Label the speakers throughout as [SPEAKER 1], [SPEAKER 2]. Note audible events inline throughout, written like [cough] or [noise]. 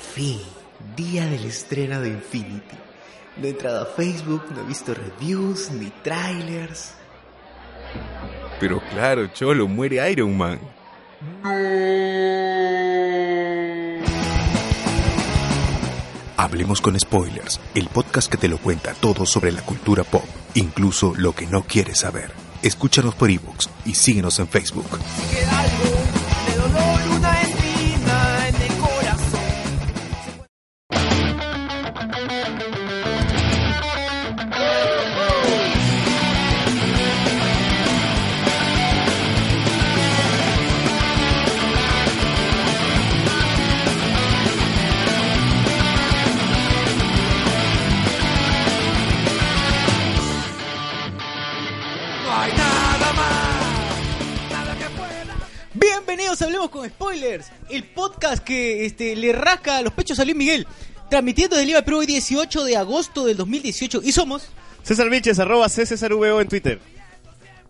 [SPEAKER 1] fin, día del estreno de Infinity. No he entrado a Facebook, no he visto reviews ni trailers.
[SPEAKER 2] Pero claro, Cholo, muere Iron Man.
[SPEAKER 3] Hablemos con Spoilers, el podcast que te lo cuenta todo sobre la cultura pop, incluso lo que no quieres saber. Escúchanos por ebooks y síguenos en Facebook.
[SPEAKER 4] Bienvenidos a Hablemos con Spoilers, el podcast que este, le rasca los pechos a Luis Miguel, transmitiendo desde Lima, Perú, hoy 18 de agosto del 2018. Y somos
[SPEAKER 5] César Vilches, arroba CCSRVO en Twitter.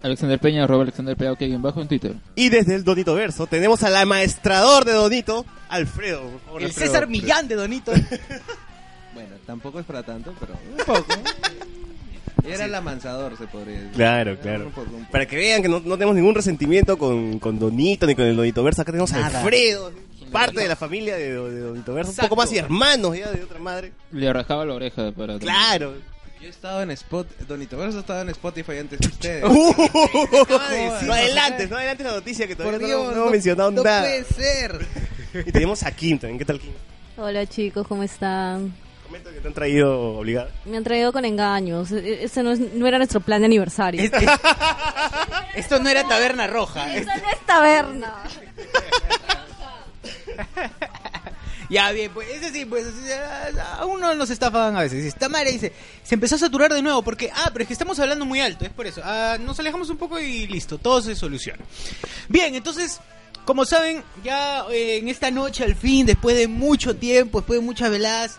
[SPEAKER 6] Alexander Peña, arroba Alexander Peña, ok, en bajo en Twitter.
[SPEAKER 5] Y desde el Donito Verso tenemos al amaestrador de Donito, Alfredo. Por favor,
[SPEAKER 4] el
[SPEAKER 5] Alfredo.
[SPEAKER 4] César Millán de
[SPEAKER 5] [laughs]
[SPEAKER 4] Donito.
[SPEAKER 7] Bueno, tampoco es para tanto, pero un poco. Era el amansador, se podría decir.
[SPEAKER 5] Claro,
[SPEAKER 7] Era
[SPEAKER 5] claro.
[SPEAKER 7] un poco, un poco.
[SPEAKER 5] Para que vean que no, no tenemos ningún resentimiento con, con Donito ni con el Donito Verso. Acá tenemos a
[SPEAKER 4] Nada.
[SPEAKER 5] Alfredo, parte de la familia de, Do- de Donito Verso. Un poco
[SPEAKER 4] Exacto.
[SPEAKER 5] más y hermanos ya de otra madre.
[SPEAKER 6] Le rajaba la oreja para...
[SPEAKER 7] [laughs]
[SPEAKER 5] Claro. [laughs]
[SPEAKER 7] Yo he estado en Spot, Donito Verso ha estado en Spotify antes que ustedes.
[SPEAKER 5] Uh. Acaba de decir, no adelantes, no adelantes la noticia que todavía
[SPEAKER 7] Por
[SPEAKER 5] no-
[SPEAKER 7] Dios,
[SPEAKER 5] no, hemos mencionado
[SPEAKER 7] no
[SPEAKER 5] nada.
[SPEAKER 7] puede ser.
[SPEAKER 5] Y tenemos a Kim también. ¿Qué tal, Kim?
[SPEAKER 8] Hola chicos, ¿cómo están?
[SPEAKER 5] Comento que te han traído obligado.
[SPEAKER 8] Me han traído con engaños. E- Ese no, es- no era nuestro plan de aniversario.
[SPEAKER 4] Este- Esto no era Taberna Roja.
[SPEAKER 8] Esto no
[SPEAKER 5] [laughs]
[SPEAKER 8] es taberna.
[SPEAKER 4] Ya, bien, pues eso sí, pues así, a- a uno nos estafan a veces. Esta madre dice, se empezó a saturar de nuevo porque, ah, pero es que estamos hablando muy alto, es por eso. Ah, nos alejamos un poco y listo, todo se soluciona. Bien, entonces, como saben, ya eh, en esta noche al fin, después de mucho tiempo, después de muchas veladas,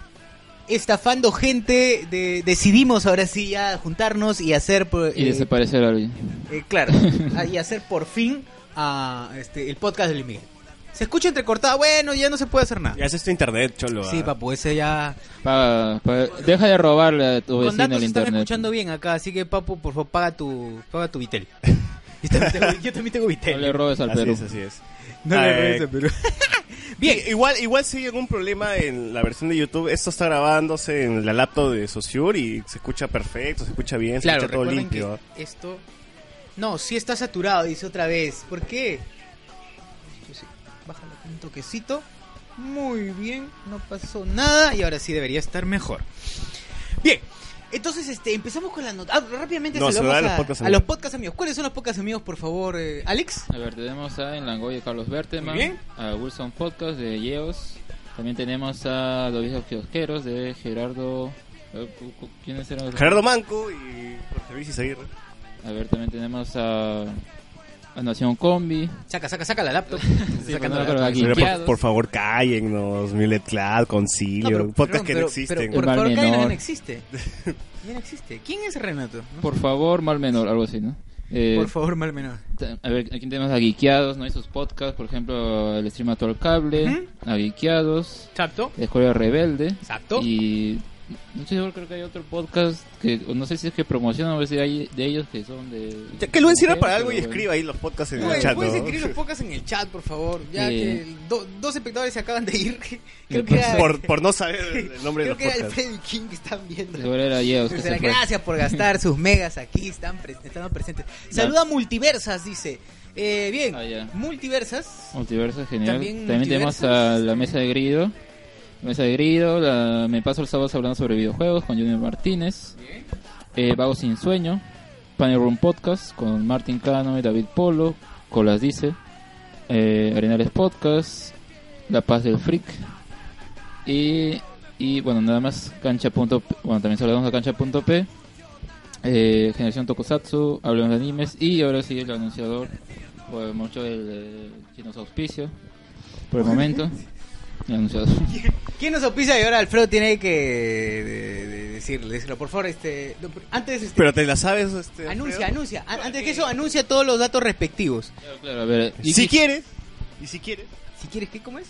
[SPEAKER 4] estafando gente, de- decidimos ahora sí ya juntarnos y hacer... pues,
[SPEAKER 6] Y
[SPEAKER 4] eh,
[SPEAKER 6] desaparecer a alguien.
[SPEAKER 4] eh, claro, Ah, y hacer por fin ah, este, el podcast de Luis Miguel. Se escucha entrecortada, bueno, ya no se puede hacer nada.
[SPEAKER 5] Ya es esto internet, cholo.
[SPEAKER 4] Sí,
[SPEAKER 5] ah.
[SPEAKER 4] papu, ese ya.
[SPEAKER 6] Pa- pa- deja de robarle a tu
[SPEAKER 4] Con
[SPEAKER 6] vecino
[SPEAKER 4] datos
[SPEAKER 6] el
[SPEAKER 4] están
[SPEAKER 6] internet.
[SPEAKER 4] escuchando bien acá, así que papu, por favor, paga tu, paga tu
[SPEAKER 6] [laughs]
[SPEAKER 4] vitel. [laughs] Yo también tengo- Yo también tengo
[SPEAKER 6] No le
[SPEAKER 4] vitel.
[SPEAKER 6] robes al
[SPEAKER 5] Así
[SPEAKER 6] Perú.
[SPEAKER 5] es, así es.
[SPEAKER 4] No le
[SPEAKER 5] Eh,
[SPEAKER 4] robes al [laughs] Perú.
[SPEAKER 5] Bien, igual, igual si hay algún problema en la versión de YouTube, esto está grabándose en la laptop de Sociure y se escucha perfecto, se escucha bien, se
[SPEAKER 4] Claro,
[SPEAKER 5] escucha todo
[SPEAKER 4] recuerden
[SPEAKER 5] limpio.
[SPEAKER 4] que
[SPEAKER 5] ¿ah?
[SPEAKER 4] esto. No, sí está saturado, dice otra vez. ¿Por qué? Bájalo con un toquecito. Muy bien, no pasó nada y ahora sí debería estar mejor. Bien, entonces este empezamos con la nota. Ah, rápidamente
[SPEAKER 5] No,
[SPEAKER 4] saludamos
[SPEAKER 5] saludar a los
[SPEAKER 4] a,
[SPEAKER 5] podcast
[SPEAKER 4] a
[SPEAKER 5] amigos.
[SPEAKER 4] los podcast amigos. ¿Cuáles son los podcast amigos, por favor, eh, Alex?
[SPEAKER 6] A ver, tenemos a Enlangoy y Carlos Berteman.
[SPEAKER 4] Muy bien.
[SPEAKER 6] A Wilson Podcast de Yeos. También tenemos a Los Viejos Kiosqueros de Gerardo... eh, cu- cu- ¿Quiénes eran? los-
[SPEAKER 5] Gerardo Manco y Jorge Luis Aguirre.
[SPEAKER 6] A ver, también tenemos a... a Nación Combi.
[SPEAKER 4] Saca, saca, saca la laptop.
[SPEAKER 6] Sí,
[SPEAKER 4] Sacando
[SPEAKER 6] bueno,
[SPEAKER 4] la
[SPEAKER 6] pero
[SPEAKER 4] laptop.
[SPEAKER 6] aquí.
[SPEAKER 5] Pero por,
[SPEAKER 6] Guiados.
[SPEAKER 5] por favor, cállennos, Millet Clad, Concilio,
[SPEAKER 4] No, pero-
[SPEAKER 5] podcast
[SPEAKER 4] perdón,
[SPEAKER 5] que
[SPEAKER 4] pero-
[SPEAKER 5] no existen.
[SPEAKER 4] Pero,
[SPEAKER 6] El
[SPEAKER 4] por
[SPEAKER 6] mal
[SPEAKER 4] favor, Karen, ya
[SPEAKER 6] menor.
[SPEAKER 4] no existe. Ya no existe. ¿Quién es Renato? No
[SPEAKER 6] Por favor, mal menor, algo así, ¿no? Eh,
[SPEAKER 4] Por favor, mal menor.
[SPEAKER 6] Ta- A ver, aquí tenemos a Geekeados, ¿no? hay sus podcasts, por ejemplo, el stream Todo el Cable, a Geekeados,
[SPEAKER 4] Exacto.
[SPEAKER 6] Escuela Rebelde.
[SPEAKER 4] Exacto.
[SPEAKER 6] Y no estoy seguro, creo que hay otro podcast que o no sé si es que promocionan o si hay de ellos que son de.
[SPEAKER 5] Ya que lo encierra para
[SPEAKER 6] pero
[SPEAKER 5] algo y
[SPEAKER 6] bueno.
[SPEAKER 5] escriba ahí los podcasts en el
[SPEAKER 4] Puedes,
[SPEAKER 5] chat.
[SPEAKER 4] puedes
[SPEAKER 5] ¿no?
[SPEAKER 4] escribir los podcasts en el chat, por favor. Ya
[SPEAKER 6] Sí.
[SPEAKER 4] que el do- dos espectadores se acaban de ir. [laughs] Creo
[SPEAKER 6] Me
[SPEAKER 4] que era,
[SPEAKER 6] pasó.
[SPEAKER 5] por, por no saber el nombre de
[SPEAKER 4] creo
[SPEAKER 5] los
[SPEAKER 4] que era el
[SPEAKER 5] podcasts.
[SPEAKER 4] Freddy King que están viendo.
[SPEAKER 6] Seguro era Yeos que
[SPEAKER 4] Será,
[SPEAKER 6] se fue.
[SPEAKER 4] gracias por gastar sus megas aquí, están, pre- están presentes. Saluda a Multiversas, dice. Eh, bien,
[SPEAKER 6] Ah, ya.
[SPEAKER 4] Multiversas.
[SPEAKER 6] Multiverso es genial.
[SPEAKER 4] También
[SPEAKER 6] También, tenemos a
[SPEAKER 4] multiversos.
[SPEAKER 6] la mesa de Grido. La Mesa de Grido, la- me paso el sábado hablando sobre videojuegos con Junior Martínez. Eh, Vago sin sueño. Panel Room Podcast con Martín Cano y David Polo. Colas dice. Eh, Arenales Podcast. La Paz del Freak. Y, y bueno, nada más cancha. punto P- bueno, también saludamos a cancha.p. Eh, Generación Tokusatsu, hablemos de animes y ahora sí el anunciador, pues mucho el eh, que nos auspicia por el momento. El anunciador.
[SPEAKER 4] ¿Quién nos auspicia? Y ahora Alfredo tiene que eh, de- de- decirle, decirlo. Por favor, este, no, antes... este,
[SPEAKER 5] Pero te la sabes. Este,
[SPEAKER 4] Anuncia,
[SPEAKER 5] Alfredo?
[SPEAKER 4] anuncia. A- Antes que eso, anuncia todos los datos respectivos.
[SPEAKER 6] Claro, claro, a ver.
[SPEAKER 5] Si
[SPEAKER 6] Iki-
[SPEAKER 5] quieres, Y si quieres,
[SPEAKER 4] Si quieres, ¿qué? ¿Cómo es?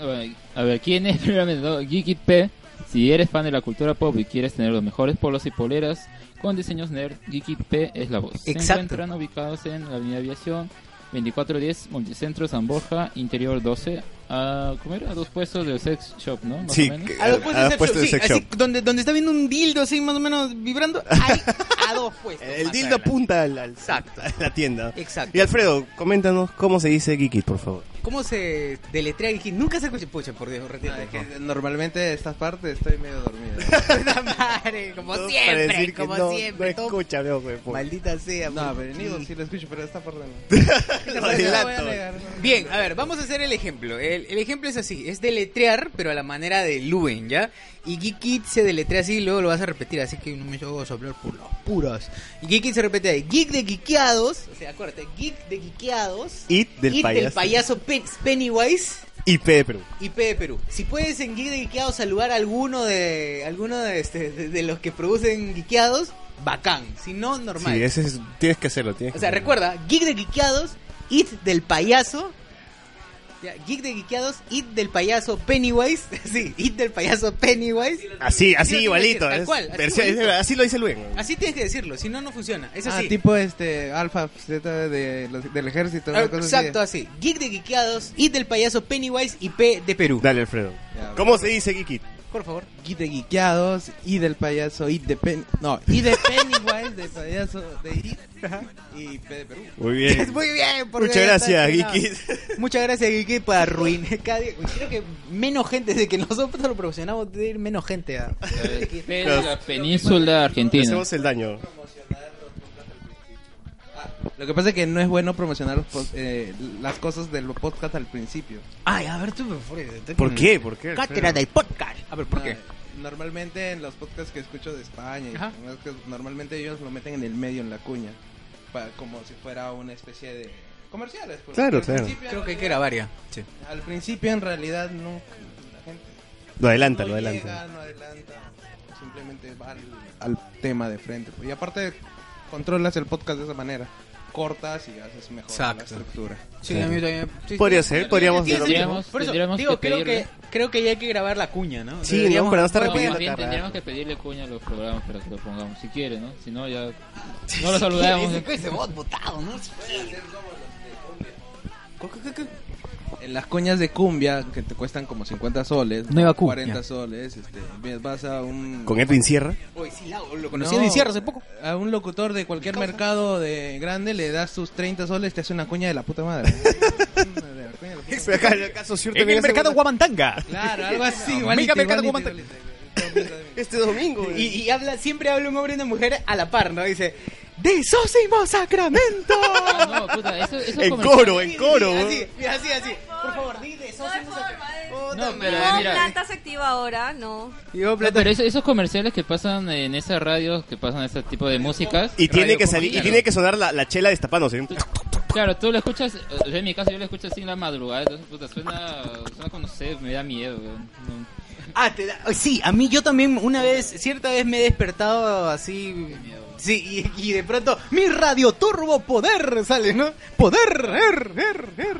[SPEAKER 6] A ver, a ver, ¿quién es [laughs] primeramente? no? Geekit P. Si eres fan de la cultura pop y quieres tener los mejores polos y poleras con diseños nerd, Geekit P es la voz. Se
[SPEAKER 4] Exacto.
[SPEAKER 6] encuentran ubicados en la Avenida Aviación 2410, Multicentro San Borja, Interior 12. A, ¿Cómo era? A dos puestos del sex shop, ¿no? Más
[SPEAKER 5] sí,
[SPEAKER 6] o menos.
[SPEAKER 5] que-
[SPEAKER 4] A los puestos de sex
[SPEAKER 5] Eh,
[SPEAKER 4] shop,
[SPEAKER 5] ah, pues, de
[SPEAKER 4] sí,
[SPEAKER 5] sex
[SPEAKER 4] así,
[SPEAKER 5] shop.
[SPEAKER 4] donde, donde está viendo un dildo así más o menos vibrando, ahí, a dos puestos.
[SPEAKER 5] El
[SPEAKER 4] más
[SPEAKER 5] dildo
[SPEAKER 4] adelante.
[SPEAKER 5] apunta al, al-
[SPEAKER 4] Exacto.
[SPEAKER 5] a la tienda.
[SPEAKER 4] Exacto.
[SPEAKER 5] Y Alfredo, coméntanos cómo se dice Geekit, por favor.
[SPEAKER 4] ¿Cómo se deletrea Geekit? Nunca se escucha, pucha, por Dios,
[SPEAKER 7] Ah,
[SPEAKER 4] retírate.
[SPEAKER 7] es que normalmente estas partes estoy medio dormido.
[SPEAKER 4] [laughs] Puta madre, como
[SPEAKER 5] Todo para decir
[SPEAKER 4] siempre,
[SPEAKER 5] que
[SPEAKER 4] como
[SPEAKER 5] no-
[SPEAKER 4] siempre.
[SPEAKER 5] No pues,
[SPEAKER 4] todo-
[SPEAKER 5] escucha, veo, güey, por-
[SPEAKER 4] Maldita sea.
[SPEAKER 7] No,
[SPEAKER 4] por-
[SPEAKER 7] pero Nigo sí lo escucho, pero esta
[SPEAKER 5] [laughs]
[SPEAKER 7] parte no.
[SPEAKER 5] lo
[SPEAKER 7] No voy a
[SPEAKER 5] adelanto.
[SPEAKER 7] negar.
[SPEAKER 4] Bien, a ver, vamos a hacer el ejemplo. El, el ejemplo es así, es deletrear, pero a la manera de Luen, ¿ya? Y Geekit se deletrea así y luego lo vas a repetir, así que no me llevo a soplar por las puras. Y Geekit se repite ahí, Geek de geekeados, o sea, acuérdate, Geek de geekeados.
[SPEAKER 5] It del
[SPEAKER 4] Geek
[SPEAKER 5] payaso.
[SPEAKER 4] del payaso Pen- Pennywise.
[SPEAKER 5] IP de Perú.
[SPEAKER 4] IP de Perú. Si puedes en Geek de Geekeados saludar a alguno de alguno de, este, de, de los que producen Geekeados, bacán. Si no, normal.
[SPEAKER 5] Sí, ese es- tienes que hacerlo. Tienes
[SPEAKER 4] O
[SPEAKER 5] que
[SPEAKER 4] sea,
[SPEAKER 5] hacerlo.
[SPEAKER 4] recuerda, Geek de Geekeados, It del payaso. ya, Geek de Geekeados, It del payaso Pennywise. [laughs] Sí, It del payaso Pennywise.
[SPEAKER 5] Así, así
[SPEAKER 4] Sí, lo tienes que
[SPEAKER 5] igualito.
[SPEAKER 4] decir, tal
[SPEAKER 5] es
[SPEAKER 4] cual, así
[SPEAKER 5] versión- es-
[SPEAKER 4] igualito.
[SPEAKER 5] [laughs] así lo dice Luen. güey.
[SPEAKER 4] Así tienes que decirlo, si no, no funciona. Es
[SPEAKER 7] Ah,
[SPEAKER 4] así.
[SPEAKER 7] tipo este, Alfa Z de los- del ejército. una cosa así.
[SPEAKER 4] Exacto, así. Geek de Geekeados, It del payaso Pennywise y P de Perú.
[SPEAKER 5] Dale, Alfredo.
[SPEAKER 7] Ya,
[SPEAKER 5] ¿Cómo se dice Geekit?
[SPEAKER 4] Por favor.
[SPEAKER 7] Y de guiqueados, y del payaso, y de Pen... No, y de [laughs] Pennywise, de payaso, de It, y P de Perú.
[SPEAKER 5] Muy [laughs] bien.
[SPEAKER 4] Muy bien, por
[SPEAKER 5] Muchas gracias, Geekit.
[SPEAKER 4] Muchas gracias, Geekit, por arruinar. Cada día- Creo que menos gente, desde que nosotros lo promocionamos, debe ir menos gente. ¿ah? a-
[SPEAKER 6] P de la península argentina.
[SPEAKER 5] Hacemos el daño.
[SPEAKER 7] Ah, Lo que pasa es que no es bueno promocionar los pos- eh, las cosas del podcast al principio.
[SPEAKER 4] Ay, a ver tú, por favor.
[SPEAKER 5] ¿Por qué? ¿Por qué?
[SPEAKER 4] Cátedra del podcast. A ver, ¿por
[SPEAKER 7] Ah,
[SPEAKER 4] qué?
[SPEAKER 7] Normalmente en los podcasts que escucho de España, y
[SPEAKER 4] Ajá.
[SPEAKER 7] demás, que normalmente ellos lo meten en el medio, en la cuña, pa- como si fuera una especie de comerciales. porque
[SPEAKER 5] Claro,
[SPEAKER 7] al
[SPEAKER 5] claro.
[SPEAKER 7] principio, en
[SPEAKER 4] Creo que hay que
[SPEAKER 7] realidad-
[SPEAKER 4] grabar ya. Sí.
[SPEAKER 7] Al principio en realidad nunca la gente
[SPEAKER 5] Lo adelanta, lo
[SPEAKER 7] no
[SPEAKER 5] adelanta.
[SPEAKER 7] llega, no adelanta, simplemente va al, al tema de frente. pues. Y aparte controlas el podcast de esa manera, cortas y haces mejor la
[SPEAKER 4] Exacto.
[SPEAKER 7] estructura.
[SPEAKER 4] Sí, a mí también. sí,
[SPEAKER 5] Podría
[SPEAKER 4] sí.
[SPEAKER 5] ser, podríamos.
[SPEAKER 4] Sí, sí, sí.
[SPEAKER 6] Tendríamos-
[SPEAKER 4] Por eso,
[SPEAKER 6] tendríamos
[SPEAKER 4] digo,
[SPEAKER 6] que
[SPEAKER 4] creo que,
[SPEAKER 6] pedirle.
[SPEAKER 4] creo que ya hay que grabar la cuña, ¿no?
[SPEAKER 5] Sí,
[SPEAKER 4] Deberíamos-
[SPEAKER 5] no, pero no está
[SPEAKER 6] No,
[SPEAKER 5] repitiendo
[SPEAKER 6] más bien
[SPEAKER 5] acá.
[SPEAKER 6] tendríamos que pedirle cuña a los programas para que lo pongamos, si quiere, ¿no? Si no, ya... No lo saludamos.
[SPEAKER 4] Ese- [laughs] ese bot botado, ¿no? ¿Qué, qué, qué?
[SPEAKER 7] En las cuñas de cumbia que te cuestan como 50 soles,
[SPEAKER 4] Nueva cumbia.
[SPEAKER 7] 40 soles, este, vas a un
[SPEAKER 5] Con Edwin Sierra.
[SPEAKER 4] Oye, sí, la- lo
[SPEAKER 7] No,
[SPEAKER 4] conocí en encierro hace poco.
[SPEAKER 7] A un locutor de cualquier mercado de grande le das sus 30 soles, te hace una cuña de la
[SPEAKER 5] [laughs]
[SPEAKER 7] puta madre. Una de la cuña de la puta madre.
[SPEAKER 5] Acá, acá Saussure
[SPEAKER 4] En
[SPEAKER 5] también
[SPEAKER 4] el
[SPEAKER 5] hace
[SPEAKER 4] mercado
[SPEAKER 5] una-
[SPEAKER 4] Guamantanga.
[SPEAKER 7] Claro, algo así,
[SPEAKER 4] Amiga
[SPEAKER 7] igualito,
[SPEAKER 4] mercado
[SPEAKER 7] igualito,
[SPEAKER 4] Guamante.
[SPEAKER 7] igualito.
[SPEAKER 5] Este domingo. güey.
[SPEAKER 4] Y, y habla, siempre habla un hombre y una mujer a la par, ¿no? Dice, ¡De Sósimo Sacramento!
[SPEAKER 5] [laughs]
[SPEAKER 6] Ah, no, puta, eso, eso
[SPEAKER 5] En coro, en coro.
[SPEAKER 4] Así,
[SPEAKER 5] güey.
[SPEAKER 4] mira, así, así. Por favor, di de
[SPEAKER 8] No hay
[SPEAKER 4] Sósimo
[SPEAKER 8] forma eh. de-
[SPEAKER 4] Sacramento.
[SPEAKER 6] No, pero
[SPEAKER 8] no,
[SPEAKER 6] mira,
[SPEAKER 8] planta se activa ahora, no.
[SPEAKER 4] Yo,
[SPEAKER 6] No, pero eso- esos comerciales que pasan en esas radios, que pasan ese tipo de músicas.
[SPEAKER 5] Y tiene
[SPEAKER 6] radio
[SPEAKER 5] que salir, y
[SPEAKER 6] comercial.
[SPEAKER 5] tiene que sonar la, la chela destapándose.
[SPEAKER 6] Claro, tú lo escuchas, o sea, en mi caso yo lo escucho así en la madrugada, entonces puta, suena, suena como no sé, me da miedo. weón. No.
[SPEAKER 4] Ah, te da- oh, sí, a mí yo también una vez, cierta vez me he despertado así. Sí, y, y de pronto, mi radio turbo poder sale, ¿no? Poder, er, er, er,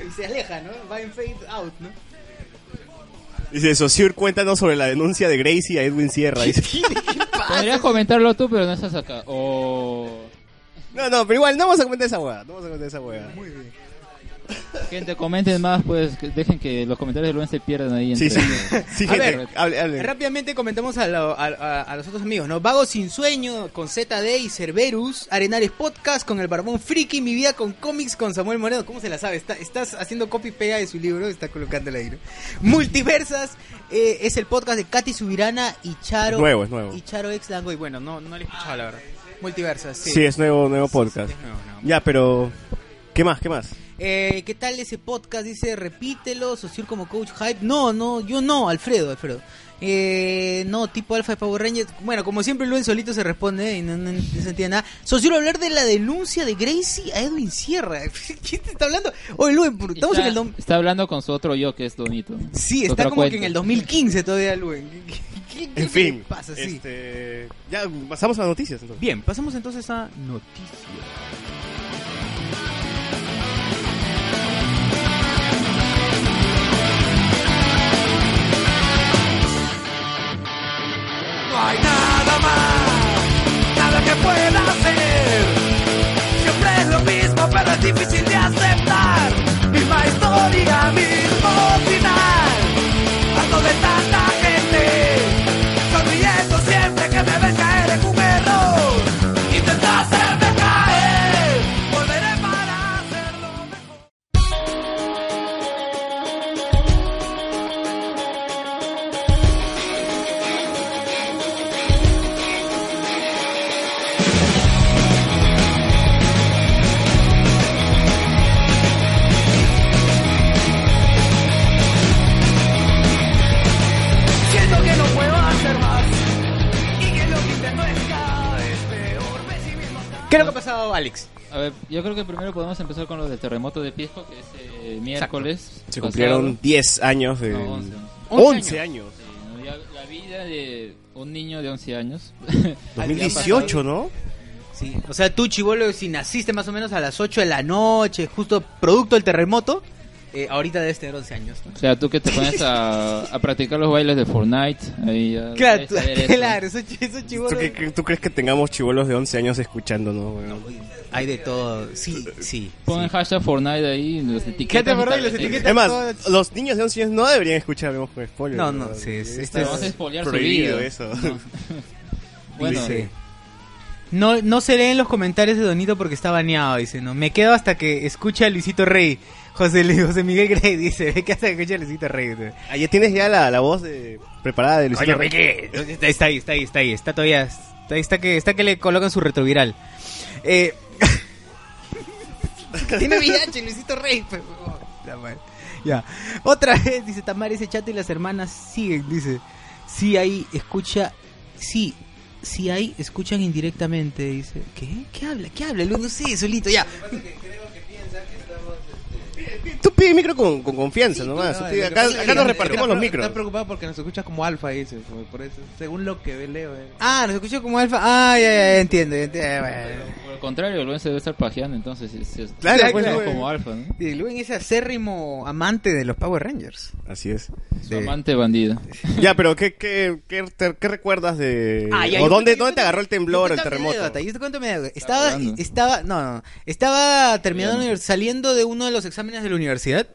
[SPEAKER 4] er. Y se aleja, ¿no? Va en fade out, ¿no?
[SPEAKER 5] Dice Saussure, cuéntanos sobre la denuncia de Gracie a Edwin Sierra. Dice.
[SPEAKER 4] [laughs]
[SPEAKER 6] Podrías comentarlo tú, pero no estás acá. O
[SPEAKER 5] No, no, pero igual no vamos a comentar esa hueá. No vamos a comentar esa hueá.
[SPEAKER 6] gente, comenten más, pues que dejen que los comentarios de Luen se pierdan ahí.
[SPEAKER 5] Sí, sí.
[SPEAKER 6] entre-
[SPEAKER 5] [laughs] Sí,
[SPEAKER 4] A
[SPEAKER 5] gente,
[SPEAKER 4] ver,
[SPEAKER 5] hable, hable.
[SPEAKER 4] Rápidamente comentamos a, lo- a- a- a los otros amigos, ¿no? Vago sin sueño con ZD y Cerberus, Arenales Podcast con el Barbón Friki, Mi vida con cómics con Samuel Moreno. ¿Cómo se la sabe? Está- estás haciendo copy y pega de su libro, está colocándola ahí, ¿no? Multiversas eh, es el podcast de Katy Subirana y Charo.
[SPEAKER 5] Es nuevo, es nuevo.
[SPEAKER 4] Y Charo ex Langoy. Bueno, no, no le he escuchado, la verdad. Multiversas, sí.
[SPEAKER 5] Sí, es nuevo, nuevo podcast.
[SPEAKER 4] Es nuevo, nuevo.
[SPEAKER 5] Ya, pero. ¿Qué más? ¿Qué más?
[SPEAKER 4] Eh, ¿Qué tal ese podcast? Dice, repítelo, Sociur como coach hype. No, no, yo no, Alfredo, Alfredo. Eh, no, tipo alfa de Power Rangers. Bueno, como siempre, Luen solito se responde y no, no- no se entiende nada. Sociur hablar de la denuncia de Gracie a Edwin Sierra. [laughs] ¿Quién te está hablando? Oye, Luen, por- estamos
[SPEAKER 6] está,
[SPEAKER 4] en el... dom-
[SPEAKER 6] está hablando con su otro yo que es Donito.
[SPEAKER 4] Sí, está
[SPEAKER 6] Otro
[SPEAKER 4] como que en
[SPEAKER 6] cuento.
[SPEAKER 4] el 2015 todavía, Luen. ¿Qué- qué- qué-
[SPEAKER 5] En fin.
[SPEAKER 4] qué pasa? Sí.
[SPEAKER 5] Este, ya, pasamos a las noticias entonces.
[SPEAKER 4] Bien, pasamos entonces a noticias.
[SPEAKER 9] dinamismo final. Ando de tanta gente, sonriendo siempre que me ven caer en un error. Intenta hacerme caer, volveré para hacerlo mejor. Siento que no puedo hacer más, y que lo que intento es cada vez peor. Me sigue matando.
[SPEAKER 4] ¿Qué es lo que ha pasado, Alex?
[SPEAKER 6] A ver, yo creo que primero podemos empezar con lo del terremoto de Pisco, que es eh, miércoles.
[SPEAKER 5] Se
[SPEAKER 6] pasado.
[SPEAKER 5] cumplieron 10 años de...
[SPEAKER 6] No, 11,
[SPEAKER 5] 11 años.
[SPEAKER 6] Sí, ¿no? Ya la vida de un niño de 11 años. [laughs]
[SPEAKER 5] 2018, ¿no?
[SPEAKER 4] Sí, o sea, tú, chivolo, si naciste más o menos a las 8 de la noche, justo producto del terremoto, eh, ahorita debes tener 11 años. ¿no?
[SPEAKER 6] O sea, tú que te pones a, a practicar los bailes de Fortnite. Ahí ya
[SPEAKER 4] Claro,
[SPEAKER 6] debes
[SPEAKER 4] tú-
[SPEAKER 6] saber eso.
[SPEAKER 4] [laughs] claro, esos chi- esos
[SPEAKER 5] ¿Tú,
[SPEAKER 4] chibolos-
[SPEAKER 5] qué- qué- tú crees que tengamos chivolos de 11 años escuchándonos? weón?
[SPEAKER 4] Hay de todo, sí, sí.
[SPEAKER 6] Ponen hashtag Fortnite ahí, los etiquetas.
[SPEAKER 4] te acordás
[SPEAKER 6] y
[SPEAKER 4] de
[SPEAKER 6] tal. eh,
[SPEAKER 4] las etiquetas?
[SPEAKER 5] Es más,
[SPEAKER 4] todas-
[SPEAKER 5] los niños de 11 años no deberían escuchar Hablemos con spoiler.
[SPEAKER 4] No, no,
[SPEAKER 5] weón.
[SPEAKER 4] sí, es-
[SPEAKER 5] Está
[SPEAKER 4] este
[SPEAKER 6] Te vas a spoilear su
[SPEAKER 5] prohibido
[SPEAKER 6] vida.
[SPEAKER 5] eso. [laughs]
[SPEAKER 6] No. Bueno,
[SPEAKER 4] Dice, no, no se leen los comentarios de Donito porque está baneado, dice, no, me quedo hasta que escuche a Luisito Rey. José, Lu- José Miguel Grey dice, ve que hasta que escuche a Luisito Rey. dice.
[SPEAKER 5] Ah, ya tienes ya la, la voz de- preparada de Luisito. Rey.
[SPEAKER 4] Está, está ahí, está ahí, está ahí, está todavía, está, ahí, está que, está que le colocan su retroviral. Eh, [laughs] Tiene VIH, Luisito Rey. pues, huevón. La madre. Ya. Otra vez, dice Tamara, ese chato y las hermanas siguen, dice. Sí, ahí escucha. Sí, sí, ahí escuchan indirectamente, dice. ¿Qué? ¿Qué habla? ¿Qué habla? Lu? No sé, solito, ya.
[SPEAKER 5] Tú pide micro con, con confianza nomás. Tú pide- acá acá nos repartimos los micros.
[SPEAKER 7] Está preocupado porque nos escuchas como alfa, dice. como Por eso, según lo que leo. eh.
[SPEAKER 4] Ah, nos escuchó como alfa. Ah, ya, ya, ya, entiendo, ya entiendo. Bueno.
[SPEAKER 6] por el contrario, Lorenzo debe estar pajeando, entonces. si- si-
[SPEAKER 5] Claro,
[SPEAKER 6] si-
[SPEAKER 5] pues,
[SPEAKER 6] somos
[SPEAKER 5] güey.
[SPEAKER 6] como alfa, ¿no?
[SPEAKER 4] Y Luen es acérrimo amante de los Power Rangers.
[SPEAKER 5] Así es.
[SPEAKER 6] Su amante bandido.
[SPEAKER 5] Ya, pero ¿qué, qué, qué, te- qué recuerdas de...?
[SPEAKER 4] Ah, ya,
[SPEAKER 5] ¿O
[SPEAKER 4] yo
[SPEAKER 5] dónde,
[SPEAKER 4] te- yo
[SPEAKER 5] dónde te agarró el temblor,
[SPEAKER 4] yo
[SPEAKER 5] el
[SPEAKER 4] cuento mi
[SPEAKER 5] terremoto?
[SPEAKER 4] anécdota, yo te cuento mi anécdota. Estaba,
[SPEAKER 6] hablando.
[SPEAKER 4] estaba, no, no, estaba terminando la univers- saliendo de uno de los exámenes de la universidad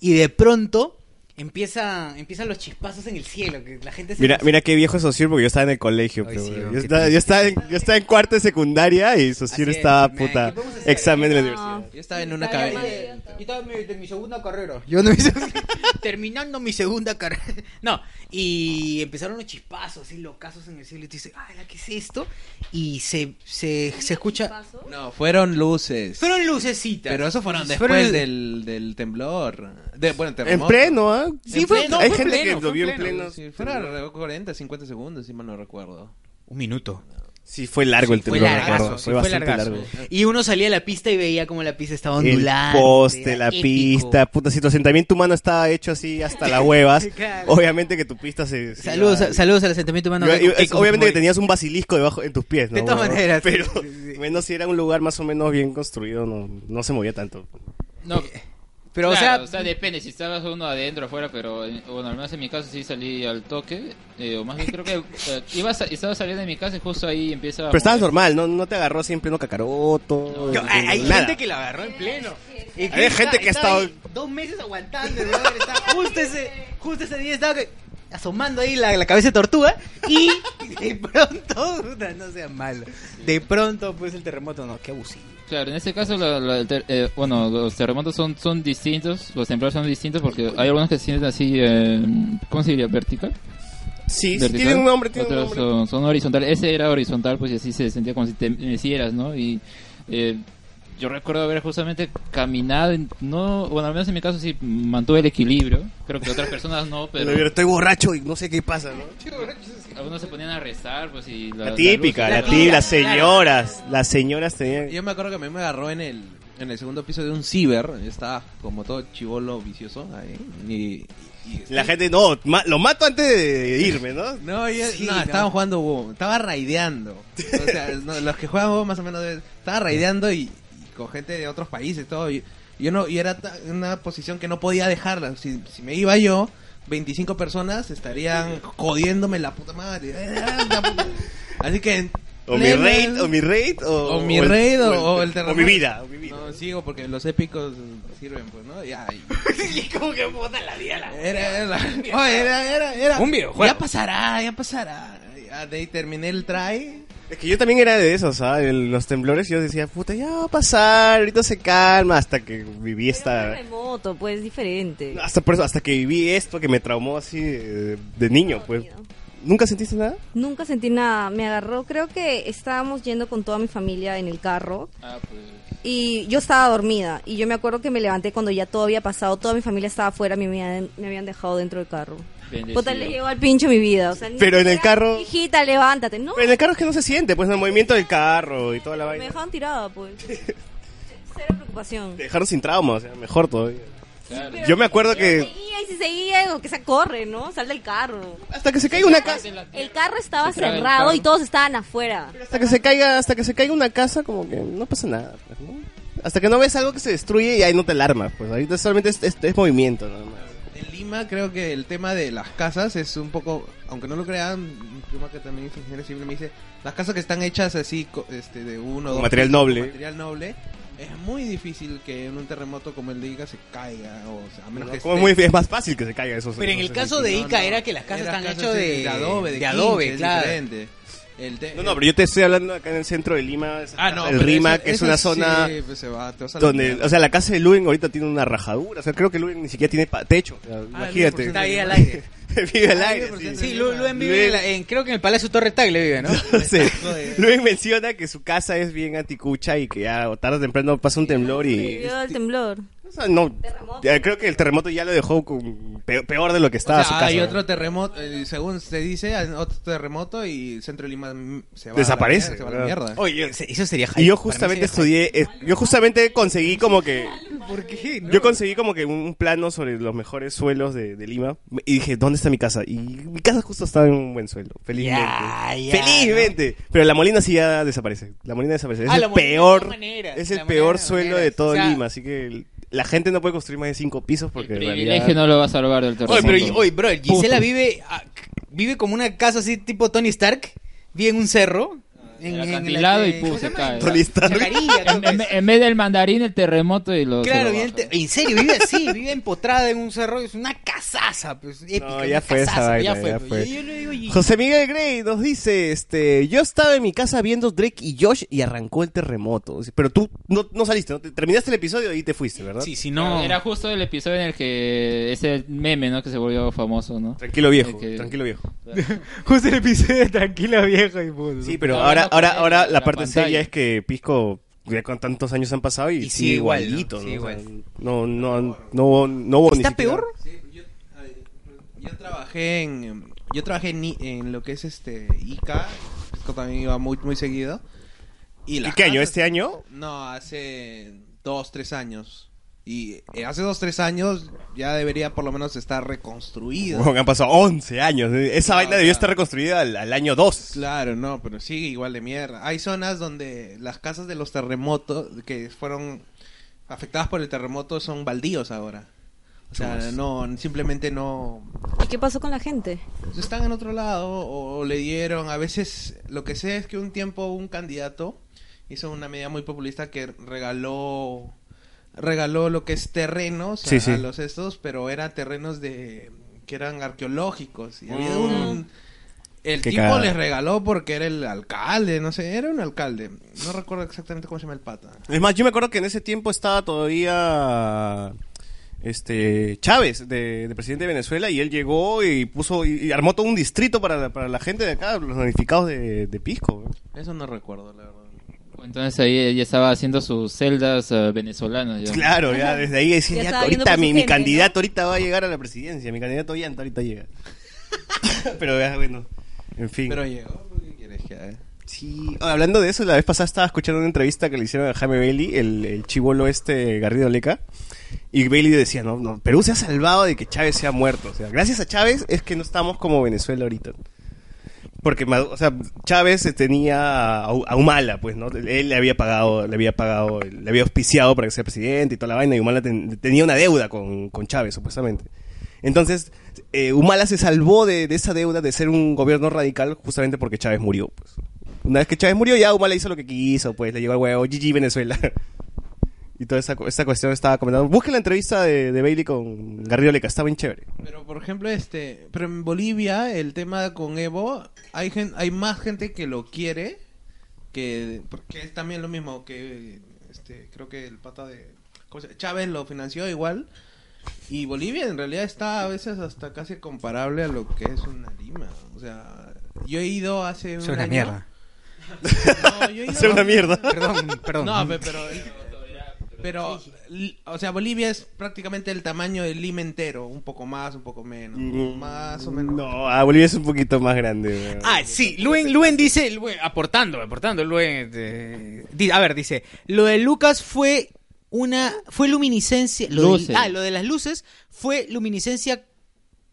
[SPEAKER 4] y de pronto empieza, empiezan los chispazos en el cielo, que la gente se
[SPEAKER 5] Mira, mira qué viejo Sosir, porque yo estaba en el colegio,
[SPEAKER 4] Ay,
[SPEAKER 5] pero,
[SPEAKER 4] sí,
[SPEAKER 5] güey.
[SPEAKER 4] bro,
[SPEAKER 5] yo,
[SPEAKER 4] qué
[SPEAKER 5] estaba, yo, estaba en, yo estaba en cuarto de secundaria y Sosir
[SPEAKER 4] Así es,
[SPEAKER 5] estaba,
[SPEAKER 4] man,
[SPEAKER 5] puta,
[SPEAKER 4] ¿qué podemos hacer?
[SPEAKER 5] examen de la
[SPEAKER 8] No.
[SPEAKER 5] universidad.
[SPEAKER 7] Yo estaba en
[SPEAKER 4] Yo
[SPEAKER 7] una
[SPEAKER 4] estaba ya
[SPEAKER 7] cabina.
[SPEAKER 4] de- Yo estaba en mi- de mi segunda carrera. Yo no hice- [laughs] terminando mi segunda carrera. [laughs] No, y empezaron los chispazos y locazos en el cielo y tú dices, "Ala, ¿qué es esto?" Y se se, se escucha
[SPEAKER 8] ¿Paso?
[SPEAKER 7] No, fueron luces.
[SPEAKER 4] fueron lucecitas.
[SPEAKER 7] Pero eso fueron después
[SPEAKER 4] Fueron-
[SPEAKER 7] del, del temblor. De, bueno,
[SPEAKER 5] En
[SPEAKER 7] terremoto.
[SPEAKER 5] pleno, ¿ah?
[SPEAKER 4] Sí, fue- no,
[SPEAKER 5] Hay
[SPEAKER 4] fue
[SPEAKER 5] gente
[SPEAKER 4] pleno,
[SPEAKER 5] que lo
[SPEAKER 4] fue
[SPEAKER 5] vio en
[SPEAKER 4] pleno.
[SPEAKER 5] pleno.
[SPEAKER 7] Sí, fueron alrededor de 40, 50 segundos, si mal no recuerdo.
[SPEAKER 4] un minuto.
[SPEAKER 5] Sí, fue largo el
[SPEAKER 4] Fue
[SPEAKER 5] temblor, me
[SPEAKER 4] largazo,
[SPEAKER 5] acuerdo.
[SPEAKER 4] sí,
[SPEAKER 5] Fue
[SPEAKER 4] fue
[SPEAKER 5] bastante
[SPEAKER 4] largazo.
[SPEAKER 5] largo.
[SPEAKER 4] Y uno salía a la pista y veía como la pista estaba
[SPEAKER 5] El
[SPEAKER 4] ondulada.
[SPEAKER 5] poste, la pista, puta, si tu asentamiento humano estaba hecho así hasta las huevas,
[SPEAKER 4] [laughs] Claro.
[SPEAKER 5] obviamente que tu pista se... se
[SPEAKER 4] Saludos,
[SPEAKER 5] iba-
[SPEAKER 4] a- saludos al asentamiento humano.
[SPEAKER 5] Yo- yo-
[SPEAKER 4] Acá con
[SPEAKER 5] es-
[SPEAKER 4] Keiko
[SPEAKER 5] obviamente que
[SPEAKER 4] Fujimori.
[SPEAKER 5] tenías un basilisco debajo en tus pies, ¿no?
[SPEAKER 4] De todas
[SPEAKER 5] Bueno,
[SPEAKER 4] maneras,
[SPEAKER 5] Pero
[SPEAKER 4] sí, sí, sí.
[SPEAKER 5] menos si era un lugar más o menos bien construido, no, no se movía tanto.
[SPEAKER 6] No,
[SPEAKER 4] Eh, Pero,
[SPEAKER 6] claro,
[SPEAKER 4] o sea,
[SPEAKER 6] depende si estabas uno adentro afuera, pero eh, bueno, al menos en mi caso sí salí al toque. eh, o más bien creo que eh, iba sa- estaba saliendo de mi casa y justo ahí empieza. a
[SPEAKER 5] Pero estabas
[SPEAKER 6] mover.
[SPEAKER 5] normal, no, no te agarró así en pleno cacaroto.
[SPEAKER 4] yo- hay, hay
[SPEAKER 5] nada.
[SPEAKER 4] gente que la agarró en pleno. Y
[SPEAKER 5] Hay gente que ha estado-
[SPEAKER 4] estaba ahí dos meses aguantando. brother. Estaba justo, ese, justo ese día estaba que- asomando ahí la, la cabeza de tortuga. Y de pronto, puta, no sea malo. De pronto, pues el terremoto, no, qué abusivo.
[SPEAKER 6] Claro, en este caso, la- la- el ter- eh, bueno, los terremotos son, son distintos, los temblores son distintos porque hay algunos que se sienten así, eh, ¿cómo se diría? ¿Vertical?
[SPEAKER 5] Sí, sí,
[SPEAKER 6] vertical.
[SPEAKER 5] tiene un nombre, tiene
[SPEAKER 6] Otros
[SPEAKER 5] un nombre.
[SPEAKER 6] Son, son horizontales. Ese era horizontal, pues y así se sentía como si te mecieras, ¿no? Y eh, yo recuerdo haber justamente caminado, en- no, bueno, al menos en mi caso sí mantuve el equilibrio. Creo que otras personas no,
[SPEAKER 5] [laughs]
[SPEAKER 6] pero
[SPEAKER 5] Pero Estoy borracho y no sé qué pasa, ¿no?
[SPEAKER 6] algunos se ponían a rezar, pues y la,
[SPEAKER 5] La típica, la
[SPEAKER 6] luz-
[SPEAKER 5] típica, las señoras, las señoras tenían...
[SPEAKER 7] Yo me acuerdo que a mí me agarró en el, en el segundo piso de un ciber. Yo estaba como todo chivolo vicioso ahí. Y, y-
[SPEAKER 5] La gente, no, ma- lo mato antes de irme, ¿no?
[SPEAKER 7] No, yo,
[SPEAKER 4] Sí,
[SPEAKER 7] no,
[SPEAKER 4] no.
[SPEAKER 7] estaban jugando WoW, estaba raideando. O sea, no, los que juegan WoW más o menos deben- estaba raideando y, y con gente de otros países todo. Y, y yo no, y era ta- una posición que no podía dejarla. Si, si me iba yo, 25 [laughs] personas estarían jodiéndome la puta madre. Así que
[SPEAKER 5] O mi raid, o mi raid, o...
[SPEAKER 7] O mi
[SPEAKER 5] el-
[SPEAKER 7] raid, o- o el
[SPEAKER 5] O mi vida, o mi vida.
[SPEAKER 7] No, sigo porque los épicos sirven, pues, ¿no? Ya,
[SPEAKER 4] [laughs]
[SPEAKER 7] y-
[SPEAKER 4] Y como que puta la vida la-
[SPEAKER 7] Era, era,
[SPEAKER 4] [laughs]
[SPEAKER 7] oye, era, era, era-
[SPEAKER 4] Un videojuego.
[SPEAKER 7] Ya pasará, ya pasará. Ya, de ahí terminé el try.
[SPEAKER 5] Es que yo también era de esos, ¿ah? El- Los temblores yo decía, puta, ya va a pasar, ahorita se calma, hasta que viví
[SPEAKER 8] Pero
[SPEAKER 5] esta... Ah,
[SPEAKER 8] es remoto, pues diferente.
[SPEAKER 5] Hasta, por eso, hasta que viví esto que me traumó así de, de niño, pues. ¿Nunca sentiste nada?
[SPEAKER 8] Nunca sentí nada. Me agarró, creo que estábamos yendo con toda mi familia en el carro.
[SPEAKER 6] Ah, pues.
[SPEAKER 8] Y yo estaba dormida. Y yo me acuerdo que me levanté cuando ya todo había pasado. Toda mi familia estaba afuera. Me habían, me habían dejado dentro del carro. Puta,
[SPEAKER 4] ¿eh?
[SPEAKER 8] le llegó al pincho mi vida. O sea, ni
[SPEAKER 5] Pero en el
[SPEAKER 8] siquiera,
[SPEAKER 5] carro-
[SPEAKER 8] Hijita, levántate. No,
[SPEAKER 5] Pero en el carro es que no se siente, pues, en el movimiento del carro y toda la
[SPEAKER 8] me
[SPEAKER 5] vaina.
[SPEAKER 8] dejaban
[SPEAKER 5] [laughs]
[SPEAKER 8] tirada, pues. Cero preocupación.
[SPEAKER 5] Te dejaron sin trauma, o sea, mejor todavía.
[SPEAKER 6] Claro.
[SPEAKER 5] Yo me acuerdo
[SPEAKER 8] Pero
[SPEAKER 5] que...
[SPEAKER 8] seguía y si seguía, o que se corre, ¿no? Sal del carro.
[SPEAKER 5] Hasta que se caiga una casa...
[SPEAKER 8] El carro estaba
[SPEAKER 6] Se traga el
[SPEAKER 8] cerrado
[SPEAKER 6] carro.
[SPEAKER 8] y todos estaban afuera.
[SPEAKER 5] Hasta que se caiga, hasta que se caiga una casa, como que no pasa nada, pues, ¿no? Hasta que no ves algo que se destruye y ahí no te alarma, pues ahorita solamente es, es- es movimiento, nada más.
[SPEAKER 7] En Lima creo que el tema de las casas es un poco, aunque no lo crean, mi prima que también es ingeniero civil me dice, las casas que están hechas así co- este, de uno o
[SPEAKER 5] Con
[SPEAKER 7] dos
[SPEAKER 5] material
[SPEAKER 7] pisos,
[SPEAKER 5] noble.
[SPEAKER 7] con material noble, es muy difícil que en un terremoto como el de Ica se caiga, o sea, a menos que
[SPEAKER 5] Como es,
[SPEAKER 7] esté-
[SPEAKER 5] muy, es más fácil que se caiga eso.
[SPEAKER 4] Pero en el caso de
[SPEAKER 7] No,
[SPEAKER 4] Ica
[SPEAKER 7] no,
[SPEAKER 4] era que las casas
[SPEAKER 7] era
[SPEAKER 4] están hechas de,
[SPEAKER 7] de adobe, de,
[SPEAKER 4] de adobe,
[SPEAKER 7] quinche, es
[SPEAKER 4] claro.
[SPEAKER 7] diferente. El te-
[SPEAKER 5] No, no, pero yo te estoy hablando acá en el centro de Lima, es-
[SPEAKER 7] Ah, no,
[SPEAKER 5] el
[SPEAKER 7] pero
[SPEAKER 5] Rima,
[SPEAKER 7] eso-
[SPEAKER 5] que es
[SPEAKER 7] eso
[SPEAKER 5] una
[SPEAKER 7] sí,
[SPEAKER 5] zona
[SPEAKER 7] pues, se va, te vas a la
[SPEAKER 5] donde,
[SPEAKER 7] mierda.
[SPEAKER 5] o sea, la casa de Luen ahorita tiene una rajadura, o sea, creo que Luen ni siquiera tiene pa- techo, o sea, imagínate.
[SPEAKER 4] Está
[SPEAKER 5] [laughs]
[SPEAKER 4] ahí al aire.
[SPEAKER 5] Vive al
[SPEAKER 7] Ah,
[SPEAKER 5] aire.
[SPEAKER 7] vive
[SPEAKER 5] sí.
[SPEAKER 7] por
[SPEAKER 4] Sí,
[SPEAKER 7] Lu-
[SPEAKER 4] Lu-
[SPEAKER 7] Luen
[SPEAKER 4] Luen
[SPEAKER 5] Luen.
[SPEAKER 4] vive en, la- en- creo que en el Palacio Torre Tagle vive, ¿no?
[SPEAKER 5] Entonces,
[SPEAKER 7] Joder.
[SPEAKER 5] Luen menciona que su casa es bien anticucha y que ya tarde o temprano pasa un temblor y...
[SPEAKER 8] Vivió el temblor.
[SPEAKER 5] O sea, no,
[SPEAKER 8] Terremoto.
[SPEAKER 5] ya creo que el terremoto ya lo dejó con- pe- peor de lo que estaba
[SPEAKER 7] O sea,
[SPEAKER 5] su casa.
[SPEAKER 7] hay otro terremoto, eh, según se dice, hay otro terremoto y el centro de Lima mm, se va
[SPEAKER 5] Desaparece,
[SPEAKER 7] a la mierda. se va a la mierda.
[SPEAKER 4] Oye, se- eso
[SPEAKER 5] Y
[SPEAKER 4] sería hype.
[SPEAKER 5] yo
[SPEAKER 4] Para mí
[SPEAKER 5] justamente
[SPEAKER 4] sería hype.
[SPEAKER 5] estudié, eh, yo justamente conseguí como que,
[SPEAKER 4] ¿Por qué? No.
[SPEAKER 5] yo conseguí como que un plano sobre los mejores suelos de, de Lima y dije, ¿dónde está mi casa? Y mi casa justo estaba en un buen suelo, felizmente.
[SPEAKER 4] Ya, ya,
[SPEAKER 5] felizmente. Pero la Molina sí ya desaparece. La Molina desaparece. Es
[SPEAKER 4] Ah, la
[SPEAKER 5] el
[SPEAKER 4] Molina de todas
[SPEAKER 5] peor,
[SPEAKER 4] maneras.
[SPEAKER 5] es el
[SPEAKER 4] La Molina de
[SPEAKER 5] peor
[SPEAKER 4] todas
[SPEAKER 5] suelo de
[SPEAKER 4] maneras.
[SPEAKER 5] todo
[SPEAKER 4] O sea,
[SPEAKER 5] Lima, así que el- la gente no puede construir más de cinco pisos
[SPEAKER 6] El
[SPEAKER 5] porque en
[SPEAKER 6] privilegio
[SPEAKER 5] realidad-
[SPEAKER 6] no lo va a salvar del terremoto.
[SPEAKER 4] Oye, pero, oye, bro, Gisela
[SPEAKER 6] Puto.
[SPEAKER 4] vive, ah, vive como una casa así tipo Tony Stark, vive en un cerro. En, en la
[SPEAKER 6] acantilado
[SPEAKER 4] que-
[SPEAKER 6] y pum,
[SPEAKER 4] ¿cómo
[SPEAKER 6] se
[SPEAKER 4] llama?
[SPEAKER 6] cae.
[SPEAKER 5] Tony Stark. [laughs]
[SPEAKER 4] Chacarilla, creo
[SPEAKER 6] En,
[SPEAKER 4] que
[SPEAKER 6] en-
[SPEAKER 4] es.
[SPEAKER 6] en vez del mandarín, el terremoto y los.
[SPEAKER 4] Claro, vive el te- en serio, vive así, vive empotrada en un cerro, es una casaza, pues, épica,
[SPEAKER 5] No,
[SPEAKER 4] una
[SPEAKER 5] ya fue esa
[SPEAKER 4] casaza,
[SPEAKER 5] vaina,
[SPEAKER 4] ya fue.
[SPEAKER 5] ya
[SPEAKER 4] pues.
[SPEAKER 5] fue.
[SPEAKER 4] Y yo le digo, y-
[SPEAKER 5] José Miguel Grey nos dice, este, yo estaba en mi casa viendo Drake y Josh y arrancó el terremoto. Pero tú no, no saliste, ¿no? Te- terminaste el episodio y te fuiste, ¿verdad?
[SPEAKER 4] Sí, si no,
[SPEAKER 6] Era justo el episodio en el que ese meme, ¿no? Que se volvió famoso, ¿no?
[SPEAKER 5] Tranquilo viejo,
[SPEAKER 6] Ok.
[SPEAKER 5] tranquilo viejo.
[SPEAKER 4] justo el episodio de Tranquila Vieja y puto.
[SPEAKER 5] Sí, pero
[SPEAKER 6] No,
[SPEAKER 5] ahora,
[SPEAKER 6] no,
[SPEAKER 5] ahora,
[SPEAKER 6] no,
[SPEAKER 5] ahora
[SPEAKER 6] no,
[SPEAKER 5] la
[SPEAKER 6] la
[SPEAKER 5] parte
[SPEAKER 6] pantalla.
[SPEAKER 5] seria es que Pisco, ya con tantos años han pasado y,
[SPEAKER 4] Y
[SPEAKER 5] sigue
[SPEAKER 4] sigue igual, ¿no?
[SPEAKER 5] igualito, ¿no?
[SPEAKER 4] Sigue
[SPEAKER 5] O sea,
[SPEAKER 4] igual.
[SPEAKER 5] no, no, no, no, no hubo ni
[SPEAKER 4] ¿Está
[SPEAKER 5] siquiera-
[SPEAKER 4] peor?
[SPEAKER 7] Sí, pues, yo, ay, pues, yo trabajé en yo trabajé en, I- en lo que es este Ica, Pisco también iba muy muy seguido. Y
[SPEAKER 5] ¿Y
[SPEAKER 7] las
[SPEAKER 5] qué año?
[SPEAKER 7] casas-
[SPEAKER 5] ¿Este año?
[SPEAKER 7] No, hace dos, tres años. Y eh, hace dos, tres años ya debería por lo menos estar reconstruido.
[SPEAKER 5] Bueno, han pasado 11 años. Esa
[SPEAKER 7] No,
[SPEAKER 5] vaina
[SPEAKER 7] o
[SPEAKER 5] debió
[SPEAKER 7] sea-
[SPEAKER 5] estar reconstruida al, al año 2.
[SPEAKER 7] Claro, no, pero sigue igual de mierda. Hay zonas donde las casas de los terremotos que fueron afectadas por el terremoto son baldíos ahora. O sea, no, simplemente no...
[SPEAKER 8] ¿Y qué pasó con la gente?
[SPEAKER 7] Pues Están en otro lado o, o le dieron... A veces, lo que sé es que un tiempo un candidato hizo una medida muy populista que regaló regaló lo que es terrenos a,
[SPEAKER 5] Sí, sí.
[SPEAKER 7] a los estos, pero eran terrenos de que eran arqueológicos. Y había un... El
[SPEAKER 5] Qué
[SPEAKER 7] tipo
[SPEAKER 5] cagada.
[SPEAKER 7] les regaló porque era el alcalde, no sé, era un alcalde. No recuerdo exactamente cómo se llama el pata.
[SPEAKER 5] Es más, yo me acuerdo que en ese tiempo estaba todavía este Chávez, de, de presidente de Venezuela, y él llegó y puso y, y armó todo un distrito para la, para la gente de acá, los damnificados de, de Pisco. ¿eh?
[SPEAKER 7] Eso no recuerdo, la verdad.
[SPEAKER 6] Entonces ahí ella estaba haciendo sus celdas eh, venezolanas. ya.
[SPEAKER 5] Claro, ya desde ahí decía,
[SPEAKER 8] Ya
[SPEAKER 5] ya,
[SPEAKER 8] estaba viendo
[SPEAKER 5] ahorita
[SPEAKER 8] por su
[SPEAKER 5] mi, mi
[SPEAKER 8] gente,
[SPEAKER 5] candidato
[SPEAKER 8] ¿no?
[SPEAKER 5] ahorita va a llegar a la presidencia, mi candidato Ollanta ahorita llega. [laughs] Pero ya, bueno, en fin.
[SPEAKER 7] Pero llegó, ¿qué quieres que haga?
[SPEAKER 5] Sí, ah, hablando de eso, la vez pasada estaba escuchando una entrevista que le hicieron a Jaime Bailey, el, el chivolo este Garrido Leca, y Bailey decía, no, no, Perú se ha salvado de que Chávez sea muerto. O sea, gracias a Chávez es que no estamos como Venezuela ahorita. Porque, Madu- o sea, Chávez eh, tenía a, Hu- a Humala, pues, ¿no? Él le había pagado, le había pagado, le había auspiciado para que sea presidente y toda la vaina, y Humala ten- tenía una deuda con, con Chávez, supuestamente. Entonces, eh, Humala se salvó de, de esa deuda de ser un gobierno radical justamente porque Chávez murió, pues. Una vez que Chávez murió, ya Humala hizo lo que quiso, pues le llegó al huevo, GG Venezuela. [laughs] y toda esa, cu- esa cuestión estaba comentando. Busquen la entrevista de, de Bailey con Garrido Leca, está bien chévere.
[SPEAKER 7] Pero por ejemplo, este, pero en Bolivia el tema con Evo, hay gen- hay más gente que lo quiere que porque es también lo mismo que este, creo que el pata de ¿cómo se llama? Chávez lo financió igual y Bolivia en realidad está a veces hasta casi comparable a lo que es una Lima, o sea, yo he ido hace
[SPEAKER 4] Es
[SPEAKER 7] un
[SPEAKER 4] una
[SPEAKER 7] año-
[SPEAKER 4] mierda.
[SPEAKER 7] No, yo he ido-
[SPEAKER 5] Hacer una mierda.
[SPEAKER 4] Perdón, perdón.
[SPEAKER 7] No, pe- pero pero l- o sea, Bolivia es prácticamente el tamaño del Lima entero, un poco más, un poco menos,
[SPEAKER 5] Mm.
[SPEAKER 7] más o menos.
[SPEAKER 5] No, ah, Bolivia es un poquito más grande. weón.
[SPEAKER 4] Ah, sí, Luen, Luen dice, Luen- aportando, aportando, Luen, eh, di- a ver, dice, lo de Lucas fue una, fue luminiscencia, lo
[SPEAKER 6] Luces.
[SPEAKER 4] de, ah, lo de las luces fue luminiscencia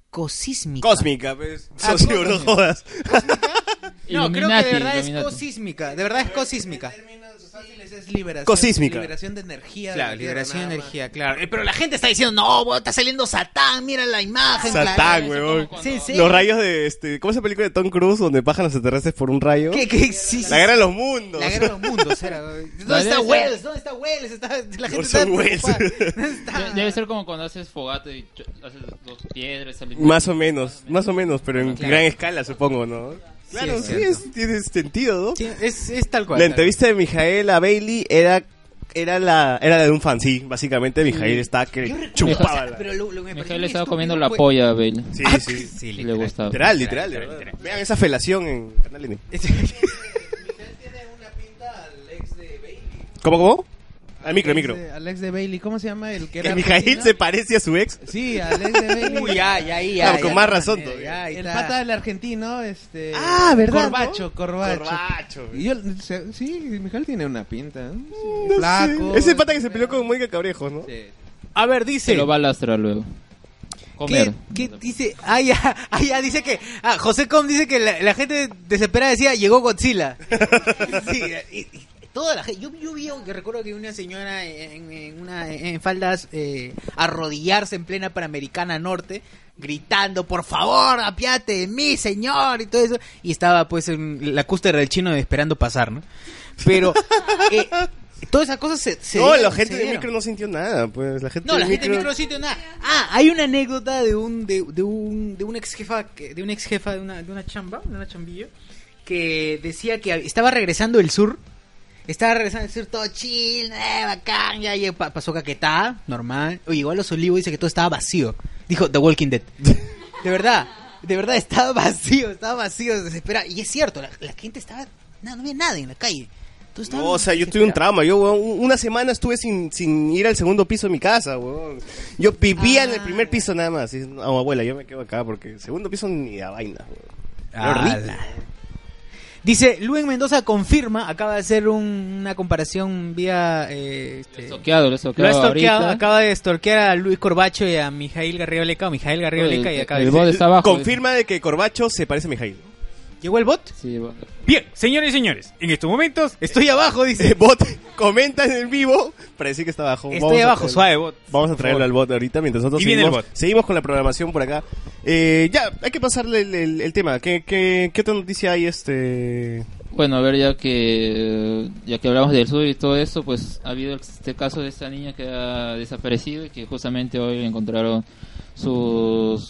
[SPEAKER 4] cosísmica.
[SPEAKER 5] Cósmica, pues.
[SPEAKER 4] Ah,
[SPEAKER 5] Socio, no
[SPEAKER 4] cósmica.
[SPEAKER 5] jodas.
[SPEAKER 4] No, creo que de verdad es
[SPEAKER 6] Illuminati.
[SPEAKER 4] cosísmica, de verdad es cosísmica.
[SPEAKER 7] Terminan sus ángeles, es liberación.
[SPEAKER 5] Cosísmica.
[SPEAKER 7] Liberación de energía. de
[SPEAKER 4] Claro,
[SPEAKER 7] la tierra,
[SPEAKER 4] liberación de
[SPEAKER 7] nada más.
[SPEAKER 4] energía, claro. Eh, Pero la gente está diciendo, no, bo, está saliendo Satán, mira la imagen. claro.
[SPEAKER 5] Satán, weón.
[SPEAKER 4] Sí, sí.
[SPEAKER 5] Los rayos de este. ¿Cómo es la película de Tom Cruise donde bajan los extraterrestres por un rayo?
[SPEAKER 4] ¿Qué, qué? Sí, sí,
[SPEAKER 5] La guerra de los mundos.
[SPEAKER 4] La guerra de los mundos era.
[SPEAKER 6] [laughs]
[SPEAKER 4] güey. ¿Dónde
[SPEAKER 6] Debe
[SPEAKER 4] está
[SPEAKER 6] ser-
[SPEAKER 4] Wells? ¿Dónde está Wells? Está- La gente
[SPEAKER 5] Orson
[SPEAKER 4] está
[SPEAKER 5] Welles.
[SPEAKER 7] [laughs]
[SPEAKER 4] preocupada. ¿Dónde está?
[SPEAKER 6] De- Debe ser como cuando haces fogata y cho- haces dos piedras. sale-
[SPEAKER 5] Más o menos, más o menos, pero en
[SPEAKER 4] Claro.
[SPEAKER 5] gran escala, supongo, ¿no? Claro,
[SPEAKER 4] es
[SPEAKER 5] sí,
[SPEAKER 4] cierto.
[SPEAKER 5] es- tiene sentido, ¿no?
[SPEAKER 4] Sí, es, es tal cual.
[SPEAKER 5] La entrevista de Mijael a Bailey era era la era la de un fan, sí, básicamente Mijael está que chupaba la...
[SPEAKER 4] Pero lo, lo que me
[SPEAKER 6] Mejor
[SPEAKER 4] pareció
[SPEAKER 6] le estaba
[SPEAKER 4] estúpido
[SPEAKER 6] comiendo la
[SPEAKER 4] fue- [laughs]
[SPEAKER 6] polla a Bale.
[SPEAKER 5] Sí, sí.
[SPEAKER 4] Sí,
[SPEAKER 6] Y le gustaba.
[SPEAKER 5] Literal, literal, de verdad. Vean esa felación en Canal N.
[SPEAKER 7] Michelle tiene una pinta al ex de Bailey.
[SPEAKER 5] ¿Cómo, cómo? Al micro, al micro.
[SPEAKER 7] Al ex de- Al ex de Bailey, ¿cómo se llama? El que
[SPEAKER 5] Que
[SPEAKER 7] era.
[SPEAKER 5] Mijail
[SPEAKER 7] argentino?
[SPEAKER 5] se parece a su ex.
[SPEAKER 7] Sí, al ex de Bailey.
[SPEAKER 4] Uy, ya, ya, ya.
[SPEAKER 5] Claro,
[SPEAKER 4] ya,
[SPEAKER 5] con
[SPEAKER 4] ya,
[SPEAKER 5] más
[SPEAKER 4] ya,
[SPEAKER 5] razón
[SPEAKER 4] ya,
[SPEAKER 5] todavía.
[SPEAKER 4] ya, ahí
[SPEAKER 7] El
[SPEAKER 4] está.
[SPEAKER 7] pata del argentino, este.
[SPEAKER 5] Ah, ¿verdad,
[SPEAKER 7] Corbacho, corbacho.
[SPEAKER 5] Corbacho,
[SPEAKER 7] Y yo, se- sí, Mijael tiene una pinta. ¿eh? Sí,
[SPEAKER 5] No
[SPEAKER 7] Flaco.
[SPEAKER 5] sé. Ese pata que se peleó con Mónica Cabrejo, ¿no?
[SPEAKER 7] Sí.
[SPEAKER 4] A ver,
[SPEAKER 6] Se
[SPEAKER 4] dice.
[SPEAKER 6] lo va a lastrar luego.
[SPEAKER 4] ¿Qué,
[SPEAKER 6] Comer.
[SPEAKER 4] qué dice? Ah, ya, [laughs] ah, ya, dice que. Ah, José Com dice que la, la gente desesperada decía: llegó
[SPEAKER 5] [laughs]
[SPEAKER 4] Godzilla. sí, y, y toda la gente. Yo, yo vi, yo recuerdo que una señora en, en una, en faldas eh, arrodillarse en plena Panamericana Norte, gritando: por favor, apiate de mí, señor, y todo eso. Y estaba, pues, en la cústera del chino esperando pasar, ¿no?
[SPEAKER 5] [laughs]
[SPEAKER 4] Pero. eh, Todas esas cosas se, se
[SPEAKER 5] No,
[SPEAKER 4] dieron,
[SPEAKER 5] la
[SPEAKER 4] se
[SPEAKER 5] gente de
[SPEAKER 4] dieron.
[SPEAKER 5] micro no sintió nada, pues la gente
[SPEAKER 4] No,
[SPEAKER 5] de
[SPEAKER 4] la gente de micro no sintió nada. Ah, hay una anécdota de un de, de un de una ex jefa que- de una ex jefa de una de una chamba, de una chambilla que decía que estaba regresando del sur. Estaba regresando del sur todo chill, eh, bacán, ya, ya, pa- pasó Caquetá, normal. Oye, llegó a Los Olivos y dice que todo estaba vacío. Dijo The Walking [laughs] Dead. De verdad, de verdad estaba vacío, estaba vacío, desesperado. Y es cierto, la, la gente estaba nada, no había nadie en la calle. Todo estaba
[SPEAKER 5] No, o sea, yo tuve un
[SPEAKER 4] desesperado.
[SPEAKER 5] trauma. Yo, weón, un- una semana estuve sin, sin ir al segundo piso de mi casa, weón. Yo vivía
[SPEAKER 4] Ah.
[SPEAKER 5] en el primer piso nada más. Y, no, abuela, yo me quedo acá porque el segundo piso ni da vaina, weón.
[SPEAKER 4] Ala. Ah, Dice, Luen Mendoza confirma, acaba de hacer un- una comparación vía... eh, este,
[SPEAKER 6] Estoqueado, lo he
[SPEAKER 4] lo ha
[SPEAKER 6] estoqueado
[SPEAKER 4] stalkeado,
[SPEAKER 6] ahorita.
[SPEAKER 4] acaba de stalkear a Luis Corbacho y a Mijail Garrido Leca, o Mijail Garrido Leca, y
[SPEAKER 6] El-
[SPEAKER 4] acaba de
[SPEAKER 6] el
[SPEAKER 4] decir-
[SPEAKER 6] bot está abajo. eh.
[SPEAKER 5] Confirma de que Corbacho se parece a Mijail.
[SPEAKER 4] ¿Llegó el bot?
[SPEAKER 6] Sí, va.
[SPEAKER 4] Bien, señores y señores, en estos momentos estoy
[SPEAKER 5] [laughs]
[SPEAKER 4] abajo,
[SPEAKER 5] Eh,
[SPEAKER 4] dice.
[SPEAKER 5] bot, comenta en el vivo para decir que está abajo. [laughs] Vamos
[SPEAKER 4] Estoy
[SPEAKER 5] a
[SPEAKER 4] abajo,
[SPEAKER 5] traer-
[SPEAKER 4] suave bot.
[SPEAKER 5] Vamos a
[SPEAKER 4] por
[SPEAKER 5] traerlo
[SPEAKER 4] favor.
[SPEAKER 5] al bot ahorita mientras nosotros
[SPEAKER 4] Y viene
[SPEAKER 5] seguimos,
[SPEAKER 4] el bot.
[SPEAKER 5] seguimos con la programación por acá. Eh, ya, hay que pasarle el, el- el tema. ¿Qué, qué, ¿Qué otra noticia hay este
[SPEAKER 6] Bueno, a ver, ya que eh, ya que hablamos del sur y todo eso, pues ha habido este caso de esta niña que ha desaparecido y que justamente hoy encontraron su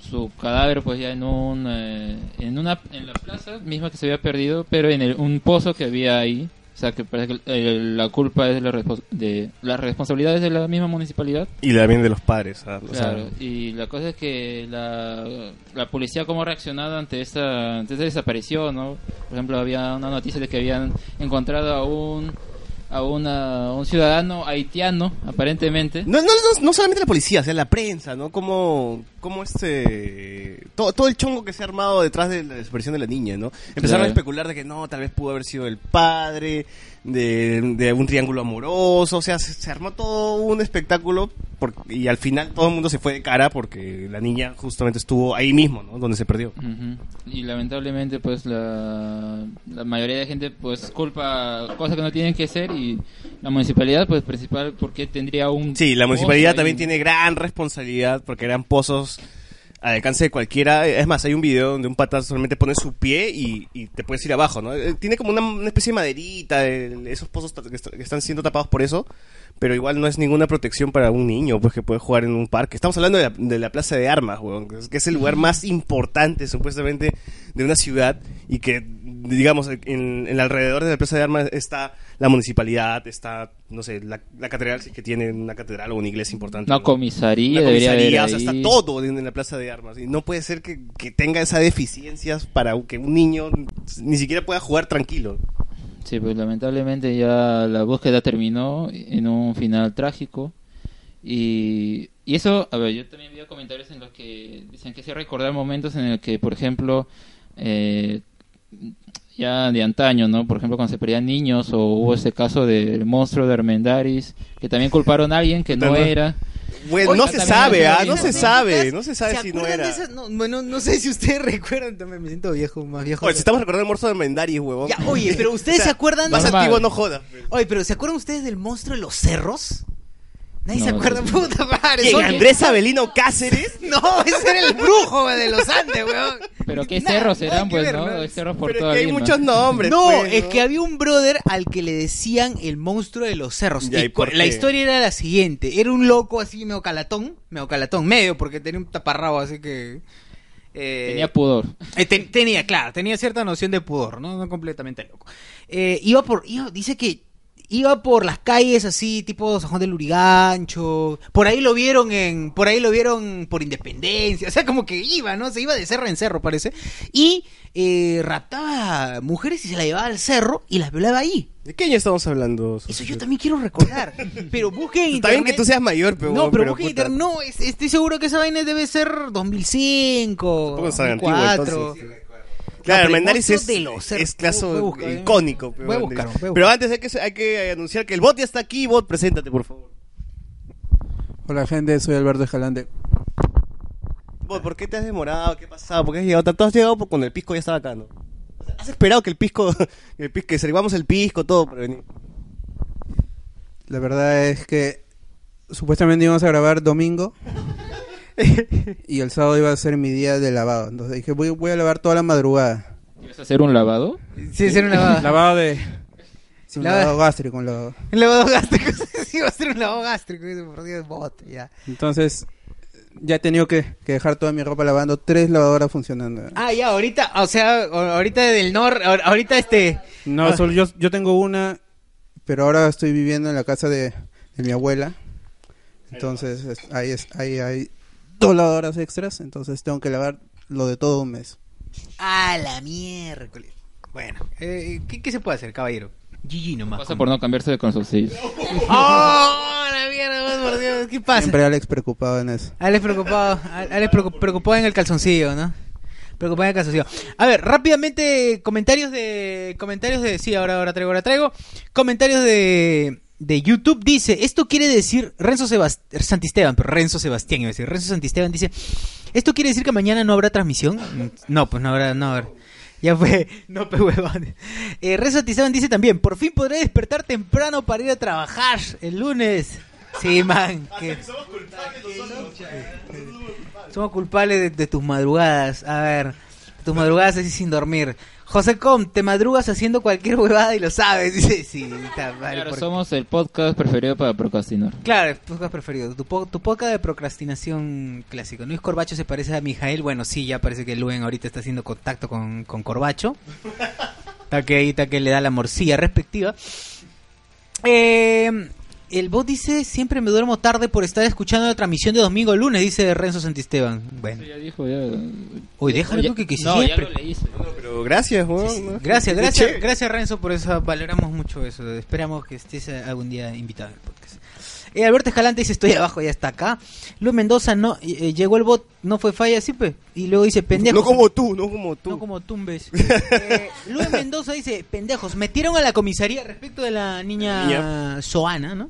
[SPEAKER 6] su cadáver pues ya en un eh, en una en la plaza misma que se había perdido, pero en el- un pozo que había ahí. O sea, que parece que el- la culpa es de la, respons- de las responsabilidades de la misma municipalidad.
[SPEAKER 5] Y la bien de los padres. ah, o sea,
[SPEAKER 6] Claro, y la cosa es que la, la policía cómo ha reaccionado ante esta, ante esta desaparición, ¿no? Por ejemplo, había una noticia de que habían encontrado a un a una, un ciudadano haitiano, aparentemente.
[SPEAKER 5] No, no, no, no solamente la policía, o sea, la prensa, ¿no? Como, como este... Todo, todo el chongo que se ha armado detrás de la desaparición de la niña, ¿no? Empezaron a
[SPEAKER 6] Claro.
[SPEAKER 5] especular de que no, tal vez pudo haber sido el padre, de, de un triángulo amoroso, o sea, se, se armó todo un espectáculo por- y al final todo el mundo se fue de cara porque la niña justamente estuvo ahí mismo, ¿no? Donde se perdió.
[SPEAKER 6] Ujú. Y lamentablemente, pues, la, la mayoría de gente, pues, culpa cosas que no tienen que ser y la municipalidad, pues, principal, porque tendría un...
[SPEAKER 5] Sí, la
[SPEAKER 6] pozo
[SPEAKER 5] municipalidad
[SPEAKER 6] ahí?
[SPEAKER 5] también tiene gran responsabilidad porque eran pozos al alcance de cualquiera. Es más, hay un video donde un pata solamente pone su pie y, y te puedes ir abajo, ¿no? Eh, Tiene como una, una especie de maderita, el- esos pozos ta- que, est- que están siendo tapados por eso, pero igual no es ninguna protección para un niño, pues que puede jugar en un parque. Estamos hablando de la, de la plaza de armas, weón, que es- que es el lugar más importante supuestamente de una ciudad y que, digamos, en, en alrededor de la plaza de armas está la municipalidad, está, no sé, la, la catedral, si es que tiene una catedral o una iglesia importante.
[SPEAKER 6] Una
[SPEAKER 5] ¿no?
[SPEAKER 6] comisaría,
[SPEAKER 5] Una
[SPEAKER 6] debería
[SPEAKER 5] comisaría,
[SPEAKER 6] haber
[SPEAKER 5] o sea,
[SPEAKER 6] ahí.
[SPEAKER 5] está todo en en la plaza de armas. Y no puede ser que, que tenga esas deficiencias para que un niño ni siquiera pueda jugar tranquilo.
[SPEAKER 6] Sí, pues lamentablemente ya la búsqueda terminó en un final trágico. Y, y eso, a ver, yo también vi comentarios en los que dicen que sí recordar momentos en el que, por ejemplo, eh, ya de antaño, ¿no? Por ejemplo, cuando se perdían niños o hubo ese caso del monstruo de Armendaris, que también culparon a alguien que no
[SPEAKER 5] Total.
[SPEAKER 6] era.
[SPEAKER 5] Bueno,
[SPEAKER 4] Oye,
[SPEAKER 5] no
[SPEAKER 6] acá
[SPEAKER 5] se
[SPEAKER 6] también
[SPEAKER 5] sabe,
[SPEAKER 6] hay
[SPEAKER 5] ¿ah?
[SPEAKER 6] teorías,
[SPEAKER 5] No se
[SPEAKER 6] ¿no?
[SPEAKER 5] sabe, no se sabe
[SPEAKER 4] ¿Se
[SPEAKER 5] si no
[SPEAKER 4] acuerdan
[SPEAKER 5] era.
[SPEAKER 4] de esas? No, bueno, no sé si ustedes [laughs] recuerdan, también me siento viejo, más viejo.
[SPEAKER 5] Oye, si estamos recordando el morso de Mendaris, huevón.
[SPEAKER 4] Ya, oye, pero ustedes
[SPEAKER 5] O sea,
[SPEAKER 4] se
[SPEAKER 5] [laughs]
[SPEAKER 4] acuerdan...
[SPEAKER 5] Más
[SPEAKER 6] Normal.
[SPEAKER 5] antiguo no joda.
[SPEAKER 4] Oye, pero ¿se acuerdan ustedes del monstruo de los cerros? Nadie
[SPEAKER 6] No,
[SPEAKER 4] se acuerda,
[SPEAKER 6] no.
[SPEAKER 4] puta madre.
[SPEAKER 5] ¿Quién?
[SPEAKER 4] Son-
[SPEAKER 5] ¿Andrés Abelino Cáceres?
[SPEAKER 4] [laughs] No, ese era el brujo güey, de los Andes, weón.
[SPEAKER 6] Pero qué
[SPEAKER 4] Nada,
[SPEAKER 6] cerros
[SPEAKER 4] nada
[SPEAKER 6] eran,
[SPEAKER 4] que
[SPEAKER 6] pues,
[SPEAKER 4] ver,
[SPEAKER 6] ¿no?
[SPEAKER 4] nada.
[SPEAKER 6] Hay cerros por
[SPEAKER 5] Pero
[SPEAKER 6] toda
[SPEAKER 5] es que hay
[SPEAKER 6] Lima.
[SPEAKER 5] muchos nombres.
[SPEAKER 4] No,
[SPEAKER 5] pues,
[SPEAKER 4] es que había un brother al que le decían el monstruo de los cerros.
[SPEAKER 5] Ya,
[SPEAKER 4] Y
[SPEAKER 5] ¿y por
[SPEAKER 4] cu- la
[SPEAKER 5] qué?
[SPEAKER 4] historia era la siguiente. Era un loco así, medio calatón, medio calatón, medio, porque tenía un taparrabo, así que... eh,
[SPEAKER 6] Tenía pudor.
[SPEAKER 4] Eh, ten- tenía, claro, tenía cierta noción de pudor, ¿no? No completamente loco. Eh, iba por, iba- dice que iba por las calles así, tipo San Juan del Lurigancho. Por ahí lo vieron en, por ahí lo vieron por Independencia. O sea, como que iba, ¿no? Se iba de cerro en cerro, parece. Y eh, raptaba mujeres y se la llevaba al cerro y las violaba ahí.
[SPEAKER 5] ¿De qué año estamos hablando?
[SPEAKER 4] Eso
[SPEAKER 5] socio?
[SPEAKER 4] yo también quiero recordar. Pero busquen en
[SPEAKER 5] Está bien que
[SPEAKER 4] internet-
[SPEAKER 5] tú seas mayor, pero.
[SPEAKER 4] no, pero, busquen
[SPEAKER 5] puta,
[SPEAKER 4] en internet. No, es- estoy seguro que esa vaina debe ser 2005,
[SPEAKER 5] Tampoco es tan antiguo, entonces.
[SPEAKER 4] 2004.
[SPEAKER 5] Claro,
[SPEAKER 4] No, pero el
[SPEAKER 5] Armendáriz
[SPEAKER 4] monstruo
[SPEAKER 5] es,
[SPEAKER 4] de los cerros.
[SPEAKER 5] es caso
[SPEAKER 4] Voy a buscar, eh.
[SPEAKER 5] icónico. pues,
[SPEAKER 4] Voy a buscar, voy a
[SPEAKER 5] Pero
[SPEAKER 4] buscar.
[SPEAKER 5] antes hay que, hay que anunciar que el bot ya está aquí. Bot, preséntate, por favor.
[SPEAKER 10] Hola gente, soy Alberto Escalante.
[SPEAKER 5] Bot, ¿por qué te has demorado? ¿Qué ha pasado? ¿Por qué has llegado? tan- Tú has llegado por- cuando el pisco ya estaba acá, ¿no? O sea, Has esperado que el pisco, [laughs] el pisco que servimos el pisco, todo para venir.
[SPEAKER 10] La verdad es que supuestamente íbamos a grabar [laughs] domingo y el sábado iba a ser mi día de lavado. Entonces dije, voy, voy a lavar toda la madrugada.
[SPEAKER 6] ¿Ibas a hacer un lavado?
[SPEAKER 4] Sí, ese era un lavado.
[SPEAKER 10] Lavado de... Sí, un
[SPEAKER 4] Lava-
[SPEAKER 10] lavado gástrico. un lavado.
[SPEAKER 4] Un lavado gástrico. [laughs] Sí, va a ser un lavado gástrico. Ese por Dios, bot, ya.
[SPEAKER 10] Entonces ya he tenido que, que dejar toda mi ropa lavando, tres lavadoras funcionando.
[SPEAKER 4] Ah, ya, ahorita, o sea, o- ahorita del norte, ahorita este.
[SPEAKER 10] No, solo yo, yo tengo una, pero ahora estoy viviendo en la casa de, de mi abuela. Entonces, es- ahí, es, ahí hay dos lavadoras extras, entonces tengo que lavar lo de todo un mes.
[SPEAKER 4] A la miércoles. Bueno, eh, ¿qué, qué se puede hacer, caballero? GG nomás.
[SPEAKER 6] Pasa por no cambiarse de consorcio.
[SPEAKER 4] [laughs] ¡Oh! La mierda, vos, por Dios, ¿qué pasa?
[SPEAKER 10] Siempre Alex preocupado en eso.
[SPEAKER 4] Alex preocupado, Alex preocu- preocupado en el calzoncillo, ¿no? Preocupado en el calzoncillo. A ver, rápidamente comentarios de comentarios de sí, ahora ahora traigo, ahora traigo. Comentarios de de YouTube dice, esto quiere decir Renzo Sebast- Santisteban, pero Renzo Sebastián iba a decir. Renzo Santisteban dice, ¿esto quiere decir que mañana no habrá transmisión? Mm, No, pues no habrá, no habrá. Ya fue, [laughs] no pe huevón. Eh, Renzo Santisteban dice también, por fin podré despertar temprano para ir a trabajar el lunes. Sí, man. que- somos culpables de, de tus madrugadas. A ver, de tus madrugadas así sin dormir. José Com, te madrugas haciendo cualquier huevada y lo sabes. [laughs] Dice, sí, está mal.
[SPEAKER 6] Claro,
[SPEAKER 4] porque-
[SPEAKER 6] somos el podcast preferido para procrastinar.
[SPEAKER 4] Claro, es podcast preferido. Tu, po- tu podcast de procrastinación clásico. Luis Corbacho se parece a Mijael. Bueno, sí, ya parece que Luen ahorita está haciendo contacto con, con Corbacho. Está que ahí, está que le da la morcilla respectiva. Eh, el bot dice, siempre me duermo tarde por estar escuchando la transmisión de domingo a lunes, dice Renzo Santisteban. Bueno.
[SPEAKER 6] Ya dijo, ya.
[SPEAKER 4] Oye, déjalo
[SPEAKER 6] Ya-
[SPEAKER 4] tú que, que
[SPEAKER 6] no, ya
[SPEAKER 4] siempre-
[SPEAKER 6] lo leíste.
[SPEAKER 5] Pero gracias, weón.
[SPEAKER 4] Sí, sí.
[SPEAKER 5] ¿no?
[SPEAKER 4] Gracias,
[SPEAKER 5] Qué
[SPEAKER 4] gracias,
[SPEAKER 5] chévere.
[SPEAKER 4] gracias Renzo por eso. Valoramos mucho eso. Esperamos que estés algún día invitado al podcast. Eh, Alberto Escalante dice: Estoy abajo, ya está acá. Luis Mendoza no eh, llegó el bot, no fue falla, sí, pe. Y luego dice: Pendejo.
[SPEAKER 5] No como tú, no como tú.
[SPEAKER 4] No
[SPEAKER 5] [laughs]
[SPEAKER 4] como tumbes. Eh, Luis Mendoza dice, pendejos, metieron a la comisaría respecto de la niña
[SPEAKER 5] Niña.
[SPEAKER 4] Soana, ¿no?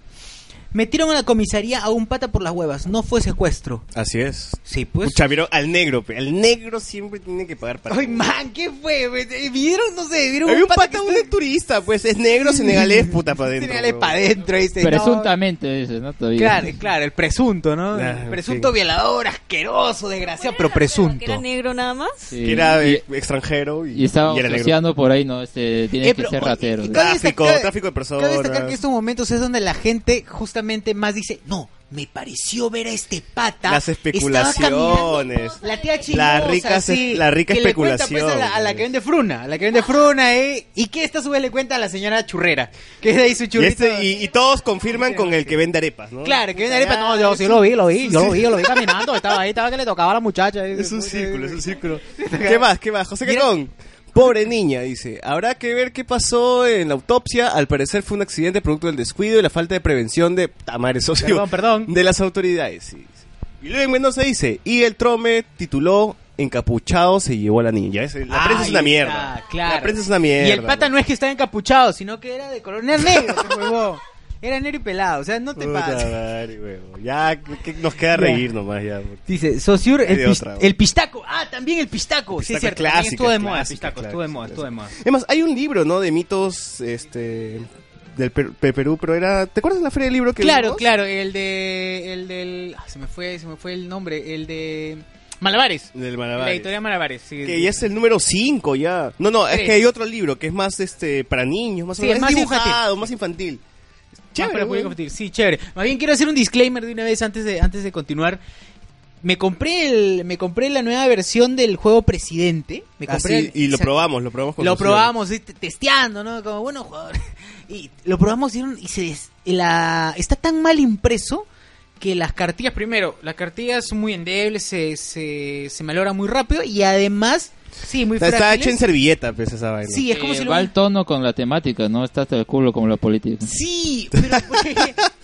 [SPEAKER 4] Metieron a la comisaría a un pata por las huevas. No fue secuestro.
[SPEAKER 5] Así es.
[SPEAKER 4] Sí, pues.
[SPEAKER 5] Pucha, vieron al negro, pe. El negro siempre tiene que pagar para.
[SPEAKER 4] Ay, man, ¿qué fue? Eh, Vieron, no sé, vieron
[SPEAKER 5] Hay
[SPEAKER 4] un
[SPEAKER 5] un
[SPEAKER 4] pata
[SPEAKER 5] pata, un turista, pues es negro senegalés, puta, para adentro.
[SPEAKER 4] Senegalés
[SPEAKER 5] huevón.
[SPEAKER 4] para adentro. Dice, no.
[SPEAKER 6] Presuntamente, dice, ¿no? Todavía. [laughs]
[SPEAKER 4] Claro, claro, el presunto, ¿no?
[SPEAKER 5] Ah,
[SPEAKER 4] El presunto
[SPEAKER 5] sí.
[SPEAKER 4] violador, asqueroso, desgraciado, pero
[SPEAKER 8] Que
[SPEAKER 4] presunto.
[SPEAKER 8] era negro nada más.
[SPEAKER 6] Sí.
[SPEAKER 5] Que era
[SPEAKER 6] y,
[SPEAKER 5] eh, extranjero y,
[SPEAKER 6] y estaba
[SPEAKER 5] y era negro.
[SPEAKER 6] asociando por ahí, ¿no? Este, tiene
[SPEAKER 4] Eh,
[SPEAKER 6] que
[SPEAKER 4] pero,
[SPEAKER 6] ser
[SPEAKER 4] oye,
[SPEAKER 6] ratero.
[SPEAKER 4] y
[SPEAKER 6] ¿no?
[SPEAKER 4] cada-
[SPEAKER 5] Tráfico,
[SPEAKER 4] Cabe destacar-
[SPEAKER 5] tráfico de personas.
[SPEAKER 4] Cabe destacar que estos momentos es donde la gente justamente más dice, no, me pareció ver a este pata.
[SPEAKER 5] Las
[SPEAKER 4] estaba caminando".
[SPEAKER 5] especulaciones.
[SPEAKER 4] La tía chismosa,
[SPEAKER 5] La rica es-
[SPEAKER 4] sí,
[SPEAKER 5] la rica
[SPEAKER 4] que le cuenta, pues,
[SPEAKER 5] especulación.
[SPEAKER 4] a, la, a la que vende fruna, a la que vende fruna, ¿eh? Y que esta a su vez le cuenta a la señora churrera, que es de ahí su
[SPEAKER 5] Y,
[SPEAKER 4] churrito.
[SPEAKER 5] este, y, y todos confirman con el que vende arepas, ¿no?
[SPEAKER 4] Claro, que viene arepa, no, yo sí lo vi, lo vi, yo lo vi, yo lo
[SPEAKER 5] [laughs]
[SPEAKER 4] vi caminando, estaba ahí, estaba que le tocaba a la muchacha. ¿eh?
[SPEAKER 5] Es un círculo, es un
[SPEAKER 4] [laughs]
[SPEAKER 5] círculo. ¿Qué más? ¿Qué más? José Cacón. Pobre niña, dice. Habrá que ver qué pasó en la autopsia. Al parecer fue un accidente producto del descuido y la falta de prevención de Tamares socio.
[SPEAKER 4] Perdón, perdón.
[SPEAKER 5] De las autoridades, sí, sí. Y luego en Mendoza dice. Y el trome tituló Encapuchado se llevó a la niña. Es- La prensa
[SPEAKER 4] Ahí
[SPEAKER 5] es una
[SPEAKER 4] está,
[SPEAKER 5] mierda.
[SPEAKER 4] claro.
[SPEAKER 5] La prensa es una mierda.
[SPEAKER 4] Y el pata no es que estaba encapuchado, sino que era de color
[SPEAKER 5] [laughs]
[SPEAKER 4] era negro, ese huevón. Era negro y pelado, o sea, no te
[SPEAKER 5] Puta
[SPEAKER 4] pases.
[SPEAKER 5] madre, huevo. Ya que- que nos queda reír nomás ya.
[SPEAKER 4] Dice, Sociur,
[SPEAKER 5] Hay
[SPEAKER 4] el,
[SPEAKER 5] de
[SPEAKER 4] pis-
[SPEAKER 5] otra,
[SPEAKER 4] el pistaco. Ah, también el pistaco. sí,
[SPEAKER 5] Pistaco
[SPEAKER 4] es cierto.
[SPEAKER 5] clásica,
[SPEAKER 4] también estuvo de moda,
[SPEAKER 5] clásica,
[SPEAKER 4] pistaco,
[SPEAKER 5] clásica,
[SPEAKER 4] estuvo de moda, estuvo de moda.
[SPEAKER 5] Es más, hay un libro, ¿no? De mitos este del Per- de Perú, pero era... ¿Te acuerdas de la feria del libro que
[SPEAKER 4] Claro,
[SPEAKER 5] vimos?
[SPEAKER 4] claro, el de, el del, ah, se me fue, se me fue el nombre, el de Malabares.
[SPEAKER 5] Del
[SPEAKER 4] La
[SPEAKER 5] Malabar.
[SPEAKER 4] editorial Malabares, sí.
[SPEAKER 5] Que ya es el número 5 ya. No, no, es
[SPEAKER 4] Sí.
[SPEAKER 5] que hay otro libro que es más este para niños, más, o
[SPEAKER 4] Sí,
[SPEAKER 5] menos.
[SPEAKER 4] es
[SPEAKER 5] Es
[SPEAKER 4] más
[SPEAKER 5] dibujado, más infantil.
[SPEAKER 4] Más para
[SPEAKER 5] Chévere,
[SPEAKER 4] poder
[SPEAKER 5] güey.
[SPEAKER 4] compartir. Sí, chévere. Más bien quiero hacer un disclaimer de una vez antes de, antes de continuar. Me compré el, me compré la nueva versión del juego Presidente. Me
[SPEAKER 5] Ah,
[SPEAKER 4] compré
[SPEAKER 5] sí,
[SPEAKER 4] el-
[SPEAKER 5] y lo
[SPEAKER 4] o sea,
[SPEAKER 5] probamos, lo probamos con
[SPEAKER 4] Lo
[SPEAKER 5] Rocío.
[SPEAKER 4] probamos, sí, te- testeando, ¿no? Como bueno jugador. Y lo probamos dieron, y se des- y la, está tan mal impreso que las cartillas, primero, las cartillas son muy endebles, se, se, se malora muy rápido y además, sí, muy
[SPEAKER 5] Está,
[SPEAKER 4] frágiles.
[SPEAKER 5] hecho en servilleta, pues, esa vaina.
[SPEAKER 4] Sí, es como
[SPEAKER 6] Eh,
[SPEAKER 4] si lo-
[SPEAKER 6] va al tono con la temática, ¿no? Está hasta el culo como la política.
[SPEAKER 4] Sí, pero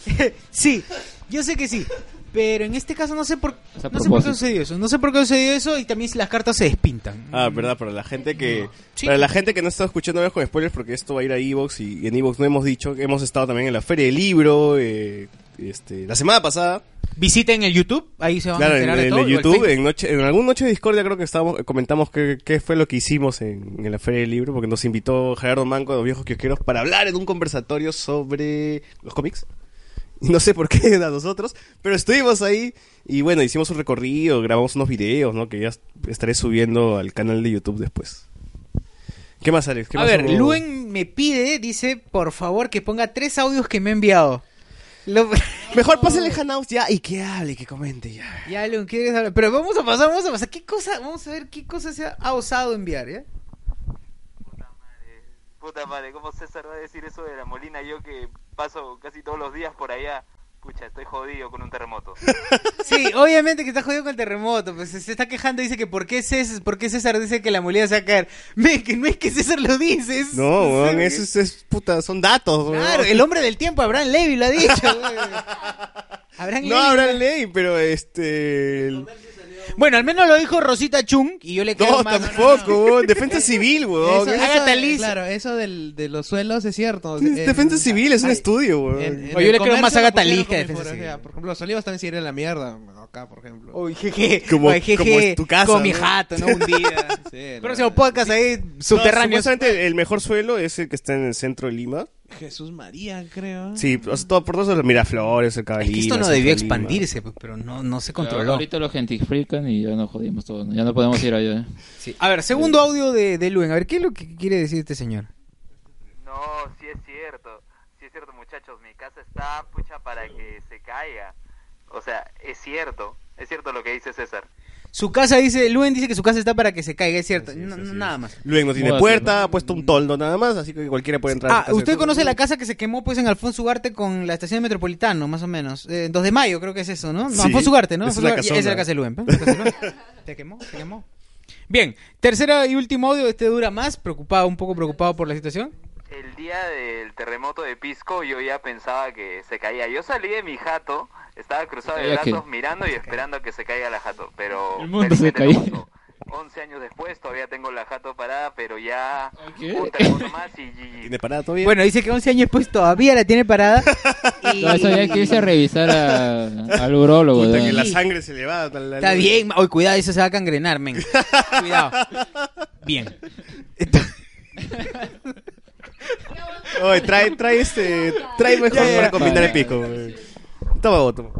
[SPEAKER 4] porque- [laughs] sí, yo sé que sí, pero en este caso no sé por
[SPEAKER 6] O sea, a
[SPEAKER 4] no sé por qué
[SPEAKER 6] propósito.
[SPEAKER 4] sucedió eso, no sé por qué sucedió eso y también si las cartas se despintan.
[SPEAKER 5] Ah, verdad, para la gente que
[SPEAKER 4] Sí.
[SPEAKER 5] para la gente que no está escuchando ahora con spoilers porque esto va a ir a Evox y, y en Evox no hemos dicho que hemos estado también en la feria del libro eh, este, la semana pasada,
[SPEAKER 4] Visiten el YouTube, ahí se van
[SPEAKER 5] claro,
[SPEAKER 4] a
[SPEAKER 5] en,
[SPEAKER 4] enterar de
[SPEAKER 5] en
[SPEAKER 4] todo.
[SPEAKER 5] el
[SPEAKER 4] o el
[SPEAKER 5] YouTube,
[SPEAKER 4] Facebook.
[SPEAKER 5] en noche en algún noche de Discordia creo que estábamos comentamos qué qué fue lo que hicimos en, en la feria del libro porque nos invitó Gerardo Manco de los viejos kiosqueros para hablar en un conversatorio sobre los cómics. No sé por qué [laughs] a nosotros, pero estuvimos ahí y bueno, hicimos un recorrido, grabamos unos videos, ¿no? Que ya estaré subiendo al canal de YouTube después. ¿Qué más, Alex? ¿Qué
[SPEAKER 4] A
[SPEAKER 5] más
[SPEAKER 4] ver,
[SPEAKER 5] hubo?
[SPEAKER 4] Luen me pide, dice, por favor, que ponga tres audios que me ha enviado. Lo-
[SPEAKER 5] Mejor pásale Hanaus ya y que hable, que comente ya.
[SPEAKER 4] ya, Luen, ¿quieres hablar? Pero vamos a pasar, vamos a pasar. ¿Qué cosa? Vamos a ver qué cosa se ha- ha osado enviar, ¿eh? ¿ya?
[SPEAKER 11] Puta madre, ¿cómo César va a decir eso de la Molina? Yo que paso casi todos los días por allá. Pucha, estoy jodido con un terremoto.
[SPEAKER 4] [laughs] Sí, obviamente que está jodido con el terremoto. Pues se se está quejando y dice que ¿por qué, César, por qué César dice que la molina se va a caer. [laughs] Ve, que no es que César lo dice. es-
[SPEAKER 5] No,
[SPEAKER 4] es-
[SPEAKER 5] weón, eso es, es- puta, son datos, weón.
[SPEAKER 4] Claro, el hombre del tiempo, Abraham Levy, lo ha dicho.
[SPEAKER 5] [laughs]
[SPEAKER 4] weón. Abraham
[SPEAKER 5] No
[SPEAKER 4] Levy.
[SPEAKER 5] habrá ley, pero este. el-
[SPEAKER 4] Bueno, al menos lo dijo Rosita Chung y yo le creo
[SPEAKER 5] No,
[SPEAKER 4] más.
[SPEAKER 5] tampoco, weón. Defensa civil, weón.
[SPEAKER 4] Eso-
[SPEAKER 5] Es-
[SPEAKER 4] Agatha Liz.
[SPEAKER 7] Claro, eso del, de los suelos es cierto.
[SPEAKER 5] es
[SPEAKER 7] En-
[SPEAKER 5] defensa civil, es un
[SPEAKER 7] ay,
[SPEAKER 5] estudio,
[SPEAKER 7] en-
[SPEAKER 5] weón.
[SPEAKER 7] en
[SPEAKER 4] Oye, yo
[SPEAKER 7] el
[SPEAKER 4] le creo
[SPEAKER 7] comercio
[SPEAKER 4] más a
[SPEAKER 7] lo
[SPEAKER 4] Agatha
[SPEAKER 7] pusieron
[SPEAKER 4] Liz que a
[SPEAKER 7] como
[SPEAKER 4] defensa
[SPEAKER 7] infografía.
[SPEAKER 4] civil.
[SPEAKER 7] Por ejemplo, los olivos también se irían a la mierda. Acá, por ejemplo.
[SPEAKER 4] Oye, jeje.
[SPEAKER 5] Como-
[SPEAKER 4] Oye, jeje.
[SPEAKER 5] como es tu casa,
[SPEAKER 4] Con mi
[SPEAKER 5] ¿no?
[SPEAKER 4] jato, ¿no?
[SPEAKER 5] [laughs]
[SPEAKER 4] Hundida.
[SPEAKER 7] Sí, la
[SPEAKER 4] Próximo
[SPEAKER 7] verdad.
[SPEAKER 4] podcast ahí,
[SPEAKER 5] No,
[SPEAKER 4] subterráneo.
[SPEAKER 5] supuestamente el mejor suelo es el que está en el centro de Lima.
[SPEAKER 7] Jesús María, creo.
[SPEAKER 5] Sí, o sea, todo por todos los Miraflores, el
[SPEAKER 4] Es
[SPEAKER 5] caballito.
[SPEAKER 4] que esto no debió expandirse, pues, pero no, no se
[SPEAKER 6] Pero
[SPEAKER 4] controló.
[SPEAKER 6] Ahorita lo gentrifican y ya nos jodimos todos. ¿no? Ya no podemos ir allá.
[SPEAKER 4] Sí. A ver, segundo audio de, de Luen. A ver, ¿qué es lo que quiere decir este señor?
[SPEAKER 11] No, sí es cierto. Sí es cierto, muchachos. Mi casa está pucha para que se caiga. O sea, es cierto. Es cierto lo que dice César.
[SPEAKER 4] Su casa dice, Luen dice que su casa está para que se caiga, es cierto. No- no- nada más.
[SPEAKER 5] Luego no tiene
[SPEAKER 6] Módate,
[SPEAKER 5] puerta,
[SPEAKER 6] ¿no?
[SPEAKER 5] ha puesto un toldo nada más, así que cualquiera puede entrar. a su
[SPEAKER 4] Ah,
[SPEAKER 5] casa.
[SPEAKER 4] usted conoce la casa que se quemó pues en Alfonso Ugarte con la estación de Metropolitano, más o menos. Eh, 2 de mayo creo que es eso, ¿no? No,
[SPEAKER 5] Sí,
[SPEAKER 4] Alfonso Ugarte, ¿no?
[SPEAKER 5] esa es
[SPEAKER 4] Alfonso
[SPEAKER 5] la
[SPEAKER 4] Ugarte.
[SPEAKER 5] casona.
[SPEAKER 4] Esa es la casa de Luen. ¿eh? La casa de Luen.
[SPEAKER 5] [laughs]
[SPEAKER 4] Se quemó, se quemó. Bien, tercera y último audio, este dura más, preocupado, un poco preocupado por la situación.
[SPEAKER 11] El día del terremoto de Pisco yo ya pensaba que se caía. Yo salí de mi jato, estaba cruzado de
[SPEAKER 6] Sabía que-
[SPEAKER 11] brazos mirando y esperando que se caiga la jato, pero
[SPEAKER 6] El mundo se
[SPEAKER 11] felizmente no
[SPEAKER 6] caía.
[SPEAKER 11] pasó. 11 años después todavía tengo la jato parada, pero ya
[SPEAKER 6] ¿Qué?
[SPEAKER 11] un teléfono más y GG.
[SPEAKER 5] ¿Tiene parada todavía?
[SPEAKER 4] Bueno, dice que 11 años después todavía la tiene parada. Y-
[SPEAKER 6] [laughs] No, eso ya que irse a revisar a- al urólogo.
[SPEAKER 5] Puta,
[SPEAKER 6] ¿no?
[SPEAKER 5] que la sangre se le va.
[SPEAKER 4] Está bien, ma- hoy cuidado, eso se va a cangrenar, men.
[SPEAKER 5] [laughs]
[SPEAKER 4] Cuidado. Bien.
[SPEAKER 5] Oye, trae, trae este. Trae mejor
[SPEAKER 4] Ya, ya,
[SPEAKER 5] para
[SPEAKER 4] ya.
[SPEAKER 5] combinar el
[SPEAKER 6] Vale.
[SPEAKER 5] pico. güey. Toma, vos, toma.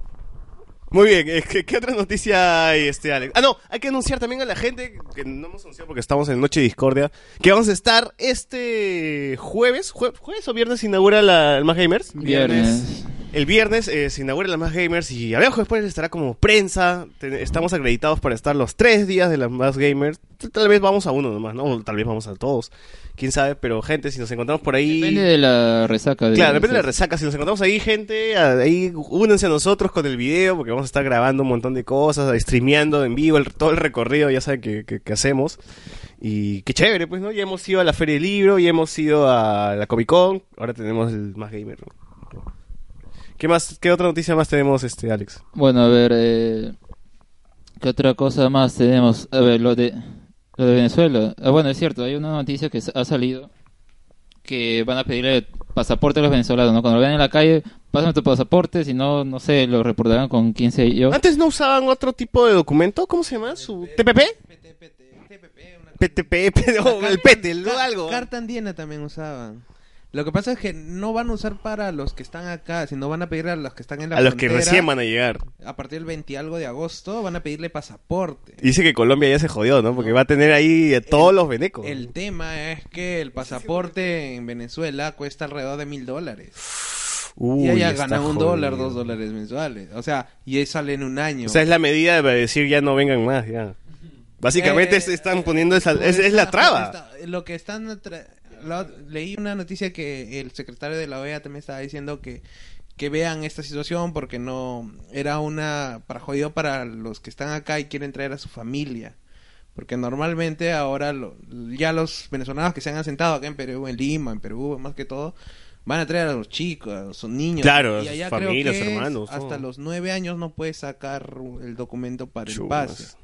[SPEAKER 5] Muy bien, eh, ¿qué, qué otra noticia hay, este, Alex? Ah, no, hay que anunciar también a la gente que no hemos anunciado porque estamos en Noche Discordia. Que vamos a estar este jueves, jue- jueves o viernes se inaugura la, el Más Gamers.
[SPEAKER 6] Viernes.
[SPEAKER 5] El viernes eh, se inaugura la Más Gamers y abajo después estará como prensa. Te- estamos acreditados para estar los tres días de la Más Gamers. T- Tal vez vamos a uno nomás, ¿no? O Tal vez vamos a todos. Quién sabe, pero gente, si nos encontramos por ahí.
[SPEAKER 6] Depende de la resaca.
[SPEAKER 5] Claro, depende de la resaca. Si nos encontramos ahí, gente, a- ahí únanse a nosotros con el video porque vamos a estar grabando un montón de cosas, streameando en vivo el- todo el recorrido, ya saben que, que- que hacemos. Y qué chévere, pues, ¿no? Ya hemos ido a la Feria del Libro, ya hemos ido a la Comic Con, ahora tenemos el Más Gamer. ¿no? ¿Qué más, qué otra noticia más tenemos, este, Alex?
[SPEAKER 6] Bueno, a ver, eh, ¿qué otra cosa más tenemos? A ver, lo de, lo de Venezuela. Ah, bueno, es cierto, hay una noticia que s- ha salido que van a pedirle pasaporte a los venezolanos, ¿no? Cuando lo vean en la calle, pásame tu pasaporte, si no, no sé, lo reportarán con quién sé yo.
[SPEAKER 5] Antes no usaban otro tipo de documento, ¿cómo se llama? ¿Su TPP? PTP, [laughs] no, el PETEL,
[SPEAKER 7] Ca-
[SPEAKER 5] algo.
[SPEAKER 7] Carta andina también usaban. Lo que pasa es que no van a usar para los que están acá, sino van a pedir a los que están en la
[SPEAKER 5] A los que
[SPEAKER 7] frontera,
[SPEAKER 5] recién van a llegar.
[SPEAKER 7] A partir del 20 y algo de agosto van a pedirle pasaporte.
[SPEAKER 5] Dice que Colombia ya se jodió, ¿no? Porque va a tener ahí a todos los venecos.
[SPEAKER 7] El tema es que el pasaporte en Venezuela cuesta alrededor de mil dólares.
[SPEAKER 5] Uy,
[SPEAKER 7] Y allá
[SPEAKER 5] está
[SPEAKER 7] gana un
[SPEAKER 5] jodido.
[SPEAKER 7] dólar, dos dólares mensuales. O sea, y ahí sale en un año.
[SPEAKER 5] O sea, es la medida para decir ya no vengan más, ya. Básicamente
[SPEAKER 7] Eh,
[SPEAKER 5] es- están poniendo esa, es, es la
[SPEAKER 7] Esta-
[SPEAKER 5] traba.
[SPEAKER 7] esta- lo que están atra- la- leí una noticia que el secretario de la OEA también estaba diciendo que que vean esta situación porque no era una para jodido para los que están acá y quieren traer a su familia. Porque normalmente ahora lo- ya los venezolanos que se han asentado acá en Perú, en Lima, en Perú, más que todo, van a traer a los chicos, a los niños.
[SPEAKER 5] Claro,
[SPEAKER 7] y allá
[SPEAKER 5] sus
[SPEAKER 7] creo
[SPEAKER 5] familias,
[SPEAKER 7] que es
[SPEAKER 5] hermanos,
[SPEAKER 7] Hasta
[SPEAKER 5] todo.
[SPEAKER 7] los nueve años no puedes sacar el documento para el
[SPEAKER 5] Chumas.
[SPEAKER 7] pase.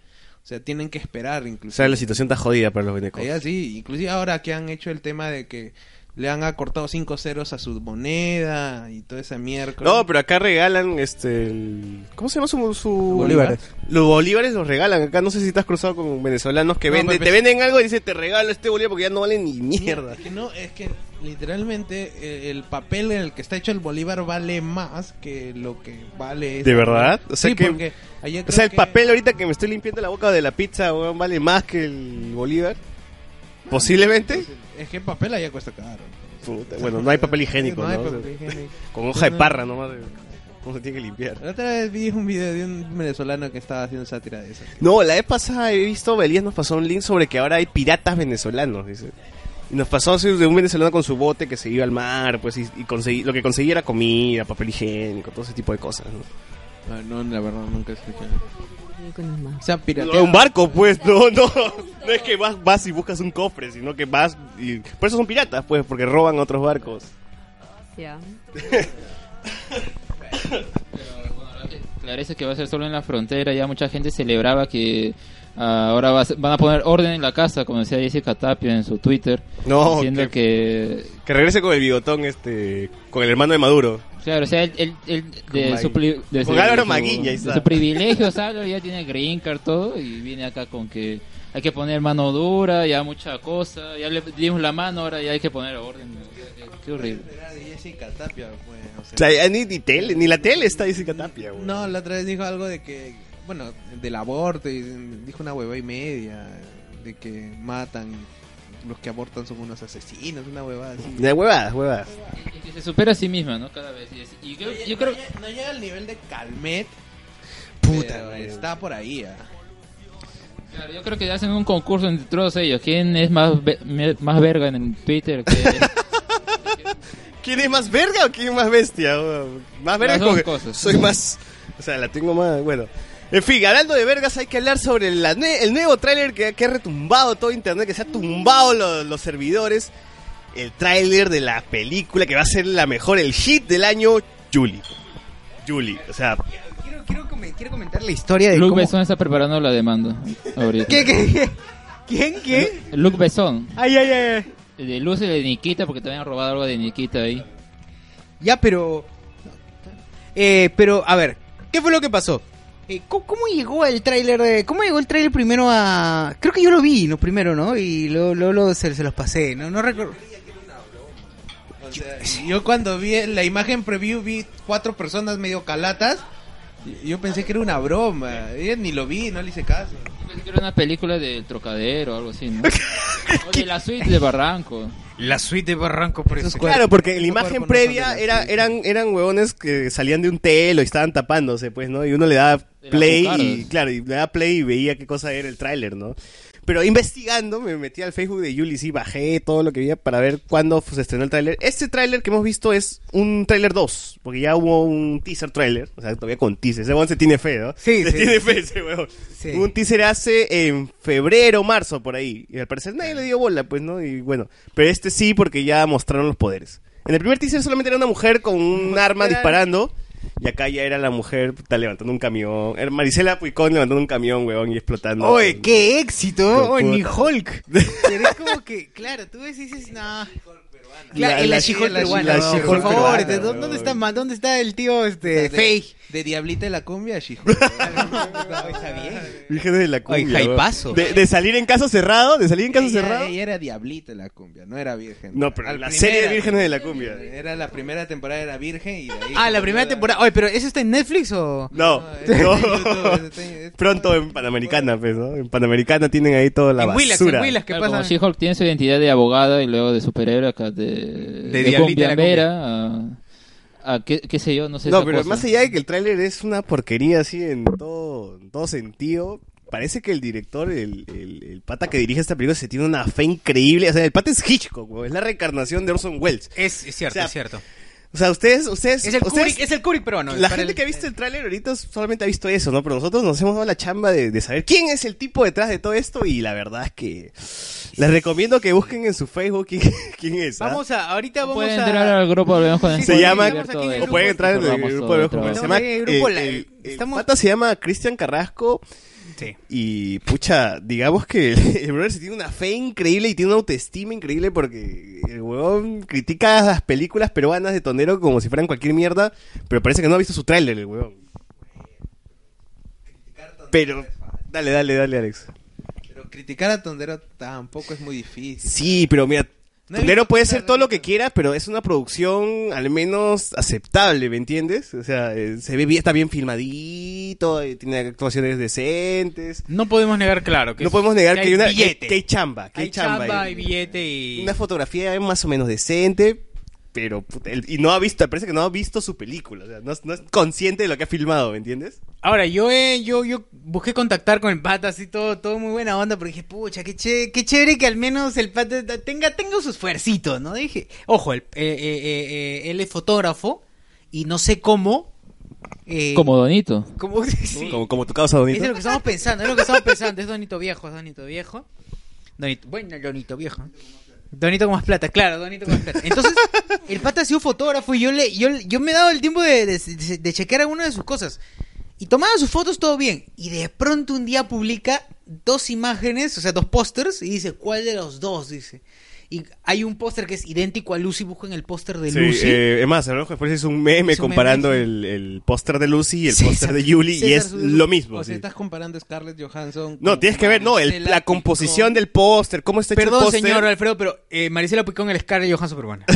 [SPEAKER 7] O sea, tienen que esperar
[SPEAKER 5] O
[SPEAKER 7] incluso.
[SPEAKER 5] sea, la situación está jodida para los venecos.
[SPEAKER 7] Allá sí, inclusive ahora que han hecho el tema de que le han acortado cinco ceros a su moneda y toda esa miércoles.
[SPEAKER 5] No, pero acá regalan este. el- ¿Cómo se llama su. su-
[SPEAKER 10] Bolívares.
[SPEAKER 5] Los bolívares los regalan. Acá no sé si te has cruzado con venezolanos que
[SPEAKER 7] No, pues,
[SPEAKER 5] venden.
[SPEAKER 7] pero-
[SPEAKER 5] te venden algo y dicen te regalo este bolívar porque ya no vale ni mierda.
[SPEAKER 7] Es que no, es que literalmente eh, el papel en el que está hecho el Bolívar vale más que lo que vale. esa-
[SPEAKER 5] ¿De verdad? O sea
[SPEAKER 7] sí,
[SPEAKER 5] que-
[SPEAKER 7] porque ayer
[SPEAKER 5] O sea,
[SPEAKER 7] creo
[SPEAKER 5] el
[SPEAKER 7] que-
[SPEAKER 5] papel ahorita que me estoy limpiando la boca de la pizza, weón, vale más que el bolívar. Posiblemente.
[SPEAKER 7] Es que el papel allá cuesta caro.
[SPEAKER 5] Puta, bueno, no hay papel higiénico,
[SPEAKER 7] No
[SPEAKER 5] ¿no?
[SPEAKER 7] hay
[SPEAKER 5] O sea,
[SPEAKER 7] papel higiénico.
[SPEAKER 5] Con hoja de parra nomás. de- ¿Cómo se tiene que limpiar?
[SPEAKER 7] La otra vez vi un video de un venezolano que estaba haciendo sátira de eso.
[SPEAKER 5] No, la vez pasada he visto, Belías nos pasó un link sobre que ahora hay piratas venezolanos, dice. Y nos pasó así de un venezolano con su bote que se iba al mar, pues, y, y conseguí- lo que conseguía era comida, papel higiénico, todo ese tipo de cosas, ¿no?
[SPEAKER 7] Ah, no, la verdad, nunca escuché.
[SPEAKER 8] Con los
[SPEAKER 7] O
[SPEAKER 8] más.
[SPEAKER 7] sea,
[SPEAKER 5] No,
[SPEAKER 7] pirateado.
[SPEAKER 5] un barco, pues, no, no. No es que vas, vas y buscas un cofre, sino que vas y... Por eso son piratas, pues, porque roban otros barcos.
[SPEAKER 8] Ya.
[SPEAKER 6] Clarece que va a ser solo en la frontera, ya mucha gente celebraba que ah, ahora va a ser- van a poner orden en la casa, como decía Jessica Tapia en su Twitter,
[SPEAKER 5] No,
[SPEAKER 6] diciendo
[SPEAKER 5] que-
[SPEAKER 6] que
[SPEAKER 5] Que regrese con el bigotón, este... Con el hermano de Maduro.
[SPEAKER 6] Claro, o sea, él, él- él de,
[SPEAKER 5] Con
[SPEAKER 6] su,
[SPEAKER 5] Magui-
[SPEAKER 6] pri- de
[SPEAKER 5] con
[SPEAKER 6] su-
[SPEAKER 5] Álvaro
[SPEAKER 6] de su-
[SPEAKER 5] Maguilla, ahí
[SPEAKER 6] de
[SPEAKER 5] está.
[SPEAKER 6] su privilegio, ¿sabes? Ya tiene green card todo y viene acá con que hay que poner mano dura, ya mucha cosa, ya le dimos la mano, ahora ya hay que poner orden. o sea, qué- Qué horrible.
[SPEAKER 7] Era de Jessica Tapia, pues, o sea.
[SPEAKER 5] O sea, ya ni, ni tele, ni la tele está, dice Catapia, güey.
[SPEAKER 7] No, la otra vez dijo algo de que, bueno, del aborto, y dijo una hueva y media, de que matan, los que abortan son unos asesinos, una huevada así.
[SPEAKER 5] De huevadas, huevadas.
[SPEAKER 6] Y que se supera a sí misma, ¿no? Cada vez. Y, es- y yo, yo creo...
[SPEAKER 7] No, llega, no llega al nivel de Calmet,
[SPEAKER 5] Puta,
[SPEAKER 7] pero
[SPEAKER 5] güey.
[SPEAKER 7] está por ahí. ah.
[SPEAKER 6] Claro, yo creo que hacen un concurso entre todos ellos. ¿Quién es más, ve- me- más verga en Twitter? Que
[SPEAKER 5] [laughs] ¿Quién es más verga o quién es más bestia? weón? Más verga
[SPEAKER 6] Las dos
[SPEAKER 5] como que
[SPEAKER 6] cosas.
[SPEAKER 5] Soy más. O sea, la tengo más. Bueno. En fin, hablando de vergas, hay que hablar sobre la nue- el nuevo tráiler que, que ha retumbado todo internet, que se ha tumbado lo- los servidores. El tráiler de la película que va a ser la mejor, el hit del año, Julie. Julie, o sea,
[SPEAKER 4] Quiero, quiero com- me- quiero comentar la historia de
[SPEAKER 6] Luke
[SPEAKER 4] cómo...
[SPEAKER 6] Besson está preparando la demanda ahorita.
[SPEAKER 4] ¿Qué, qué, qué? ¿Quién, quién?
[SPEAKER 6] Luke Besson.
[SPEAKER 4] Ay, ay, ay.
[SPEAKER 6] El De Luz y el de Nikita, porque también han robado algo de Nikita ahí.
[SPEAKER 4] Ya, pero... Eh, pero, a ver, ¿qué fue lo que pasó? Eh, ¿cómo, cómo llegó el tráiler de... ¿Cómo llegó el tráiler primero a...? Creo que yo lo vi, ¿no? Primero, ¿no? Y luego, luego, luego se, se los pasé, ¿no? No recuerdo...
[SPEAKER 7] O sea, yo cuando vi la imagen preview vi cuatro personas medio calatas. y Yo pensé que era una broma. Yo ni lo vi, no le hice caso.
[SPEAKER 6] Era una película de Trocadero o algo así, ¿no? O de la suite de Barranco.
[SPEAKER 4] La suite de Barranco, por eso.
[SPEAKER 5] Claro, porque la
[SPEAKER 6] cuerpos
[SPEAKER 5] imagen
[SPEAKER 6] no
[SPEAKER 5] previa
[SPEAKER 6] son de
[SPEAKER 5] era, eran, eran huevones que salían de un telo y estaban tapándose, pues, ¿no? Y uno le daba
[SPEAKER 6] las
[SPEAKER 5] play y,
[SPEAKER 6] bocardas.
[SPEAKER 5] claro, y le daba play y veía qué cosa era el tráiler, ¿no? Pero investigando, me metí al Facebook de Julie y bajé todo lo que había para ver cuándo se estrenó el tráiler. Este tráiler que hemos visto es un tráiler 2, porque ya hubo un teaser tráiler, o sea, todavía con teaser. Ese huevón se tiene fe, ¿no?
[SPEAKER 4] Sí,
[SPEAKER 5] se [laughs]
[SPEAKER 4] sí,
[SPEAKER 5] tiene
[SPEAKER 4] sí.
[SPEAKER 5] fe ese huevón.
[SPEAKER 4] Sí.
[SPEAKER 5] Hubo un teaser hace en febrero, marzo, por ahí. Y al parecer nadie le dio bola, pues, ¿no? Y bueno, pero este sí porque ya mostraron los poderes. En el primer teaser solamente era una mujer con un arma
[SPEAKER 4] era-
[SPEAKER 5] disparando. Y acá ya era la mujer puta, levantando un camión. Era Marisela Puicón levantando un camión, huevón, y explotando.
[SPEAKER 4] ¡Oye, qué éxito!
[SPEAKER 5] Pero
[SPEAKER 4] ¡Oye, ni
[SPEAKER 5] puta.
[SPEAKER 4] Hulk! Pero es como que, claro, tú ves y dices, no... Claro,
[SPEAKER 5] La-
[SPEAKER 4] la, la,
[SPEAKER 5] la-
[SPEAKER 4] She-Hulk
[SPEAKER 5] la- la
[SPEAKER 4] peruana, no,
[SPEAKER 5] She-Hulk
[SPEAKER 4] por favor,
[SPEAKER 5] peruana,
[SPEAKER 4] este, ¿dó-
[SPEAKER 5] weón.
[SPEAKER 4] ¿dónde está, ma- ¿dónde está el tío este,
[SPEAKER 7] De-
[SPEAKER 4] Faye?
[SPEAKER 7] De Diablita de la cumbia, hijo.
[SPEAKER 5] [laughs]
[SPEAKER 4] Está bien.
[SPEAKER 5] Virgen de la
[SPEAKER 4] Oye,
[SPEAKER 5] cumbia, huevón.
[SPEAKER 4] jaipazo.
[SPEAKER 5] De, de salir en casa cerrado, de salir en casa cerrado.
[SPEAKER 7] Ella era Diablita de la cumbia, no era virgen.
[SPEAKER 5] No, pero
[SPEAKER 7] Al
[SPEAKER 5] la
[SPEAKER 7] primera-
[SPEAKER 5] serie de Vírgenes de la cumbia.
[SPEAKER 7] Era la primera temporada era virgen y de ahí-
[SPEAKER 4] Ah, la primera
[SPEAKER 7] [laughs]
[SPEAKER 4] temporada. Oye, pero ¿eso está en Netflix o...?
[SPEAKER 5] No,
[SPEAKER 7] es en
[SPEAKER 5] no.
[SPEAKER 4] este,
[SPEAKER 7] YouTube, es en- es-
[SPEAKER 5] Pronto en Panamericana, pues, ¿no? En Panamericana tienen ahí toda la
[SPEAKER 4] en Willax, en
[SPEAKER 5] basura.
[SPEAKER 4] Willax, ¿qué
[SPEAKER 6] Claro, como
[SPEAKER 4] pasa?
[SPEAKER 6] She-Hulk tiene su identidad de abogada y luego de superhéroe acá de... De,
[SPEAKER 2] diablita la
[SPEAKER 6] cumbiambera a, a qué, qué sé yo, no sé
[SPEAKER 5] No,
[SPEAKER 6] esa
[SPEAKER 5] pero
[SPEAKER 6] cosa.
[SPEAKER 5] más allá de que el tráiler es una porquería así en todo, en todo sentido, parece que el director, el, el- el pata que dirige esta película, se tiene una fe increíble. O sea, el pata es Hitchcock, güey, es la reencarnación de Orson Welles.
[SPEAKER 4] Es, es cierto,
[SPEAKER 5] O sea,
[SPEAKER 4] es cierto.
[SPEAKER 5] O sea, ustedes, ustedes,
[SPEAKER 4] Es el,
[SPEAKER 5] ustedes-
[SPEAKER 4] Kubrick, es el Kubrick peruano.
[SPEAKER 5] la
[SPEAKER 4] para
[SPEAKER 5] gente
[SPEAKER 4] el- eh,
[SPEAKER 5] que ha visto el tráiler ahorita solamente ha visto eso, ¿no? Pero nosotros nos hemos dado la chamba de, de saber quién es el tipo detrás de todo esto y la verdad es que les recomiendo que busquen en su Facebook quién, [laughs] quién es. ¿ah?
[SPEAKER 4] Vamos a... Ahorita vamos
[SPEAKER 6] Pueden
[SPEAKER 4] a...
[SPEAKER 6] entrar al grupo, volvemos con
[SPEAKER 4] Sí,
[SPEAKER 6] el
[SPEAKER 5] se
[SPEAKER 6] spoiler,
[SPEAKER 5] llama-
[SPEAKER 6] ver todo
[SPEAKER 5] o
[SPEAKER 4] aquí en el grupo,
[SPEAKER 6] eso.
[SPEAKER 4] este.
[SPEAKER 5] pueden entrar en el
[SPEAKER 6] Cerramos
[SPEAKER 5] grupo
[SPEAKER 6] todo,
[SPEAKER 5] de
[SPEAKER 6] otra
[SPEAKER 5] Ojo,
[SPEAKER 6] vez.
[SPEAKER 5] Se
[SPEAKER 4] Estamos
[SPEAKER 5] llama, eh,
[SPEAKER 4] ahí en el grupo,
[SPEAKER 5] el-
[SPEAKER 4] la-
[SPEAKER 5] el- el
[SPEAKER 4] estamos-
[SPEAKER 5] pata se llama Cristian Carrasco
[SPEAKER 4] Sí.
[SPEAKER 5] Y pucha, digamos que [laughs] el, el brother se tiene una fe increíble y tiene una autoestima increíble porque el huevón critica las películas peruanas de Tonero como si fueran cualquier mierda, pero parece que no ha visto su tráiler el huevón. Pero dale, dale, dale, Alex.
[SPEAKER 7] Pero criticar a Tondero tampoco es muy difícil.
[SPEAKER 5] Sí, pero mira,
[SPEAKER 7] No he
[SPEAKER 5] Tonero
[SPEAKER 7] visto
[SPEAKER 5] puede
[SPEAKER 7] esa
[SPEAKER 5] ser todo lo que
[SPEAKER 7] revista.
[SPEAKER 5] quiera, pero es una producción al menos aceptable, ¿me entiendes? O sea, eh, se ve bien, está bien filmadito, eh, tiene actuaciones decentes.
[SPEAKER 4] No podemos negar, claro, que
[SPEAKER 5] No
[SPEAKER 4] es-
[SPEAKER 5] podemos negar que hay, una que-
[SPEAKER 4] billete.
[SPEAKER 5] que hay chamba, que hay,
[SPEAKER 4] hay chamba,
[SPEAKER 5] chamba
[SPEAKER 4] hay
[SPEAKER 5] ahí.
[SPEAKER 4] billete y...
[SPEAKER 5] una fotografía más o menos decente, pero puta, él- y no ha visto, parece que no ha visto su película, o sea, no, es- no es consciente de lo que ha filmado, ¿me entiendes?
[SPEAKER 4] Ahora, yo, eh, yo, yo busqué contactar con el pata, así todo, todo muy buena onda, porque dije, pucha, qué, che- qué chévere que al menos el pata ta- tenga, tenga sus fuercitos, ¿no? Dije, ojo, el- eh, eh, eh, eh, él es fotógrafo y no sé cómo. eh,
[SPEAKER 6] Como Donito.
[SPEAKER 4] como- sí.
[SPEAKER 5] Como, como tu causa Donito.
[SPEAKER 4] Es lo que estamos pensando, es lo que estamos pensando, es Donito Viejo, es Donito Viejo. Donito, bueno, Donito Viejo. Donito con más plata, claro, Donito con más plata. Entonces, el pata ha sido fotógrafo y yo le, yo, yo me he dado el tiempo de, de- de- de chequear algunas de sus cosas. Y tomaba sus fotos todo bien. Y de pronto un día publica dos imágenes, o sea, dos pósters, y dice, ¿cuál de los dos? Dice. Y hay un póster que es idéntico a Lucy, buscan el póster de
[SPEAKER 5] Sí,
[SPEAKER 4] Lucy.
[SPEAKER 5] eh, es más, el Rojo después hizo un meme
[SPEAKER 4] Hizo un
[SPEAKER 5] comparando
[SPEAKER 4] meme, sí.
[SPEAKER 5] el, el póster de Lucy y el
[SPEAKER 4] César-
[SPEAKER 5] póster de Julie y
[SPEAKER 4] César
[SPEAKER 5] es
[SPEAKER 4] Subiru.
[SPEAKER 5] lo mismo.
[SPEAKER 7] O sea,
[SPEAKER 5] sí.
[SPEAKER 7] estás comparando Scarlett Johansson.
[SPEAKER 5] No,
[SPEAKER 7] con
[SPEAKER 5] tienes que ver, no, el-
[SPEAKER 7] Marcela
[SPEAKER 5] la composición
[SPEAKER 7] Picón.
[SPEAKER 5] del póster, cómo está hecho el
[SPEAKER 4] Perdón,
[SPEAKER 5] póster.
[SPEAKER 4] señor Alfredo, pero eh, Maricela Picón, el Scarlett Johansson peruana.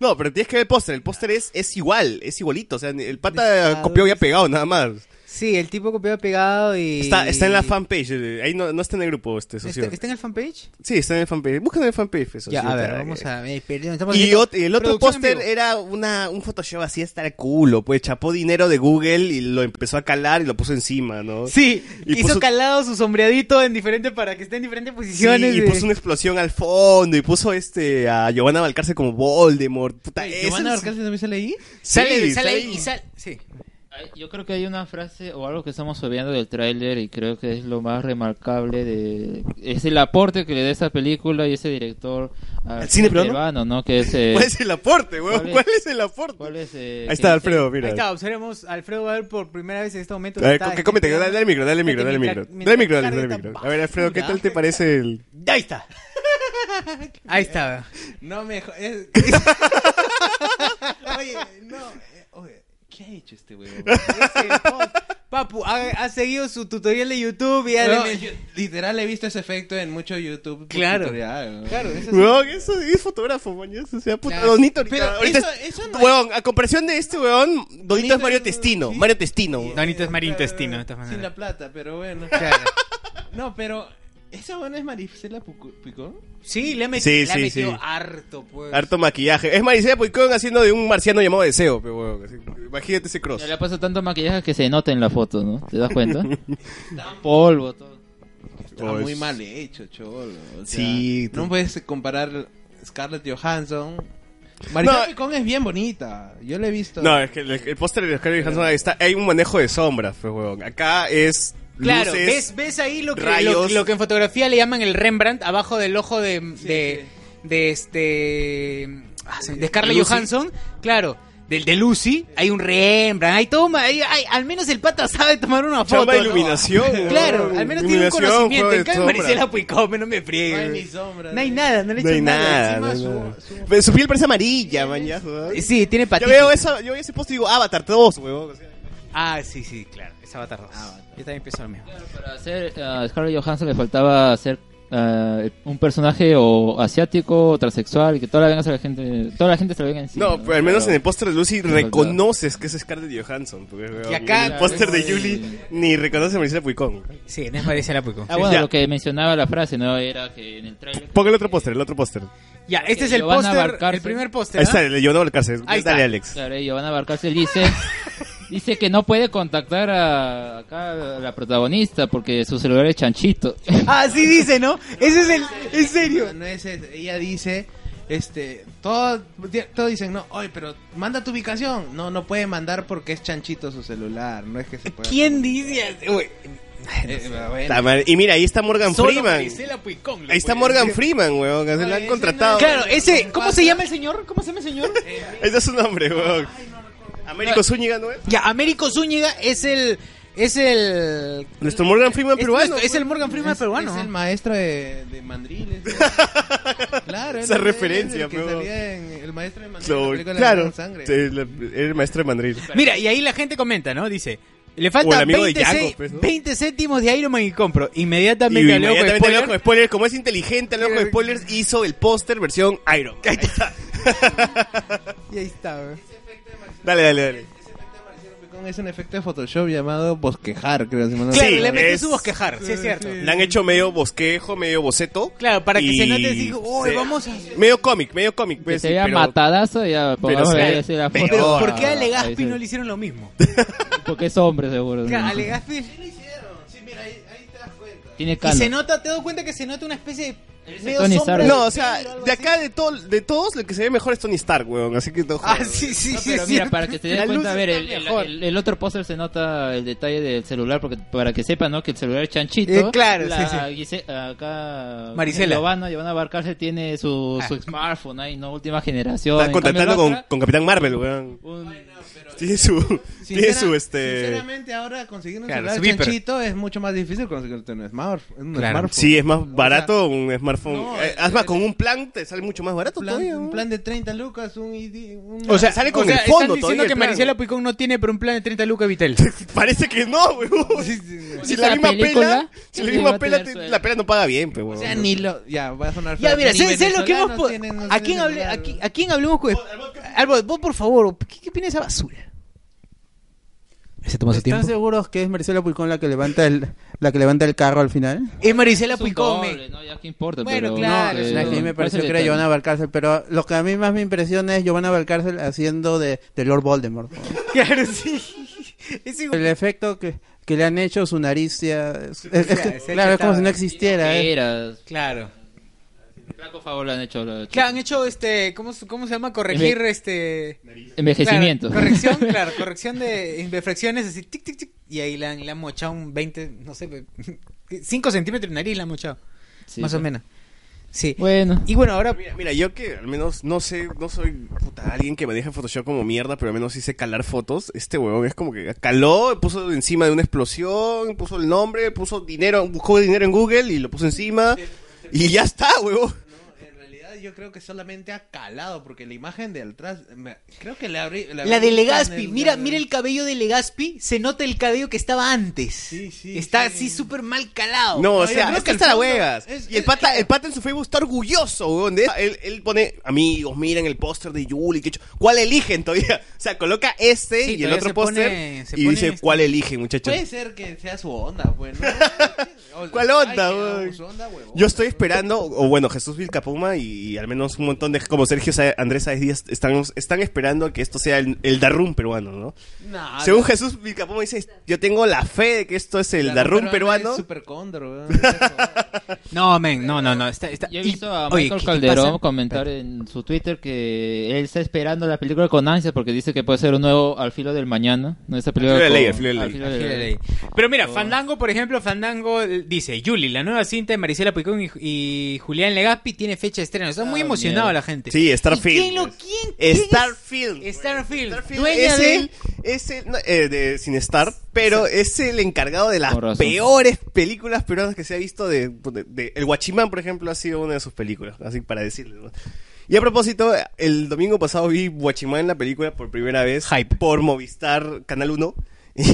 [SPEAKER 5] No, pero tienes que ver el póster, el póster es, es igual, es igualito, o sea, el pata copió y ha pegado nada más.
[SPEAKER 4] Sí, el tipo copiado pegado y...
[SPEAKER 5] Está, está en la fanpage, eh, ahí no, no está en el grupo este socio.
[SPEAKER 4] ¿Está, está en el fanpage?
[SPEAKER 5] Sí, está en el fanpage. Búscalo en el fanpage. Socio,
[SPEAKER 4] Ya, a ver,
[SPEAKER 5] para
[SPEAKER 4] vamos
[SPEAKER 5] que-
[SPEAKER 4] a ver, perdón, estamos
[SPEAKER 5] Y
[SPEAKER 4] haciendo
[SPEAKER 5] ot- el otro
[SPEAKER 4] producción en
[SPEAKER 5] póster
[SPEAKER 4] vivo.
[SPEAKER 5] era una, un Photoshop así hasta el culo, pues chapó dinero de Google y lo empezó a calar y lo puso encima, ¿no?
[SPEAKER 4] Sí,
[SPEAKER 5] y
[SPEAKER 4] hizo
[SPEAKER 5] puso-
[SPEAKER 4] calado su sombreadito en diferente para que esté en diferentes
[SPEAKER 5] Sí,
[SPEAKER 4] posiciones.
[SPEAKER 5] y
[SPEAKER 4] de-
[SPEAKER 5] puso una explosión al fondo y puso este a Giovanna Balcarce como Voldemort. Puta,
[SPEAKER 7] Ay,
[SPEAKER 5] ese
[SPEAKER 7] ¿Giovanna
[SPEAKER 5] es-
[SPEAKER 7] Barcalce también sale ahí?
[SPEAKER 4] Sale,
[SPEAKER 5] Sí,
[SPEAKER 4] sale ahí
[SPEAKER 5] sale-
[SPEAKER 4] y sale... Sí.
[SPEAKER 6] Ay, Yo creo que hay una frase o algo que estamos obviando del tráiler y creo que es lo más remarcable de es el aporte que le da esta película y ese director A ver,
[SPEAKER 5] ¿El cine peruano?
[SPEAKER 6] ¿no? Que es, eh,
[SPEAKER 5] ¿Cuál es el aporte, weón?
[SPEAKER 6] ¿Cuál es?
[SPEAKER 5] ¿Cuál es el aporte?
[SPEAKER 6] eh,
[SPEAKER 5] Ahí está
[SPEAKER 6] que-
[SPEAKER 5] Alfredo, mira. eh.
[SPEAKER 4] Ahí está, observemos. Alfredo va a ver por primera vez en este momento.
[SPEAKER 5] A ver,
[SPEAKER 4] está
[SPEAKER 5] ¿con ¿qué comete? Dale, dale el micro, dale el micro, dale el micro.
[SPEAKER 4] Mientras-
[SPEAKER 5] Dale el micro,
[SPEAKER 4] mientras
[SPEAKER 5] dale, dale
[SPEAKER 4] carga
[SPEAKER 5] el micro.
[SPEAKER 4] esta
[SPEAKER 5] A ver, Alfredo, ¿qué tal te parece el...?
[SPEAKER 4] Ahí está. [laughs]
[SPEAKER 5] [laughs]
[SPEAKER 4] Ahí está.
[SPEAKER 7] No me. jo-
[SPEAKER 4] [laughs]
[SPEAKER 7] es- Oye, no. eh, Oye, ¿qué ha hecho este huevón?
[SPEAKER 4] Es el pod. Este, Papu, ha, ha seguido su tutorial de YouTube y ha
[SPEAKER 7] No, yo literal he visto ese efecto en mucho YouTube.
[SPEAKER 4] Claro.
[SPEAKER 7] tutorial, ¿no?
[SPEAKER 4] Claro, eso
[SPEAKER 5] Weón, eso es fotógrafo, man. Eso sea puta.
[SPEAKER 4] Pues Claro.
[SPEAKER 5] Donito ahorita.
[SPEAKER 4] Pero
[SPEAKER 5] ahorita
[SPEAKER 4] eso-
[SPEAKER 5] es-
[SPEAKER 4] eso no
[SPEAKER 5] Weón, a comparación de este weón, Donito, es Mario Testino. Mario Testino. weón.
[SPEAKER 4] Donito es Mario Intestino, de estas
[SPEAKER 7] Sin
[SPEAKER 4] maneras.
[SPEAKER 7] la plata, pero bueno.
[SPEAKER 4] Claro.
[SPEAKER 7] [laughs] No, pero. ¿Esa buena es Maricela Pucu- Picón?
[SPEAKER 4] Sí, le ha metido,
[SPEAKER 5] Sí,
[SPEAKER 4] le ha
[SPEAKER 5] sí,
[SPEAKER 4] metido
[SPEAKER 5] sí.
[SPEAKER 4] harto, pues.
[SPEAKER 5] Harto maquillaje. Es Maricela Puicón haciendo de un marciano llamado Deseo, pero weón. así. Imagínate ese cross.
[SPEAKER 6] Ya le ha pasado tanto maquillaje que se nota en la foto, ¿no? ¿Te
[SPEAKER 5] [laughs]
[SPEAKER 6] das cuenta? Polvo, todo.
[SPEAKER 7] Está
[SPEAKER 5] Oh, es-
[SPEAKER 7] muy mal hecho, cholo. o sea,
[SPEAKER 5] Sí, tú-
[SPEAKER 7] No puedes comparar Scarlett Johansson. Maricela
[SPEAKER 5] No.
[SPEAKER 7] Picón es bien bonita. Yo la he visto.
[SPEAKER 5] No, es que el, el póster de Scarlett Johansson ahí está. Hay un manejo de sombras, pues, weón. Acá es.
[SPEAKER 4] Claro,
[SPEAKER 5] luces,
[SPEAKER 4] ves, ves ahí lo que, lo,
[SPEAKER 5] rayos.
[SPEAKER 4] lo que en fotografía le llaman el Rembrandt abajo del ojo de, de, de este ah, se- de Scarlett
[SPEAKER 5] Lucy.
[SPEAKER 4] Johansson, claro, del de Lucy, hay un Rembrandt, hay toma, hay, hay- al menos el pata sabe tomar una foto.
[SPEAKER 5] Chamba de
[SPEAKER 4] ¿no?
[SPEAKER 5] iluminación, weón.
[SPEAKER 4] [laughs] Claro, al menos tiene un
[SPEAKER 5] Iluminación,
[SPEAKER 4] conocimiento.
[SPEAKER 5] juego
[SPEAKER 4] En
[SPEAKER 5] de
[SPEAKER 4] cambio,
[SPEAKER 5] sombras.
[SPEAKER 4] Maricela Puicome, no me
[SPEAKER 7] No hay ni
[SPEAKER 4] friegues.
[SPEAKER 7] sombra.
[SPEAKER 4] No hay
[SPEAKER 7] ni-
[SPEAKER 4] nada, no le he
[SPEAKER 5] No hay
[SPEAKER 4] hecho
[SPEAKER 5] nada.
[SPEAKER 4] nada. encima
[SPEAKER 5] no hay
[SPEAKER 4] su-
[SPEAKER 5] nada. Pero su piel parece amarilla, man. ya, weón.
[SPEAKER 4] Sí, tiene
[SPEAKER 5] Yo
[SPEAKER 4] patitas.
[SPEAKER 5] veo, eh. esa, yo veo ese póster y digo Avatar 2, weón. O sea,
[SPEAKER 4] Ah, sí, sí, claro, es Avatar 2. Yo también pienso lo mismo.
[SPEAKER 6] Para hacer eh, a Scarlett Johansson le faltaba hacer ah, un personaje o asiático o transexual y que toda la venganza de la gente toda la gente se lo venga encima
[SPEAKER 5] No, pero al menos en el
[SPEAKER 6] Pero-
[SPEAKER 5] póster de Lucy reconoces que es Scarlett Johansson. pues, weón.
[SPEAKER 4] Y acá,
[SPEAKER 5] en el póster de
[SPEAKER 4] pues,
[SPEAKER 5] Julie ni reconoce a Maricela Puicón.
[SPEAKER 4] Sí, no es Maricela Puicome.
[SPEAKER 6] ah bueno
[SPEAKER 5] Ya.
[SPEAKER 6] lo que mencionaba la frase no era que en el trailer
[SPEAKER 5] Ponga el otro póster, el otro póster.
[SPEAKER 4] Ya, este es el
[SPEAKER 6] Giovanna
[SPEAKER 4] póster,
[SPEAKER 6] Valcárcel.
[SPEAKER 4] el primer póster.
[SPEAKER 5] Ahí
[SPEAKER 4] ¿ah?
[SPEAKER 5] está, el de Giovanna Valcárcel.
[SPEAKER 4] Ahí
[SPEAKER 5] Dale,
[SPEAKER 4] está.
[SPEAKER 5] Alex.
[SPEAKER 6] Claro, y Giovanna
[SPEAKER 5] [laughs]
[SPEAKER 6] Barcárcel dice dice que no puede contactar a, acá a la protagonista porque su celular es chanchito.
[SPEAKER 4] Ah, sí dice, ¿no? Ese es el. En serio.
[SPEAKER 7] No, no es eso. Ella dice, este, todo, todo dicen, no, oye, pero manda tu ubicación. No, no puede mandar porque es chanchito su celular. No es que se pueda.
[SPEAKER 4] ¿Quién dice así? Uy,
[SPEAKER 7] [laughs] Eh, bueno.
[SPEAKER 5] Ta madre. Y mira, ahí está Morgan
[SPEAKER 4] solo
[SPEAKER 5] Freeman.
[SPEAKER 4] Maricela Puigcón lo
[SPEAKER 5] Ahí está
[SPEAKER 4] puede
[SPEAKER 5] Morgan
[SPEAKER 4] decir.
[SPEAKER 5] Freeman, weón. que Se lo han
[SPEAKER 7] ese
[SPEAKER 5] contratado.
[SPEAKER 4] Claro, ese. ¿Cómo se llama el señor? ¿Cómo se llama el señor?
[SPEAKER 5] Ese es su nombre, weón. Américo Zúñiga, ¿no es?
[SPEAKER 4] Ya, Américo Zúñiga es el. Es el.
[SPEAKER 5] Nuestro Morgan Freeman
[SPEAKER 4] es,
[SPEAKER 5] peruano. pues.
[SPEAKER 4] nuestro- es el Morgan Freeman
[SPEAKER 7] es,
[SPEAKER 4] peruano.
[SPEAKER 7] es el maestro de, de mandriles. ¿no?
[SPEAKER 5] [laughs]
[SPEAKER 7] claro, él
[SPEAKER 5] Esa
[SPEAKER 7] es el
[SPEAKER 5] referencia,
[SPEAKER 7] que
[SPEAKER 5] pero-
[SPEAKER 7] salía en el maestro de mandriles.
[SPEAKER 5] So,
[SPEAKER 7] la película de la
[SPEAKER 5] claro,
[SPEAKER 7] Gran sangre.
[SPEAKER 5] sí, el, el maestro de Madrid.
[SPEAKER 4] Mira, y ahí la gente comenta, ¿no? Dice.
[SPEAKER 5] O
[SPEAKER 4] Le
[SPEAKER 5] el
[SPEAKER 4] faltan
[SPEAKER 5] amigo de
[SPEAKER 4] 20,
[SPEAKER 5] Yango,
[SPEAKER 4] ce-
[SPEAKER 5] pues, ¿no?
[SPEAKER 4] 20 céntimos de Iron Man y compro.
[SPEAKER 5] Y
[SPEAKER 4] Inmediatamente al ojo de
[SPEAKER 5] inmediatamente el
[SPEAKER 4] spoiler,
[SPEAKER 5] ojo de spoilers, como es inteligente, el ojo de spoilers hizo el póster versión Iron. Man.
[SPEAKER 4] Y ahí está, güey.
[SPEAKER 5] dale, dale, dale.
[SPEAKER 7] Con- Es un efecto de Photoshop llamado bosquejar, creo. Si mal no
[SPEAKER 4] Claro,
[SPEAKER 5] Sí,
[SPEAKER 4] le metió
[SPEAKER 5] es-
[SPEAKER 4] su bosquejar, sí es cierto.
[SPEAKER 5] Le han hecho medio bosquejo, medio boceto.
[SPEAKER 4] Claro, para que
[SPEAKER 5] y
[SPEAKER 4] se note, digo, uy,
[SPEAKER 5] se-
[SPEAKER 4] vamos a.
[SPEAKER 5] Medio cómic, medio cómic.
[SPEAKER 6] que
[SPEAKER 5] pues,
[SPEAKER 6] se
[SPEAKER 5] sí,
[SPEAKER 6] vea
[SPEAKER 5] pero-
[SPEAKER 6] matadazo ya pongamos
[SPEAKER 5] se-
[SPEAKER 6] ahí así la foto.
[SPEAKER 4] Pero,
[SPEAKER 5] Peor.
[SPEAKER 4] ¿por qué a
[SPEAKER 6] Ahí
[SPEAKER 4] Legaspi
[SPEAKER 6] sí.
[SPEAKER 4] no le hicieron
[SPEAKER 5] [laughs]
[SPEAKER 4] lo mismo?
[SPEAKER 6] Porque es hombre seguro.
[SPEAKER 4] Claro,
[SPEAKER 6] ¿no?
[SPEAKER 4] a Legaspi.
[SPEAKER 6] Tiene
[SPEAKER 4] Y
[SPEAKER 6] cano.
[SPEAKER 4] se nota, te doy cuenta que se nota una especie de. medio
[SPEAKER 6] Tony
[SPEAKER 4] sombra
[SPEAKER 6] Stark.
[SPEAKER 4] de-
[SPEAKER 5] No, o sea, de acá de, todo- de todos, lo que se ve mejor es Tony Stark, weón. Así que no
[SPEAKER 4] Ah,
[SPEAKER 5] jodas.
[SPEAKER 4] sí, sí,
[SPEAKER 6] No,
[SPEAKER 4] sí.
[SPEAKER 6] pero
[SPEAKER 4] es
[SPEAKER 6] mira,
[SPEAKER 4] cierto.
[SPEAKER 6] para que se
[SPEAKER 4] La
[SPEAKER 6] den
[SPEAKER 4] luz
[SPEAKER 6] cuenta, a ver,
[SPEAKER 4] está
[SPEAKER 6] el, el-
[SPEAKER 4] mejor.
[SPEAKER 6] el- el otro póster se nota el detalle del celular, porque para que sepan, ¿no? Que el celular es chanchito.
[SPEAKER 4] Eh, claro,
[SPEAKER 6] La-
[SPEAKER 4] sí,
[SPEAKER 6] Gise- acá...
[SPEAKER 4] Marisela. Ah.
[SPEAKER 6] Giovanna, Giovanna Barcarse tiene su, su smartphone ahí, ¿no? Última generación.
[SPEAKER 5] Está
[SPEAKER 6] En
[SPEAKER 5] contactando
[SPEAKER 6] cambio,
[SPEAKER 5] con,
[SPEAKER 6] la otra,
[SPEAKER 5] con Capitán Marvel, weón.
[SPEAKER 6] un-
[SPEAKER 5] Tiene
[SPEAKER 4] [laughs]
[SPEAKER 5] su. Tiene
[SPEAKER 7] Sincera-
[SPEAKER 5] su este.
[SPEAKER 7] Sinceramente, ahora conseguir un
[SPEAKER 5] Claro,
[SPEAKER 7] celular
[SPEAKER 5] su beeper.
[SPEAKER 7] chanchito es mucho más difícil conseguirte un smartphone. Un
[SPEAKER 4] Claro.
[SPEAKER 7] smartphone.
[SPEAKER 5] Sí, es más barato un smartphone.
[SPEAKER 7] no,
[SPEAKER 5] Eh,
[SPEAKER 7] eh,
[SPEAKER 5] haz más, con un plan te sale mucho más barato
[SPEAKER 7] plan-
[SPEAKER 5] todavía.
[SPEAKER 7] un
[SPEAKER 5] weón.
[SPEAKER 7] plan de 30 lucas, un ID, un-
[SPEAKER 4] O sea,
[SPEAKER 5] sale
[SPEAKER 4] o
[SPEAKER 5] con
[SPEAKER 4] sea,
[SPEAKER 5] el fondo
[SPEAKER 4] Están
[SPEAKER 5] todavía
[SPEAKER 4] diciendo
[SPEAKER 5] el
[SPEAKER 4] que
[SPEAKER 5] plan.
[SPEAKER 4] Maricela Puicón no tiene, pero un plan de 30 lucas Vitel.
[SPEAKER 5] Parece que no, weón. Pues Si la
[SPEAKER 6] ¿Esa
[SPEAKER 5] misma
[SPEAKER 6] película?
[SPEAKER 5] pela, si la
[SPEAKER 6] Sí, va
[SPEAKER 5] misma
[SPEAKER 6] a
[SPEAKER 5] pela,
[SPEAKER 6] tener
[SPEAKER 5] te-
[SPEAKER 6] sueldo.
[SPEAKER 5] la pela no paga bien, pero
[SPEAKER 7] o sea, ni lo... Ya, va a [laughs] sonar...
[SPEAKER 4] Ya,
[SPEAKER 7] feo.
[SPEAKER 4] mira,
[SPEAKER 7] Ni
[SPEAKER 4] ¿sabes, sabes lo que hemos. po-
[SPEAKER 7] venezolanos tienen- no
[SPEAKER 4] ¿A
[SPEAKER 7] tienen
[SPEAKER 4] quién, hablé,
[SPEAKER 7] celular,
[SPEAKER 4] a, qui- a quién hablemos con.? Albot, vos por favor, ¿qué, qué opinas de esa basura? Se toma su
[SPEAKER 10] ¿Están
[SPEAKER 4] tiempo.
[SPEAKER 10] seguros que es Maricela Pulcón la que levanta el, la que levanta el carro al final?
[SPEAKER 4] Es Maricela
[SPEAKER 6] es un
[SPEAKER 4] Puicón.
[SPEAKER 6] doble, ¿no? Ya, ¿qué importa?
[SPEAKER 4] Bueno,
[SPEAKER 6] pero,
[SPEAKER 4] claro,
[SPEAKER 6] eh,
[SPEAKER 4] es
[SPEAKER 10] La que a mí me
[SPEAKER 6] ¿cuál
[SPEAKER 10] pareció
[SPEAKER 6] es el
[SPEAKER 10] que era
[SPEAKER 6] detalle?
[SPEAKER 10] Giovanna Valcárcel, pero lo que a mí más me impresiona es Giovanna Valcárcel haciendo de, de Lord Voldemort.
[SPEAKER 4] [laughs] Claro, sí. Es igual.
[SPEAKER 10] El efecto que, que le han hecho su nariz, ya, es- es- es que-
[SPEAKER 4] se
[SPEAKER 10] claro, es como
[SPEAKER 4] achetaba.
[SPEAKER 10] si no existiera. ¿eh?
[SPEAKER 6] Eras.
[SPEAKER 4] Claro.
[SPEAKER 6] Flaco favor le han hecho.
[SPEAKER 4] Claro,
[SPEAKER 6] los chicos.
[SPEAKER 4] han hecho este. ¿Cómo, se- cómo se llama? Corregir este.
[SPEAKER 6] Envejecimiento.
[SPEAKER 4] Claro,
[SPEAKER 6] [laughs]
[SPEAKER 4] corrección, claro, corrección de imperfecciones, así, tic, tic, tic. Y ahí le han, le han [laughs] mochado un 20, no sé, 5 centímetros de nariz le han mochado,
[SPEAKER 6] Sí,
[SPEAKER 4] más o
[SPEAKER 6] sí.
[SPEAKER 4] menos. Sí. Bueno. Y bueno, ahora.
[SPEAKER 5] Mira, mira, yo que al menos no sé, no soy puta, alguien que maneja Photoshop como mierda, pero al menos sí sé calar fotos. Este huevón es como que caló, puso encima de una explosión, puso el nombre, puso dinero, buscó dinero en Google y lo puso encima. Y ya está, huevón.
[SPEAKER 7] Yo creo que solamente ha calado, porque la imagen de atrás. me- creo que le abrí. le
[SPEAKER 4] La
[SPEAKER 7] abrí
[SPEAKER 4] de
[SPEAKER 7] el
[SPEAKER 4] Legaspi,
[SPEAKER 7] panel,
[SPEAKER 4] mira,
[SPEAKER 7] le-
[SPEAKER 4] mira el cabello de Legaspi, se nota el cabello que estaba antes. Está así súper mal calado.
[SPEAKER 5] No, o sea,
[SPEAKER 4] creo
[SPEAKER 5] es que hasta la huevas. y el pata, el pata en su Facebook está orgulloso, weón. de- él, él pone, amigos, miren el póster de Yuli. qué ch- ¿Cuál eligen todavía? [laughs] O sea, coloca este
[SPEAKER 7] Sí,
[SPEAKER 5] y el
[SPEAKER 7] todavía
[SPEAKER 5] otro
[SPEAKER 7] se pone-
[SPEAKER 5] póster
[SPEAKER 7] se
[SPEAKER 5] y
[SPEAKER 7] pone
[SPEAKER 5] dice,
[SPEAKER 7] este.
[SPEAKER 5] ¿cuál eligen, muchachos?
[SPEAKER 7] Puede ser que sea su onda, bueno. [laughs]
[SPEAKER 5] ¿Cuál onda,
[SPEAKER 7] weón?
[SPEAKER 5] weón?
[SPEAKER 7] Su onda, weón.
[SPEAKER 5] Yo estoy esperando, o bueno, Jesús Vilcapuma y, y al menos un montón de, como Sergio Sa- Andrés Sáez Díaz, están, están esperando que esto sea el, el Darrum peruano, ¿no?
[SPEAKER 7] Nah,
[SPEAKER 5] Según
[SPEAKER 7] Ah, no.
[SPEAKER 5] Jesús Vilcapuma dice, yo tengo la fe de que esto es el Darrum peruano.
[SPEAKER 7] Es super cóndor, weón.
[SPEAKER 5] [laughs]
[SPEAKER 4] No, men, no, no, no. Está, está...
[SPEAKER 6] Yo he visto a
[SPEAKER 4] Oye,
[SPEAKER 6] Michael
[SPEAKER 4] ¿qué- qué
[SPEAKER 6] Calderón
[SPEAKER 4] pasa?
[SPEAKER 6] comentar en su Twitter que él está esperando la película con ansias porque dice que puede ser un nuevo Al filo del mañana. No esa película
[SPEAKER 5] filo de la
[SPEAKER 6] con-
[SPEAKER 5] ley, al filo de la
[SPEAKER 6] al
[SPEAKER 5] ley.
[SPEAKER 6] filo de la ley.
[SPEAKER 4] Pero mira,
[SPEAKER 6] Con-
[SPEAKER 4] Fandango, por ejemplo, Fandango eh, dice, Yuli, la nueva cinta de Maricela Puicón y, y Julián Legaspi tiene fecha de estreno.
[SPEAKER 6] Ah,
[SPEAKER 4] Está muy emocionado la gente.
[SPEAKER 5] Sí, Starfield.
[SPEAKER 4] ¿Y quién lo- quién- quién es?
[SPEAKER 5] Starfield.
[SPEAKER 4] Starfield.
[SPEAKER 5] Starfield
[SPEAKER 4] dueña
[SPEAKER 5] es
[SPEAKER 4] de...
[SPEAKER 5] el, es el- no, eh, de Sinestar, pero es el encargado de las
[SPEAKER 6] Con razón.
[SPEAKER 5] peores películas peruanas que se ha visto de, de- de- El Guachimán, por ejemplo, ha sido una de sus películas, así para decirle. ¿no? Y a propósito, el domingo pasado vi Guachimán la película por primera vez Hype. por Movistar Canal 1. [laughs]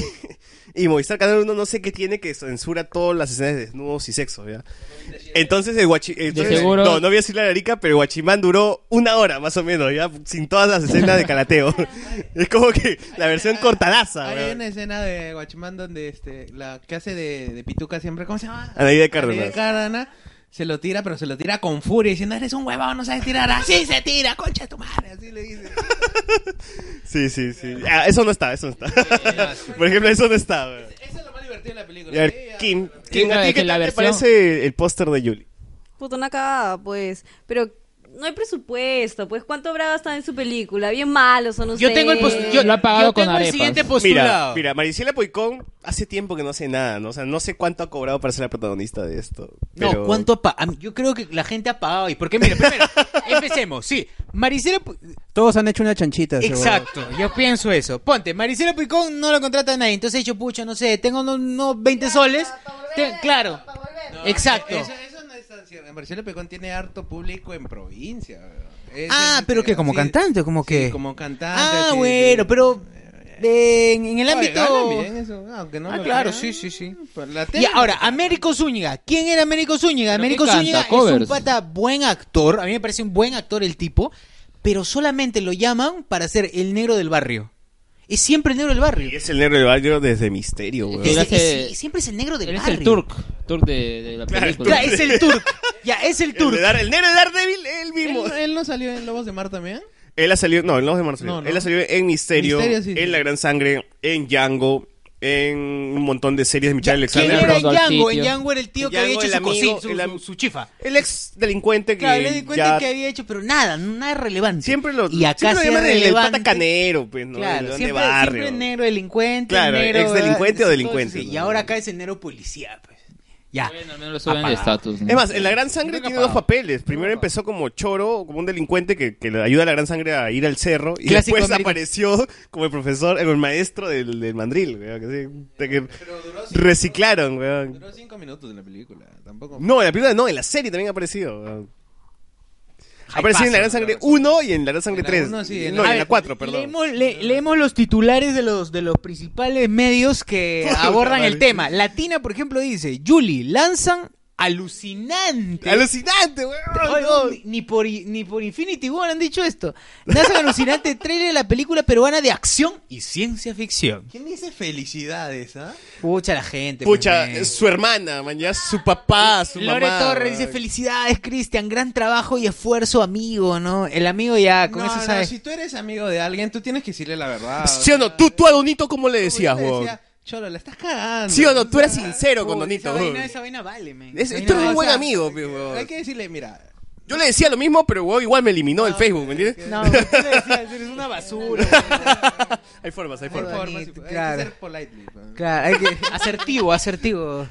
[SPEAKER 5] Y Movistar Canal 1 no sé qué tiene que censura todas las escenas de desnudos y sexo, ¿ya? Entonces el guachi... entonces-
[SPEAKER 6] seguro-
[SPEAKER 5] No, no voy a decir la larica, pero el guachimán duró una hora más o menos, ¿ya? Sin todas las escenas de calateo. es como que la versión cortadaza,
[SPEAKER 7] Hay
[SPEAKER 5] weón.
[SPEAKER 7] una escena de Guachimán donde este, la que hace de, de Pituca siempre, ¿cómo se llama?
[SPEAKER 5] Anaída
[SPEAKER 7] Anaída
[SPEAKER 5] Cárdenas.
[SPEAKER 7] Cárdenas. Se lo tira, pero se lo tira con furia, diciendo, eres un huevón, no sabes tirar. Así se tira, concha de tu madre. Así
[SPEAKER 5] [laughs]
[SPEAKER 7] le dice.
[SPEAKER 5] Sí, sí, sí. Ah, eso no está, eso no está. [laughs] Por ejemplo, eso no está, weón.
[SPEAKER 7] Eso es lo más divertido de la película.
[SPEAKER 5] Y A ver, Kim, Kim,
[SPEAKER 6] Sí,
[SPEAKER 5] ¿a
[SPEAKER 6] no,
[SPEAKER 5] ti
[SPEAKER 6] es
[SPEAKER 5] qué
[SPEAKER 6] que la
[SPEAKER 5] tal te
[SPEAKER 6] versión-
[SPEAKER 5] parece el póster de Yuli?
[SPEAKER 8] Puta, una cagada, pues. Pero no hay presupuesto, pues. ¿Cuánto habrá gastado en su película? Bien malos son ustedes.
[SPEAKER 4] Yo tengo el, pos- yo,
[SPEAKER 6] Lo ha pagado
[SPEAKER 4] yo tengo
[SPEAKER 6] con
[SPEAKER 4] el
[SPEAKER 6] arepas.
[SPEAKER 4] siguiente postulado.
[SPEAKER 5] Mira, mira, Maricela Poicón hace tiempo que no hace nada, ¿no? O sea, no sé cuánto ha cobrado para ser la protagonista de esto.
[SPEAKER 4] No,
[SPEAKER 5] pero-
[SPEAKER 4] ¿cuánto ha pa- a mí- Yo creo que la gente ha pagado ahí. Porque, mira, primero, [laughs] empecemos. Sí, Maricela... Pu-
[SPEAKER 10] Todos han hecho una chanchita. ese
[SPEAKER 4] Exacto, yo pienso eso. Ponte, Maricela Puicón no la contrata nadie. Entonces yo, pucha, no sé, tengo unos, unos 20 soles. Te- claro. Exacto.
[SPEAKER 7] Eso, eso no es tan cierto. En Marcelo Pecón tiene harto público en provincia. weón. Ese
[SPEAKER 4] Ah,
[SPEAKER 7] es
[SPEAKER 4] pero
[SPEAKER 7] el
[SPEAKER 4] que como
[SPEAKER 7] sí,
[SPEAKER 4] cantante, como que...
[SPEAKER 7] sí, como cantante.
[SPEAKER 4] Ah,
[SPEAKER 7] sí,
[SPEAKER 4] bueno,
[SPEAKER 7] sí.
[SPEAKER 4] pero de- en, en el
[SPEAKER 7] Oye, ganan
[SPEAKER 4] ámbito...
[SPEAKER 7] bien eso, aunque no
[SPEAKER 4] Ah,
[SPEAKER 7] lo
[SPEAKER 4] claro,
[SPEAKER 7] crean,
[SPEAKER 4] sí, sí, sí.
[SPEAKER 7] pues la
[SPEAKER 4] Y
[SPEAKER 7] tele-
[SPEAKER 4] ahora, Américo Zúñiga. ¿Quién era Américo Zúñiga?
[SPEAKER 6] ¿Pero
[SPEAKER 4] Américo
[SPEAKER 6] qué canta?
[SPEAKER 4] Zúñiga es un
[SPEAKER 6] Covers.
[SPEAKER 4] pata buen actor. A mí me parece un buen actor el tipo. Pero solamente lo llaman para ser el negro del barrio. Es siempre el negro del
[SPEAKER 5] Y
[SPEAKER 4] barrio.
[SPEAKER 5] es el negro del barrio desde Misterio,
[SPEAKER 6] Es
[SPEAKER 5] weón.
[SPEAKER 6] que él
[SPEAKER 4] Es-
[SPEAKER 6] hace-
[SPEAKER 4] es- siempre es el negro del
[SPEAKER 6] él es
[SPEAKER 4] barrio.
[SPEAKER 6] el Turk. Turk de, de la película.
[SPEAKER 4] Claro, es el Turk. Ya,
[SPEAKER 5] [laughs]
[SPEAKER 4] es el
[SPEAKER 5] El,
[SPEAKER 4] Turk.
[SPEAKER 5] de Dar- el negro de Daredevil, él mismo.
[SPEAKER 7] ¿Él, él no salió en Lobos de Mar también?
[SPEAKER 5] Él ha salido, no, en Los de Mar no salió.
[SPEAKER 7] No, no.
[SPEAKER 5] Él ha salido en Misterio,
[SPEAKER 7] Misterio, sí, sí.
[SPEAKER 5] en La Gran Sangre, en Django, en un montón de series de Michelle
[SPEAKER 4] ¿Quién
[SPEAKER 5] Alexander.
[SPEAKER 4] era
[SPEAKER 6] Alejandro
[SPEAKER 4] en
[SPEAKER 6] Rodolfo
[SPEAKER 4] Django? En
[SPEAKER 6] Sitio.
[SPEAKER 4] Django era el tío que
[SPEAKER 5] Django,
[SPEAKER 4] había hecho
[SPEAKER 5] el
[SPEAKER 4] su,
[SPEAKER 5] amigo,
[SPEAKER 4] cocin- su-
[SPEAKER 5] el am-
[SPEAKER 4] su- su chifa.
[SPEAKER 5] pero El ex delincuente que
[SPEAKER 4] Claro, le di cuenta
[SPEAKER 5] ya
[SPEAKER 4] que había hecho, pero nada, nada relevante.
[SPEAKER 5] siempre lo,
[SPEAKER 4] y
[SPEAKER 5] siempre
[SPEAKER 4] acá
[SPEAKER 5] lo
[SPEAKER 4] sí es
[SPEAKER 5] llaman el- el
[SPEAKER 4] relevante.
[SPEAKER 5] pata canero, pues, ¿no? El
[SPEAKER 4] Claro,
[SPEAKER 5] don
[SPEAKER 4] siempre,
[SPEAKER 5] de barrio.
[SPEAKER 4] siempre negro delincuente,
[SPEAKER 5] Claro,
[SPEAKER 4] negro,
[SPEAKER 5] exdelincuente o
[SPEAKER 4] ¿verdad?
[SPEAKER 5] delincuente,
[SPEAKER 4] Sí,
[SPEAKER 5] ¿no?
[SPEAKER 4] Y ahora acá es el negro policía, pues. Ya.
[SPEAKER 6] Bueno, al menos lo suben de
[SPEAKER 4] Apagado.
[SPEAKER 6] estatus. ¿no?
[SPEAKER 5] Es más, en La Gran Sangre
[SPEAKER 6] Nunca
[SPEAKER 5] tiene dos
[SPEAKER 6] apagado.
[SPEAKER 5] papeles. Primero empezó como choro, como un delincuente que, que le ayuda a La Gran Sangre a ir al cerro. Y
[SPEAKER 4] Clásico
[SPEAKER 5] después
[SPEAKER 4] americano.
[SPEAKER 5] apareció como el profesor, el maestro del, del mandril. weón, que sí, de que reciclaron, weón.
[SPEAKER 7] Duró cinco minutos en la película. Tampoco.
[SPEAKER 5] No, en la película no, en la serie también ha aparecido. weón. Apareció en La Gran
[SPEAKER 7] paso,
[SPEAKER 5] Sangre
[SPEAKER 7] la verdad.
[SPEAKER 5] 1 y en La Gran Sangre
[SPEAKER 7] En la
[SPEAKER 5] 3.
[SPEAKER 7] uno, sí, en
[SPEAKER 5] no,
[SPEAKER 7] la-
[SPEAKER 5] en
[SPEAKER 7] A
[SPEAKER 5] la
[SPEAKER 7] ver,
[SPEAKER 5] 4, perdón.
[SPEAKER 4] Leemos, le- leemos los titulares de los, de los principales
[SPEAKER 5] [laughs]
[SPEAKER 4] medios que abordan el tema. Latina, por ejemplo, dice, Julie, lanzan alucinante.
[SPEAKER 5] Alucinante, weón.
[SPEAKER 4] Ay,
[SPEAKER 5] no.
[SPEAKER 4] ni- ni, por, ni por Infinity War han dicho esto. Lanzan alucinante trailer de la película peruana de acción y ciencia ficción.
[SPEAKER 7] ¿Quién dice felicidades, ah?
[SPEAKER 4] Pucha la gente. pues,
[SPEAKER 5] Pucha,
[SPEAKER 4] men.
[SPEAKER 5] eh, su hermana, mañana su papá, su
[SPEAKER 4] Lore
[SPEAKER 5] mamá.
[SPEAKER 4] Torres dice,
[SPEAKER 5] weón.
[SPEAKER 4] felicidades, Cristian, gran trabajo y esfuerzo, amigo, ¿no? El amigo ya, con
[SPEAKER 7] No,
[SPEAKER 4] eso
[SPEAKER 7] no,
[SPEAKER 4] sabes.
[SPEAKER 7] si tú eres amigo de alguien, tú tienes que decirle
[SPEAKER 4] [laughs]
[SPEAKER 7] la verdad.
[SPEAKER 5] ¿Sí o no? ¿Tú, tú a Donito cómo le decías,
[SPEAKER 7] Yo le
[SPEAKER 5] weón?
[SPEAKER 7] decía, Cholo, la estás cagando.
[SPEAKER 5] Sí o no, tú eres
[SPEAKER 7] Ah,
[SPEAKER 5] sincero con
[SPEAKER 7] uy,
[SPEAKER 5] Donito.
[SPEAKER 7] esa
[SPEAKER 5] weón.
[SPEAKER 7] vaina, esa
[SPEAKER 4] vaina vale, men.
[SPEAKER 5] Es-
[SPEAKER 4] Esa
[SPEAKER 5] tú
[SPEAKER 4] vaina
[SPEAKER 5] eres un
[SPEAKER 4] vale.
[SPEAKER 5] buen
[SPEAKER 7] sea,
[SPEAKER 5] amigo, pe, weón.
[SPEAKER 7] vaina- Hay que decirle, mira,
[SPEAKER 5] Yo le decía lo mismo, pero weón, igual me eliminó del Facebook, ¿me entiendes?
[SPEAKER 4] No, tú le decías, eres una basura.
[SPEAKER 5] hay formas, hay
[SPEAKER 7] por
[SPEAKER 5] formas.
[SPEAKER 4] Ay,
[SPEAKER 7] favor,
[SPEAKER 4] Donito,
[SPEAKER 7] hay que
[SPEAKER 4] claro. [laughs]
[SPEAKER 7] ser politely. weón.
[SPEAKER 4] claro, hay que... Asertivo, asertivo.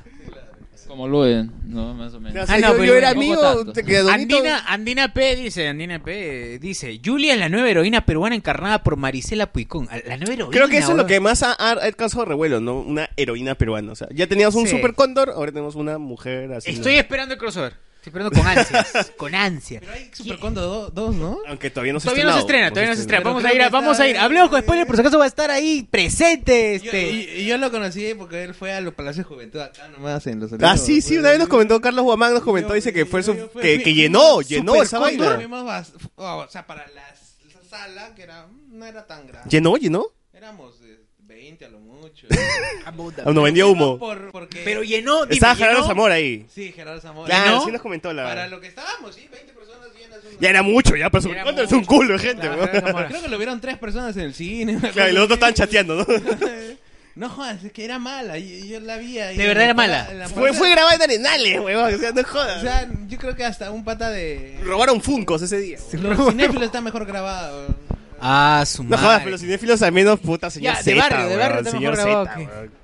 [SPEAKER 6] Como Luen, ¿no? Más o menos.
[SPEAKER 4] Ah, no, pero
[SPEAKER 6] Tampoco tanto.
[SPEAKER 4] Andina, Andina P dice, Andina P dice, Julia es la nueva heroína peruana encarnada por Marisela Puicón. A- La nueva heroína.
[SPEAKER 5] Creo que eso es lo
[SPEAKER 4] weón.
[SPEAKER 5] que más ha, ha- ha causado revuelo, ¿no? Una heroína peruana. O sea, ya teníamos un
[SPEAKER 4] Sí.
[SPEAKER 5] super cóndor, ahora tenemos una mujer así.
[SPEAKER 4] Estoy esperando el crossover. Estoy esperando con
[SPEAKER 5] [laughs]
[SPEAKER 4] ansias, con ansia.
[SPEAKER 7] Supercondo 2, ¿no?
[SPEAKER 5] Aunque todavía no se
[SPEAKER 4] Todavía no se estrena, todavía no se
[SPEAKER 5] este
[SPEAKER 4] estrena. Vamos a ir, a- vamos a ir.
[SPEAKER 7] Hablemos
[SPEAKER 4] Hablemos con spoiler, por si acaso va a estar ahí presente
[SPEAKER 7] Yo,
[SPEAKER 4] este.
[SPEAKER 7] y- y yo lo conocí porque él fue a los Palacios de Juventud acá nomás en los
[SPEAKER 5] Ah, sí, sí, una vez nos comentó Carlos Guamán, nos comentó, dice que fue su- que, que llenó, llenó esa vaina.
[SPEAKER 7] Fuimos bas- fu- oh, O sea, para las- la sala que era, no era tan grande.
[SPEAKER 5] ¿Llenó, llenó?
[SPEAKER 7] Éramos de 20 a lo mucho.
[SPEAKER 5] Ah, no, [laughs] vendió humo.
[SPEAKER 7] Por- porque-
[SPEAKER 4] Pero llenó, dime,
[SPEAKER 5] Estaba Gerardo
[SPEAKER 4] llenó.
[SPEAKER 5] Zamora ahí.
[SPEAKER 7] Sí, Gerardo Zamora.
[SPEAKER 5] Claro,
[SPEAKER 7] ¿Llenó?
[SPEAKER 5] sí nos comentó la
[SPEAKER 7] Para
[SPEAKER 5] verdad.
[SPEAKER 7] lo que estábamos, sí, 20 personas llenas. un-
[SPEAKER 5] Ya era mucho, ya, pero su
[SPEAKER 7] Era
[SPEAKER 5] cóndor es
[SPEAKER 7] mucho.
[SPEAKER 5] un culo, de gente.
[SPEAKER 7] Claro,
[SPEAKER 5] weón.
[SPEAKER 7] Gerardo Zamora. Creo que lo vieron tres personas en el cine. una
[SPEAKER 5] Claro, y los
[SPEAKER 7] cosa
[SPEAKER 5] otros estaban chateando, ¿no?
[SPEAKER 7] [laughs] No jodas, es que era mala. y- y Yo, la vi ahí.
[SPEAKER 4] De verdad era
[SPEAKER 7] En la-
[SPEAKER 4] mala.
[SPEAKER 7] en la
[SPEAKER 5] Fue,
[SPEAKER 4] [laughs]
[SPEAKER 7] parte-
[SPEAKER 5] fue grabada en Arenales, weón. O sea, no
[SPEAKER 7] O
[SPEAKER 5] jodas.
[SPEAKER 7] sea, yo creo que hasta un pata de.
[SPEAKER 5] Robaron Funcos ese día. weón.
[SPEAKER 7] Los cinéfilos está mejor grabado.
[SPEAKER 4] Ah, su
[SPEAKER 5] No
[SPEAKER 4] madre.
[SPEAKER 5] jodas, pero los cinéfilos al menos, puta, señor
[SPEAKER 4] Ya, de
[SPEAKER 5] Z,
[SPEAKER 4] barrio, de barrio
[SPEAKER 5] weón,
[SPEAKER 4] está
[SPEAKER 5] señor
[SPEAKER 4] mejor
[SPEAKER 5] Z,
[SPEAKER 4] grabado que-
[SPEAKER 5] weón.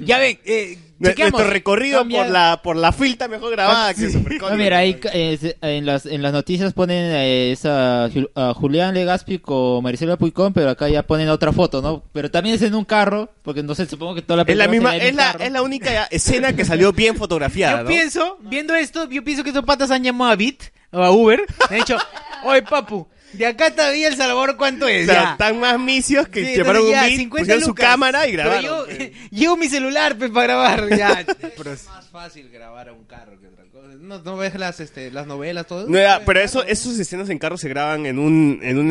[SPEAKER 4] Ya ven, eh,
[SPEAKER 5] Nue-
[SPEAKER 4] chequeamos.
[SPEAKER 5] Nuestro recorrido
[SPEAKER 4] Cambia- Ah,
[SPEAKER 5] por la por la filta mejor grabada que Super
[SPEAKER 6] No, mira, ahí ca- eh, se- en, las, en las noticias ponen eh, esa Ju- a Julián Legaspi con Maricela Puicón, pero acá ya ponen otra foto, ¿no? Pero también es en un carro, porque no sé, supongo que toda la
[SPEAKER 5] Es la misma,
[SPEAKER 6] película sería en
[SPEAKER 5] es
[SPEAKER 6] un
[SPEAKER 5] la,
[SPEAKER 6] carro.
[SPEAKER 5] es la única escena que salió bien fotografiada,
[SPEAKER 4] Yo
[SPEAKER 5] ¿no?
[SPEAKER 4] pienso, viendo esto, yo pienso que estos patas han llamado a Bit o a Uber. Le han dicho, oye papu, de acá hasta Villa El Salvador, ¿cuánto
[SPEAKER 5] O
[SPEAKER 4] es?
[SPEAKER 5] sea,
[SPEAKER 4] Ya.
[SPEAKER 5] están más misios que
[SPEAKER 4] Sí,
[SPEAKER 5] llevaron un
[SPEAKER 4] entonces ya,
[SPEAKER 5] beat,
[SPEAKER 4] 50
[SPEAKER 5] pusieron su
[SPEAKER 4] lucas.
[SPEAKER 5] cámara y
[SPEAKER 4] Pero
[SPEAKER 5] grabaron.
[SPEAKER 4] yo- [laughs]
[SPEAKER 5] pues.
[SPEAKER 4] llevo mi celular pues, para grabar. Ya.
[SPEAKER 5] [laughs]
[SPEAKER 4] Pero-
[SPEAKER 7] Es más fácil grabar a un carro que otra cosa. No, no ves las, este, las novelas, todo.
[SPEAKER 5] No, ya, pero eso, esas escenas en carro se graban en un, en un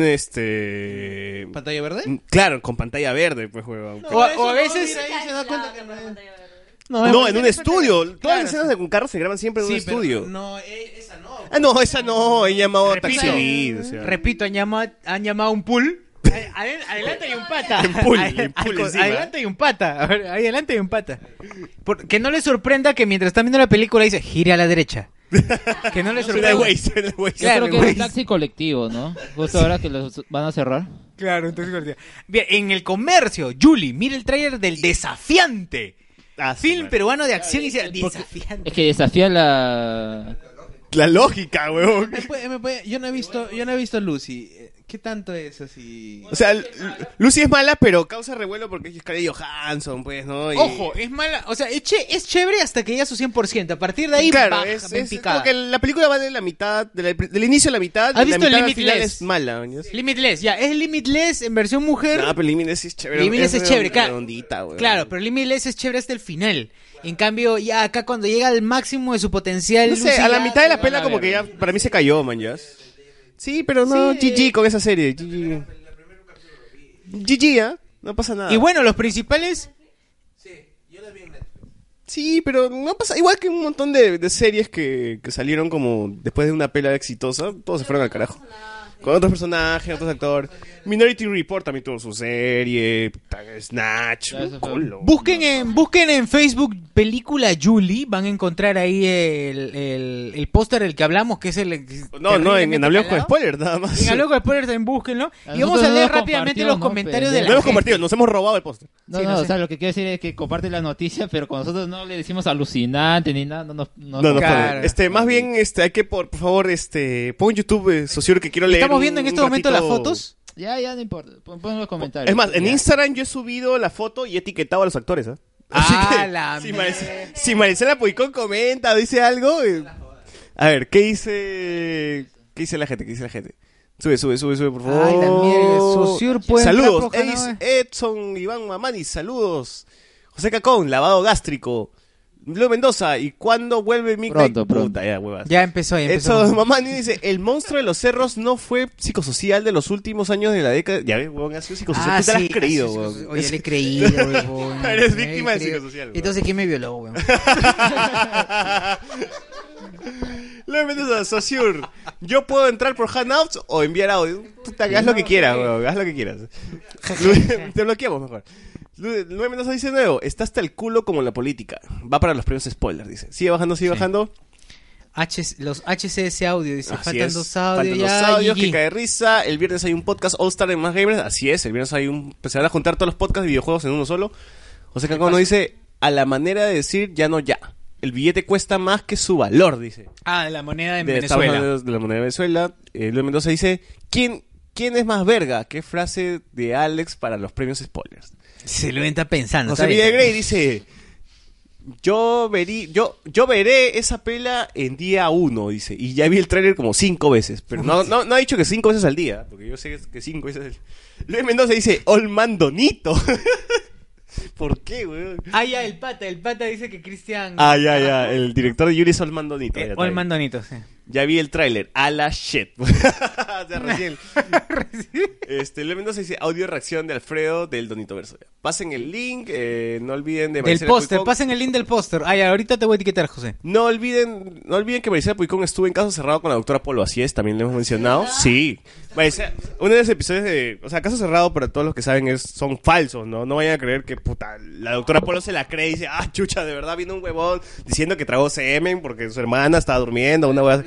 [SPEAKER 5] este,
[SPEAKER 7] ¿Pantalla verde?
[SPEAKER 5] claro, con pantalla verde, pues, huevón.
[SPEAKER 4] Mm. o, o a veces.
[SPEAKER 7] se da cuenta que no es.
[SPEAKER 5] No, en un estudio. Todas
[SPEAKER 7] Claro,
[SPEAKER 5] las escenas de con carro se graban siempre en un
[SPEAKER 7] Sí, pero
[SPEAKER 5] estudio.
[SPEAKER 7] No, e- esa no.
[SPEAKER 5] Ah, no, esa no, he llamado a
[SPEAKER 4] Repito.
[SPEAKER 5] Taxi Lead, o sea.
[SPEAKER 4] [laughs] Repito, han llamado, han llamado a un pool. Adel- Adelante hay un
[SPEAKER 5] [laughs]
[SPEAKER 4] pata.
[SPEAKER 5] Un pool,
[SPEAKER 4] Adel-
[SPEAKER 5] un pool
[SPEAKER 4] al-
[SPEAKER 5] encima.
[SPEAKER 4] Adelante hay un pata. A ver, Adelante hay un pata. Por- que no le sorprenda que mientras están viendo la película dice, gira a la
[SPEAKER 5] [laughs]
[SPEAKER 4] derecha. Que no le
[SPEAKER 5] Suena de
[SPEAKER 4] sorprenda.
[SPEAKER 5] Waze, suena de Waze.
[SPEAKER 6] Yo creo
[SPEAKER 4] Claro,
[SPEAKER 6] que es
[SPEAKER 4] güey.
[SPEAKER 6] un taxi colectivo, ¿no? Justo ahora que los van a cerrar.
[SPEAKER 4] Claro, entonces cortea. Bien, en el comercio, Julie, mira el tráiler del Desafiante.
[SPEAKER 5] Ah, sí,
[SPEAKER 4] Film
[SPEAKER 5] madre.
[SPEAKER 4] peruano de acción y se-
[SPEAKER 6] Porque-
[SPEAKER 4] Desafiante.
[SPEAKER 6] Es que desafía la...
[SPEAKER 5] La lógica, huevón.
[SPEAKER 7] Me puede- me puede- yo no he visto, yo no he visto Lucy. Eh, ¿Qué tanto es así?
[SPEAKER 5] O sea, L- L- Lucy es mala, pero causa revuelo porque es Scarlett Johansson, pues, ¿no? Y-
[SPEAKER 4] Ojo, es mala, o sea, es, che- es chévere hasta que llega a su 100%. A partir de ahí,
[SPEAKER 5] claro,
[SPEAKER 4] baja,
[SPEAKER 5] es,
[SPEAKER 4] ven
[SPEAKER 5] es
[SPEAKER 4] picada.
[SPEAKER 5] como que la película va de la mitad, de la- del inicio a la mitad,
[SPEAKER 4] ¿Has
[SPEAKER 5] y la
[SPEAKER 4] visto
[SPEAKER 5] mitad al
[SPEAKER 4] Limitless?
[SPEAKER 5] final es mala. ¿no?
[SPEAKER 4] Limitless, ya, es Limitless en versión mujer.
[SPEAKER 5] No, pero Limitless sí es chévere.
[SPEAKER 4] Limitless es chévere,
[SPEAKER 5] redond-
[SPEAKER 4] claro.
[SPEAKER 5] redondita, huevón.
[SPEAKER 4] Claro, pero Limitless es chévere hasta el final. En cambio, ya acá cuando llega al máximo de su potencial,
[SPEAKER 5] No sé,
[SPEAKER 4] Lucy
[SPEAKER 5] a la
[SPEAKER 4] ya-
[SPEAKER 5] mitad de la
[SPEAKER 6] van
[SPEAKER 5] pela
[SPEAKER 6] a
[SPEAKER 5] como
[SPEAKER 6] ver.
[SPEAKER 5] que ya para mí se cayó, man, ya. Sí, pero no, GG con esa serie, GG. GG, ¿ah? No pasa nada.
[SPEAKER 4] Y bueno, los principales,
[SPEAKER 5] Sí, pero no pasa. Igual que un montón de, de series que, que salieron como después de una pela exitosa, todos se fueron al carajo. Con otros personajes, otros actores. Minority Report también tuvo su serie. puta, Snatch.
[SPEAKER 6] Ya, eso
[SPEAKER 5] un
[SPEAKER 6] fue-
[SPEAKER 5] culo.
[SPEAKER 4] busquen en, busquen en Facebook película Julie, van a encontrar ahí el, el, el póster del que hablamos, que es el...
[SPEAKER 5] No, no, en, en Hablemos con
[SPEAKER 4] Calado.
[SPEAKER 5] Spoiler, nada más.
[SPEAKER 4] En Hablemos con Spoiler también búsquenlo. Y
[SPEAKER 6] Nosotros
[SPEAKER 4] vamos a
[SPEAKER 6] no
[SPEAKER 4] leer
[SPEAKER 6] hemos
[SPEAKER 4] rápidamente
[SPEAKER 6] compartido,
[SPEAKER 4] los
[SPEAKER 6] ¿no?
[SPEAKER 4] comentarios de
[SPEAKER 5] No
[SPEAKER 4] la
[SPEAKER 6] Lo
[SPEAKER 5] hemos
[SPEAKER 4] gente.
[SPEAKER 5] compartido, nos hemos robado el póster.
[SPEAKER 6] No,
[SPEAKER 4] Sí,
[SPEAKER 6] no,
[SPEAKER 4] no
[SPEAKER 6] o
[SPEAKER 4] sé.
[SPEAKER 6] sea, lo que quiero decir es que comparte la noticia, pero con nosotros no le decimos alucinante ni nada, no nos...
[SPEAKER 5] No,
[SPEAKER 6] no
[SPEAKER 5] no,
[SPEAKER 4] claro.
[SPEAKER 5] joder. Este, más bien, este, hay que, por, por favor, este, pon YouTube, eh, socio, que quiero leer.
[SPEAKER 4] Estamos
[SPEAKER 5] un-
[SPEAKER 4] viendo en
[SPEAKER 5] un
[SPEAKER 4] este momento las
[SPEAKER 5] ratito.
[SPEAKER 4] fotos.
[SPEAKER 6] Ya, ya, no importa. Pon, pon los comentarios.
[SPEAKER 5] Es más, en
[SPEAKER 6] Ya.
[SPEAKER 5] Instagram yo he subido la foto y he etiquetado a los actores, ¿ah?
[SPEAKER 4] Ah,
[SPEAKER 5] Así que,
[SPEAKER 4] la
[SPEAKER 5] si,
[SPEAKER 4] mierda.
[SPEAKER 5] Maricela, si Maricela Puicón comenta o dice algo... eh, A ver, ¿qué dice... ¿Qué dice la gente? ¿Qué dice la gente? Sube, sube, sube, sube, por favor.
[SPEAKER 4] Ay, la mierda, Sosur puede
[SPEAKER 5] Saludos,
[SPEAKER 4] entrar, pues,
[SPEAKER 5] Edis-
[SPEAKER 4] ojalá,
[SPEAKER 5] Edson, Iván Mamani, saludos. José Cacón, lavado gástrico. Leo Mendoza, ¿y cuándo vuelve mi
[SPEAKER 6] Pronto,
[SPEAKER 5] Puta,
[SPEAKER 6] pronto.
[SPEAKER 5] ya, huevas.
[SPEAKER 4] Ya empezó, ya empezó.
[SPEAKER 5] Eso, [laughs] mamá ni dice, el monstruo de los cerros no fue psicosocial de los últimos años de la década. Ya ves, huevón, ha sido psicosocial.
[SPEAKER 4] Ah,
[SPEAKER 5] Tú te la has
[SPEAKER 4] sí,
[SPEAKER 5] creído,
[SPEAKER 4] sí, sí, sí, sí.
[SPEAKER 5] huevón.
[SPEAKER 4] Oye, le
[SPEAKER 5] [laughs]
[SPEAKER 4] he creído, huevón.
[SPEAKER 5] Eres
[SPEAKER 4] Le he
[SPEAKER 5] víctima del
[SPEAKER 4] creído.
[SPEAKER 5] psicosocial, huevón.
[SPEAKER 4] Entonces, ¿quién me violó, huevón?
[SPEAKER 5] Lo Mendoza, Sosur. Yo puedo entrar por handouts o enviar audio. Puta, haz lo que quieras, huevón. Haz lo que
[SPEAKER 4] [laughs]
[SPEAKER 5] quieras. Lu- Te bloqueamos mejor. Luis Mendoza dice nuevo, está hasta el culo como la política. Va para los premios spoilers, dice. Sigue bajando, sigue bajando.
[SPEAKER 4] H- los HCS audio, dice,
[SPEAKER 5] Así
[SPEAKER 4] faltan
[SPEAKER 5] es.
[SPEAKER 4] dos audios,
[SPEAKER 5] Faltan dos
[SPEAKER 4] ya,
[SPEAKER 5] audios,
[SPEAKER 4] GG.
[SPEAKER 5] que cae de risa. El viernes hay un podcast All Star en Más Gamers. Así es, el viernes hay un. pues, se van a juntar todos los podcasts de videojuegos en uno solo. José Cancón nos dice: A la manera de decir ya no ya. el billete cuesta más que su valor, dice.
[SPEAKER 4] Ah, la moneda en
[SPEAKER 5] de Estados
[SPEAKER 4] Venezuela.
[SPEAKER 5] Unidos, de la moneda de Venezuela. Eh, Luis Mendoza dice, ¿quién, ¿quién es más verga? Qué frase de Alex para los premios spoilers.
[SPEAKER 4] Se lo está pensando.
[SPEAKER 5] José
[SPEAKER 4] está
[SPEAKER 5] Miguel
[SPEAKER 4] bien.
[SPEAKER 5] Grey dice, yo, verí, yo, yo veré esa pela en día uno, dice. Y ya vi el tráiler como cinco veces, pero no, no, no ha dicho que cinco veces al día, porque yo sé que cinco veces... al- Luis Mendoza dice, ol mandonito. [laughs] ¿Por qué, weón?
[SPEAKER 4] Ah, ya, el pata. El pata dice que Cristian... Eh,
[SPEAKER 5] Ah, ya, ya, el director de Yuri es ol mandonito. ya, está
[SPEAKER 4] O el
[SPEAKER 5] bien.
[SPEAKER 4] mandonito, sí.
[SPEAKER 5] Ya vi el tráiler, a la shit. [laughs] o sea,
[SPEAKER 4] [laughs]
[SPEAKER 5] recién. este, Luis Mendoza dice audio reacción de Alfredo del Donito Verso. Ya. Pasen el link, eh, no olviden de
[SPEAKER 4] Del
[SPEAKER 5] Maricela
[SPEAKER 4] póster.
[SPEAKER 5] Puigcón.
[SPEAKER 4] Pasen el link del póster. Ah, ya, ahorita te voy a etiquetar, José.
[SPEAKER 5] No olviden, no olviden que Maricela Puicón estuvo en caso cerrado con la doctora Polo, así es, también le hemos mencionado. Sí. Maricela- uno de los episodios de, o sea, caso cerrado para todos los que saben es, son falsos, ¿no? No vayan a creer que puta, la doctora Polo se la cree y dice, ah, chucha, de verdad vino un huevón diciendo que tragó semen porque su hermana estaba durmiendo, una hueva-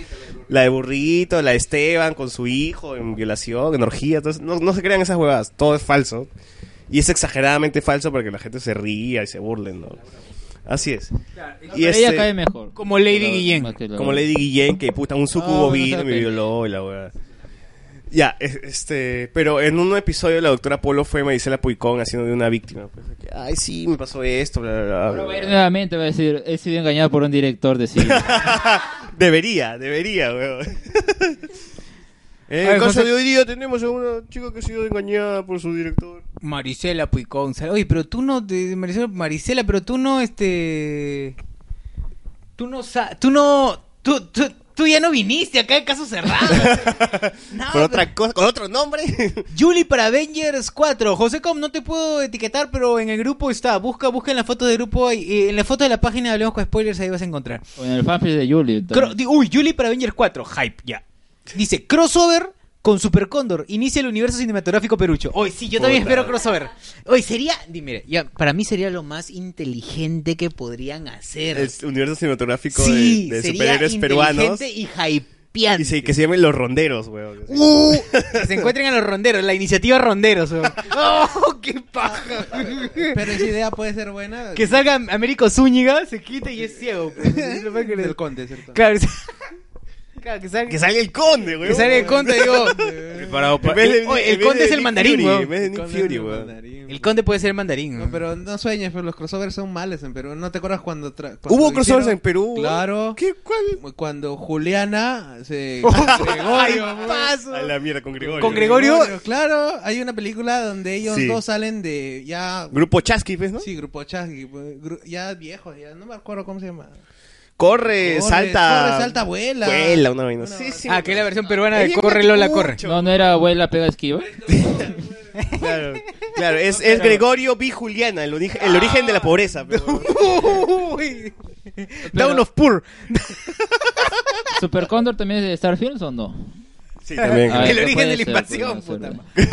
[SPEAKER 5] la de burrito, la de Esteban con su hijo en violación, en orgía, entonces no, no se crean esas huevadas, todo es falso. Y es exageradamente falso para que la gente se ría y se burlen, ¿no? Así es. este
[SPEAKER 6] Y ella cae mejor.
[SPEAKER 4] Como Lady
[SPEAKER 6] Claro,
[SPEAKER 4] Guillén.
[SPEAKER 6] más que la-
[SPEAKER 5] Como Lady Guillén, que puta, un
[SPEAKER 6] Ah,
[SPEAKER 5] sucubo
[SPEAKER 6] bueno,
[SPEAKER 5] vino
[SPEAKER 6] o
[SPEAKER 5] y
[SPEAKER 6] sea,
[SPEAKER 5] me
[SPEAKER 6] que-
[SPEAKER 5] violó y la weá. Ya, es- este. Pero en un episodio la doctora Polo fue Maricela Puicón haciendo de una víctima. pues, que, Ay, sí, me pasó esto, bla, bla, bla, bla,
[SPEAKER 6] Va a ir
[SPEAKER 5] bla".
[SPEAKER 6] Nuevamente va a decir, he sido engañado por un director de cine.
[SPEAKER 5] Debería, debería,
[SPEAKER 4] [laughs]
[SPEAKER 5] weón. Eh, En el
[SPEAKER 4] Ay,
[SPEAKER 5] caso
[SPEAKER 4] José-
[SPEAKER 5] de hoy día tenemos a una chica que ha sido engañada por su director.
[SPEAKER 4] Maricela Puicón. sal- Oye, pero tú no... te- Maricela, Maricela, pero tú no, este... Tú no... sa- Tú no... Tú, tú, tú ya no viniste acá de
[SPEAKER 5] [laughs]
[SPEAKER 4] caso cerrado. Ah, No,
[SPEAKER 5] por
[SPEAKER 4] pero-
[SPEAKER 5] otra cosa, con otro
[SPEAKER 4] [laughs]
[SPEAKER 5] nombre.
[SPEAKER 4] Julie para Avengers 4. José Com, no te puedo etiquetar, pero en el grupo está. Busca, busca en la foto del grupo. ahí, eh, en la foto de la página de Hablemos con Spoilers, ahí vas a encontrar.
[SPEAKER 6] O en el fanpage de Julie.
[SPEAKER 4] Cro- di- uy, Julie para Avengers 4. Hype, ya. Dice, crossover con Super Cóndor. Inicia el universo cinematográfico perucho. Hoy sí, yo también
[SPEAKER 5] Puta.
[SPEAKER 4] espero crossover. Hoy sería... di, mire, ya, para mí sería lo más inteligente que podrían hacer.
[SPEAKER 5] el universo cinematográfico de-
[SPEAKER 4] sí,
[SPEAKER 5] de,
[SPEAKER 4] sería
[SPEAKER 5] superhéroes peruanos.
[SPEAKER 4] inteligente y
[SPEAKER 5] Y
[SPEAKER 4] hypeante.
[SPEAKER 5] se- que se llamen Los Ronderos, weón.
[SPEAKER 4] Uh, que se encuentren a los ronderos, la iniciativa ronderos. [laughs] weón. ¡Oh, qué paja!
[SPEAKER 7] [laughs] Pero esa idea puede ser
[SPEAKER 4] [laughs]
[SPEAKER 7] buena.
[SPEAKER 4] Que salga Américo Zúñiga, se quita y es ciego. pues. [laughs]
[SPEAKER 7] Del conde, ¿cierto?
[SPEAKER 4] Claro, claro, que salga,
[SPEAKER 5] Que salga el conde, weón.
[SPEAKER 4] que salga el conde, digo. Preparado
[SPEAKER 5] En vez de-
[SPEAKER 4] el,
[SPEAKER 5] en vez
[SPEAKER 4] conde
[SPEAKER 5] de
[SPEAKER 4] es el
[SPEAKER 5] Nick
[SPEAKER 4] mandarín,
[SPEAKER 5] Fury,
[SPEAKER 4] weón.
[SPEAKER 5] En vez de Eh, Nick
[SPEAKER 7] Conde
[SPEAKER 5] Fury,
[SPEAKER 7] del
[SPEAKER 5] weón.
[SPEAKER 7] mandarín.
[SPEAKER 4] El conde puede ser el mandarín.
[SPEAKER 7] No,
[SPEAKER 4] weón. [laughs]
[SPEAKER 7] pero no sueñes, pero los crossovers son males en Perú. ¿No te acuerdas cuando... tra- cuando
[SPEAKER 5] Hubo crossovers
[SPEAKER 7] hicieron-
[SPEAKER 5] en Perú. weón.
[SPEAKER 7] Claro.
[SPEAKER 5] ¿Qué? Oh, ¿Cuál?
[SPEAKER 7] Cuando Juliana
[SPEAKER 5] [laughs]
[SPEAKER 7] se...
[SPEAKER 4] Ay,
[SPEAKER 7] Gregorio, weón.
[SPEAKER 4] paso.
[SPEAKER 5] A la mierda, con Gregorio.
[SPEAKER 4] Con Gregorio.
[SPEAKER 7] Claro, hay una película donde ellos
[SPEAKER 5] Sí.
[SPEAKER 7] dos salen de ya...
[SPEAKER 5] Grupo Chasqui, ¿ves, no?
[SPEAKER 7] Sí, grupo Chasqui, pues, gru- ya viejos, ya no me acuerdo cómo se llama.
[SPEAKER 5] Corre,
[SPEAKER 7] Corre,
[SPEAKER 5] salta.
[SPEAKER 7] corre, salta, vuela.
[SPEAKER 5] Vuela, una vaina.
[SPEAKER 7] Una
[SPEAKER 5] Sí,
[SPEAKER 7] vaina.
[SPEAKER 5] sí.
[SPEAKER 4] Ah, que es la versión peruana de
[SPEAKER 5] Ella
[SPEAKER 4] Corre
[SPEAKER 5] me
[SPEAKER 4] Lola
[SPEAKER 5] escucha.
[SPEAKER 4] Corre.
[SPEAKER 6] No, no era abuela pega esquiva.
[SPEAKER 5] Claro, [laughs] claro. Ah. Es, es Gregorio B. Juliana, el, orige- el origen de la pobreza. [laughs] pero-
[SPEAKER 4] Uy. Down of Pur.
[SPEAKER 6] Super Cóndor también es de Star Films o no?
[SPEAKER 5] Sí, [laughs] también.
[SPEAKER 6] Ah,
[SPEAKER 5] creo.
[SPEAKER 4] El
[SPEAKER 6] esto
[SPEAKER 4] origen
[SPEAKER 6] puede
[SPEAKER 4] de la
[SPEAKER 6] ser,
[SPEAKER 4] invasión,
[SPEAKER 6] puede ser.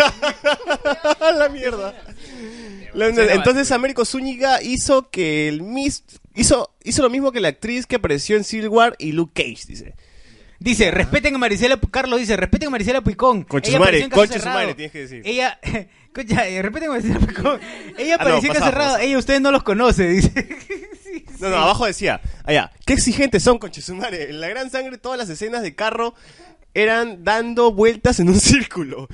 [SPEAKER 5] A [laughs] la mierda. La- Entonces Américo Zúñiga hizo que el Miss hizo, hizo lo mismo que la actriz que apareció en Civil War y Luke Cage, dice.
[SPEAKER 4] Dice, respeten a Maricela, Pu- Carlos dice, respeten a Maricela Puicón.
[SPEAKER 5] Concha
[SPEAKER 4] Ella
[SPEAKER 5] su madre,
[SPEAKER 4] apareció en Caso
[SPEAKER 5] concha su
[SPEAKER 4] Cerrado.
[SPEAKER 5] madre, tienes que decir.
[SPEAKER 4] Ella, [laughs] concha, eh, respeten a
[SPEAKER 5] [laughs]
[SPEAKER 4] Maricela Puicón.
[SPEAKER 5] Ah, no,
[SPEAKER 4] Ella apareció en Caso
[SPEAKER 5] pasamos,
[SPEAKER 4] cerrado,
[SPEAKER 5] pasamos.
[SPEAKER 4] ella ustedes no los conoce, dice.
[SPEAKER 5] No, no, abajo decía, allá, qué exigentes son Conchesumare. En la gran sangre todas las escenas de carro eran dando vueltas en un [laughs] círculo.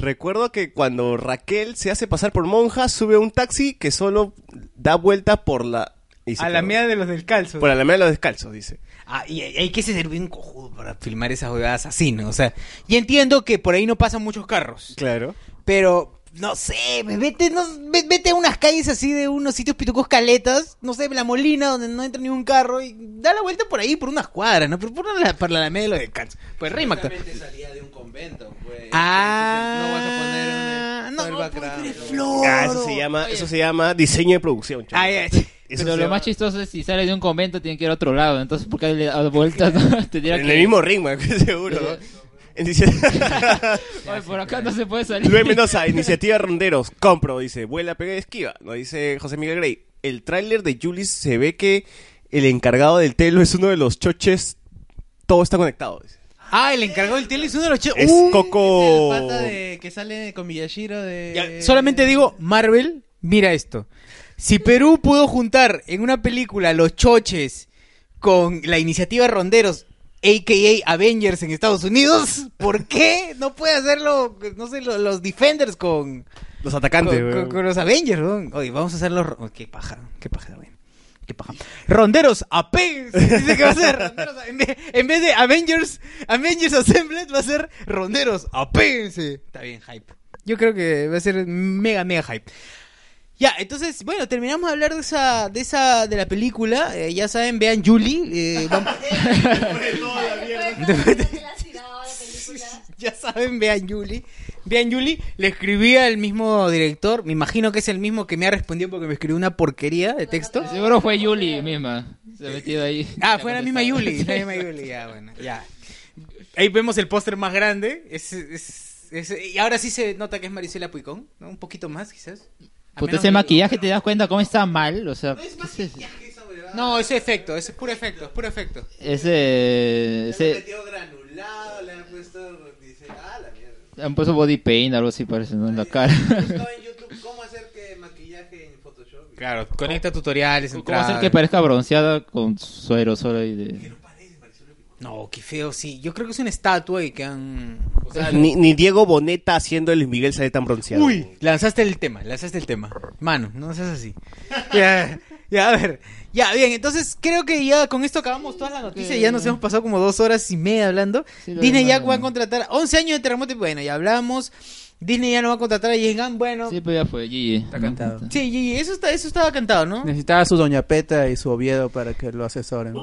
[SPEAKER 5] Recuerdo que cuando Raquel se hace pasar por monja, sube a un taxi que solo da vueltas por la... y se
[SPEAKER 4] A la
[SPEAKER 5] quedó.
[SPEAKER 4] mierda de los del calzo.
[SPEAKER 5] Por la de los descalzos, dice.
[SPEAKER 4] Ah, y hay hay que ser bien cojudo para filmar esas jugadas así, ¿no? O sea, y entiendo que por ahí no pasan muchos carros,
[SPEAKER 5] Claro.
[SPEAKER 4] pero no sé, pues, vete, no- ve- vete a unas calles así de unos sitios pitucos caletas, no sé, la Molina, donde no entra ningún carro, y da la vuelta por ahí, por unas cuadras, ¿no? Pero por la, por la Alameda de los descansos. Pues rey, Mac.
[SPEAKER 7] Justamente salía de un convento, pues.
[SPEAKER 4] Ah,
[SPEAKER 7] no vas a poner un- eh, todo el
[SPEAKER 4] no, pero
[SPEAKER 7] background.
[SPEAKER 4] eres flor.
[SPEAKER 5] Ah, eso se llama, eso se llama diseño de producción. chamo.
[SPEAKER 7] Ah,
[SPEAKER 4] Ay, ay, sí.
[SPEAKER 5] Eso se
[SPEAKER 6] Pero lo
[SPEAKER 5] llama-
[SPEAKER 6] más chistoso es si sale de un convento tiene que ir a otro lado. Entonces, ¿por qué le da vueltas? [laughs] Tendría
[SPEAKER 5] En
[SPEAKER 6] que-
[SPEAKER 5] el mismo ritmo, [laughs] seguro. ¿no? En dice-
[SPEAKER 6] Oye, por acá no se puede
[SPEAKER 5] [laughs]
[SPEAKER 6] salir. [laughs]
[SPEAKER 5] Luis Mendoza, iniciativa Ronderos, compro, dice, vuela, pega y esquiva. Nos dice José Miguel Grey. El tráiler de Julis se ve que el encargado del telo es uno de los choches. Todo está conectado. dice.
[SPEAKER 4] Ah, el encargado del tele es uno de los ¡Uh! chicos.
[SPEAKER 5] Es Coco.
[SPEAKER 7] El pata de, que sale con Villashiro de...
[SPEAKER 4] Ya, Eh, solamente digo, Marvel, mira esto. Si Perú pudo juntar en una película los choches con la iniciativa Ronderos, a.k.a. Avengers en Estados Unidos, ¿por qué no puede hacerlo, no sé, lo- los Defenders con...
[SPEAKER 5] Los atacantes,
[SPEAKER 4] Con,
[SPEAKER 5] weón.
[SPEAKER 4] con- con los Avengers, weón. Oye, vamos a hacer los... ro- Qué paja, qué paja, weón. Qué paja. Ronderos AP. [laughs] Dice que va a ser Ronderos a- en vez- En vez de Avengers, Avengers Assembled va a ser Ronderos AP. Está bien, hype. Yo creo que va a ser mega, mega hype. Ya, entonces, bueno, terminamos de hablar de esa, de esa, de la película. Eh, ya saben, vean Julie. eh, vamos-
[SPEAKER 5] [laughs]
[SPEAKER 4] [laughs] ya saben, vean Julie. Vean Julie, le escribí al mismo director. Me imagino que es el mismo que me ha respondido porque me escribió una porquería de texto.
[SPEAKER 6] Seguro fue Yuli misma. Se ha metido ahí.
[SPEAKER 4] Ah, fue la misma Yuli. La
[SPEAKER 6] [laughs] Sí.
[SPEAKER 4] misma Yuli, ya, bueno, ya. Ahí vemos el póster más grande. Es, es- es- y ahora sí se nota que es Marisela Puicón, ¿no? Un poquito más, quizás. A
[SPEAKER 6] Puta,
[SPEAKER 4] menos
[SPEAKER 6] ese
[SPEAKER 4] de-
[SPEAKER 6] maquillaje te das cuenta cómo está mal. O sea, pues,
[SPEAKER 4] No, ese efecto, ese es puro efecto, es puro efecto.
[SPEAKER 6] ese. ese
[SPEAKER 7] granulado, le han puesto. Dice, ah, la mierda.
[SPEAKER 6] han puesto body paint, algo así parece, ¿no? En la cara. [laughs]
[SPEAKER 7] Buscaba en YouTube cómo hacer que maquillaje en Photoshop.
[SPEAKER 4] Claro, conecta tutoriales,
[SPEAKER 6] ¿Cómo hacer que parezca bronceada con suero solo y de.
[SPEAKER 4] No, qué feo, sí. Yo creo que es una estatua y que han...
[SPEAKER 5] O sea, ni, ni Diego Boneta haciendo el Luis Miguel sale tan bronceado.
[SPEAKER 4] Uy, lanzaste el tema, lanzaste el tema. Mano, no seas así. Ya, ya, a ver. Ya, bien, entonces creo que ya con esto acabamos todas las noticias. Ya nos hemos pasado como dos horas y media hablando.
[SPEAKER 6] lo
[SPEAKER 4] Disney ya
[SPEAKER 6] demás,
[SPEAKER 4] va a
[SPEAKER 6] ¿no?
[SPEAKER 4] contratar 11 años de terremoto. y Bueno, ya hablamos. Disney ya no va a contratar a James Gunn, Bueno,
[SPEAKER 6] Sí,
[SPEAKER 4] sí,
[SPEAKER 6] pues ya fue, GG. Está
[SPEAKER 10] cantado.
[SPEAKER 4] y eso, está, eso estaba cantado, ¿no?
[SPEAKER 10] Necesitaba su doña Peta y su Oviedo para que lo asesoren.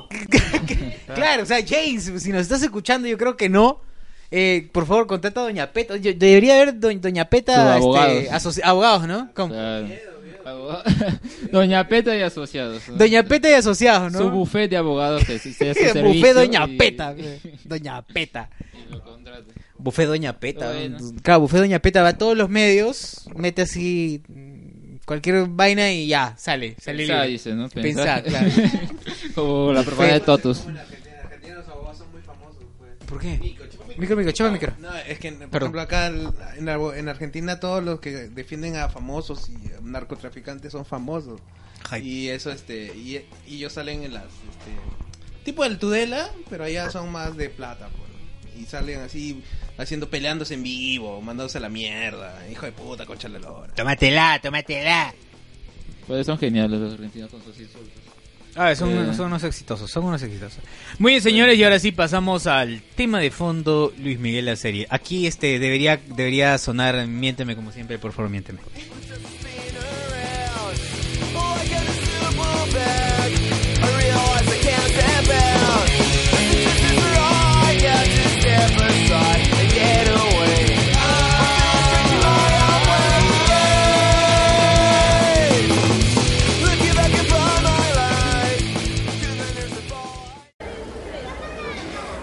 [SPEAKER 4] Claro, o sea, James, si nos estás escuchando, yo creo que no. Eh, por favor, contacta a Doña Peta. Yo- debería haber do- Doña Peta
[SPEAKER 6] Sus
[SPEAKER 4] este,
[SPEAKER 6] abogados.
[SPEAKER 4] asoci- abogados, ¿no? Con-
[SPEAKER 6] [laughs] Doña Peta y asociados. ¿no?
[SPEAKER 4] Doña Peta y asociados, ¿no?
[SPEAKER 6] Su buffet de abogados que se,
[SPEAKER 5] [laughs]
[SPEAKER 6] se hace servicio
[SPEAKER 4] [laughs] Buffet Doña
[SPEAKER 6] y-
[SPEAKER 4] Peta. Doña Peta.
[SPEAKER 6] y lo contrata.
[SPEAKER 4] Buffet Doña Peta.
[SPEAKER 6] Bueno.
[SPEAKER 4] Claro, Buffet Doña Peta va a todos los medios, mete así mm, cualquier vaina y ya, sale. sale
[SPEAKER 6] Pensá,
[SPEAKER 4] libre.
[SPEAKER 6] dice, ¿no?
[SPEAKER 4] Pensá,
[SPEAKER 6] [laughs] Pensá.
[SPEAKER 4] claro.
[SPEAKER 6] Como la propaganda de Totus.
[SPEAKER 7] En Argentina los abogados son muy famosos. Pues.
[SPEAKER 4] ¿Por qué? Micro, micro, chupa el micro.
[SPEAKER 7] No, es que, por
[SPEAKER 4] Perdón.
[SPEAKER 7] ejemplo, acá el- en, Arbo- en Argentina todos los que defienden a famosos y a narcotraficantes son famosos. Y eso, este, y, y ellos salen en las, este, tipo del Tudela, pero allá son más de plata, pues. Y salen así, haciendo peleándose en vivo, mandándose a la mierda, hijo de puta, concha de la lora.
[SPEAKER 4] Tómatela, tómatela.
[SPEAKER 6] Pues son geniales los argentinos con sus insultos.
[SPEAKER 4] Ah, son,
[SPEAKER 6] Eh.
[SPEAKER 4] son unos exitosos, son unos exitosos. Muy bien, señores, y ahora sí pasamos al tema de fondo, Luis Miguel, la serie. Aquí este debería debería sonar, miénteme como siempre, por favor, miénteme.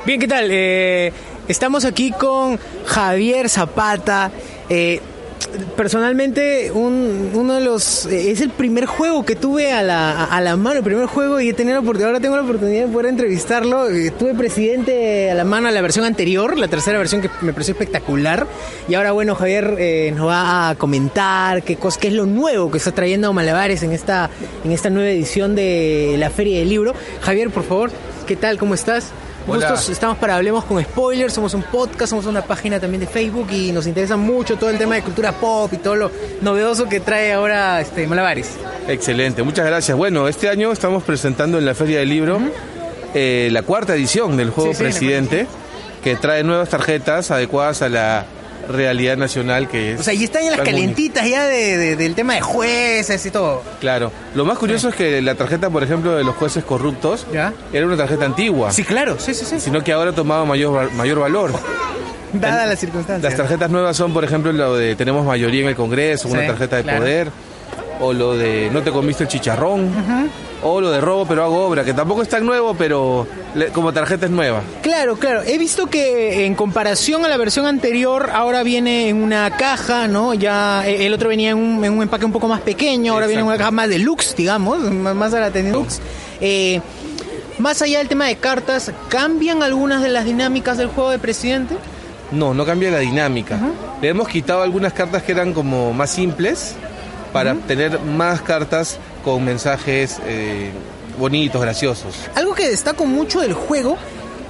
[SPEAKER 4] Bien, ¿qué tal? Eh, estamos aquí con Javier Zapata. Eh, personalmente, un- uno de los. eh, es el primer juego que tuve a la, a la mano, el primer juego, y he tenido la oportunidad, ahora tengo la oportunidad de poder entrevistarlo. Eh, tuve presidente a la mano la versión anterior, la tercera versión que me pareció espectacular. Y ahora, bueno, Javier eh, nos va a comentar qué, cos- qué es lo nuevo que está trayendo Malabares en esta, en esta nueva edición de la Feria del Libro. Javier, por favor, ¿qué tal? ¿Cómo estás?
[SPEAKER 12] Hola.
[SPEAKER 4] Gustos, estamos para Hablemos con Spoilers, somos un podcast, somos una página también de Facebook y nos interesa mucho todo el tema de cultura pop y todo lo novedoso que trae ahora este Malabares.
[SPEAKER 12] Excelente, muchas gracias. Bueno, este año estamos presentando en la Feria del Libro eh, la cuarta edición del juego
[SPEAKER 4] Sí, sí, la
[SPEAKER 12] Presidente, que trae nuevas tarjetas adecuadas a la realidad nacional que es.
[SPEAKER 4] O sea, y están en las
[SPEAKER 12] tan única.
[SPEAKER 4] calentitas ya de- de- del tema de jueces y todo.
[SPEAKER 12] Claro. Lo más curioso es que la tarjeta, por ejemplo, de los jueces corruptos
[SPEAKER 4] ¿Ya?
[SPEAKER 12] era una tarjeta antigua,
[SPEAKER 4] Sí, claro, sí, sí, sí.
[SPEAKER 12] sino que ahora ha tomado mayor, mayor valor.
[SPEAKER 4] Dadas las circunstancias.
[SPEAKER 12] Las tarjetas nuevas son, por ejemplo, lo de tenemos mayoría en el Congreso,
[SPEAKER 4] Sí,
[SPEAKER 12] una tarjeta de
[SPEAKER 4] claro.
[SPEAKER 12] poder, o lo de no te comiste el chicharrón, o lo de robo pero hago obra, que tampoco es tan nuevo, pero le- como tarjeta es nueva.
[SPEAKER 4] Claro, claro. He visto que eh, en comparación a la versión anterior, ahora viene en una caja, ¿no? Ya eh, el otro venía en un, en un empaque un poco más pequeño, ahora viene en una caja más deluxe, digamos, m- más a la tendencia. Eh, más allá del tema de cartas, ¿cambian algunas de las dinámicas del juego de presidente?
[SPEAKER 12] No, no cambia la dinámica. Le hemos quitado algunas cartas que eran como más simples para tener más cartas con mensajes eh,
[SPEAKER 7] bonitos, graciosos.
[SPEAKER 13] Algo que destaco mucho del juego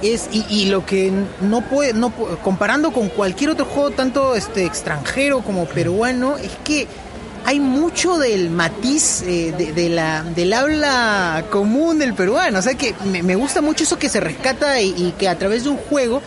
[SPEAKER 13] es y, y lo que no puede no pu- comparando con cualquier otro juego tanto este extranjero como peruano es que hay mucho del matiz eh, de, de la, del habla común del peruano. O sea que me, me gusta mucho eso que se rescata y, y que a través de un juego,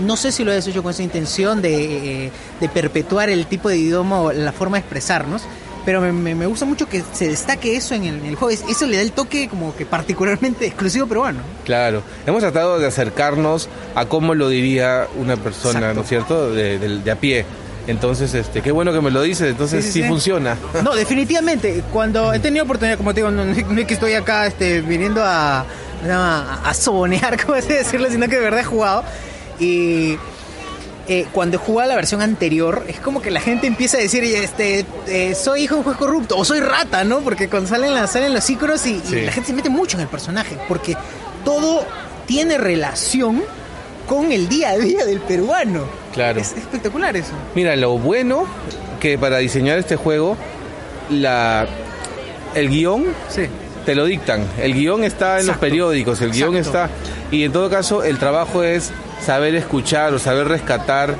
[SPEAKER 13] no sé si lo has hecho con esa intención de, eh, de perpetuar el tipo de idioma o la forma de expresarnos, pero me, me- me gusta mucho que se destaque eso en el, en el juego. Es- Eso le da el toque como que particularmente exclusivo peruano.
[SPEAKER 7] Claro, hemos tratado de acercarnos a cómo lo diría una persona, ¿no es cierto? De, del- de a pie. Entonces, este, qué bueno que me lo dices, entonces
[SPEAKER 13] Sí,
[SPEAKER 7] sí,
[SPEAKER 13] sí, sí.
[SPEAKER 7] funciona.
[SPEAKER 13] No, definitivamente. Cuando he tenido oportunidad, como te digo, no, [laughs] no- no es que estoy acá este, viniendo a, a, a sobonear, [laughs] como se decirlo, sino que de verdad he jugado. Y eh, cuando he jugado la versión anterior, es como que la gente empieza a decir, este, eh, soy hijo de un juez corrupto o soy rata, ¿no? Porque cuando salen, las- salen los íconos y, y
[SPEAKER 14] Sí.
[SPEAKER 13] la gente se mete mucho en el personaje, porque todo tiene relación con el día a día del peruano.
[SPEAKER 7] Claro.
[SPEAKER 13] Es espectacular eso.
[SPEAKER 7] Mira, lo bueno que para diseñar este juego, la, el guión te lo dictan. El guión está en los periódicos, el guión está.
[SPEAKER 13] Exacto.
[SPEAKER 7] Y en todo caso, el trabajo es saber escuchar o saber rescatar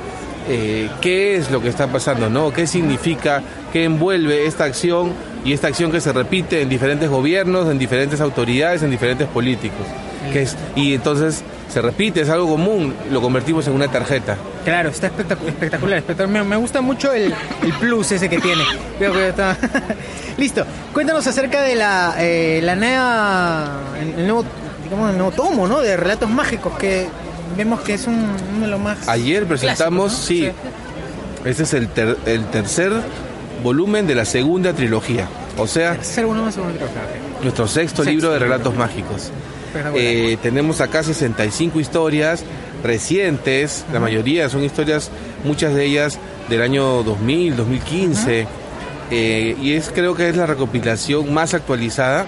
[SPEAKER 7] eh, qué es lo que está pasando, ¿no? ¿Qué significa, qué envuelve esta acción y esta acción que se repite en diferentes gobiernos, en diferentes autoridades, en diferentes políticos? Que es, y entonces se repite, es algo común, lo convertimos en una tarjeta.
[SPEAKER 13] Claro, está espectacu- espectacular, espectacular. Me, me gusta mucho el, el plus ese que tiene. Veo que está- [laughs] Listo, cuéntanos acerca de la, eh, la nueva, el, el nuevo, digamos, el nuevo tomo, ¿no? De relatos mágicos que vemos que es un, uno de los más.
[SPEAKER 7] Ayer presentamos, sí, este es el, ter- el tercer volumen de la segunda trilogía. O sea,
[SPEAKER 13] Ser uno más segundo creo.
[SPEAKER 7] nuestro sexto, libro de relatos mágicos.
[SPEAKER 13] Espectacular.
[SPEAKER 7] Eh, tenemos acá 65 historias recientes, la mayoría son historias, muchas de ellas del año 2000, 2015. Eh, y es creo que es la recopilación más actualizada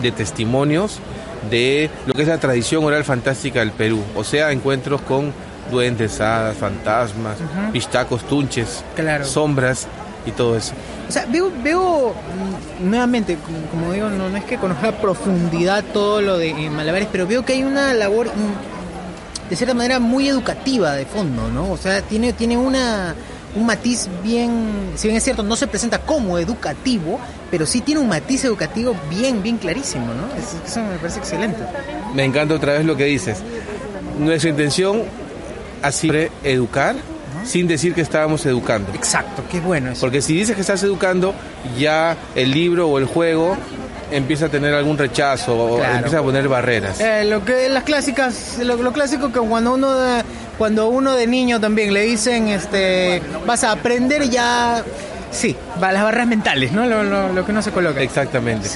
[SPEAKER 7] de testimonios de lo que es la tradición oral fantástica del Perú, o sea, encuentros con duendes, hadas, fantasmas,
[SPEAKER 13] Ujú.
[SPEAKER 7] pistacos, tunches,
[SPEAKER 13] Claro.
[SPEAKER 7] sombras y todo eso.
[SPEAKER 13] O sea, veo, veo mm, nuevamente, como- como digo, no, no es que conozca a profundidad todo lo de eh, Malabares, pero veo que hay una labor mm, de cierta manera muy educativa de fondo, ¿no? O sea, tiene, tiene una un matiz bien, si bien es cierto, no se presenta como educativo, pero sí tiene un matiz educativo bien, bien clarísimo, ¿no? Es- Eso me parece excelente.
[SPEAKER 7] Me encanta otra vez lo que dices. Nuestra intención ha sido educar sin decir que estábamos educando.
[SPEAKER 13] Exacto, qué bueno
[SPEAKER 7] Porque si dices que estás educando, ya el libro o el juego empieza a tener algún rechazo o
[SPEAKER 13] Claro.
[SPEAKER 7] empieza a poner barreras.
[SPEAKER 13] Eh, lo que las clásicas, lo, lo clásico que cuando uno de, cuando uno de niño también le dicen, este, vas a aprender ya, sí, va- las barreras mentales, ¿no? Lo, lo- lo que no se coloca.
[SPEAKER 7] Exactamente.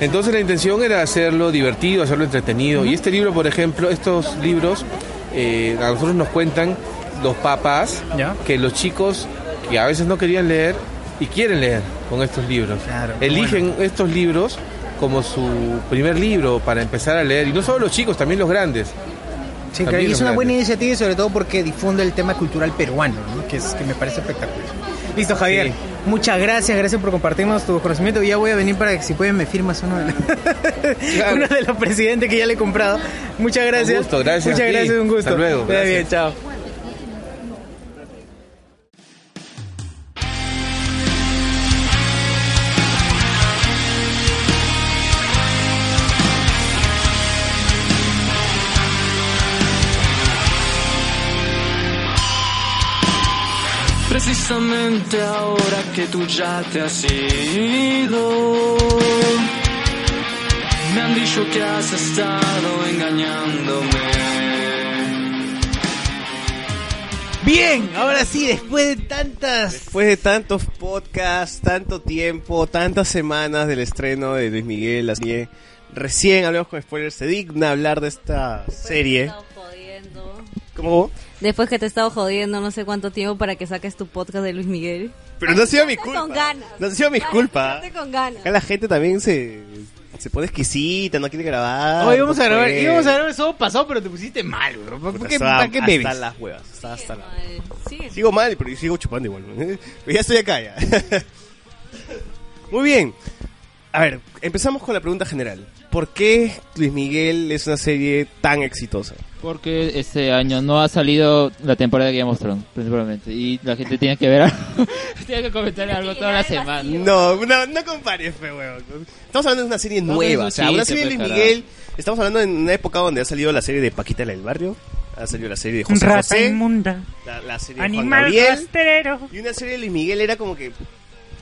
[SPEAKER 7] Entonces la intención era hacerlo divertido, hacerlo entretenido. Y este libro, por ejemplo, estos libros, eh, a nosotros nos cuentan los papás
[SPEAKER 13] Ya.
[SPEAKER 7] que los chicos que a veces no querían leer y quieren leer con estos libros. Eligen estos libros como su primer libro para empezar a leer. Y no solo los chicos, también los grandes.
[SPEAKER 13] Sí, creo
[SPEAKER 7] También
[SPEAKER 13] que es
[SPEAKER 7] los
[SPEAKER 13] una
[SPEAKER 7] grandes.
[SPEAKER 13] buena iniciativa y sobre todo porque difunde el tema cultural peruano, ¿no? que, es, que me parece espectacular. Listo, Javier. Muchas gracias, gracias por compartirnos tu conocimiento. Ya voy a venir para que si pueden me firmas uno
[SPEAKER 7] [laughs]
[SPEAKER 13] de, uno de los presidentes que ya le he comprado. Muchas gracias.
[SPEAKER 7] gusto, gracias
[SPEAKER 13] Muchas
[SPEAKER 7] a ti.
[SPEAKER 13] gracias, un gusto.
[SPEAKER 7] Hasta luego,
[SPEAKER 13] Está bien,
[SPEAKER 7] gracias.
[SPEAKER 13] chao.
[SPEAKER 15] Precisamente ahora que tú ya te has ido, me han dicho que has estado engañándome.
[SPEAKER 4] Bien, ahora sí, después de tantas
[SPEAKER 5] Después de tantos podcasts, tanto tiempo, tantas semanas del estreno de Luis Miguel, así que recién hablamos con spoilers, se digna hablar de esta
[SPEAKER 8] pues,
[SPEAKER 5] serie. ¿Cómo?
[SPEAKER 8] Después que te he estado jodiendo no sé cuánto tiempo para que saques tu podcast de Luis Miguel.
[SPEAKER 5] Pero no ha sido mi
[SPEAKER 8] Con
[SPEAKER 5] culpa.
[SPEAKER 8] ganas.
[SPEAKER 5] No ha sido mi culpa.
[SPEAKER 8] Date con ganas.
[SPEAKER 5] Acá la gente también se, se pone exquisita, no quiere
[SPEAKER 13] Ah,
[SPEAKER 5] grabar.
[SPEAKER 4] Hoy vamos
[SPEAKER 5] no
[SPEAKER 4] a grabar,
[SPEAKER 5] puede.
[SPEAKER 4] íbamos a grabar eso pasado, pero te pusiste mal, bro. ¿Por,
[SPEAKER 5] Puta,
[SPEAKER 4] qué,
[SPEAKER 5] estaba
[SPEAKER 4] ¿Para qué
[SPEAKER 5] hasta
[SPEAKER 4] bebes?
[SPEAKER 5] las huevas, estaba hasta la- Sigo mal, pero sigo chupando igual. ¿no? [laughs] Pero ya [laughs] estoy acá, ya. Muy bien. A ver, empezamos con la pregunta general. ¿por qué Luis Miguel es una serie tan exitosa?
[SPEAKER 6] Porque este año no ha salido la temporada que ya mostraron, principalmente. Y la gente tiene que ver algo. [laughs] tiene que comentar algo toda la semana.
[SPEAKER 5] No, no, no compares, pe huevón. Estamos hablando de una serie
[SPEAKER 6] No,
[SPEAKER 5] nueva.
[SPEAKER 6] no
[SPEAKER 5] O
[SPEAKER 6] es
[SPEAKER 5] sea,
[SPEAKER 6] un
[SPEAKER 5] una
[SPEAKER 6] chiste,
[SPEAKER 5] serie de Luis
[SPEAKER 6] pe,
[SPEAKER 5] Miguel. Estamos hablando en una época donde ha salido la serie de Paquita la del Barrio. Ha salido la serie de José
[SPEAKER 13] Rata
[SPEAKER 5] José.
[SPEAKER 13] inmunda.
[SPEAKER 5] La, la serie de Juan
[SPEAKER 13] Animal
[SPEAKER 5] Gabriel.
[SPEAKER 13] rastrero.
[SPEAKER 5] Y una serie de Luis Miguel era como que.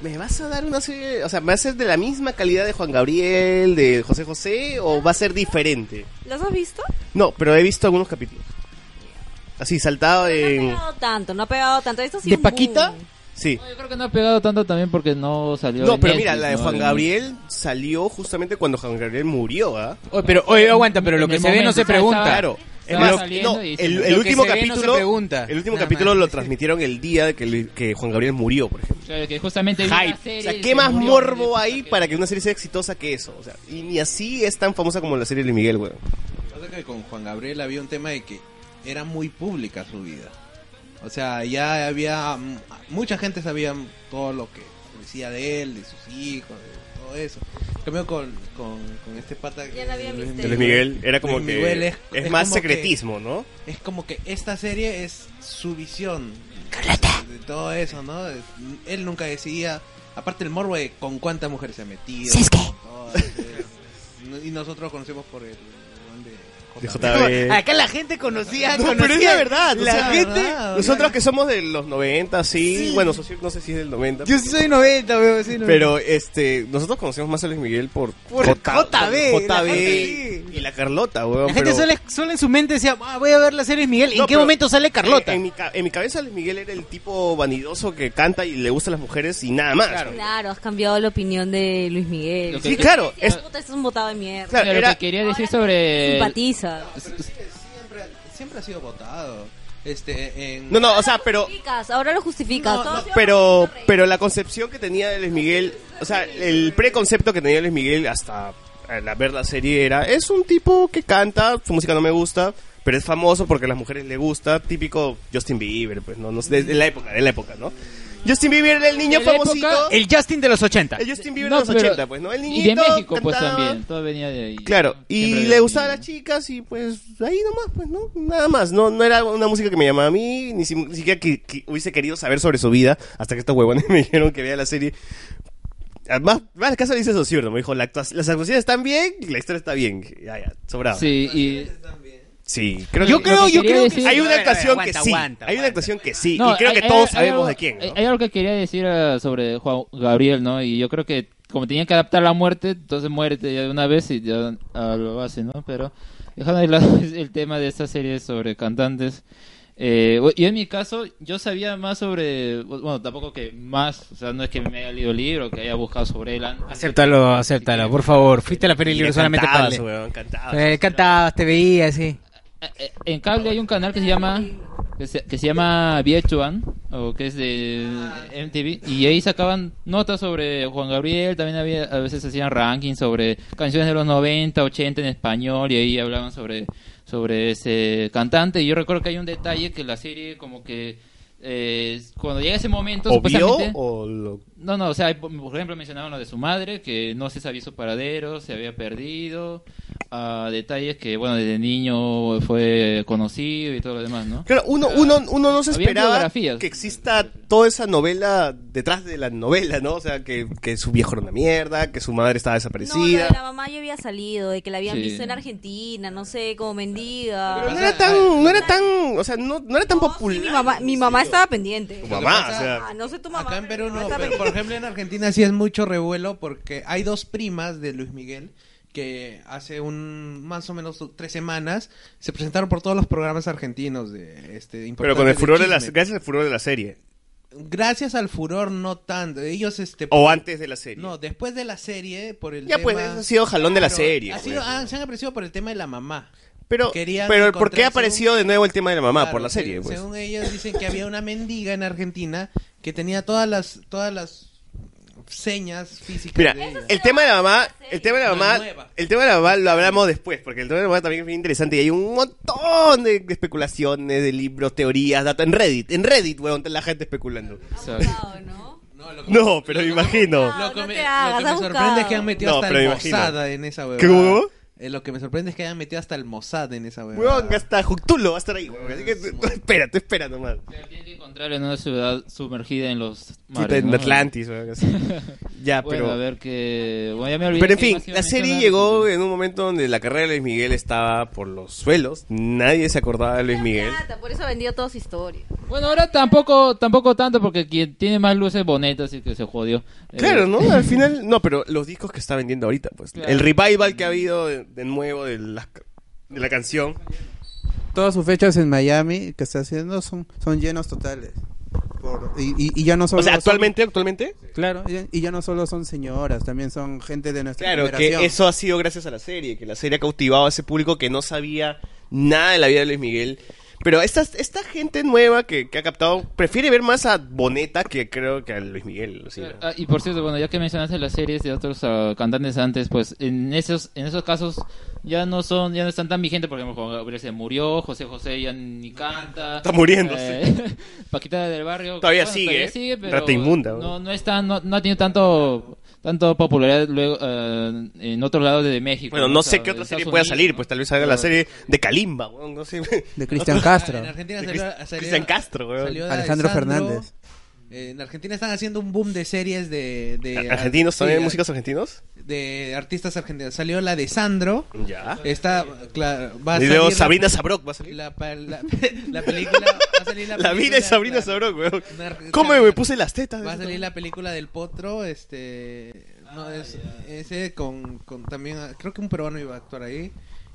[SPEAKER 5] ¿Me vas a dar una serie? O sea, ¿me va a ser de la misma calidad de Juan Gabriel, de José José, o va a ser diferente?
[SPEAKER 8] ¿Los has visto?
[SPEAKER 5] No, pero he visto algunos capítulos. Así, saltado en.
[SPEAKER 8] No ha pegado tanto, no ha pegado tanto. Esto sí
[SPEAKER 5] Eh, ¿De
[SPEAKER 8] un
[SPEAKER 5] Paquita?
[SPEAKER 8] boom.
[SPEAKER 5] Sí.
[SPEAKER 6] Yo creo que no ha pegado tanto también porque no salió.
[SPEAKER 5] No,
[SPEAKER 6] en
[SPEAKER 5] pero
[SPEAKER 6] Netflix,
[SPEAKER 5] mira, la de
[SPEAKER 6] ¿no?
[SPEAKER 5] Juan
[SPEAKER 6] En-
[SPEAKER 5] Gabriel salió justamente cuando Juan Gabriel murió, ¿ah?
[SPEAKER 16] pero, oye, aguanta, pero lo que se ve no se pregunta.
[SPEAKER 5] Claro.
[SPEAKER 16] Estaba
[SPEAKER 5] Pero-
[SPEAKER 16] saliendo
[SPEAKER 5] no,
[SPEAKER 16] y
[SPEAKER 5] el,
[SPEAKER 16] se-
[SPEAKER 5] el
[SPEAKER 16] lo que
[SPEAKER 5] último
[SPEAKER 16] se ve no se
[SPEAKER 5] capítulo,
[SPEAKER 16] pregunta.
[SPEAKER 5] el último
[SPEAKER 16] Nada
[SPEAKER 5] capítulo lo transmitieron el día de que, Lu- que Juan Gabriel murió, por ejemplo.
[SPEAKER 6] Claro, que justamente vi una serie
[SPEAKER 5] O sea,
[SPEAKER 6] y
[SPEAKER 5] ¿qué
[SPEAKER 6] se
[SPEAKER 5] más
[SPEAKER 6] murió.
[SPEAKER 5] morbo hay para que una serie sea exitosa que eso? O sea, y ni así es tan famosa como la serie de Luis Miguel, weón.
[SPEAKER 7] Pasa que con Juan Gabriel había un tema de que era muy pública su vida. O sea, ya había. mm, Mucha gente sabía todo lo que decía de él, de sus hijos, de todo eso. En cambio, con, con, con este pata. que-
[SPEAKER 5] De Luis Miguel, era como
[SPEAKER 7] Luis
[SPEAKER 5] que
[SPEAKER 7] Miguel
[SPEAKER 5] es, más
[SPEAKER 7] como que-
[SPEAKER 5] secretismo, ¿no?
[SPEAKER 7] es como que esta serie es su visión de todo eso, ¿no? Es- Él nunca decía, aparte el morbo de con cuántas mujeres se ha metido. con todo, es- [laughs] y nosotros lo conocemos por el man
[SPEAKER 5] De
[SPEAKER 7] JB.
[SPEAKER 5] JB.
[SPEAKER 13] Acá la gente conocía.
[SPEAKER 5] No, [laughs] pero
[SPEAKER 13] conocía-
[SPEAKER 5] es la verdad. o
[SPEAKER 13] La
[SPEAKER 5] sea,
[SPEAKER 13] gente.
[SPEAKER 5] nosotros que somos de los 90, sí.
[SPEAKER 13] Sí.
[SPEAKER 5] Bueno, socio- no sé si es del 90.
[SPEAKER 13] Yo sí soy 90, weón. Sí, no-
[SPEAKER 5] Pero este, nosotros conocemos más a Luis Miguel por,
[SPEAKER 13] Por JB, la gente
[SPEAKER 5] JB y la Carlota, weón.
[SPEAKER 13] La gente
[SPEAKER 5] pero- eh,
[SPEAKER 13] solo, solo en su mente decía, ah, voy a ver la serie de Miguel. ¿En
[SPEAKER 5] No,
[SPEAKER 13] qué
[SPEAKER 5] pero-
[SPEAKER 13] momento sale Carlota?
[SPEAKER 5] En, en mi, ca- en mi cabeza Luis Miguel era el tipo vanidoso que canta y le gustan las mujeres y nada más.
[SPEAKER 8] Claro. has cambiado la opinión de Luis Miguel.
[SPEAKER 5] Lo que Sí, tú- claro,
[SPEAKER 8] Decía,
[SPEAKER 5] es-
[SPEAKER 8] puta, esto es un botado de mierda.
[SPEAKER 5] Claro, Claro,
[SPEAKER 6] Lo que quería decir sobre.
[SPEAKER 8] Simpatiza.
[SPEAKER 7] Siempre ha sido votado. Este, en...
[SPEAKER 5] No, no, o sea, pero
[SPEAKER 8] Justificas, ahora lo justificas. Todo se-
[SPEAKER 5] pero pero la concepción que tenía de Luis Miguel, o sea, el preconcepto que tenía Luis Miguel hasta al ver la serie era, es un tipo que canta, su música no me gusta, pero es famoso porque a las mujeres le gusta, típico Justin Bieber, pues no, no sé, de, de la época, de la época, ¿no? Justin Bieber era el niño
[SPEAKER 13] De la
[SPEAKER 5] famosito.
[SPEAKER 13] época- El Justin de los 80.
[SPEAKER 5] El Justin Bieber
[SPEAKER 13] No,
[SPEAKER 5] de los
[SPEAKER 13] pero-
[SPEAKER 5] 80, pues, ¿no? El
[SPEAKER 13] y de
[SPEAKER 5] niñito
[SPEAKER 6] México, pues,
[SPEAKER 5] cantaba,
[SPEAKER 6] también. Todo venía de ahí.
[SPEAKER 5] Claro,
[SPEAKER 6] Siempre
[SPEAKER 5] y
[SPEAKER 6] había
[SPEAKER 5] le gustaban las chicas y pues ahí nomás, pues, ¿no? Nada más, no, no era una música que me llamaba a mí, ni, si- ni siquiera que, que hubiese querido saber sobre su vida, hasta que estos huevones [laughs] me dijeron que vea la serie. Además, más el caso dice eso, ¿cierto? Me dijo, la actua- las actuaciones están bien, y la historia está bien. Ya, ya, sobrado.
[SPEAKER 6] Ah, Sí, y.
[SPEAKER 5] Sí, creo
[SPEAKER 6] Lo
[SPEAKER 5] que,
[SPEAKER 6] que- lo que
[SPEAKER 5] yo
[SPEAKER 6] quería
[SPEAKER 5] creo
[SPEAKER 6] decir-
[SPEAKER 5] que hay
[SPEAKER 6] A
[SPEAKER 5] una
[SPEAKER 6] ver, a ver,
[SPEAKER 5] actuación
[SPEAKER 6] Eh, aguanta,
[SPEAKER 5] que sí.
[SPEAKER 6] aguanta,
[SPEAKER 5] hay una actuación que sí,
[SPEAKER 6] No,
[SPEAKER 5] y creo
[SPEAKER 6] hay-
[SPEAKER 5] que
[SPEAKER 6] hay-
[SPEAKER 5] todos
[SPEAKER 6] hay
[SPEAKER 5] sabemos
[SPEAKER 6] algo-
[SPEAKER 5] de quién. ¿no?
[SPEAKER 6] Hay, hay algo que quería decir eh, sobre Juan Gabriel, ¿no? Y yo creo que como tenían que adaptar la muerte, entonces muérete ya de una vez y ya ah, lo hacen, ¿no? Pero dejando de lado [laughs] el tema de esta serie sobre cantantes. eh, y en mi caso, yo sabía más sobre. Bueno, tampoco que más. O sea, no es que me haya leído el libro, que haya buscado sobre él antes.
[SPEAKER 16] Acéptalo, acéptalo, por favor. Fuiste a la Feria del
[SPEAKER 6] Y
[SPEAKER 16] Libro
[SPEAKER 6] le
[SPEAKER 16] solamente para
[SPEAKER 6] cantabas,
[SPEAKER 16] leer.
[SPEAKER 6] weón, cantabas.
[SPEAKER 16] Eh, cantabas, te veías, sí.
[SPEAKER 6] Eh, En cable hay un canal que se llama que se, que se llama VH1 o que es de MTV y ahí sacaban notas sobre Juan Gabriel, también había a veces hacían rankings sobre canciones de los 90, 80 en español y ahí hablaban sobre sobre ese cantante y yo recuerdo que hay un detalle que la serie como que eh, cuando llega ese momento
[SPEAKER 5] ¿O vio
[SPEAKER 6] supuestamente-
[SPEAKER 5] o lo-
[SPEAKER 6] no, no, o sea, por por ejemplo mencionaban lo de su madre, que no se sabía su paradero, se había perdido, ah, detalles que, bueno, desde niño fue conocido y todo lo demás, ¿no?
[SPEAKER 5] Claro, uno,
[SPEAKER 7] Ah.
[SPEAKER 5] uno, uno no se
[SPEAKER 6] Había
[SPEAKER 5] esperaba
[SPEAKER 6] biografías.
[SPEAKER 5] que exista toda esa novela detrás de la novela, ¿no? O sea, que, que su viejo era una mierda, que su madre estaba
[SPEAKER 8] No, lo de
[SPEAKER 5] desaparecida.
[SPEAKER 8] la mamá yo había salido, de que la habían
[SPEAKER 5] Sí.
[SPEAKER 8] visto en Argentina, no sé, como mendiga.
[SPEAKER 5] Pero no era tan, no era tan, o sea, no, no era tan popular.
[SPEAKER 8] Mi mamá, mi mamá estaba pendiente.
[SPEAKER 5] Tu mamá, o sea.
[SPEAKER 8] Ah, no sé tu mamá.
[SPEAKER 7] Acá en Perú
[SPEAKER 8] no
[SPEAKER 7] no,
[SPEAKER 8] está
[SPEAKER 7] pero por ejemplo en Argentina sí es mucho revuelo porque hay dos primas de Luis Miguel que hace un más o menos tres semanas se presentaron por todos los programas argentinos de este
[SPEAKER 5] Pero con el
[SPEAKER 7] importantes
[SPEAKER 5] furor de la,
[SPEAKER 7] chisme.
[SPEAKER 5] gracias al furor de la serie.
[SPEAKER 7] gracias al furor no tanto ellos este
[SPEAKER 5] O antes de la serie.
[SPEAKER 7] no después de la serie por el
[SPEAKER 5] Ya,
[SPEAKER 7] tema-
[SPEAKER 5] pues, eso ha sido jalón de la serie,
[SPEAKER 7] ha
[SPEAKER 5] pues.
[SPEAKER 7] sido- ah, se han apreciado por el tema de la mamá
[SPEAKER 5] Pero, Pero ¿por qué apareció de nuevo el tema de la mamá por la serie?
[SPEAKER 7] según,
[SPEAKER 5] Pues?
[SPEAKER 7] según ellos dicen que había una mendiga en Argentina que tenía todas las todas las señas físicas
[SPEAKER 5] Mira,
[SPEAKER 7] de ella.
[SPEAKER 5] el tema de la mamá, el tema de la
[SPEAKER 7] La
[SPEAKER 5] mamá,
[SPEAKER 7] nueva.
[SPEAKER 5] el tema de la mamá lo hablamos después, porque el tema de la mamá también es bien interesante y hay un montón de especulaciones, de libros, teorías, datos en Reddit, en Reddit, weón, la gente especulando.
[SPEAKER 6] Abogado,
[SPEAKER 8] ¿no?
[SPEAKER 5] No, pero imagino.
[SPEAKER 7] Lo que,
[SPEAKER 8] no
[SPEAKER 7] me,
[SPEAKER 8] te hagas,
[SPEAKER 7] lo que me
[SPEAKER 8] has
[SPEAKER 7] sorprende es que
[SPEAKER 8] buscado.
[SPEAKER 7] han metido
[SPEAKER 5] No,
[SPEAKER 7] hasta
[SPEAKER 5] pero
[SPEAKER 7] el
[SPEAKER 5] imagino.
[SPEAKER 7] Mossad en esa huevada.
[SPEAKER 5] ¿Qué huevo?
[SPEAKER 7] Eh, lo que me sorprende es que hayan metido hasta el Mossad en esa huevada. Ah,
[SPEAKER 5] Huevón, hasta Juctulo va a estar ahí, huevón. Así [laughs] que tú- tú espera, tú espera nomás.
[SPEAKER 6] Encontrar en una ciudad sumergida en los
[SPEAKER 5] Puta,
[SPEAKER 6] mares.
[SPEAKER 5] en
[SPEAKER 6] ¿no?
[SPEAKER 5] Atlantis, o algo así.
[SPEAKER 6] [laughs]
[SPEAKER 5] Ya,
[SPEAKER 6] Bueno,
[SPEAKER 5] pero-
[SPEAKER 6] a ver que... Bueno, ya me olvidé
[SPEAKER 5] Pero en
[SPEAKER 6] qué
[SPEAKER 5] fin,
[SPEAKER 6] más iba a
[SPEAKER 5] la serie
[SPEAKER 6] mencionar.
[SPEAKER 5] llegó eh. en un momento donde la carrera de Luis Miguel estaba por los suelos. Nadie se acordaba de Luis Miguel.
[SPEAKER 8] Plata, por eso vendió toda su historia.
[SPEAKER 6] Bueno, ahora tampoco tampoco tanto porque quien tiene más luces bonetas y que se jodió. Eh,
[SPEAKER 5] Claro, ¿no?
[SPEAKER 6] [laughs]
[SPEAKER 5] Al final, no, pero los discos que está vendiendo ahorita, pues.
[SPEAKER 6] Claro.
[SPEAKER 5] El revival que ha habido de, de nuevo de la, de la canción.
[SPEAKER 10] Todas sus fechas en Miami que está haciendo son, son llenos totales. Por- y, y- y ya no solo
[SPEAKER 5] O sea,
[SPEAKER 10] son-
[SPEAKER 5] actualmente, actualmente.
[SPEAKER 10] Claro, y, y ya no solo son señoras, también son gente de nuestra
[SPEAKER 5] Claro,
[SPEAKER 10] generación.
[SPEAKER 5] que eso ha sido gracias a la serie, que la serie ha cautivado a ese público que no sabía nada de la vida de Luis Miguel. Pero esta, esta gente nueva que, que ha captado prefiere ver más a Boneta que creo que a Luis Miguel. sí.
[SPEAKER 6] Ah, y por cierto, bueno, ya que mencionaste las series de otros ah, cantantes antes, pues en esos en esos casos ya no son ya no están tan vigentes, por ejemplo, Juan Gabriel se murió, José José ya ni canta.
[SPEAKER 5] Está muriendo,
[SPEAKER 6] Eh, [laughs] Paquita del barrio
[SPEAKER 5] Todavía sigue, ¿eh?
[SPEAKER 6] pero
[SPEAKER 5] Rata inmunda,
[SPEAKER 6] No
[SPEAKER 5] bueno.
[SPEAKER 6] no está no, no ha tenido tanto tanto popularidad luego ah, en otros lados de México.
[SPEAKER 5] Bueno, no
[SPEAKER 6] O
[SPEAKER 5] sé
[SPEAKER 6] sea,
[SPEAKER 5] qué otra
[SPEAKER 6] en
[SPEAKER 5] serie
[SPEAKER 6] pues, Estados
[SPEAKER 5] pueda
[SPEAKER 6] Unidos,
[SPEAKER 5] salir,
[SPEAKER 6] ¿no?
[SPEAKER 5] pues tal vez salga la serie de Kalimba, weón, no sé.
[SPEAKER 10] De
[SPEAKER 7] [laughs]
[SPEAKER 10] Cristian Castro.
[SPEAKER 7] En Argentina
[SPEAKER 5] De
[SPEAKER 7] salió-
[SPEAKER 5] Crist-
[SPEAKER 7] salió-
[SPEAKER 5] Cristian Castro, weón.
[SPEAKER 7] salió de
[SPEAKER 10] Alejandro
[SPEAKER 7] Alessandro.
[SPEAKER 10] Fernández.
[SPEAKER 7] Eh, en Argentina están haciendo un boom de series de... de
[SPEAKER 5] ¿Argentinos
[SPEAKER 7] sí,
[SPEAKER 5] también?
[SPEAKER 7] de-
[SPEAKER 5] ¿Músicos argentinos?
[SPEAKER 7] De artistas argentinos. Salió la de Sandro.
[SPEAKER 5] Ya.
[SPEAKER 7] Está, claro, va a
[SPEAKER 5] Y luego
[SPEAKER 7] salir la-
[SPEAKER 5] Sabrina Sabrok va a salir.
[SPEAKER 7] La, pa- la- [laughs] la película... Va a salir
[SPEAKER 5] [laughs]
[SPEAKER 7] la,
[SPEAKER 5] La vida de
[SPEAKER 7] película-
[SPEAKER 5] Sabrina
[SPEAKER 7] claro.
[SPEAKER 5] Sabrok, weón.
[SPEAKER 7] Una-
[SPEAKER 5] ¿Cómo me puse las tetas?
[SPEAKER 7] Va a salir la película del Potro, este... No, es, ese con, con también... Creo que un peruano iba a actuar ahí.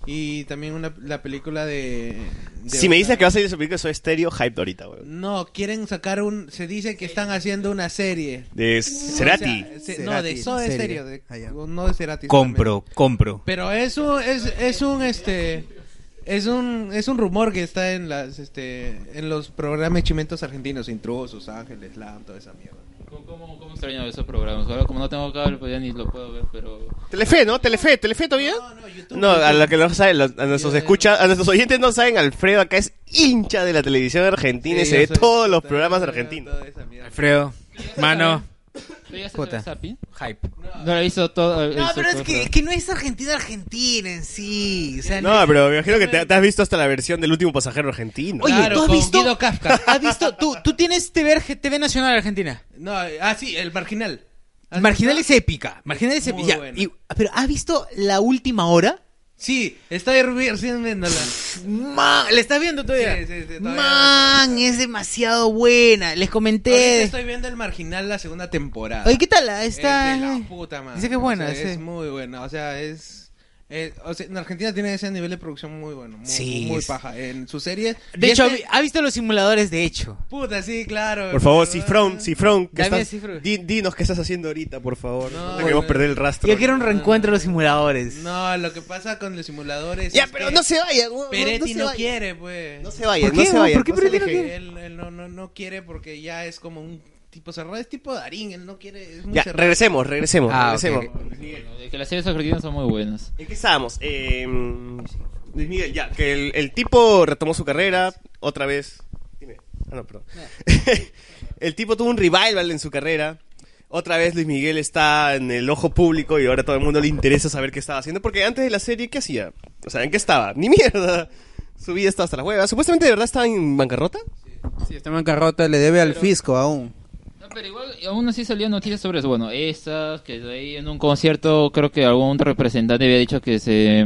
[SPEAKER 7] Y también una, la película de... de
[SPEAKER 5] Si me
[SPEAKER 7] otra-
[SPEAKER 5] dices que va a salir esa película, soy estéreo hyped ahorita, weón.
[SPEAKER 7] No, quieren sacar un... Se dice que están haciendo una serie.
[SPEAKER 5] De Cerati.
[SPEAKER 7] O sea, se- no, de Soda
[SPEAKER 10] serie.
[SPEAKER 7] Stereo. de- no de Cerati.
[SPEAKER 16] Compro, compro.
[SPEAKER 7] Pero eso es, es un este es un es un rumor que está en las este en los programas chimentos argentinos, intrusos, ángeles, lam, toda esa mierda.
[SPEAKER 6] ¿Cómo extraño esos programas? Ahora como no tengo cable, pues ya ni lo puedo ver, pero
[SPEAKER 5] Telefe, ¿no? Telefe, Telefe todavía. No, a la que no saben, los- a nuestros escucha, a nuestros oyentes no saben, Alfredo acá es hincha de la televisión argentina y
[SPEAKER 7] Sí,
[SPEAKER 5] se
[SPEAKER 7] yo
[SPEAKER 5] ve
[SPEAKER 7] soy-
[SPEAKER 5] todos los programas argentinos.
[SPEAKER 16] Alfredo, mano.
[SPEAKER 6] ¿Tú ya has
[SPEAKER 16] Puta.
[SPEAKER 6] hecho Zapping?
[SPEAKER 16] Hype.
[SPEAKER 6] No lo hizo todo.
[SPEAKER 13] No, pero es que, que no es Argentina Argentina en sí. O sea,
[SPEAKER 5] No, pero me imagino que te, te has visto hasta la versión del último pasajero argentino.
[SPEAKER 13] Oye, Claro, ¿tú has con visto- Guido
[SPEAKER 7] Kafka.
[SPEAKER 13] [laughs] ¿Has visto? Tú, tú tienes TV, TV Nacional Argentina.
[SPEAKER 7] No, ah sí, el marginal. Ah,
[SPEAKER 13] Marginal es épica. Marginal es épica. Ya,
[SPEAKER 7] bueno.
[SPEAKER 13] y- pero ¿has visto la última hora?
[SPEAKER 7] Sí, está recién viéndola.
[SPEAKER 13] Man, ¿la estás viendo todavía?
[SPEAKER 7] Sí, sí, sí, todavía.
[SPEAKER 13] Man, es demasiado buena. Les
[SPEAKER 7] Ahorita
[SPEAKER 13] comenté.
[SPEAKER 7] estoy viendo el marginal la segunda temporada.
[SPEAKER 13] Oye, ¿qué tal? la-
[SPEAKER 7] Es de
[SPEAKER 13] Está.
[SPEAKER 5] eh,
[SPEAKER 7] la puta madre.
[SPEAKER 13] Dice que es
[SPEAKER 7] O
[SPEAKER 13] buena.
[SPEAKER 7] sea,
[SPEAKER 13] sí.
[SPEAKER 7] Es muy buena, o sea, es... es- o sea, en Argentina tiene ese nivel de producción muy bueno, muy,
[SPEAKER 13] Sí,
[SPEAKER 7] muy
[SPEAKER 13] es-
[SPEAKER 7] paja. En sus series...
[SPEAKER 13] De
[SPEAKER 7] y
[SPEAKER 13] hecho,
[SPEAKER 7] este-
[SPEAKER 13] ha visto los simuladores de hecho.
[SPEAKER 7] Puta, sí, claro.
[SPEAKER 5] Por favor, Cifrón, Cifrón, ¿qué
[SPEAKER 13] Dame
[SPEAKER 5] estás-
[SPEAKER 13] Cifrón.
[SPEAKER 5] di- dinos qué estás haciendo ahorita, por favor. No, te
[SPEAKER 7] no,
[SPEAKER 5] queremos
[SPEAKER 7] no.
[SPEAKER 5] perder el rastro.
[SPEAKER 13] Yo quiero un reencuentro de los simuladores.
[SPEAKER 7] No, lo que pasa con los simuladores.
[SPEAKER 5] Ya,
[SPEAKER 7] es
[SPEAKER 5] pero
[SPEAKER 6] Este,
[SPEAKER 7] que
[SPEAKER 5] no se vaya, no- no- no
[SPEAKER 7] Peretti
[SPEAKER 5] se
[SPEAKER 7] no,
[SPEAKER 5] vaya.
[SPEAKER 7] quiere, pues.
[SPEAKER 5] No se vaya, ¿Por no qué, se vaya, ¿Por qué no se Peretti no aleje. quiere?
[SPEAKER 7] Él, él no, no, no quiere porque ya es como un tipo cerrado, es tipo Darín, él no quiere. Es muy
[SPEAKER 5] Ya,
[SPEAKER 7] cerrado.
[SPEAKER 5] regresemos, regresemos,
[SPEAKER 6] Ah,
[SPEAKER 5] regresemos.
[SPEAKER 6] ok, que las series argentinas son muy buenas.
[SPEAKER 5] ¿En qué estábamos? Eh, Luis Miguel, ya, que el, el tipo retomó su carrera otra vez. Dime. Ah, no,
[SPEAKER 6] [laughs]
[SPEAKER 5] perdón. el tipo tuvo un revival en su carrera. Otra vez Luis Miguel está en el ojo público y ahora todo el mundo le interesa saber qué estaba haciendo. Porque antes de la serie, ¿qué hacía? O sea, ¿en qué estaba? Ni mierda. Su vida estaba hasta las huevas. Supuestamente de verdad estaba en bancarrota.
[SPEAKER 10] Sí, está en bancarrota, le debe al fisco aún.
[SPEAKER 6] Pero igual, aún así salían noticias sobre eso. Bueno, esas, que de ahí en un concierto creo que algún representante había dicho que se,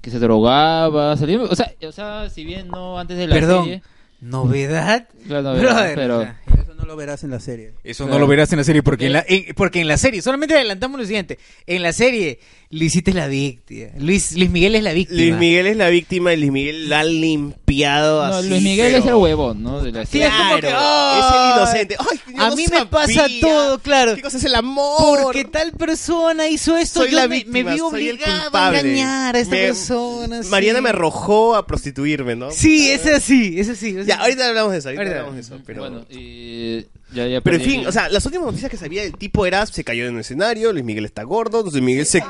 [SPEAKER 6] que se drogaba. salió- o, sea, o sea, si bien no antes de la
[SPEAKER 13] Perdón,
[SPEAKER 6] serie...
[SPEAKER 13] ¿novedad?
[SPEAKER 6] La novedad,
[SPEAKER 13] Brother,
[SPEAKER 6] pero...
[SPEAKER 13] o sea,
[SPEAKER 10] Eso no lo verás en la serie.
[SPEAKER 16] Eso no lo verás en la serie porque en la,
[SPEAKER 5] Eh.
[SPEAKER 16] en-
[SPEAKER 13] porque en la serie, solamente adelantamos lo siguiente, en la serie Luisita es la víctima. Luis, Luis Miguel es la víctima.
[SPEAKER 5] Luis Miguel es la víctima y Luis Miguel la ha limpiado
[SPEAKER 6] No,
[SPEAKER 5] así,
[SPEAKER 6] Luis Miguel
[SPEAKER 5] pero-
[SPEAKER 6] es el huevón, ¿no? De la
[SPEAKER 13] Sí, es
[SPEAKER 6] serie.
[SPEAKER 13] como que,
[SPEAKER 5] es el inocente.
[SPEAKER 13] "Ay,
[SPEAKER 5] yo
[SPEAKER 13] a
[SPEAKER 5] no
[SPEAKER 13] mí me
[SPEAKER 5] sabía.
[SPEAKER 13] pasa todo, claro. ¿Qué
[SPEAKER 5] cosa es el amor?
[SPEAKER 13] Porque tal persona hizo esto,
[SPEAKER 5] Soy
[SPEAKER 13] yo
[SPEAKER 5] la
[SPEAKER 13] me,
[SPEAKER 5] víctima,
[SPEAKER 13] me vi
[SPEAKER 5] soy el
[SPEAKER 13] obligado a
[SPEAKER 5] culpable.
[SPEAKER 13] engañar a esta
[SPEAKER 5] Me-
[SPEAKER 13] persona. sí.
[SPEAKER 5] Mariana me arrojó a prostituirme, ¿no?
[SPEAKER 13] Sí, es así, es así. es
[SPEAKER 5] Ya,
[SPEAKER 13] así.
[SPEAKER 5] ahorita hablamos de eso, ahorita
[SPEAKER 13] Ahorita.
[SPEAKER 5] hablamos de eso, pero...
[SPEAKER 6] Bueno, y... Ya, ya
[SPEAKER 5] Pero en
[SPEAKER 6] perdí.
[SPEAKER 5] fin, o sea, las últimas noticias que sabía del tipo era se cayó en un escenario, Luis Miguel está gordo, Luis Miguel se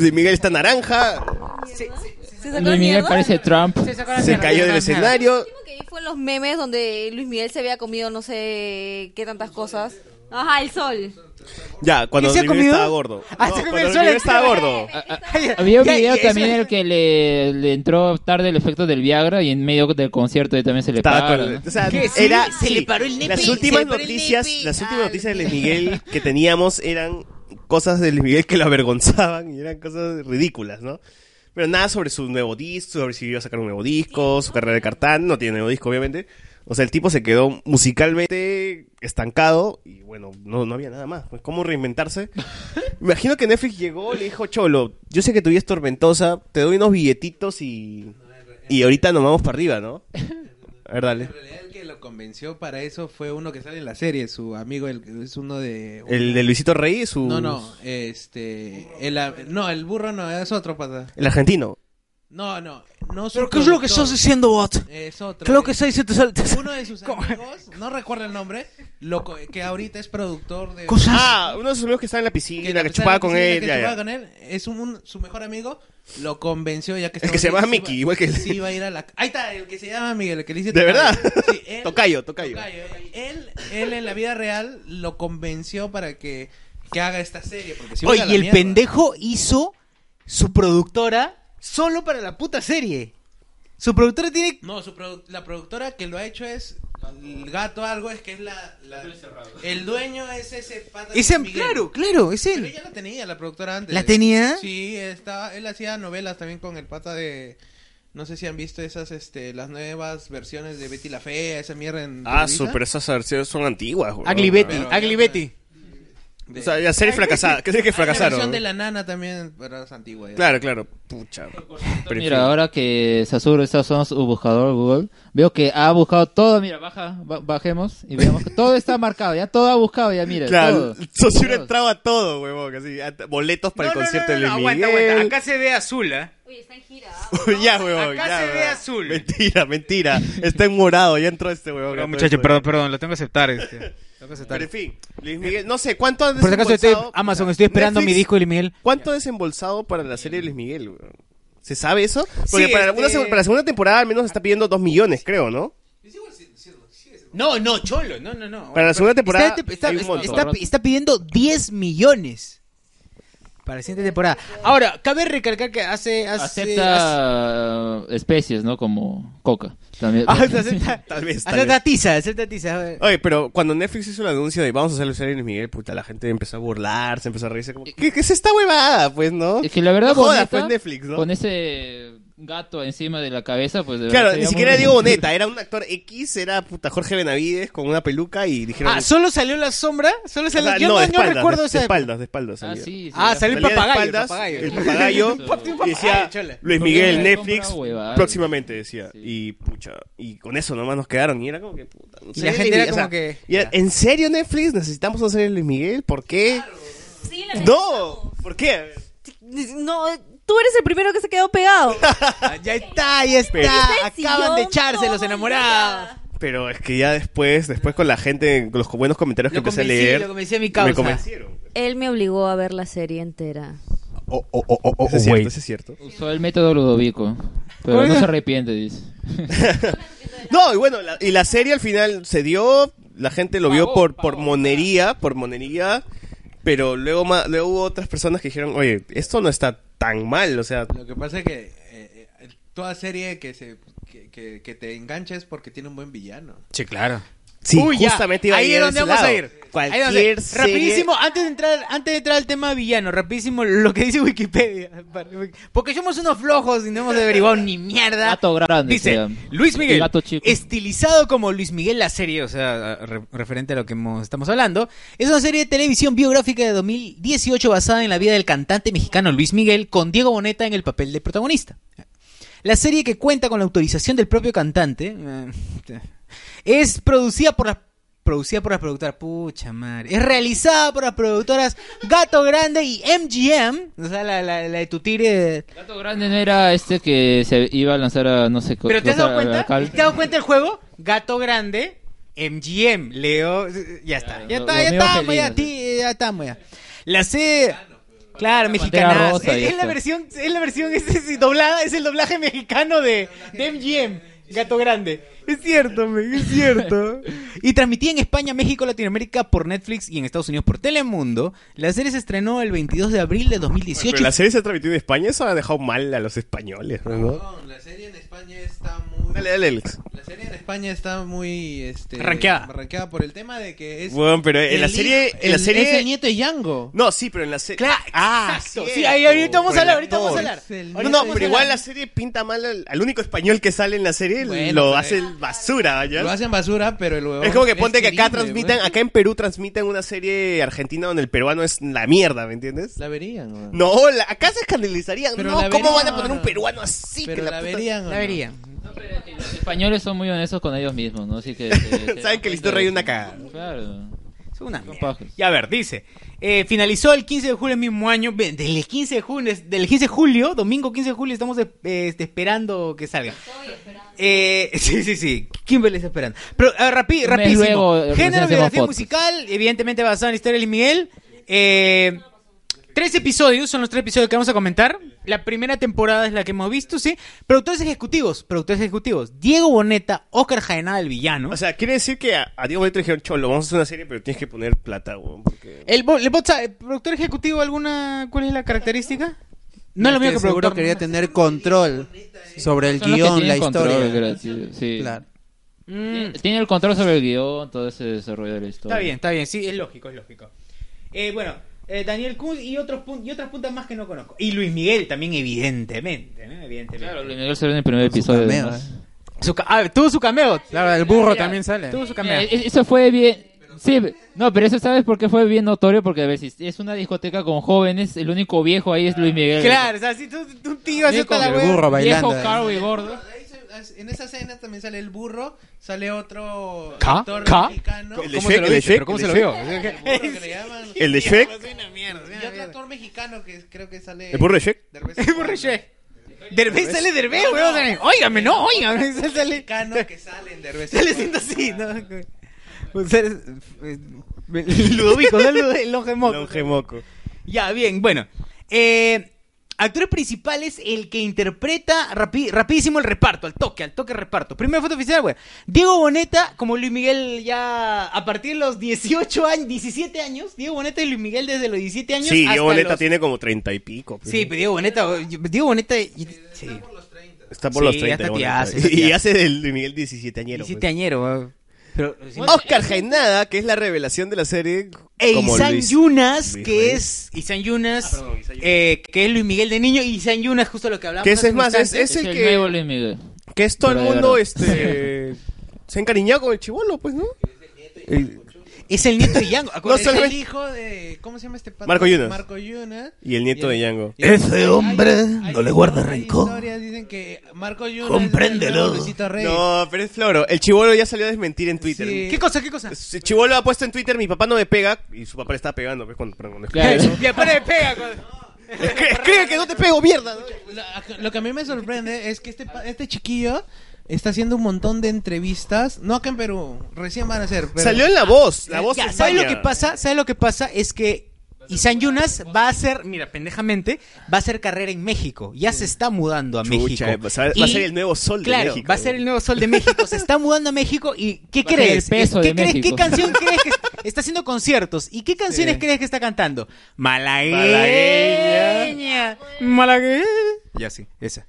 [SPEAKER 5] Luis Miguel está naranja,
[SPEAKER 6] Luis Miguel parece Trump.
[SPEAKER 5] se cayó del escenario.
[SPEAKER 8] Lo último que vi fue en los memes donde Luis Miguel se había comido no sé qué tantas cosas. Ajá, el sol.
[SPEAKER 5] Ya, cuando
[SPEAKER 8] ¿Qué se ha
[SPEAKER 5] Oliver
[SPEAKER 8] comido?
[SPEAKER 5] estaba gordo.
[SPEAKER 8] Ah,
[SPEAKER 5] No,
[SPEAKER 8] se ha comido
[SPEAKER 5] cuando
[SPEAKER 8] el sol
[SPEAKER 5] Oliver
[SPEAKER 8] entero.
[SPEAKER 5] estaba gordo.
[SPEAKER 4] [laughs]
[SPEAKER 6] Había un
[SPEAKER 5] Ya,
[SPEAKER 6] video
[SPEAKER 5] ya,
[SPEAKER 6] también en
[SPEAKER 5] eso-
[SPEAKER 6] el que le, le entró tarde el efecto del Viagra y en medio del concierto él también se le
[SPEAKER 5] Estaba
[SPEAKER 6] para.
[SPEAKER 5] con-
[SPEAKER 6] ¿no?
[SPEAKER 5] o sea,
[SPEAKER 4] ¿Qué? ¿Sí?
[SPEAKER 5] era-
[SPEAKER 4] Se
[SPEAKER 5] sí,
[SPEAKER 4] le paró el nepe,
[SPEAKER 5] Las
[SPEAKER 4] se
[SPEAKER 5] últimas
[SPEAKER 4] le paró el
[SPEAKER 5] noticias, las últimas noticias de Luis Miguel que teníamos eran cosas de Luis Miguel que lo avergonzaban y eran cosas ridículas, ¿no? Pero nada sobre su nuevo disco, sobre si iba a sacar un nuevo disco, su carrera de cartán, no tiene nuevo disco, obviamente. O sea, el tipo se quedó musicalmente estancado y bueno, no, no había nada más. Pues, ¿Cómo reinventarse? Imagino que Netflix llegó, le dijo, Cholo, yo sé que tu vida es tormentosa, te doy unos billetitos y, y ahorita nos vamos para arriba, ¿no? A ver, dale.
[SPEAKER 7] El que lo convenció para eso fue uno que sale en la serie, su amigo, el, es uno de...
[SPEAKER 5] ¿El de Luisito Rey? Su...
[SPEAKER 7] No, no, este... El, a- no, el burro no, es otro pata.
[SPEAKER 5] El argentino.
[SPEAKER 7] No, no, no su
[SPEAKER 4] ¿Pero qué es lo que
[SPEAKER 7] productor.
[SPEAKER 4] estás diciendo, bot?
[SPEAKER 7] Es otro.
[SPEAKER 4] Creo que se te sal- te sal-
[SPEAKER 7] Uno de sus amigos, no recuerdo el nombre, lo co- que ahorita es productor de...
[SPEAKER 5] Ah, uno de sus amigos que estaba en la piscina, que,
[SPEAKER 7] Está en
[SPEAKER 5] chupaba
[SPEAKER 7] la
[SPEAKER 5] con
[SPEAKER 7] piscina,
[SPEAKER 5] él.
[SPEAKER 7] que
[SPEAKER 5] ya,
[SPEAKER 7] chupaba
[SPEAKER 5] ya.
[SPEAKER 7] con él, es un, un- su mejor amigo, lo convenció ya que...
[SPEAKER 5] El que se
[SPEAKER 7] estaba-
[SPEAKER 5] llama
[SPEAKER 7] sí
[SPEAKER 5] Mickey,
[SPEAKER 7] iba-
[SPEAKER 5] igual que él.
[SPEAKER 7] Sí, iba a ir a la... Ahí está, el que se llama Miguel, el que le dice...
[SPEAKER 5] ¿De
[SPEAKER 7] tocayo.
[SPEAKER 5] verdad? [laughs]
[SPEAKER 7] Sí, él-
[SPEAKER 5] Tocayo, tocayo.
[SPEAKER 7] Él, él en la vida real lo convenció para que, que haga esta serie. Porque si
[SPEAKER 4] Oye, y el pendejo hizo su productora solo para la puta serie. Su productora tiene.
[SPEAKER 7] No, su produ- la productora que lo ha hecho es... El gato algo es que es la... la- el dueño es ese pata de
[SPEAKER 4] Ese-
[SPEAKER 7] Luis Miguel.
[SPEAKER 4] claro, claro, es él.
[SPEAKER 7] Pero ella la tenía, la productora antes.
[SPEAKER 4] ¿La tenía?
[SPEAKER 7] Sí, estaba, él hacía novelas también con el pata de... No sé si han visto esas, este, las nuevas versiones de Betty la Fea, esa mierda en...
[SPEAKER 5] Ah,
[SPEAKER 7] Televisa.
[SPEAKER 5] su, pero esas versiones son antiguas. güey.
[SPEAKER 4] Ugly Betty,
[SPEAKER 5] Ah,
[SPEAKER 4] Ugly Betty.
[SPEAKER 5] O sea, ya series fracasadas. Que series que
[SPEAKER 7] Hay una versión
[SPEAKER 5] fracasaron.
[SPEAKER 7] de Ah, La Nana también, pero es antigua. ya.
[SPEAKER 5] Claro, claro. Pucha. Pero en
[SPEAKER 6] Mira,
[SPEAKER 5] fin.
[SPEAKER 6] ahora que Sasur está usando su buscador Google, veo que ha buscado todo. Mira, baja, ba- bajemos y veamos que todo está marcado. Ya todo ha buscado, ya mira.
[SPEAKER 5] Claro,
[SPEAKER 6] todo.
[SPEAKER 5] Sosur entraba a todo, huevón. Así, a- boletos para el concierto de Luis
[SPEAKER 17] aguanta,
[SPEAKER 5] Miguel.
[SPEAKER 17] aguanta. Acá se ve azul, ¿ah?
[SPEAKER 5] [laughs] ya, huevón.
[SPEAKER 17] Acá
[SPEAKER 5] ya,
[SPEAKER 17] se ve
[SPEAKER 5] huevón.
[SPEAKER 17] azul.
[SPEAKER 5] Mentira, mentira. Está en morado, ya entró este huevón.
[SPEAKER 17] Perdón, muchacho, perdón, perdón, lo tengo que aceptar. Este. Tengo que aceptar.
[SPEAKER 5] Pero en fin, Luis Miguel, no sé, ¿cuánto han
[SPEAKER 4] Por si acaso estoy
[SPEAKER 5] desembolsado?
[SPEAKER 4] Amazon, estoy esperando
[SPEAKER 5] Netflix,
[SPEAKER 4] mi disco de Luis Miguel.
[SPEAKER 5] ¿Cuánto ha desembolsado para la serie de Luis Miguel? weón? ¿Se sabe eso? Porque
[SPEAKER 4] Sí,
[SPEAKER 5] para, alguna
[SPEAKER 4] este-
[SPEAKER 5] seg- para la segunda temporada al menos está pidiendo 2 millones, creo, ¿no?
[SPEAKER 4] No, no, cholo, no, no, no.
[SPEAKER 5] Para la segunda temporada
[SPEAKER 4] Está, está-
[SPEAKER 5] hay un montón.
[SPEAKER 4] está- está pidiendo 10 millones para la siguiente temporada. Ahora, cabe recalcar que hace. hace Ah, hace-
[SPEAKER 6] Acepta eh, especies, ¿no? Como coca. También.
[SPEAKER 4] Ah, se acepta-
[SPEAKER 5] [laughs] Tal vez, tal
[SPEAKER 4] acepta
[SPEAKER 5] vez. Ah,
[SPEAKER 4] tiza, acepta tiza. a ver.
[SPEAKER 5] Oye, pero cuando Netflix hizo el anuncio de vamos a hacer la serie de Luis Miguel, puta, la gente empezó a burlarse, empezó a reírse como, ¿qué, qué es esta huevada? Pues, ¿no?
[SPEAKER 6] Es que la verdad,
[SPEAKER 5] no jodas,
[SPEAKER 6] Boneta,
[SPEAKER 5] fue en Netflix, ¿no?
[SPEAKER 6] con ese gato encima de la cabeza, pues. de verdad
[SPEAKER 5] Claro, ni
[SPEAKER 6] sería
[SPEAKER 5] siquiera
[SPEAKER 6] muy-
[SPEAKER 5] era Diego Boneta, era un actor X, era puta Jorge Benavides con una peluca y dijeron...
[SPEAKER 4] Ah, solo salió la sombra. Solo
[SPEAKER 5] O sea,
[SPEAKER 4] salió. yo
[SPEAKER 5] Ah, no,
[SPEAKER 4] no,
[SPEAKER 5] de
[SPEAKER 4] yo
[SPEAKER 5] espaldas,
[SPEAKER 4] recuerdo
[SPEAKER 5] de,
[SPEAKER 4] esa
[SPEAKER 5] de
[SPEAKER 4] época.
[SPEAKER 5] espaldas, de espaldas. salía.
[SPEAKER 6] sí,
[SPEAKER 4] Ah, salió el
[SPEAKER 5] Salía de
[SPEAKER 4] papagayo.
[SPEAKER 5] espaldas,
[SPEAKER 4] el
[SPEAKER 5] El
[SPEAKER 4] papagayo. [laughs]
[SPEAKER 5] papagayo. y decía Luis Miguel,
[SPEAKER 6] Porque
[SPEAKER 5] Netflix,
[SPEAKER 6] compra huevadas.
[SPEAKER 5] próximamente decía. Y pucha, y con eso nomás nos quedaron. Y era como que puta. no
[SPEAKER 4] Y
[SPEAKER 5] sé,
[SPEAKER 4] la gente era
[SPEAKER 5] o
[SPEAKER 4] como
[SPEAKER 5] sea,
[SPEAKER 4] que-
[SPEAKER 5] y era, ¿En serio Netflix? ¿Necesitamos hacer el Luis Miguel? ¿Por qué? no, ¿por qué?
[SPEAKER 8] No, tú eres el primero que se quedó
[SPEAKER 5] [laughs]
[SPEAKER 8] pegado.
[SPEAKER 4] Ah, ya está, ya está. Acaban de echarse los enamorados.
[SPEAKER 5] Pero es que ya después, después con la gente, con los buenos comentarios que empecé a leer.
[SPEAKER 4] lo convencí a mi
[SPEAKER 5] Me
[SPEAKER 4] causa.
[SPEAKER 5] convencieron.
[SPEAKER 8] Él me obligó a ver la serie entera.
[SPEAKER 5] Oh, oh, oh, oh, oh,
[SPEAKER 6] Eso es
[SPEAKER 5] wait.
[SPEAKER 6] cierto, eso
[SPEAKER 5] es cierto.
[SPEAKER 6] Usó el método Ludovico. Pero
[SPEAKER 5] Oiga.
[SPEAKER 6] no se arrepiente, dice.
[SPEAKER 5] No, y bueno, la- y la serie al final se dio, la gente lo vio por, por monería, por monería, pero luego, ma- luego hubo otras personas que dijeron, oye, esto no está tan mal, o sea,
[SPEAKER 7] Lo que pasa es que eh, eh, toda serie que, se, que, que, que te engancha es porque tiene un buen villano.
[SPEAKER 17] Sí, claro.
[SPEAKER 5] sí,
[SPEAKER 4] Uy, ya.
[SPEAKER 5] justamente iba
[SPEAKER 4] Ahí
[SPEAKER 5] a
[SPEAKER 4] es
[SPEAKER 5] ir
[SPEAKER 4] donde vamos a ir. Ahí
[SPEAKER 5] Cualquier
[SPEAKER 4] vamos a ir.
[SPEAKER 5] serie-
[SPEAKER 4] Rapidísimo, antes de entrar, antes de entrar al tema villano, rapidísimo lo que dice Wikipedia. [laughs] Porque somos unos flojos y no hemos averiguado ni mierda.
[SPEAKER 6] Gato grande. se
[SPEAKER 17] Dice,
[SPEAKER 6] llama.
[SPEAKER 17] Luis
[SPEAKER 6] El
[SPEAKER 17] Miguel,
[SPEAKER 6] gato chico.
[SPEAKER 4] estilizado como Luis Miguel la serie, o sea, re- referente a lo que hemos- estamos hablando, es una serie de televisión biográfica de 2018 basada en la vida del cantante mexicano Luis Miguel con Diego Boneta en el papel de protagonista. La serie que cuenta con la autorización del propio cantante eh, es producida por la producida por las productoras, pucha madre, es realizada por las productoras Gato Grande y MGM, o sea, la, la- la de tu tigre.
[SPEAKER 6] Gato grande no era este que se iba a lanzar a no sé qué.
[SPEAKER 4] Pero te has
[SPEAKER 6] cosa,
[SPEAKER 4] dado
[SPEAKER 6] al
[SPEAKER 4] cuenta, ¿te
[SPEAKER 6] alcalde.
[SPEAKER 4] has dado cuenta el juego? Gato grande, MGM, Leo, ya está, ya
[SPEAKER 6] lo-
[SPEAKER 4] está,
[SPEAKER 6] lo
[SPEAKER 4] ya
[SPEAKER 6] mío
[SPEAKER 4] estamos,
[SPEAKER 6] felino,
[SPEAKER 4] ya, ti- ya estamos, ya. La C, claro, mexicana,
[SPEAKER 6] rosa
[SPEAKER 4] es,
[SPEAKER 6] y
[SPEAKER 4] es la
[SPEAKER 6] esto.
[SPEAKER 4] versión, es la versión es, es doblada, es el doblaje mexicano de, de MGM. Gato grande. Es cierto, men, es cierto. Y transmitida en España, México, Latinoamérica por Netflix y en Estados Unidos por Telemundo, la serie se estrenó el 22 de abril de 2018.
[SPEAKER 5] Pero la serie se ha transmitido en España, eso ha dejado mal a los españoles, ¿no?
[SPEAKER 7] La serie en España está muy.
[SPEAKER 5] Dale, dale, Alex.
[SPEAKER 7] La serie en España está muy. Este,
[SPEAKER 5] Ranqueada.
[SPEAKER 7] ranqueada por el tema de que es.
[SPEAKER 5] Bueno, pero en la
[SPEAKER 7] el
[SPEAKER 5] serie-
[SPEAKER 7] hijo-
[SPEAKER 5] en la
[SPEAKER 7] el-
[SPEAKER 5] serie-
[SPEAKER 7] Es el nieto de Yango.
[SPEAKER 5] No, sí, pero en la Ah, serie. Claro,
[SPEAKER 4] exacto. Sí, ahí ahorita vamos a hablar, ahorita vamos a hablar.
[SPEAKER 5] No,
[SPEAKER 4] Ahorita
[SPEAKER 5] no,
[SPEAKER 4] vamos a
[SPEAKER 5] pero igual
[SPEAKER 4] hablar.
[SPEAKER 5] la serie pinta mal al, al único español que sale en la serie,
[SPEAKER 7] Bueno,
[SPEAKER 5] lo
[SPEAKER 7] pero-
[SPEAKER 5] hacen basura, ¿ya?
[SPEAKER 7] Lo hacen basura, pero el huevón
[SPEAKER 5] Es como que
[SPEAKER 7] es
[SPEAKER 5] ponte que acá
[SPEAKER 7] querible,
[SPEAKER 5] transmitan,
[SPEAKER 7] weón.
[SPEAKER 5] acá en Perú transmitan una serie argentina donde el peruano es la mierda, ¿me entiendes?
[SPEAKER 7] La verían, weón.
[SPEAKER 5] No, la- acá se escandalizarían.
[SPEAKER 7] Pero
[SPEAKER 5] no,
[SPEAKER 7] la
[SPEAKER 5] ¿cómo
[SPEAKER 7] verían,
[SPEAKER 5] van a poner un
[SPEAKER 7] no.
[SPEAKER 5] peruano así?
[SPEAKER 7] Pero
[SPEAKER 5] que puta-
[SPEAKER 7] la verían, ¿o no? La verían.
[SPEAKER 6] Los españoles son muy honestos con ellos mismos, ¿no?
[SPEAKER 4] [laughs]
[SPEAKER 6] Así que... eh,
[SPEAKER 4] Saben que Listo
[SPEAKER 6] listo
[SPEAKER 4] Rey
[SPEAKER 6] rey
[SPEAKER 4] es una cagada.
[SPEAKER 6] Claro.
[SPEAKER 4] Es una
[SPEAKER 6] Son
[SPEAKER 4] mierda.
[SPEAKER 6] pajas.
[SPEAKER 4] Y a ver, dice, eh, finalizó el 15 de julio del mismo año, ve- del 15 de julio, del 15 de julio, domingo 15 de julio, estamos eh, este, esperando que salga. Eh, [laughs] sí, sí, sí, Kimberly está esperando. Pero a ver, rapi-
[SPEAKER 6] Un mes
[SPEAKER 4] rapidísimo,
[SPEAKER 6] luego, eh, recién
[SPEAKER 4] género,
[SPEAKER 6] hacemos
[SPEAKER 4] biografía
[SPEAKER 6] podcast.
[SPEAKER 4] musical, evidentemente basado en la historia de Luis Miguel. Eh, tres episodios, son los tres episodios que vamos a comentar. La primera temporada es la que hemos visto, sí. Productores ejecutivos, productores ejecutivos, Diego Boneta, Oscar Jaenada, el villano.
[SPEAKER 5] O sea, quiere decir que a, a Diego Boneta le dijeron, cholo, vamos a hacer una serie, pero tienes que poner plata, weón. Porque...
[SPEAKER 4] El, bo- el botsa- el productor ejecutivo alguna cuál es la característica? No es lo mismo que
[SPEAKER 10] seguro
[SPEAKER 4] productor.
[SPEAKER 10] quería tener control sobre el
[SPEAKER 6] Son los que
[SPEAKER 10] guión, la
[SPEAKER 6] tienen control,
[SPEAKER 10] historia.
[SPEAKER 6] gracias, sí.
[SPEAKER 10] Claro.
[SPEAKER 4] Mm.
[SPEAKER 6] Tiene- Tiene el control sobre el guión, todo ese desarrollo de la historia.
[SPEAKER 4] Está bien, está bien, sí, es lógico, es lógico. Eh, bueno, eh, Daniel Kuhn y otros pun- y otras puntas más que no conozco. Y Luis Miguel también evidentemente, ¿no? Evidentemente.
[SPEAKER 6] Miguel se ve en el primer episodio.
[SPEAKER 4] cameo,
[SPEAKER 6] además.
[SPEAKER 4] Su ca- ah, tuvo su cameo. Claro, el burro también sale. Tuvo su cameo.
[SPEAKER 6] Mira, e- Eso fue bien. Sí, no, pero eso sabes por qué fue bien notorio. Porque a ver, si es una discoteca con jóvenes, el único viejo ahí es Luis Miguel.
[SPEAKER 4] Claro, o sea, si tú, tú un tío así
[SPEAKER 6] Viejo-
[SPEAKER 4] está la
[SPEAKER 6] eh, el burro
[SPEAKER 4] wea-
[SPEAKER 6] bailando ahí. caro y
[SPEAKER 4] gordo.
[SPEAKER 7] En esa escena también sale el burro, sale otro
[SPEAKER 4] ¿Ca?
[SPEAKER 7] actor
[SPEAKER 4] ¿Ca?
[SPEAKER 7] mexicano.
[SPEAKER 5] El de ¿Cómo se Shrek, lo el de dice? Shrek, ¿Pero cómo el de se lo Shrek. vio?
[SPEAKER 7] El burro que le llaman.
[SPEAKER 5] El de Shrek.
[SPEAKER 7] Es una mierda, es una Y otro actor mexicano que creo que sale.
[SPEAKER 5] ¿El burro de Shrek?
[SPEAKER 7] Derbez.
[SPEAKER 4] El burro de Shrek. Derbez sale Derbez, weón. sale- Óigame, no, óigame. Sale
[SPEAKER 7] mexicano que sale
[SPEAKER 4] [laughs]
[SPEAKER 7] en Derbez.
[SPEAKER 4] Sale siendo así, ¿no? O sea, eres- eh, [laughs] Ludovico, ¿no? Ludo- El longe moco. Ya, bien, bueno. Eh, actores principales, el que interpreta rapi- rapidísimo el reparto, al toque, al toque reparto. Primera foto oficial, güey. Diego Boneta, como Luis Miguel ya a partir de los 18 años, 17 años. Diego Boneta y Luis Miguel desde los 17 años.
[SPEAKER 5] Sí,
[SPEAKER 4] hasta
[SPEAKER 5] Diego Boneta
[SPEAKER 4] los-
[SPEAKER 5] tiene como treinta y pico. pues. pero-
[SPEAKER 4] Sí, pero Diego Boneta, güey, Diego Boneta. pues, sí.
[SPEAKER 5] Está por
[SPEAKER 4] Sí,
[SPEAKER 5] los
[SPEAKER 4] ya
[SPEAKER 5] 30.
[SPEAKER 4] está
[SPEAKER 5] bueno,
[SPEAKER 4] tiazo,
[SPEAKER 5] está-
[SPEAKER 4] está
[SPEAKER 5] y
[SPEAKER 4] tiazo.
[SPEAKER 5] hace del Luis Miguel 17 añero. pues.
[SPEAKER 4] 17 añero.
[SPEAKER 5] Oscar Jaenada, que es la revelación de la serie.
[SPEAKER 4] E
[SPEAKER 5] como
[SPEAKER 4] Isan
[SPEAKER 5] Luis-
[SPEAKER 4] Yunas,
[SPEAKER 5] Luis
[SPEAKER 4] que
[SPEAKER 5] Rey.
[SPEAKER 4] es Isan Yunas, eh, que es Luis Miguel de niño, y Isan Yunas, justo lo que hablamos.
[SPEAKER 5] Que ese es
[SPEAKER 4] hace un
[SPEAKER 5] más, es,
[SPEAKER 4] instante.
[SPEAKER 5] es el, que. Que es todo el
[SPEAKER 4] Pero de
[SPEAKER 5] mundo
[SPEAKER 4] verdad. [laughs]
[SPEAKER 5] este, se ha encariñado con el chivolo, pues, ¿no?
[SPEAKER 4] Es el nieto de Yango.
[SPEAKER 5] No
[SPEAKER 7] es el
[SPEAKER 5] solamente-
[SPEAKER 7] hijo de. ¿Cómo se llama este pato?
[SPEAKER 5] Marco Yunas.
[SPEAKER 7] Marco Yunas.
[SPEAKER 5] Y el nieto de Yango.
[SPEAKER 7] Ese hombre
[SPEAKER 5] no le guarda
[SPEAKER 7] Historias dicen que Marco Yunas. es el Luisito Rey.
[SPEAKER 5] No, pero es floro. El chivolo ya salió a desmentir en Twitter.
[SPEAKER 7] Sí.
[SPEAKER 4] ¿Qué cosa? ¿Qué cosa?
[SPEAKER 5] El chivolo ha puesto en Twitter, mi papá no me pega. Y su papá le estaba pegando, pues, cuando, cuando escucha
[SPEAKER 4] Claro. [laughs]
[SPEAKER 5] eso.
[SPEAKER 4] Y después le pega. con-
[SPEAKER 5] Escribe, escribe que no te pego, mierda. ¿no?
[SPEAKER 7] Lo que a mí me sorprende es que este, pa- este chiquillo está haciendo un montón de entrevistas. No acá en Perú, recién van a hacer. pero-
[SPEAKER 5] Salió en la voz. La voz
[SPEAKER 4] Ya,
[SPEAKER 5] de
[SPEAKER 4] ¿Sabes lo
[SPEAKER 5] España.
[SPEAKER 4] que pasa? ¿Sabes lo que pasa? Es que Isan Yunas va a hacer, mira, pendejamente, va a hacer carrera en México. Ya se está mudando a
[SPEAKER 5] Chucha,
[SPEAKER 4] México.
[SPEAKER 5] eh, va a- va a ser el nuevo sol de
[SPEAKER 4] claro,
[SPEAKER 5] México.
[SPEAKER 4] va a ser el nuevo sol de México. Se está mudando a México y ¿qué
[SPEAKER 6] Va a ser
[SPEAKER 4] crees?
[SPEAKER 6] el peso
[SPEAKER 4] ¿Qué,
[SPEAKER 6] de
[SPEAKER 4] crees? ¿Qué
[SPEAKER 6] México.
[SPEAKER 7] [laughs]
[SPEAKER 4] canción crees que está haciendo conciertos? ¿Y qué canciones
[SPEAKER 6] Sí.
[SPEAKER 4] crees que está cantando? Malagueña.
[SPEAKER 5] Malagueña.
[SPEAKER 4] Malagueña. Ya sí, esa.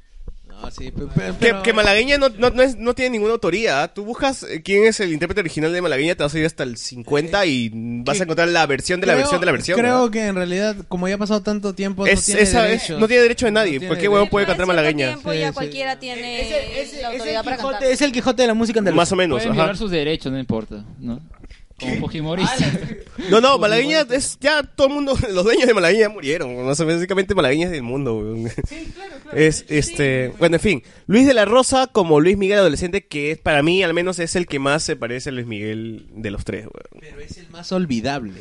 [SPEAKER 7] No, sí, pe- pe-
[SPEAKER 5] Que,
[SPEAKER 7] pero-
[SPEAKER 5] que Malagueña no, no, no es- no tiene ninguna autoría. ¿ah? Tú buscas eh, quién es el intérprete original de Malagueña, te vas a ir hasta el 50 y vas a encontrar la versión de la
[SPEAKER 7] creo-
[SPEAKER 5] versión de la versión.
[SPEAKER 7] Creo
[SPEAKER 5] ¿verdad?
[SPEAKER 7] que en realidad, como ya ha pasado tanto tiempo, no
[SPEAKER 5] Es-
[SPEAKER 7] tiene
[SPEAKER 5] esa es-
[SPEAKER 7] derechos.
[SPEAKER 5] no tiene derecho de nadie.
[SPEAKER 7] tiene
[SPEAKER 5] ¿Por qué huevón puede cantar Malagueña?
[SPEAKER 8] Tiempo ya cualquiera tiene la autoridad para cantar.
[SPEAKER 4] Es el Quijote de la música andaluza.
[SPEAKER 5] Más o menos,
[SPEAKER 6] Pueden
[SPEAKER 5] ajá.
[SPEAKER 6] violar sus derechos, no importa, ¿no? Como Fujimorista.
[SPEAKER 4] Ah,
[SPEAKER 5] No, no, Malagueña es ya todo el mundo, [laughs] los dueños de Malagueña murieron. No sé, básicamente Malagueña es del mundo. weón. [laughs] Es este, bueno, en fin, Luis de la Rosa como Luis Miguel adolescente que es para mí al menos es el que más se parece a Luis Miguel de los tres, weón.
[SPEAKER 7] Pero es el más olvidable.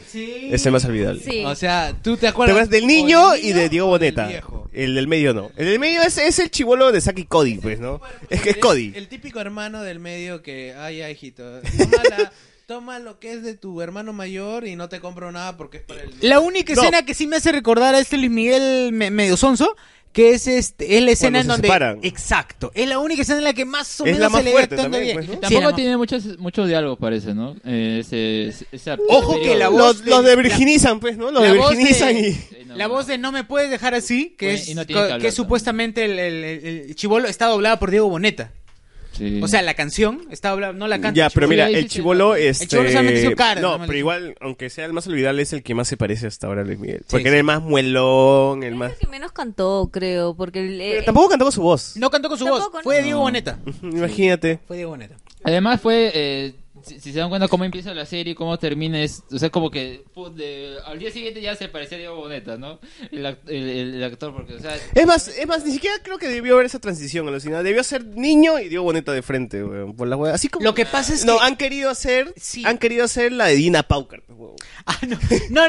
[SPEAKER 5] Es el más olvidable.
[SPEAKER 8] Sí.
[SPEAKER 7] O sea, tú te
[SPEAKER 5] ¿Te
[SPEAKER 7] acuerdas.
[SPEAKER 5] acuerdas del
[SPEAKER 7] o
[SPEAKER 5] niño
[SPEAKER 7] del
[SPEAKER 5] y de Diego Boneta?
[SPEAKER 7] viejo?
[SPEAKER 5] El del medio no. El del medio es, es el chivolo de Saki Cody, pues, ¿no? Es que es Cody.
[SPEAKER 7] El típico hermano del medio que, ay, ay, hijito, toma, la- toma lo que es de tu hermano mayor y no te compro nada porque es para el...
[SPEAKER 4] La única
[SPEAKER 7] No.
[SPEAKER 4] escena que sí me hace recordar a este Luis Miguel me- medio sonso que es este es la escena
[SPEAKER 5] Cuando
[SPEAKER 4] en
[SPEAKER 5] se
[SPEAKER 4] donde
[SPEAKER 5] separan.
[SPEAKER 4] exacto es la única escena en la que más o
[SPEAKER 6] Es
[SPEAKER 4] menos
[SPEAKER 6] la más
[SPEAKER 4] se le ve
[SPEAKER 6] fuerte
[SPEAKER 4] actuando bien
[SPEAKER 6] también, pues, ¿no?
[SPEAKER 4] Sí, la
[SPEAKER 6] Tampoco
[SPEAKER 4] más-
[SPEAKER 6] tiene muchos, muchos diálogos, parece, ¿no? Eh, ese- ese- ese
[SPEAKER 4] Ojo que
[SPEAKER 6] periodo.
[SPEAKER 4] la voz
[SPEAKER 5] los de virginizan, pues, ¿no? Los de
[SPEAKER 4] voz
[SPEAKER 5] virginizan
[SPEAKER 4] de-
[SPEAKER 5] y-
[SPEAKER 4] La voz de No me puedes dejar así, que
[SPEAKER 6] Bueno,
[SPEAKER 4] es,
[SPEAKER 6] y no
[SPEAKER 4] co-
[SPEAKER 6] tiene que hablar,
[SPEAKER 4] que es supuestamente el, chivolo, está doblada por Diego Boneta.
[SPEAKER 6] Sí.
[SPEAKER 4] O sea, la canción está doblada, no la canta.
[SPEAKER 5] Ya,
[SPEAKER 4] el
[SPEAKER 5] pero
[SPEAKER 4] chibolo.
[SPEAKER 5] mira, el chibolo este...
[SPEAKER 4] El chibolo solamente hizo cara.
[SPEAKER 5] No,
[SPEAKER 4] nomás.
[SPEAKER 5] pero igual, aunque sea el más olvidable, es el que más se parece hasta ahora a Luis Miguel. Porque
[SPEAKER 4] sí.
[SPEAKER 5] era el más muelón, el más...
[SPEAKER 8] que menos cantó, creo, porque... el- eh,
[SPEAKER 5] Tampoco cantaba su voz.
[SPEAKER 4] No cantó con su voz, fue Diego Boneta.
[SPEAKER 5] Imagínate.
[SPEAKER 4] Fue Diego Boneta.
[SPEAKER 6] Además fue, eh, si, si se dan cuenta cómo empieza la serie y cómo termina, es, o sea, como que pu- de- al día siguiente ya se parecía a Diego Boneta, ¿no? El, act- el- el- el actor, porque, o sea,
[SPEAKER 5] Es más, es más, ni siquiera creo que debió haber esa transición, alucinada. Debió ser niño y dio boneta de frente, weón, por la hueá. Así como...
[SPEAKER 4] Lo que pasa es
[SPEAKER 5] No,
[SPEAKER 4] que...
[SPEAKER 5] han querido hacer... Han querido hacer la de Dina Pauker, weón.
[SPEAKER 4] Ah, No,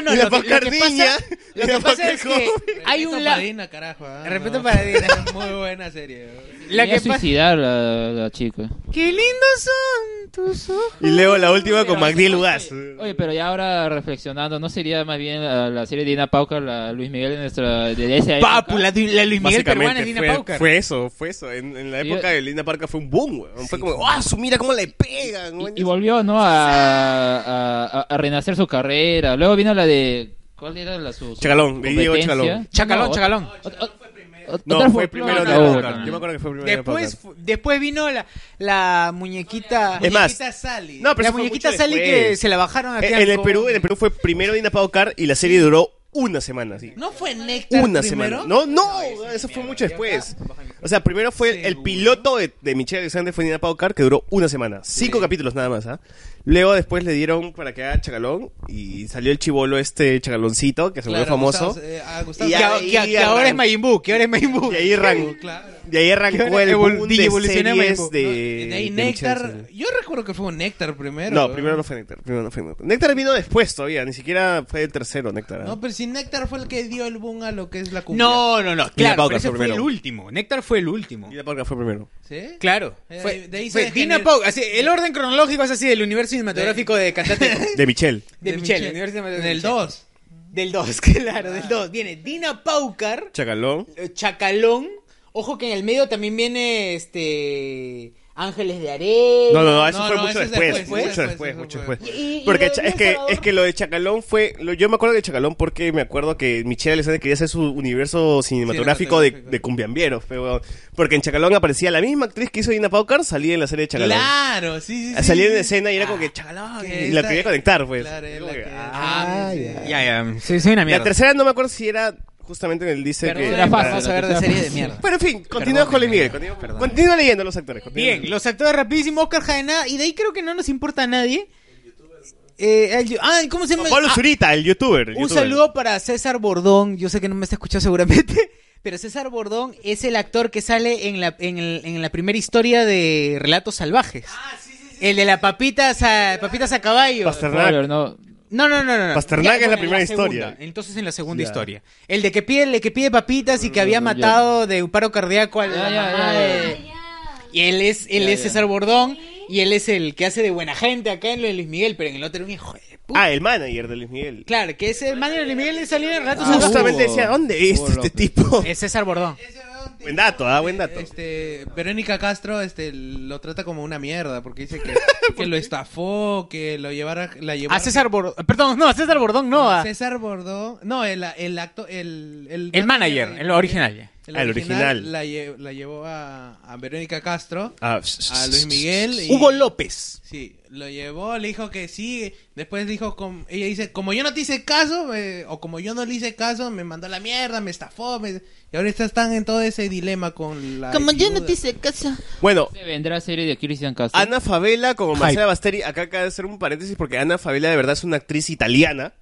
[SPEAKER 5] [laughs]
[SPEAKER 4] no,
[SPEAKER 5] Y la
[SPEAKER 4] lo que, lo que
[SPEAKER 5] Bacardiña,
[SPEAKER 4] pasa, lo
[SPEAKER 5] y
[SPEAKER 4] que
[SPEAKER 5] la
[SPEAKER 4] pasa es que
[SPEAKER 5] Bacarcovi.
[SPEAKER 4] hay
[SPEAKER 7] Respeto
[SPEAKER 4] un lado...
[SPEAKER 7] para Dina, carajo, ah,
[SPEAKER 4] Respeto
[SPEAKER 7] no.
[SPEAKER 4] para Dina.
[SPEAKER 7] Muy buena serie.
[SPEAKER 4] La
[SPEAKER 6] quería
[SPEAKER 4] que pasa-
[SPEAKER 6] suicidar a la chica.
[SPEAKER 4] ¡Qué lindos son tus ojos!
[SPEAKER 5] Y luego la última con Magdiel Ugas.
[SPEAKER 6] Oye, pero ya ahora reflexionando, ¿no sería más bien la, la serie de Dina Pauca, la Luis Miguel de nuestra de esa época?
[SPEAKER 5] Papu, la,
[SPEAKER 4] Luis
[SPEAKER 6] Miguel peruana
[SPEAKER 5] Básicamente
[SPEAKER 6] es Dina
[SPEAKER 5] fue,
[SPEAKER 6] Paucar.
[SPEAKER 5] Fue eso, fue eso. En, en la
[SPEAKER 6] Sí,
[SPEAKER 5] época
[SPEAKER 6] yo-
[SPEAKER 5] de Linda Parca fue un boom, weón. Fue como, ¡ah, su mira cómo le pegan! weón!
[SPEAKER 6] Y volvió, ¿no? A, a- a- a renacer su carrera. Luego vino la de... ¿Cuál era la su, su
[SPEAKER 5] Chacalón, de Diego
[SPEAKER 6] competencia?
[SPEAKER 5] Chacalón.
[SPEAKER 4] Chacalón,
[SPEAKER 6] No,
[SPEAKER 4] Chacalón.
[SPEAKER 6] ot-
[SPEAKER 5] No,
[SPEAKER 6] otra
[SPEAKER 5] fue primero Dina
[SPEAKER 6] no,
[SPEAKER 5] Paucar.
[SPEAKER 6] no.
[SPEAKER 5] Yo me acuerdo que fue primero Dina
[SPEAKER 4] Después,
[SPEAKER 5] Paucar.
[SPEAKER 4] fu- después vino la, la muñequita,
[SPEAKER 5] Es más,
[SPEAKER 4] muñequita Sally.
[SPEAKER 5] No, pero
[SPEAKER 4] la
[SPEAKER 5] eso fue
[SPEAKER 4] muñequita
[SPEAKER 5] mucho
[SPEAKER 4] Sally que
[SPEAKER 5] después.
[SPEAKER 4] se la bajaron a
[SPEAKER 5] En, en el Perú, en el Perú fue primero Dina Paucar y la serie duró una semana, sí.
[SPEAKER 7] ¿No fue Néctar
[SPEAKER 5] Una
[SPEAKER 7] primero?
[SPEAKER 5] semana. No, no, eso fue mucho después. O sea, primero fue el- el piloto de, de Michelle Alexander, fue Nina Paucar, que duró una semana. Cinco capítulos nada más, ¿ah? Luego después le dieron para que haga Chacalón y salió el chivolo este Chacaloncito, que se volvió
[SPEAKER 7] Claro,
[SPEAKER 5] famoso.
[SPEAKER 7] Gustavo, eh, ah, Gustavo.
[SPEAKER 4] Que,
[SPEAKER 5] ahí
[SPEAKER 4] que- que ahora es
[SPEAKER 5] arran-
[SPEAKER 4] Majin Buu, que ahora es Majin Buu.
[SPEAKER 5] Y ahí arrancó. De ahí arrancó el
[SPEAKER 4] Evol-
[SPEAKER 5] boom
[SPEAKER 4] Digi
[SPEAKER 5] de
[SPEAKER 4] evoluciona
[SPEAKER 5] series
[SPEAKER 4] Majin Buu.
[SPEAKER 5] de...
[SPEAKER 7] De
[SPEAKER 5] de
[SPEAKER 7] ahí
[SPEAKER 5] Michelle
[SPEAKER 7] Néctar.
[SPEAKER 5] Alexander.
[SPEAKER 7] Yo recuerdo que fue un Néctar primero.
[SPEAKER 5] No,
[SPEAKER 7] weón.
[SPEAKER 5] primero no fue Néctar, primero no fue Néctar. Néctar vino después todavía, ni siquiera fue el tercero Néctar. ¿ah?
[SPEAKER 7] No, pero si Néctar fue el que dio el boom a lo que es la cumbia.
[SPEAKER 4] No, no, no, claro,
[SPEAKER 5] Pauca
[SPEAKER 4] pero ese
[SPEAKER 5] fue
[SPEAKER 4] fue el
[SPEAKER 5] primero.
[SPEAKER 4] último. Néctar fue el último.
[SPEAKER 5] Dina Paucar fue primero.
[SPEAKER 7] ¿Sí?
[SPEAKER 4] Claro,
[SPEAKER 7] Eh,
[SPEAKER 4] fue,
[SPEAKER 7] de ahí
[SPEAKER 4] fue
[SPEAKER 7] se
[SPEAKER 4] Dina
[SPEAKER 7] genera-
[SPEAKER 4] Pau, así, el orden cronológico es así del universo cinematográfico de Cantate
[SPEAKER 5] De Michelle.
[SPEAKER 4] de,
[SPEAKER 7] De
[SPEAKER 4] Michelle,
[SPEAKER 7] Michelle.
[SPEAKER 4] el universo cinematográfico de
[SPEAKER 7] Del
[SPEAKER 4] Michelle.
[SPEAKER 7] 2.
[SPEAKER 4] Del 2, [laughs] claro, del 2. Viene Dina Paucar,
[SPEAKER 5] Chacalón.
[SPEAKER 4] eh, Chacalón. Ojo que en el medio también viene este Ángeles de Arena.
[SPEAKER 5] No, no, no, eso fue mucho
[SPEAKER 4] ese es
[SPEAKER 5] después,
[SPEAKER 4] ¿eh?
[SPEAKER 5] mucho después, mucho después.
[SPEAKER 4] Y- y
[SPEAKER 5] Porque
[SPEAKER 4] lo de
[SPEAKER 5] cha-
[SPEAKER 4] Luis
[SPEAKER 5] es que
[SPEAKER 4] Salvador.
[SPEAKER 5] es que lo de Chacalón fue, lo- yo me acuerdo de Chacalón porque me acuerdo que Michelle Alexander quería hacer su universo cinematográfico de, de cumbiambieros, pero porque en Chacalón aparecía la misma actriz que hizo Dina Paucar, salía en la serie de Chacalón.
[SPEAKER 7] Claro, sí, sí. sí
[SPEAKER 5] salía en
[SPEAKER 7] sí.
[SPEAKER 5] escena y era como Ah, que Chacalón y la quería conectar, pues. Era como que, ah, ya.
[SPEAKER 4] Ya, ya, soy, soy una
[SPEAKER 5] La
[SPEAKER 4] mierda.
[SPEAKER 5] tercera no me acuerdo si era justamente en el dice
[SPEAKER 4] Perdón,
[SPEAKER 5] que
[SPEAKER 4] era fácil,
[SPEAKER 5] Vamos
[SPEAKER 4] la
[SPEAKER 5] a ver
[SPEAKER 4] tercera fue-
[SPEAKER 5] Pero en fin, continúa
[SPEAKER 4] Perdónenme,
[SPEAKER 5] Jole Miguel, continúa, continúa leyendo los actores. continúa
[SPEAKER 4] Bien, los actores rapidísimo, Oscar Jaena, y de ahí creo que no nos importa a nadie. Eh, el yo- ah, ¿cómo se llama?
[SPEAKER 5] Pablo
[SPEAKER 4] Ah,
[SPEAKER 5] Zurita, el youtuber. el
[SPEAKER 4] un
[SPEAKER 5] youtuber.
[SPEAKER 4] saludo para César Bordón, yo sé que no me está escuchando seguramente, [laughs] pero César Bordón es el actor que sale en la, en el- en la primera historia de Relatos Salvajes.
[SPEAKER 6] Ah,
[SPEAKER 4] El de la papitas a, papitas a caballo.
[SPEAKER 6] Spoiler, no.
[SPEAKER 4] No, no, no, no, no.
[SPEAKER 5] Pasternak es la
[SPEAKER 4] en
[SPEAKER 5] primera
[SPEAKER 4] segunda.
[SPEAKER 5] historia.
[SPEAKER 4] Entonces en la segunda
[SPEAKER 5] Ya.
[SPEAKER 4] historia. El de que pide, el de que pide papitas y que había matado de un paro cardíaco a la
[SPEAKER 6] ya,
[SPEAKER 4] mamá
[SPEAKER 6] ya,
[SPEAKER 4] de- Y él es, él
[SPEAKER 6] Ya,
[SPEAKER 4] es
[SPEAKER 6] ya.
[SPEAKER 4] César Bordón y él es el que hace de buena gente acá en lo de Luis Miguel, pero en el otro era un hijo de puta.
[SPEAKER 5] Ah, el manager de Luis Miguel.
[SPEAKER 4] Claro, que ese man de Luis Miguel le salió en ratos
[SPEAKER 5] Justamente decía, ¿dónde Ah, es este tipo?
[SPEAKER 4] Es César Bordón.
[SPEAKER 5] [laughs] Buen dato, ah, buen dato.
[SPEAKER 7] Este, Verónica Castro este, lo trata como una mierda porque dice
[SPEAKER 5] [laughs]
[SPEAKER 7] que, que lo estafó, que lo llevara, la llevara.
[SPEAKER 4] A César Bordón. Perdón, no, a César Bordón no. A...
[SPEAKER 7] César Bordó. No, el, el acto. El, el,
[SPEAKER 4] El manager,
[SPEAKER 7] de-
[SPEAKER 4] el original, ya.
[SPEAKER 5] Ah, el original.
[SPEAKER 7] La, lle- la llevó a, a Verónica Castro,
[SPEAKER 5] Ah,
[SPEAKER 7] a Luis Miguel. y-
[SPEAKER 4] Hugo López.
[SPEAKER 7] Sí, lo llevó, le dijo que sí. Después dijo, com- ella dice, como yo no te hice caso, eh, o como yo no le hice caso, me mandó a la mierda, me estafó. me- Y ahorita están en todo ese dilema con la. viuda.
[SPEAKER 4] hice caso.
[SPEAKER 5] Bueno,
[SPEAKER 6] Se vendrá serie de Christian Castro.
[SPEAKER 5] Ana Favela como Marcela Basteri, acá acaba de hacer un paréntesis porque Ana Favela de verdad es una actriz italiana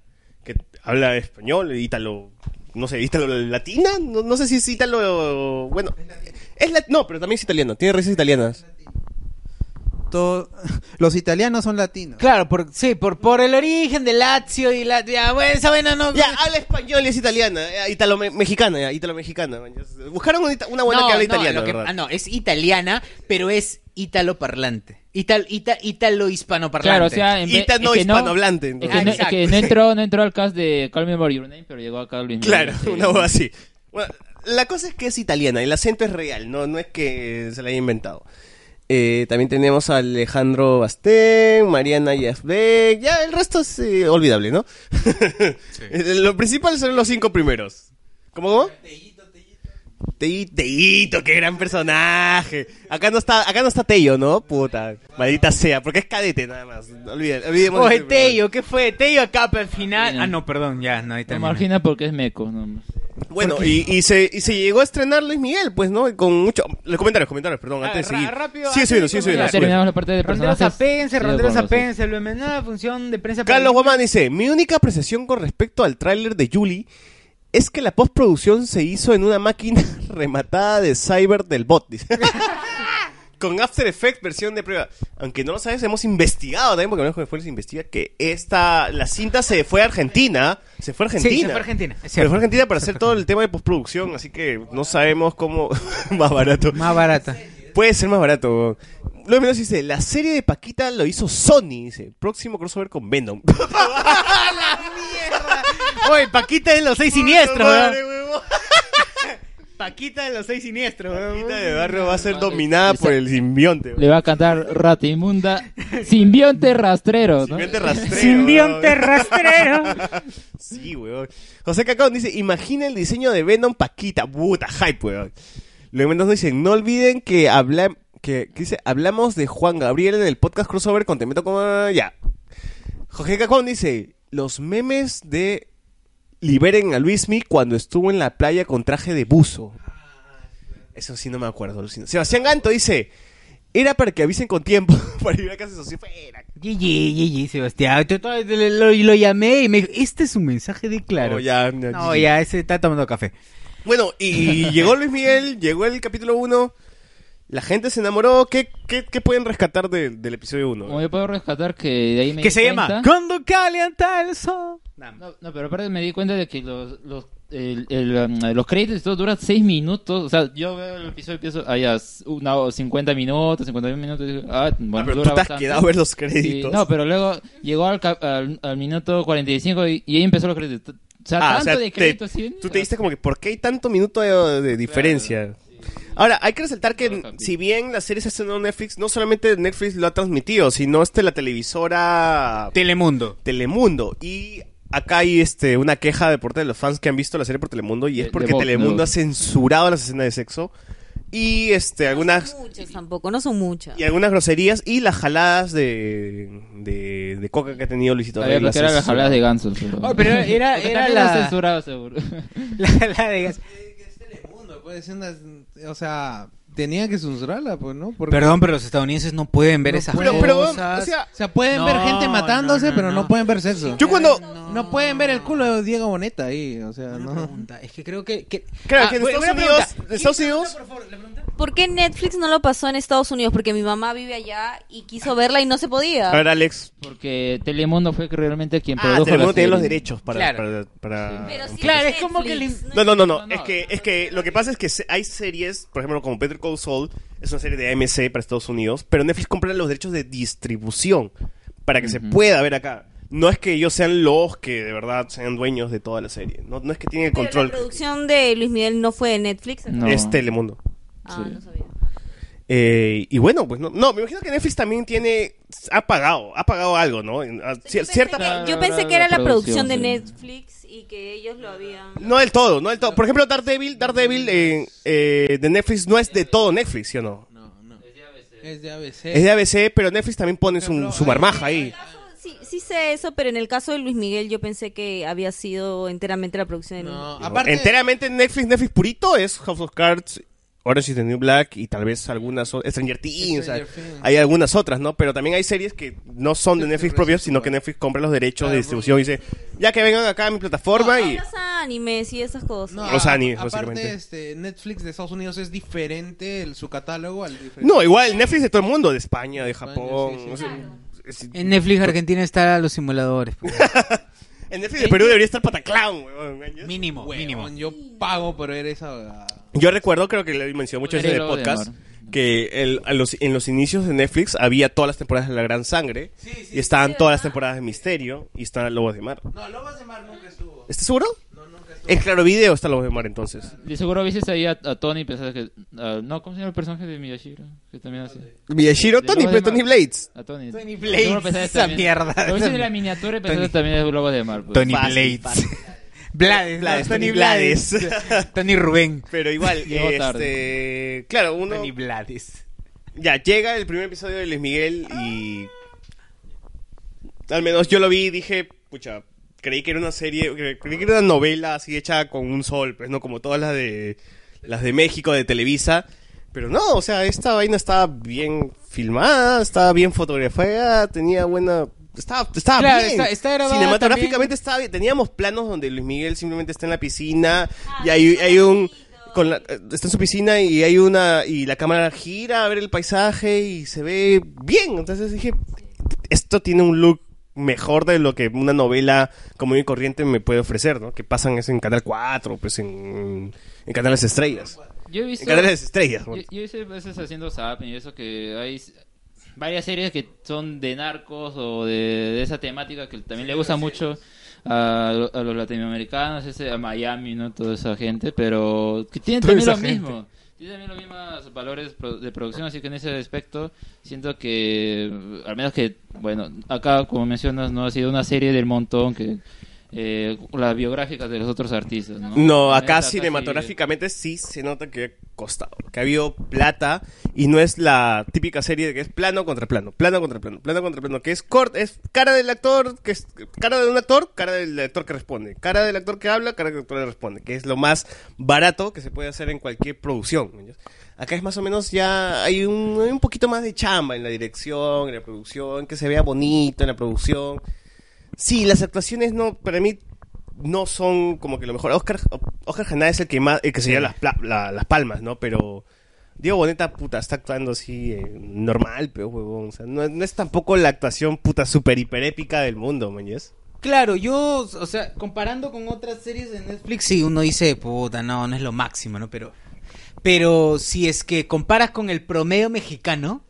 [SPEAKER 5] que habla español, ítalo, no sé, ítalo latina, no, no sé si es ítalo, bueno, es la- no, pero también es italiana, tiene raíces italianas.
[SPEAKER 10] Todo- los italianos son latinos.
[SPEAKER 4] Claro, por, sí, por, por el origen de Lazio y la... Ya, bueno, esa vaina no...
[SPEAKER 5] Ya, habla español y es italiana, eh, italo mexicana, ya, italo mexicana. Buscaron una, ita- una buena
[SPEAKER 4] No,
[SPEAKER 5] que habla
[SPEAKER 4] no,
[SPEAKER 5] italiana,
[SPEAKER 4] lo que-
[SPEAKER 5] ¿verdad?
[SPEAKER 4] ah, no, es italiana, pero es ítalo parlante. Ital, ita, ítalo hispanoparlante.
[SPEAKER 6] Claro, o sea, en vez-
[SPEAKER 5] Itano
[SPEAKER 6] es que no-
[SPEAKER 5] hispanohablante,
[SPEAKER 6] es que
[SPEAKER 5] entonces.
[SPEAKER 6] no-
[SPEAKER 5] Ah,
[SPEAKER 6] es que
[SPEAKER 5] exacto.
[SPEAKER 6] no entró, no entró al cast de Call Me By Your Name, pero llegó acá Luis Miguel.
[SPEAKER 5] Claro,
[SPEAKER 6] Sí.
[SPEAKER 5] una voz así. Bueno, la cosa es que es italiana, el acento es real, no, no es que se la haya inventado. Eh, también tenemos a Alejandro Bastén, Mariana Yazbek, ya el resto es eh, olvidable, ¿no? [laughs] Eh, Lo principal son los cinco primeros. ¿Cómo? cómo? Teí- Teíto, qué gran personaje. Acá no está, acá no está Tello, ¿no? Puta, maldita sea, porque es cadete nada más. Olvide-
[SPEAKER 4] oh,
[SPEAKER 5] olvidemos.
[SPEAKER 16] Oye,
[SPEAKER 5] ese personaje.
[SPEAKER 16] Tello, ¿qué fue? Tello acá para el final.
[SPEAKER 5] Bien.
[SPEAKER 16] Ah, no, perdón, ya, no, ahí
[SPEAKER 6] Me
[SPEAKER 16] termina.
[SPEAKER 6] margina porque es meco. nomás.
[SPEAKER 5] Bueno, y, y se, y se llegó a estrenar Luis Miguel, pues, ¿no? Con mucho... Los comentarios, comentarios, perdón, antes de seguir.
[SPEAKER 16] Ah, rápido,
[SPEAKER 5] sigue
[SPEAKER 16] antes
[SPEAKER 5] subiendo,
[SPEAKER 16] de
[SPEAKER 5] sigue subiendo.
[SPEAKER 6] Ya
[SPEAKER 5] sube.
[SPEAKER 6] terminamos la parte de
[SPEAKER 16] Ronderos
[SPEAKER 6] personajes.
[SPEAKER 16] apense,
[SPEAKER 6] Sí,
[SPEAKER 16] ronderos
[SPEAKER 6] bueno, sí.
[SPEAKER 16] apense, lo nada, función de prensa.
[SPEAKER 5] Carlos Guamán dice, mi única apreciación con respecto al tráiler de Julie es que la postproducción se hizo en una máquina [laughs] rematada de Cyber del bot,
[SPEAKER 16] [laughs]
[SPEAKER 5] dice. Con After Effects versión de prueba. Aunque no lo sabes, hemos investigado también, porque Manuel Fuentes investiga que esta, la cinta se fue a Argentina. Se fue a Argentina.
[SPEAKER 16] Sí, se fue a Argentina, es
[SPEAKER 5] Se
[SPEAKER 16] cierto.
[SPEAKER 5] fue a Argentina para hacer todo el tema de postproducción, así que no sabemos cómo. [laughs] más barato. Más barata. Puede ser más barato. weón. Luego Mendoza dice: La serie de Paquita lo hizo Sony. Dice: Próximo crossover con Venom. [laughs]
[SPEAKER 16] Oye, Paquita de los seis siniestros,
[SPEAKER 5] Madre,
[SPEAKER 16] ¿verdad? [laughs] Paquita de los seis siniestros,
[SPEAKER 5] Paquita de barrio va a ser dominada por el simbionte.
[SPEAKER 6] Le va a cantar Rata Inmunda, simbionte rastrero. ¿no?
[SPEAKER 5] Simbionte rastrero. weón.
[SPEAKER 6] Simbionte
[SPEAKER 5] sí, weón. José Cacón dice, imagina el diseño de Venom Paquita. Puta, hype, weón. Luego Mendoza dice, no olviden que habla... Que, que dice, hablamos de Juan Gabriel en el podcast crossover con Te Meto Como... Ya. José Cacón dice, los memes de... Liberen a Luismi cuando estuvo en la playa con traje de buzo. Eso sí no me acuerdo, alucino. Sebastián Ganto dice, era para que avisen con tiempo [laughs] para ir a casa de socio. Fuera.
[SPEAKER 16] GG, GG, Sebastián. Yo todavía te- Lo, lo llamé y me dijo, este es un mensaje de claro.
[SPEAKER 5] No, Oh, ya, no,
[SPEAKER 16] no,
[SPEAKER 5] GG.
[SPEAKER 16] ya, ese está tomando café.
[SPEAKER 5] Bueno, y llegó Luis Miguel, llegó el capítulo 1. La gente se enamoró. ¿Qué, qué, qué pueden rescatar de- del episodio 1?
[SPEAKER 6] Como yo puedo rescatar que de ahí me
[SPEAKER 16] que
[SPEAKER 6] di
[SPEAKER 16] se llama
[SPEAKER 6] cuenta-
[SPEAKER 16] Cuando calienta el sol.
[SPEAKER 6] No, no, pero aparte me di cuenta de que los, los, el- el, um, los créditos y todo duran 6 minutos. O sea, yo veo el episodio y pienso, ah, ya, s- una, o 50 minutos, 51 minutos. y digo, Ah, bueno,
[SPEAKER 5] pero tú te
[SPEAKER 6] dura
[SPEAKER 5] has
[SPEAKER 6] bastante.
[SPEAKER 5] quedado a ver los
[SPEAKER 6] Y-
[SPEAKER 5] créditos.
[SPEAKER 6] no, pero luego llegó al, cap- al, al minuto 45 y, y ahí empezó los créditos. O sea,
[SPEAKER 5] Ah, o
[SPEAKER 6] tanto
[SPEAKER 5] sea,
[SPEAKER 6] de
[SPEAKER 5] te-
[SPEAKER 6] créditos. sí,
[SPEAKER 5] tú te diste como que, ¿por qué hay tanto minuto de, de diferencia? Ahora, hay que resaltar que si bien la serie se estrenó en Netflix, no solamente Netflix lo ha transmitido, sino este, la televisora...
[SPEAKER 16] Telemundo.
[SPEAKER 5] Telemundo. Y acá hay este, una queja de parte de los fans que han visto la serie por Telemundo y es
[SPEAKER 6] de
[SPEAKER 5] porque
[SPEAKER 6] Vox,
[SPEAKER 5] Telemundo
[SPEAKER 6] ¿no?
[SPEAKER 5] ha censurado las escenas de sexo y este, algunas...
[SPEAKER 8] Muchas tampoco, no son muchas.
[SPEAKER 5] Y algunas groserías y las jaladas de, de, de coca que ha tenido Luisito
[SPEAKER 6] A ver,
[SPEAKER 5] Rey,
[SPEAKER 6] lo que eran las
[SPEAKER 5] censurada.
[SPEAKER 6] jaladas de gansos.
[SPEAKER 16] Oh, pero era,
[SPEAKER 6] Porque
[SPEAKER 16] era
[SPEAKER 6] también
[SPEAKER 16] la...
[SPEAKER 6] lo censuraba, seguro.
[SPEAKER 16] [laughs] La, la de...
[SPEAKER 7] Puede ser pues, una- O sea, tenía que censurarla, pues, ¿no? Porque-
[SPEAKER 16] Perdón, pero los estadounidenses no pueden ver
[SPEAKER 7] No
[SPEAKER 16] esas
[SPEAKER 7] pueden-
[SPEAKER 16] cosas.
[SPEAKER 7] o sea, o sea, pueden ver
[SPEAKER 16] No,
[SPEAKER 7] gente
[SPEAKER 16] no,
[SPEAKER 7] matándose,
[SPEAKER 16] no,
[SPEAKER 7] pero no.
[SPEAKER 16] no.
[SPEAKER 7] pueden ver sexo.
[SPEAKER 5] Yo cuando...
[SPEAKER 7] No, pueden ver el culo de Diego Boneta ahí, o sea, no.
[SPEAKER 16] es que creo que... que...
[SPEAKER 5] Claro,
[SPEAKER 16] Ah,
[SPEAKER 5] que en
[SPEAKER 16] buena- buena
[SPEAKER 5] Estados Unidos...
[SPEAKER 16] pregunta.
[SPEAKER 5] en Estados Unidos...
[SPEAKER 8] ¿Por qué Netflix no lo pasó en Estados Unidos? Porque mi mamá vive allá y quiso verla y no se podía.
[SPEAKER 5] A ver, Alex.
[SPEAKER 6] Porque Telemundo fue realmente quien
[SPEAKER 5] Ah,
[SPEAKER 6] produjo
[SPEAKER 5] Telemundo
[SPEAKER 6] la
[SPEAKER 5] tiene
[SPEAKER 6] serie.
[SPEAKER 5] los derechos para...
[SPEAKER 6] Claro.
[SPEAKER 5] para, para-
[SPEAKER 8] claro, es como que
[SPEAKER 5] No, no, no, no. Es que, es que lo que pasa es que se- hay series, por ejemplo, como Better Call Saul, es una serie de AMC para Estados Unidos, pero Netflix compra los derechos de distribución para que se pueda ver acá. No es que ellos sean los que de verdad sean dueños de toda la serie. No, no es que tienen el
[SPEAKER 8] la
[SPEAKER 5] control.
[SPEAKER 8] producción de Luis Miguel no fue de Netflix.
[SPEAKER 5] Es Telemundo.
[SPEAKER 8] Ah, no sabía.
[SPEAKER 5] Eh, y bueno, pues no, no, me imagino que Netflix también tiene, ha pagado, ha pagado algo, ¿no? En- a- cier- cierta
[SPEAKER 8] Yo pensé que era la producción de Netflix y que ellos lo habían.
[SPEAKER 5] No del todo, no del todo. Por ejemplo, Daredevil, Daredevil eh, eh, de Netflix no es de todo Netflix, ¿sí o no?
[SPEAKER 7] Es de ABC.
[SPEAKER 5] Es de ABC, pero Netflix también pone su, su marmaja ahí.
[SPEAKER 8] Sí, sí sé eso, pero en el caso de Luis Miguel yo pensé que había sido enteramente la producción de Netflix.
[SPEAKER 5] Enteramente Netflix, Netflix purito es House of Cards, Orange is the New Black y tal vez algunas o- Stranger Things.
[SPEAKER 7] Stranger
[SPEAKER 5] o sea,
[SPEAKER 7] Things.
[SPEAKER 5] hay algunas otras, ¿no? Pero también hay series que no son de Netflix propios, sino que Netflix compra los derechos de distribución y dice, ya que vengan acá a mi plataforma y...
[SPEAKER 8] Los animes y esas cosas.
[SPEAKER 7] No,
[SPEAKER 5] Los
[SPEAKER 7] a-
[SPEAKER 5] animes,
[SPEAKER 7] aparte,
[SPEAKER 5] básicamente.
[SPEAKER 7] este, Netflix de Estados Unidos es diferente el, su catálogo al diferente.
[SPEAKER 5] No, igual Netflix de todo el mundo, de España, de Japón. no sé, es-
[SPEAKER 16] En Netflix Argentina están los simuladores. pues.
[SPEAKER 5] En Netflix de Perú debería estar pataclown, weón.
[SPEAKER 16] Mínimo,
[SPEAKER 7] mínimo. Yo pago por ver esa.
[SPEAKER 5] Yo recuerdo, creo que le mencioné muchas veces en el
[SPEAKER 7] Podría
[SPEAKER 5] podcast, que el- a los- en los inicios de Netflix había todas las temporadas de La Gran Sangre, y estaban todas las temporadas de Misterio, y estaban Lobos de Mar.
[SPEAKER 7] No, Lobos de Mar nunca estuvo.
[SPEAKER 5] ¿Estás seguro? No, nunca En claro video está lo mejor entonces.
[SPEAKER 6] De seguro viste ahí a, a Tony y pensaste que. a- no, ¿cómo se llama el personaje de Miyashiro? Que también hace.
[SPEAKER 5] Miyashiro,
[SPEAKER 6] De
[SPEAKER 5] Tony,
[SPEAKER 6] Lobo
[SPEAKER 5] pero
[SPEAKER 6] de
[SPEAKER 5] Tony
[SPEAKER 6] Mar.
[SPEAKER 5] Blades.
[SPEAKER 6] A Tony.
[SPEAKER 5] Tony
[SPEAKER 6] De seguro
[SPEAKER 5] Blades,
[SPEAKER 6] pensaste
[SPEAKER 5] esa
[SPEAKER 6] también-
[SPEAKER 5] mierda.
[SPEAKER 6] Lo viste en la miniatura y
[SPEAKER 16] Tony-
[SPEAKER 6] pensaste también es Lobo de Mar. pues.
[SPEAKER 16] Tony Blades. Blades,
[SPEAKER 5] Blades,
[SPEAKER 16] no, Tony
[SPEAKER 5] Tony
[SPEAKER 16] Blades.
[SPEAKER 5] Blades.
[SPEAKER 16] Tony Rubén.
[SPEAKER 5] Pero
[SPEAKER 4] [laughs]
[SPEAKER 5] igual,
[SPEAKER 16] Llegó
[SPEAKER 5] este, claro, uno...
[SPEAKER 16] Tony Blades.
[SPEAKER 5] Ya, llega el primer episodio de Luis Miguel y... Al menos yo lo vi y dije, pucha, creí que era una serie, cre- creí que era una novela así hecha con un sol, pues no como todas las de las de México, de Televisa. Pero no, o sea, esta vaina estaba bien filmada, estaba bien fotografiada, tenía buena... Estaba, estaba
[SPEAKER 4] Claro,
[SPEAKER 5] bien.
[SPEAKER 4] está- está grabada
[SPEAKER 5] Cinematográficamente
[SPEAKER 4] también.
[SPEAKER 5] estaba bien. Teníamos planos donde Luis Miguel simplemente está en la piscina y hay, hay un... Con la- eh, está en su piscina y hay una... Y la cámara gira a ver el paisaje y se ve bien. Entonces dije, esto tiene un look mejor de lo que una novela común y corriente me puede ofrecer, ¿no? Que pasan eso en Canal 4, pues en, en Canales Estrellas.
[SPEAKER 6] Yo he visto.
[SPEAKER 5] En Canales Estrellas.
[SPEAKER 6] Yo, yo he visto a veces haciendo zapping y eso que hay s- varias series que son de narcos o de, de esa temática que también le gusta mucho a, lo- a los latinoamericanos, ese, a Miami, ¿no? Toda esa gente, pero que tienen
[SPEAKER 16] Toda
[SPEAKER 6] también
[SPEAKER 16] esa
[SPEAKER 6] lo
[SPEAKER 16] gente.
[SPEAKER 6] mismo. Tienen también los mismos valores pro- de producción, así que en ese aspecto siento que, al menos que, bueno, acá como mencionas, no ha sido una serie del montón que... eh, las biográficas de los otros artistas, ¿no?
[SPEAKER 5] No, acá
[SPEAKER 6] Esta casi-
[SPEAKER 5] cinematográficamente sí se nota que ha costado, que ha habido plata y no es la típica serie de que es plano contra plano, plano contra plano, plano contra plano, que es cort, es cara del actor, que es cara de un actor, cara del actor que responde, cara del actor que habla, cara del actor que responde, que es lo más barato que se puede hacer en cualquier producción. ¿me entiendes? Acá es más o menos ya hay un, hay un poquito más de chamba en la dirección, en la producción, que se vea bonito en la producción. Sí, las actuaciones no, para mí no son como que lo mejor. Oscar, Oscar Janá es el que más, el que se lleva las, pla- la- las palmas, ¿no? Pero Diego Boneta, puta, está actuando así eh, normal, pero huevón. O sea, no, no es tampoco la actuación puta super hiper épica del mundo, mañez.
[SPEAKER 4] Claro, yo, o sea, comparando con otras series de Netflix, sí, uno dice, puta, no, no es lo máximo, ¿no? Pero, pero si es que comparas con el promedio mexicano,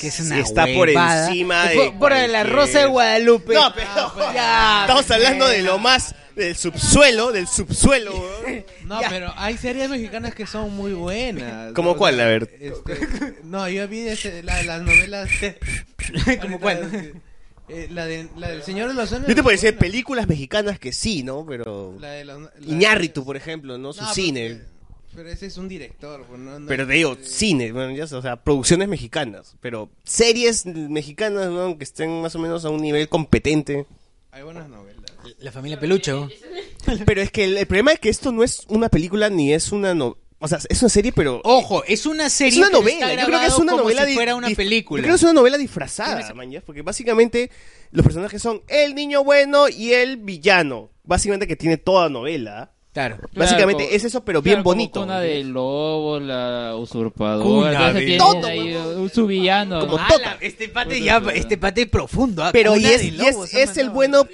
[SPEAKER 4] que es una
[SPEAKER 5] Sí, está por
[SPEAKER 4] huevada,
[SPEAKER 5] encima
[SPEAKER 4] y
[SPEAKER 5] de
[SPEAKER 4] por, por la
[SPEAKER 5] cualquier-
[SPEAKER 4] Rosa de Guadalupe. Ah, pues
[SPEAKER 5] No, pero [laughs] estamos hablando de lo más del subsuelo, del subsuelo. huevón.
[SPEAKER 7] No, pero hay series mexicanas que son muy buenas.
[SPEAKER 5] ¿Cómo
[SPEAKER 7] O sea,
[SPEAKER 5] cuál? A ver.
[SPEAKER 7] este, no, yo vi este, la-
[SPEAKER 5] [laughs]
[SPEAKER 7] las novelas. ¿Cómo cuál? la, de, la del Señor de los Anillos.
[SPEAKER 5] Yo te puedo decir películas mexicanas que sí, ¿no? Pero
[SPEAKER 7] La de los- la-
[SPEAKER 5] Iñárritu, por ejemplo, ¿no? Su
[SPEAKER 7] No, pero-
[SPEAKER 5] cine.
[SPEAKER 7] Pero ese es un director. pues, no- no-
[SPEAKER 5] Pero te digo, cine, bueno, ya, o sea, producciones mexicanas. Pero series mexicanas, weón, que estén más o menos a un nivel competente.
[SPEAKER 7] Hay buenas novelas.
[SPEAKER 4] La familia Pelucho.
[SPEAKER 5] Pero es que el, el problema es que esto no es una película ni es una no- O sea, es una serie, pero.
[SPEAKER 4] Ojo, es una serie.
[SPEAKER 5] Es una
[SPEAKER 4] pero
[SPEAKER 5] novela.
[SPEAKER 4] está
[SPEAKER 5] Yo creo que es
[SPEAKER 4] grabado
[SPEAKER 5] una
[SPEAKER 4] como
[SPEAKER 5] novela.
[SPEAKER 4] si
[SPEAKER 5] di-
[SPEAKER 4] fuera una
[SPEAKER 5] di-
[SPEAKER 4] película.
[SPEAKER 5] Yo creo que es una novela disfrazada, man, ya, Porque básicamente los personajes son el niño bueno y el villano. Básicamente que tiene toda novela.
[SPEAKER 4] Claro.
[SPEAKER 5] Básicamente
[SPEAKER 6] Claro,
[SPEAKER 5] es eso, pero
[SPEAKER 6] claro,
[SPEAKER 5] bien
[SPEAKER 6] como
[SPEAKER 5] bonito.
[SPEAKER 6] Cuna de lobo, la
[SPEAKER 4] Cuna
[SPEAKER 6] usurpadora.
[SPEAKER 4] de
[SPEAKER 6] entonces tiene
[SPEAKER 4] Todo,
[SPEAKER 6] ahí un- su villano.
[SPEAKER 4] Como
[SPEAKER 6] Ah,
[SPEAKER 4] Tota. [laughs] Este pate ya, este pate es profundo. ¿ah?
[SPEAKER 5] Pero
[SPEAKER 4] Cuna
[SPEAKER 5] y es,
[SPEAKER 4] de
[SPEAKER 5] y
[SPEAKER 4] lobos,
[SPEAKER 5] es, es el bueno.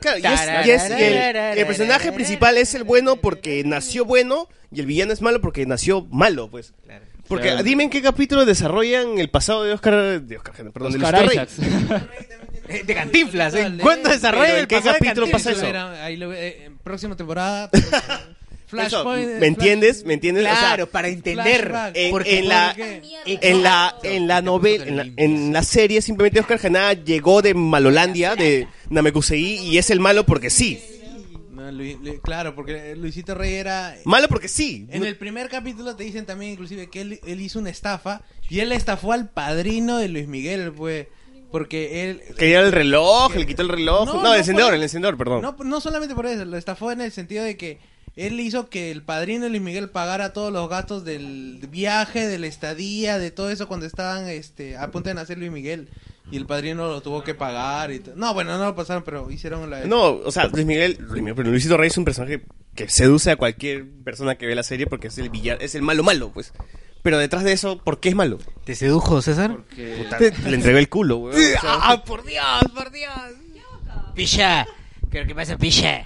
[SPEAKER 5] Claro, y es, y es- y el, el personaje principal es el bueno porque nació bueno y el villano es malo porque nació malo, pues. Porque
[SPEAKER 6] Claro.
[SPEAKER 5] dime en qué capítulo desarrollan el pasado de Oscar, de Oscar, Jaime, perdón,
[SPEAKER 6] Oscar
[SPEAKER 5] de Luis
[SPEAKER 6] Isaacs.
[SPEAKER 4] [laughs] Eh, De Cantinflas, ¿eh?
[SPEAKER 7] Dale.
[SPEAKER 4] ¿Cuándo desarrolla
[SPEAKER 5] Pero,
[SPEAKER 4] el
[SPEAKER 5] ¿en qué
[SPEAKER 4] pasado de
[SPEAKER 5] capítulo pasa
[SPEAKER 4] Cantinflas?
[SPEAKER 5] eso?
[SPEAKER 7] Era- ahí lo- eh, en próxima
[SPEAKER 5] [laughs]
[SPEAKER 7] temporada. pues, eh,
[SPEAKER 5] Por eso,
[SPEAKER 7] Flashpoint.
[SPEAKER 5] ¿Me entiendes? ¿Me entiendes? O sea,
[SPEAKER 4] Claro, para entender.
[SPEAKER 7] Flashback.
[SPEAKER 5] en,
[SPEAKER 4] Porque-
[SPEAKER 5] en la,
[SPEAKER 7] porque-
[SPEAKER 5] en la, en la novela, en la, en la serie, simplemente Oscar Janá llegó de Malolandia, de Namekusei, y es el malo porque sí.
[SPEAKER 7] No, Lu- Lu- claro, porque Luisito Rey era.
[SPEAKER 5] Malo porque sí.
[SPEAKER 7] En el primer capítulo te dicen también, inclusive, que él, él hizo una estafa y él estafó al padrino de Luis Miguel, pues. Porque él.
[SPEAKER 5] Quería el reloj, le quitó el reloj. No, el encendedor,
[SPEAKER 7] por-
[SPEAKER 5] el encendedor, perdón.
[SPEAKER 7] No, pues, no solamente por eso, lo estafó en el sentido de que él hizo que el padrino de Luis Miguel pagara todos los gastos del viaje, de la estadía, de todo eso cuando estaban este, a punto de nacer Luis Miguel. Y el padrino lo tuvo que pagar. Y to- no, bueno, no lo pasaron, pero hicieron la.
[SPEAKER 5] No, o sea, Luis Miguel, Luis Miguel, pero Luisito Rey es un personaje que seduce a cualquier persona que ve la serie porque es el villano, es el malo malo, pues. Pero detrás de eso, ¿por qué es malo?
[SPEAKER 4] ¿Te sedujo, César?
[SPEAKER 5] Puta, le entregó el culo, weón. o sea.
[SPEAKER 4] Eh, ¡Ah, por Dios, por Dios! Pilla. Creo que pasa, pilla.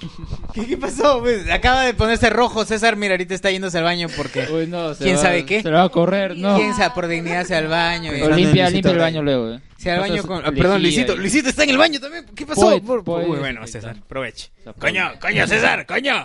[SPEAKER 4] [laughs] ¿Qué, qué pasó? Pues, acaba de ponerse rojo César. Mira, ahorita está yéndose al baño porque.
[SPEAKER 6] se
[SPEAKER 4] ¿Quién
[SPEAKER 6] va-
[SPEAKER 4] sabe qué?
[SPEAKER 6] se va a correr, no.
[SPEAKER 4] ¿Quién sabe? Por dignidad se va al baño.
[SPEAKER 6] Pero limpia, limpia el baño luego. eh.
[SPEAKER 4] Se va al baño
[SPEAKER 6] Entonces,
[SPEAKER 4] con. ah,
[SPEAKER 6] lejía
[SPEAKER 4] perdón, Luisito.
[SPEAKER 6] y-
[SPEAKER 4] Luisito está en el baño también. ¿Qué pasó?
[SPEAKER 6] Poet,
[SPEAKER 4] Por- por-
[SPEAKER 6] poet.
[SPEAKER 4] Muy bueno, César. Aproveche. Coño, coño, César,
[SPEAKER 6] [laughs]
[SPEAKER 4] coño.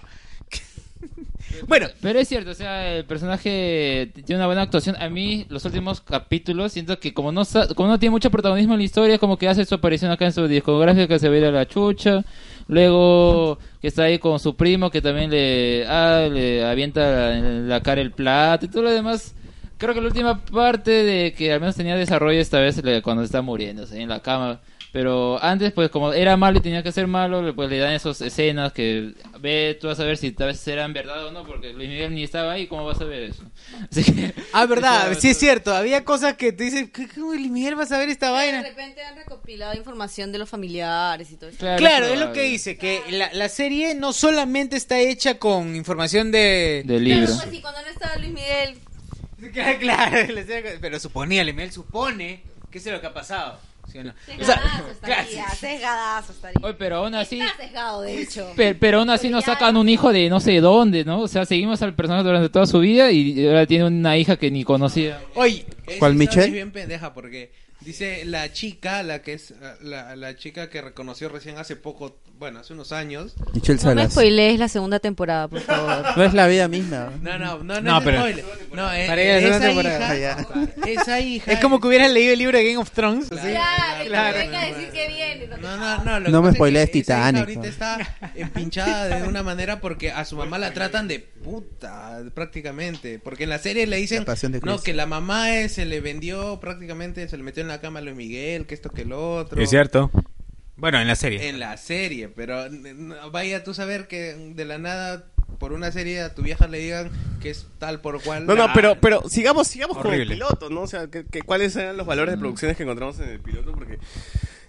[SPEAKER 6] Bueno. Pero es cierto, o sea, el personaje tiene una buena actuación. A mí, los últimos capítulos, siento que como no, sa- como no tiene mucho protagonismo en la historia, como que hace su aparición acá en su discográfica, que se ve a la chucha. Luego, que está ahí con su primo, que también le, ah, le avienta la, la cara el plato y todo lo demás. Creo que la última parte de que al menos tenía desarrollo esta vez le- cuando está muriendo, en la cama. Pero antes, pues como era malo y tenía que ser malo, le- pues le dan esas escenas que ve tú vas a ver si tal vez eran verdad o no, porque Luis Miguel ni estaba ahí, ¿cómo vas a ver eso? [laughs] Así que...
[SPEAKER 4] Ah, verdad,
[SPEAKER 6] Claro,
[SPEAKER 4] sí es cierto. Había cosas que te dicen, ¿qué, qué, Luis Miguel vas a ver esta
[SPEAKER 8] De
[SPEAKER 4] vaina?
[SPEAKER 8] repente han recopilado información de los familiares y todo eso.
[SPEAKER 4] Claro, es lo que dice, que la, la serie no solamente está hecha con información de...
[SPEAKER 6] Del
[SPEAKER 8] Claro, pues, y cuando no estaba Luis Miguel,
[SPEAKER 4] Claro, [laughs] claro, la serie- pero suponía, Luis Miguel supone que eso es lo que ha pasado. ¿sí o no? O sea, [laughs]
[SPEAKER 8] sesgadazo estaría, sesgadazo estaría.
[SPEAKER 6] Oye, pero aún así...
[SPEAKER 8] Está sesgado, de hecho.
[SPEAKER 6] Pero, pero aún así nos sacan un hijo de no sé dónde, ¿no? O sea, seguimos al personaje durante toda su vida y ahora tiene una hija que ni conocía.
[SPEAKER 7] Oye,
[SPEAKER 6] ¿Cuál,
[SPEAKER 7] ¿cuál
[SPEAKER 6] Michelle?
[SPEAKER 7] Michelle? Es bien pendeja porque dice la chica, la que es ah, la, la chica que reconoció recién hace poco, bueno, hace unos años.
[SPEAKER 10] Michelle
[SPEAKER 8] No me
[SPEAKER 10] Salas.
[SPEAKER 8] spoilees la segunda temporada, por
[SPEAKER 10] [laughs]
[SPEAKER 8] favor.
[SPEAKER 10] No es la vida misma.
[SPEAKER 7] No, no, no, no,
[SPEAKER 10] No,
[SPEAKER 7] es
[SPEAKER 10] pero-
[SPEAKER 7] spoiler. No, eh,
[SPEAKER 4] Para ella es una
[SPEAKER 7] esa,
[SPEAKER 4] temporada.
[SPEAKER 7] hija, esa hija.
[SPEAKER 4] Es como que hubieras leído el libro de Game of Thrones. así.
[SPEAKER 8] Claro,
[SPEAKER 4] Claro.
[SPEAKER 8] venga a decir que viene. No,
[SPEAKER 7] no, no, lo
[SPEAKER 10] No
[SPEAKER 7] que
[SPEAKER 10] me
[SPEAKER 7] pasa es que
[SPEAKER 10] spoilees
[SPEAKER 7] esa hija
[SPEAKER 10] Titanic,
[SPEAKER 7] Ahorita
[SPEAKER 10] ¿no?
[SPEAKER 7] está empinchada de una manera porque a su mamá la tratan de puta, prácticamente. Porque en la serie le dicen
[SPEAKER 10] La pasión de
[SPEAKER 7] no,
[SPEAKER 10] Cristo.
[SPEAKER 7] que la mamá eh, se le vendió prácticamente, se le metió en la cama a Luis Miguel, que esto que el otro.
[SPEAKER 5] Es cierto.
[SPEAKER 4] Bueno, en la serie.
[SPEAKER 7] En la serie, pero n- n- vaya tú saber que de la nada por una serie a tu vieja le digan que es tal por cual. Ah,
[SPEAKER 5] No, no, pero, pero sigamos, sigamos con el
[SPEAKER 7] Horrible.
[SPEAKER 5] piloto, ¿no? O sea, que, que cuáles eran los
[SPEAKER 7] Mm.
[SPEAKER 5] valores de producciones que encontramos en el piloto, porque...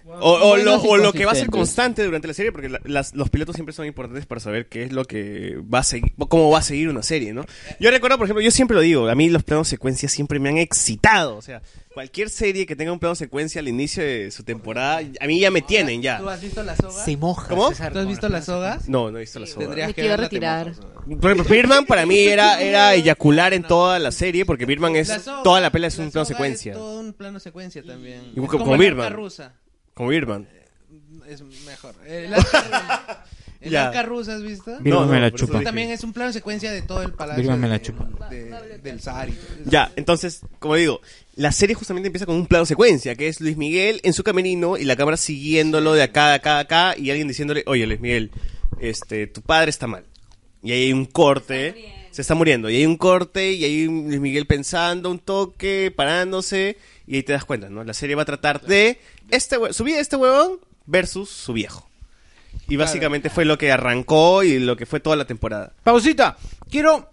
[SPEAKER 5] O, o
[SPEAKER 12] Buenos
[SPEAKER 5] lo,
[SPEAKER 12] y
[SPEAKER 5] o lo que va a ser
[SPEAKER 12] consistentes.
[SPEAKER 5] constante durante la serie, porque la- las- los pilotos siempre son importantes para saber qué es lo que va a seguir, cómo va a seguir una serie, ¿no? Yo recuerdo, por ejemplo, yo siempre lo digo, a mí los planos secuencias siempre me han excitado, o sea, cualquier serie que tenga un plano secuencia al inicio de su temporada, a mí ya me tienen, ya.
[SPEAKER 7] ¿Tú has visto la soga?
[SPEAKER 5] Se moja, ¿Cómo? César,
[SPEAKER 7] ¿Tú has visto la soga?
[SPEAKER 5] No, no he visto la soga.
[SPEAKER 7] Tendrías
[SPEAKER 8] Me
[SPEAKER 7] que
[SPEAKER 8] quiero
[SPEAKER 7] verla, te
[SPEAKER 8] retirar.
[SPEAKER 5] Por ejemplo, Birdman para mí era, era eyacular en toda la serie, porque Birdman es,
[SPEAKER 7] La soga,
[SPEAKER 5] toda la pela es un plano
[SPEAKER 7] soga
[SPEAKER 5] secuencia.
[SPEAKER 7] Es todo un plano secuencia también.
[SPEAKER 5] Y
[SPEAKER 7] Es
[SPEAKER 5] como
[SPEAKER 7] la
[SPEAKER 5] Birdman.
[SPEAKER 7] arca rusa.
[SPEAKER 5] Como Birdman.
[SPEAKER 7] Es mejor. Eh,
[SPEAKER 5] [laughs]
[SPEAKER 7] El arca, el
[SPEAKER 5] Ya.
[SPEAKER 7] arca rusa, ¿has visto?
[SPEAKER 5] Birdman No, no, me la pero chupa.
[SPEAKER 7] Sí, también es un plano secuencia de todo el palacio.
[SPEAKER 5] Birdman me la
[SPEAKER 7] de-
[SPEAKER 5] chupa.
[SPEAKER 7] de- del Sahara. y todo eso.
[SPEAKER 5] Ya, entonces, como digo, la serie justamente empieza con un plano secuencia, que es Luis Miguel en su camerino y la cámara siguiéndolo de acá, de acá, de acá, y alguien diciéndole, oye Luis Miguel, este, tu padre está mal. Y ahí hay un corte, se está muriendo, y hay un corte, y hay un Luis Miguel pensando, un toque, parándose, y ahí te das cuenta, ¿no? La serie va a tratar de este hue- su vida de este huevón versus su viejo. Y básicamente fue lo que arrancó y lo que fue toda la temporada.
[SPEAKER 4] Pausita, quiero...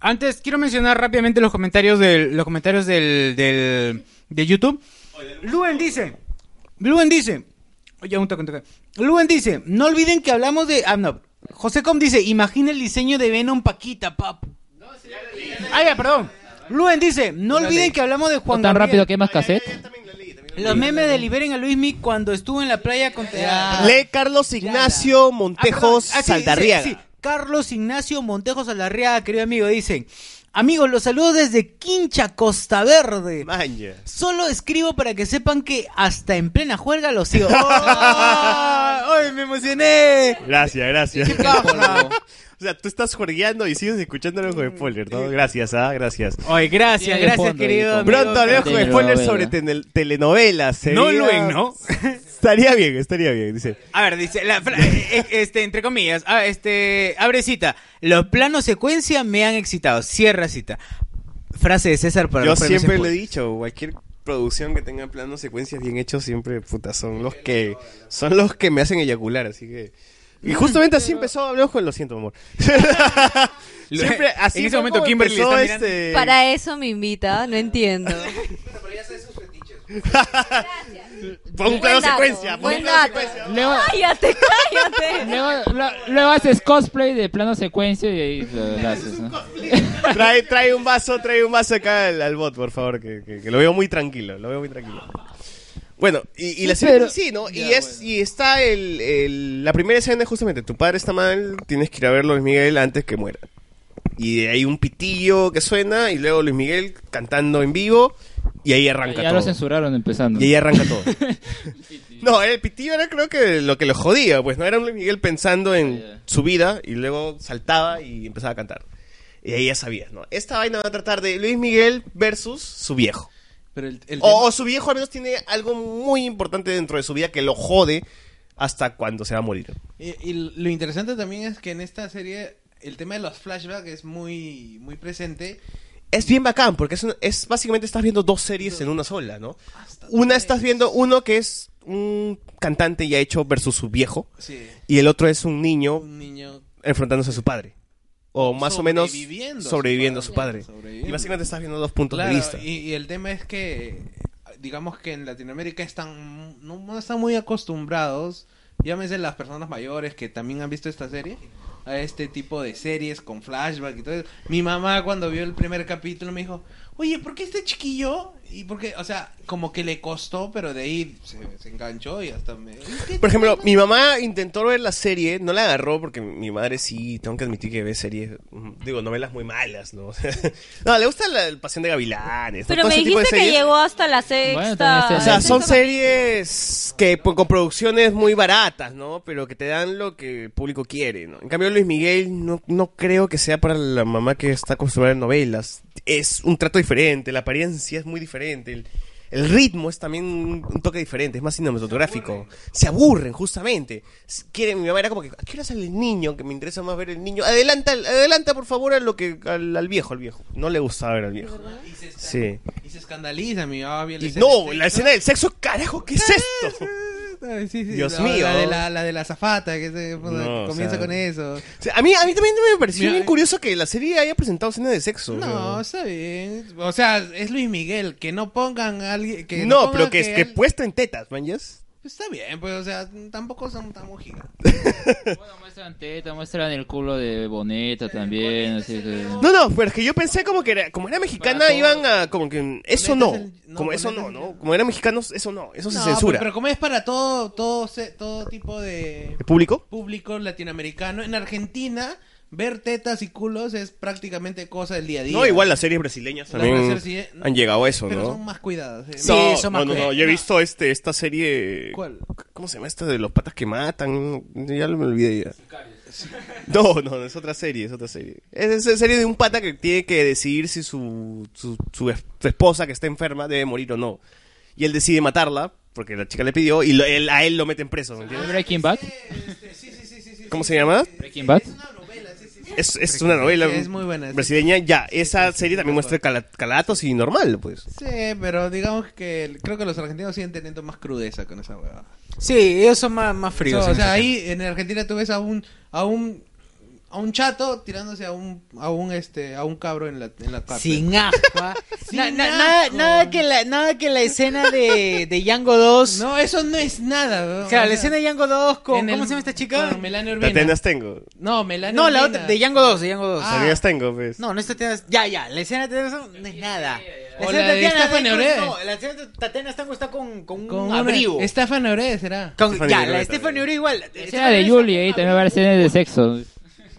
[SPEAKER 4] Antes, quiero mencionar rápidamente los comentarios del, los comentarios del, del, de YouTube. Luen dice, Luen dice, oye, un toque, un toque. Luen dice, no olviden que hablamos de, ah, no, José Com dice, imagina el diseño de Venom Paquita, papu. Ah, ya, perdón. Luen dice, no olviden que hablamos de Juan
[SPEAKER 6] tan
[SPEAKER 4] Gabriel.
[SPEAKER 6] rápido que más cassette.
[SPEAKER 4] Los memes de Liberen a Luismi cuando estuvo en la playa con...
[SPEAKER 5] Lee Carlos Ignacio Montejos
[SPEAKER 4] Ah, sí,
[SPEAKER 5] Saldarriaga.
[SPEAKER 4] sí, sí. Carlos Ignacio Montejos Saldarriaga, querido amigo, dicen. Amigos, los saludo desde Quincha Costa Verde. Solo escribo para que sepan que hasta en plena juerga los
[SPEAKER 5] [laughs]
[SPEAKER 4] sigo. ¡Oh! ¡Ay, me emocioné!
[SPEAKER 5] Gracias, gracias.
[SPEAKER 4] Qué caja.
[SPEAKER 5] o sea, tú estás jorgueando y sigues escuchando el ojo de spoiler, ¿no? Gracias, ah, gracias.
[SPEAKER 4] Oye, gracias, gracias, querido amigo.
[SPEAKER 5] Pronto el ojo de spoiler
[SPEAKER 4] Telenovela.
[SPEAKER 5] sobre tenel- telenovelas. sería-
[SPEAKER 4] No, Luen, ¿no?
[SPEAKER 5] [laughs] Estaría bien, estaría bien, dice.
[SPEAKER 4] A ver, dice, la fra- eh, este, entre comillas, ah, este, abre cita. Los planos secuencia me han excitado. Cierra cita. Frase de César para
[SPEAKER 5] Yo
[SPEAKER 4] los premios
[SPEAKER 5] siempre lo he
[SPEAKER 4] spoiler.
[SPEAKER 5] dicho, cualquier producción que tenga planos secuencias bien hechos siempre, puta, son los que son los que me hacen eyacular, así que y justamente así empezó, hablemos con lo siento, [laughs] amor. [laughs] siempre así
[SPEAKER 4] En ese
[SPEAKER 5] fue
[SPEAKER 4] momento
[SPEAKER 5] como
[SPEAKER 4] Kimberly
[SPEAKER 5] empezó,
[SPEAKER 4] está mirando-
[SPEAKER 5] este-
[SPEAKER 8] Para eso me invita, no entiendo.
[SPEAKER 5] [laughs] Pon un plano secuencia, pon un
[SPEAKER 8] Buen
[SPEAKER 5] plano
[SPEAKER 8] dato.
[SPEAKER 5] secuencia.
[SPEAKER 8] Cállate, cállate.
[SPEAKER 6] Luego, lo- luego haces cosplay de plano secuencia y ahí lo,
[SPEAKER 5] [laughs]
[SPEAKER 6] lo haces, ¿no?
[SPEAKER 5] trae, trae un vaso, trae un vaso acá al, al bot, por favor, que, que- que lo veo muy tranquilo, lo veo muy tranquilo. Bueno, y, y la
[SPEAKER 9] Sí,
[SPEAKER 5] serie
[SPEAKER 9] pero-
[SPEAKER 5] sí, ¿no? Y,
[SPEAKER 9] Ya,
[SPEAKER 5] es, y está el, el- la primera escena es justamente, tu padre está mal, tienes que ir a verlo Luis Miguel antes que muera. Y hay un pitillo que suena y luego Luis Miguel cantando en vivo y ahí arranca
[SPEAKER 6] Ya lo
[SPEAKER 5] todo.
[SPEAKER 6] censuraron empezando.
[SPEAKER 5] Y ahí arranca todo. No, el pitillo era creo que lo que lo jodía, pues no era un Luis Miguel pensando en su vida y luego saltaba y empezaba a cantar. Y ahí ya sabías, ¿no? Esta vaina va a tratar de Luis Miguel versus su viejo.
[SPEAKER 7] Pero el, el
[SPEAKER 5] O, o su viejo al menos tiene algo muy importante dentro de su vida que lo jode hasta cuando se va a morir.
[SPEAKER 7] Y, y lo interesante también es que en esta serie el tema de los flashbacks es muy, muy presente.
[SPEAKER 5] Es bien bacán, porque es, un- es básicamente estás viendo dos series en una sola, ¿no? Una estás viendo uno que es un cantante ya hecho versus su viejo.
[SPEAKER 7] Sí.
[SPEAKER 5] Y el otro es un niño,
[SPEAKER 7] niño
[SPEAKER 5] enfrentándose a su padre. O más o menos
[SPEAKER 7] Sobreviviendo a su
[SPEAKER 5] sobreviviendo a
[SPEAKER 7] padre.
[SPEAKER 5] su padre.
[SPEAKER 7] Sobreviviendo.
[SPEAKER 5] Y básicamente estás viendo dos puntos
[SPEAKER 7] Claro,
[SPEAKER 5] de vista.
[SPEAKER 7] Y, y el tema es que, digamos que en Latinoamérica están, no, no están muy acostumbrados, llámese las personas mayores que también han visto esta serie, a este tipo de series con flashback y todo eso. Mi mamá cuando vio el primer capítulo me dijo, oye, ¿por qué este chiquillo? Y porque, o sea, como que le costó, pero de ahí se, se enganchó y hasta me...
[SPEAKER 5] Por ejemplo, mi mamá intentó ver la serie, no la agarró porque mi madre sí, tengo que admitir que ve series, mm, digo, novelas muy malas, ¿no? [laughs] O sea, no, le gusta la el Pasión de Gavilanes. ¿no?
[SPEAKER 8] Pero
[SPEAKER 5] Todo
[SPEAKER 8] me
[SPEAKER 5] ese tipo de
[SPEAKER 8] dijiste que
[SPEAKER 5] series.
[SPEAKER 8] llegó hasta la sexta.
[SPEAKER 5] O sea, son series que po- con producciones muy baratas, ¿no? Pero que te dan lo que el público quiere, ¿no? En cambio, Luis Miguel no, no creo que sea para la mamá que está acostumbrada a novelas. Es un trato diferente, la apariencia es muy diferente, el, el ritmo es también un un toque diferente, es más cinematográfico. Se aburren, justamente. S- Quieren, mi mamá era como que, ¿a qué hora sale el niño? Que me interesa más ver el niño. Adelanta, adelanta por favor, a lo que, al, al viejo, al viejo. No le gustaba ver al viejo. Sí.
[SPEAKER 7] Y se escandaliza, mi mamá vio la
[SPEAKER 5] Y
[SPEAKER 7] escena
[SPEAKER 5] no,
[SPEAKER 7] del
[SPEAKER 5] la
[SPEAKER 7] sexo.
[SPEAKER 5] escena del sexo, carajo, ¿qué es esto?
[SPEAKER 7] Ay, sí, sí,
[SPEAKER 5] Dios
[SPEAKER 7] la,
[SPEAKER 5] mío.
[SPEAKER 7] La de la, la de la zafata, que se-
[SPEAKER 5] No, o
[SPEAKER 7] comienza
[SPEAKER 5] sea,
[SPEAKER 7] con eso.
[SPEAKER 5] O sea, a, mí, a mí también me pareció
[SPEAKER 7] Mira, eh.
[SPEAKER 5] bien curioso que la serie haya presentado escenas de sexo.
[SPEAKER 7] No,
[SPEAKER 5] o sea.
[SPEAKER 7] está bien. O sea, es Luis Miguel, que no pongan a alguien que
[SPEAKER 5] no,
[SPEAKER 7] pongan
[SPEAKER 5] pero que, que,
[SPEAKER 7] al-
[SPEAKER 5] puesta en tetas, man, ¿yes?
[SPEAKER 7] Está bien, pues, o sea, tampoco son tan gigantes.
[SPEAKER 6] Muestran teta, muestran el culo de Boneta también. Así que...
[SPEAKER 5] No, no, pero es que yo pensé como que era, como era mexicana, iban a como que mm, eso no, como eso no, ¿no? Como eran mexicanos, eso no, eso se
[SPEAKER 7] No, pues,
[SPEAKER 5] censura.
[SPEAKER 7] Pero como es para todo, todo, se- todo tipo de
[SPEAKER 5] ¿El público?
[SPEAKER 7] público latinoamericano, en Argentina ver tetas y culos es prácticamente cosa del día a día.
[SPEAKER 5] no, igual las series brasileñas
[SPEAKER 7] eh. Las
[SPEAKER 5] también
[SPEAKER 7] brasileñas- eh,
[SPEAKER 5] han llegado a eso,
[SPEAKER 7] pero
[SPEAKER 5] ¿no?
[SPEAKER 7] son más cuidadas. ¿eh?
[SPEAKER 5] no, no, no, no, yo he visto este, esta serie.
[SPEAKER 7] ¿Cuál?
[SPEAKER 5] ¿Cómo se llama esta de los patas que matan? Ya lo me olvidé ya. No, no, no, es otra serie, es otra serie. Es esa serie de un pata que tiene que decidir si su, su, su es- su esposa que está enferma debe morir o no. Y él decide matarla, porque la chica le pidió, y lo- él- a él lo meten preso, ¿me entiendes?
[SPEAKER 6] Breaking Bad.
[SPEAKER 7] este,
[SPEAKER 5] ¿Cómo se llama?
[SPEAKER 6] Breaking Bad.
[SPEAKER 5] Es, es una novela
[SPEAKER 7] Es muy buena, sí.
[SPEAKER 5] brasileña. Ya, esa serie también muestra cala- calatos y normal, pues.
[SPEAKER 7] Sí, pero digamos que el- creo que los argentinos siguen teniendo más crudeza con esa huevada.
[SPEAKER 13] Sí, ellos son más, más fríos.
[SPEAKER 7] So, o
[SPEAKER 13] en ese
[SPEAKER 7] sea, ahí en Argentina tú ves a un a un a un chato tirándose a un a un este a un cabro en la en la carpet.
[SPEAKER 13] Sin asco. ¿ah? Na- na- nada, nada que la, nada que la escena de, de Django 2.
[SPEAKER 7] No, eso no es nada. weón.
[SPEAKER 13] Claro, la
[SPEAKER 7] O sea,
[SPEAKER 13] escena de Django 2 con.
[SPEAKER 7] en
[SPEAKER 13] ¿Cómo
[SPEAKER 7] el-
[SPEAKER 13] se llama esta chica?
[SPEAKER 7] con Melania Urbina.
[SPEAKER 5] Tatenas tengo.
[SPEAKER 7] No, Melania
[SPEAKER 13] No, la
[SPEAKER 7] Urbina.
[SPEAKER 13] otra, de Django 2, de Django
[SPEAKER 7] Ah.
[SPEAKER 13] 2.
[SPEAKER 5] Tatenas tengo, pues.
[SPEAKER 13] No, no es Tatiana. Ya, ya, la escena de Tatiana Stanko no es nada.
[SPEAKER 7] O
[SPEAKER 13] escena
[SPEAKER 7] la de
[SPEAKER 13] Tatiana
[SPEAKER 7] Stefan
[SPEAKER 13] Stanko-
[SPEAKER 7] Eureka.
[SPEAKER 13] No, la escena de Tatiana Stanko está con, con un
[SPEAKER 7] Con una-
[SPEAKER 13] abrigo.
[SPEAKER 7] Estefan Ore será.
[SPEAKER 13] Con-
[SPEAKER 6] Stephanie
[SPEAKER 13] ya,
[SPEAKER 6] Eureka
[SPEAKER 13] la de Stephanie Ore igual.
[SPEAKER 6] Escena de Julie ahí también va a haber escenas de sexo.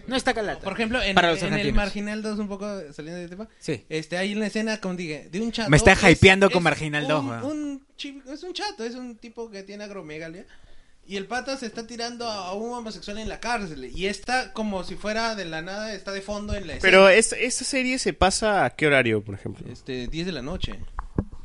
[SPEAKER 13] No está calata.
[SPEAKER 7] Por ejemplo, en,
[SPEAKER 13] Para los
[SPEAKER 7] en el
[SPEAKER 13] argentinos.
[SPEAKER 7] Marginal 2 un poco saliendo del tema.
[SPEAKER 13] Sí.
[SPEAKER 7] Este hay una escena como dije, de un chato.
[SPEAKER 13] Me está
[SPEAKER 7] es-
[SPEAKER 13] hypeando con
[SPEAKER 7] es
[SPEAKER 13] Marginal
[SPEAKER 7] un-
[SPEAKER 13] 2, weón.
[SPEAKER 7] un chico- es un chato, es un tipo que tiene agromegalia. Y el pata se está tirando a a un homosexual en la cárcel. Y está como si fuera de la nada, está de fondo en la escena.
[SPEAKER 5] Pero es, esta serie se pasa a qué horario, por ejemplo.
[SPEAKER 7] Este, 10 de la noche.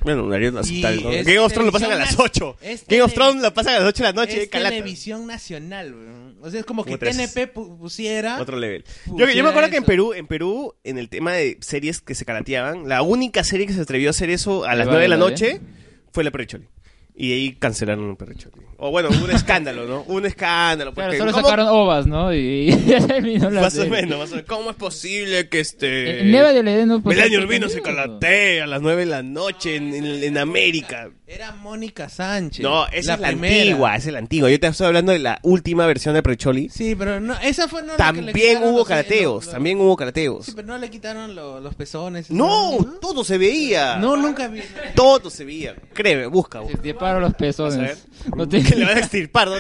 [SPEAKER 5] Bueno, un horario aceptable. ¿no?
[SPEAKER 7] es
[SPEAKER 5] Game of Thrones lo pasan a las
[SPEAKER 7] televisión na-
[SPEAKER 5] 8.
[SPEAKER 7] es
[SPEAKER 5] Game of
[SPEAKER 7] tele-
[SPEAKER 5] Thrones lo pasan a las 8 de la noche.
[SPEAKER 7] es
[SPEAKER 5] calata.
[SPEAKER 7] televisión nacional, weón. O sea, es como que
[SPEAKER 5] ¿Cómo te haces?
[SPEAKER 7] TNP pu- pusiera.
[SPEAKER 5] Otro level.
[SPEAKER 7] Puh,
[SPEAKER 5] Yo, yo
[SPEAKER 7] sí
[SPEAKER 5] me
[SPEAKER 7] era
[SPEAKER 5] acuerdo que en
[SPEAKER 7] eso.
[SPEAKER 5] Perú, en Perú, en el tema de series que se calateaban, la única serie que se atrevió a hacer eso a las
[SPEAKER 6] vale,
[SPEAKER 5] 9 de la
[SPEAKER 6] vale.
[SPEAKER 5] noche fue La Perricholi. Y ahí cancelaron La Perricholi. O bueno, hubo un escándalo, ¿no? Hubo Un escándalo.
[SPEAKER 6] Claro,
[SPEAKER 5] porque
[SPEAKER 6] solo
[SPEAKER 5] ¿cómo-
[SPEAKER 6] sacaron ovas, ¿no? Y [laughs] ya terminó la
[SPEAKER 5] Más o
[SPEAKER 6] serie. Eh,
[SPEAKER 5] menos, más o menos. ¿Cómo es posible que
[SPEAKER 7] Eh,
[SPEAKER 5] este.
[SPEAKER 6] En Nueva de la Edad no Pues, podía
[SPEAKER 5] Melania
[SPEAKER 6] ser
[SPEAKER 5] Urbino se
[SPEAKER 6] contenido.
[SPEAKER 5] calatea a las 9 de la noche en, en- en América.
[SPEAKER 7] Era Mónica Sánchez.
[SPEAKER 5] No, esa es la
[SPEAKER 7] primera.
[SPEAKER 5] antigua, esa es la antigua. Yo te estoy hablando de la última versión de Precholi.
[SPEAKER 7] Sí, pero no, esa fue no la que le
[SPEAKER 5] También
[SPEAKER 7] quitaron
[SPEAKER 5] hubo
[SPEAKER 7] los-
[SPEAKER 5] calateos,
[SPEAKER 7] los-
[SPEAKER 5] también hubo calateos.
[SPEAKER 7] Sí, pero no le quitaron lo- los pezones.
[SPEAKER 5] No, todo se veía.
[SPEAKER 7] No, nunca vi.
[SPEAKER 5] Todo se veía. Créeme, busca. busca.
[SPEAKER 6] De pa- agarro los pezones. No te-
[SPEAKER 5] Que [laughs] le
[SPEAKER 6] [laughs]
[SPEAKER 5] van a extirpar, ¿no?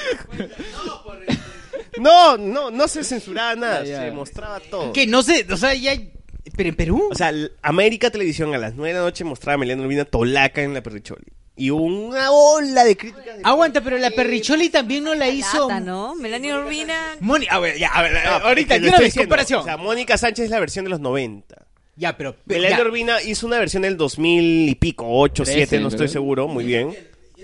[SPEAKER 5] No, no, no se censuraba nada, se mostraba todo.
[SPEAKER 4] Que no sé, o sea, ya. Pero en Perú.
[SPEAKER 5] O sea, l- América Televisión a las 9 de la noche mostraba a Melena Urbina tolaca en la Perricholi. Y una ola de críticas.
[SPEAKER 4] Aguanta, pero la Perricholi también no la hizo.
[SPEAKER 8] ¿no? Melanie Urbina.
[SPEAKER 4] Moni, a ver, ya, a ver, eh,
[SPEAKER 5] No,
[SPEAKER 4] ahorita,
[SPEAKER 5] es que Ah, lo
[SPEAKER 4] de
[SPEAKER 5] estoy
[SPEAKER 4] una vez,
[SPEAKER 5] diciendo.
[SPEAKER 4] comparación.
[SPEAKER 5] O sea, Mónica Sánchez es la versión de los 90.
[SPEAKER 4] Ya, pero.
[SPEAKER 5] Melena
[SPEAKER 4] ya.
[SPEAKER 5] Urbina hizo una versión del 2000 y pico, 8,
[SPEAKER 4] Trece,
[SPEAKER 5] 7, no estoy
[SPEAKER 4] creo.
[SPEAKER 5] seguro, muy bien.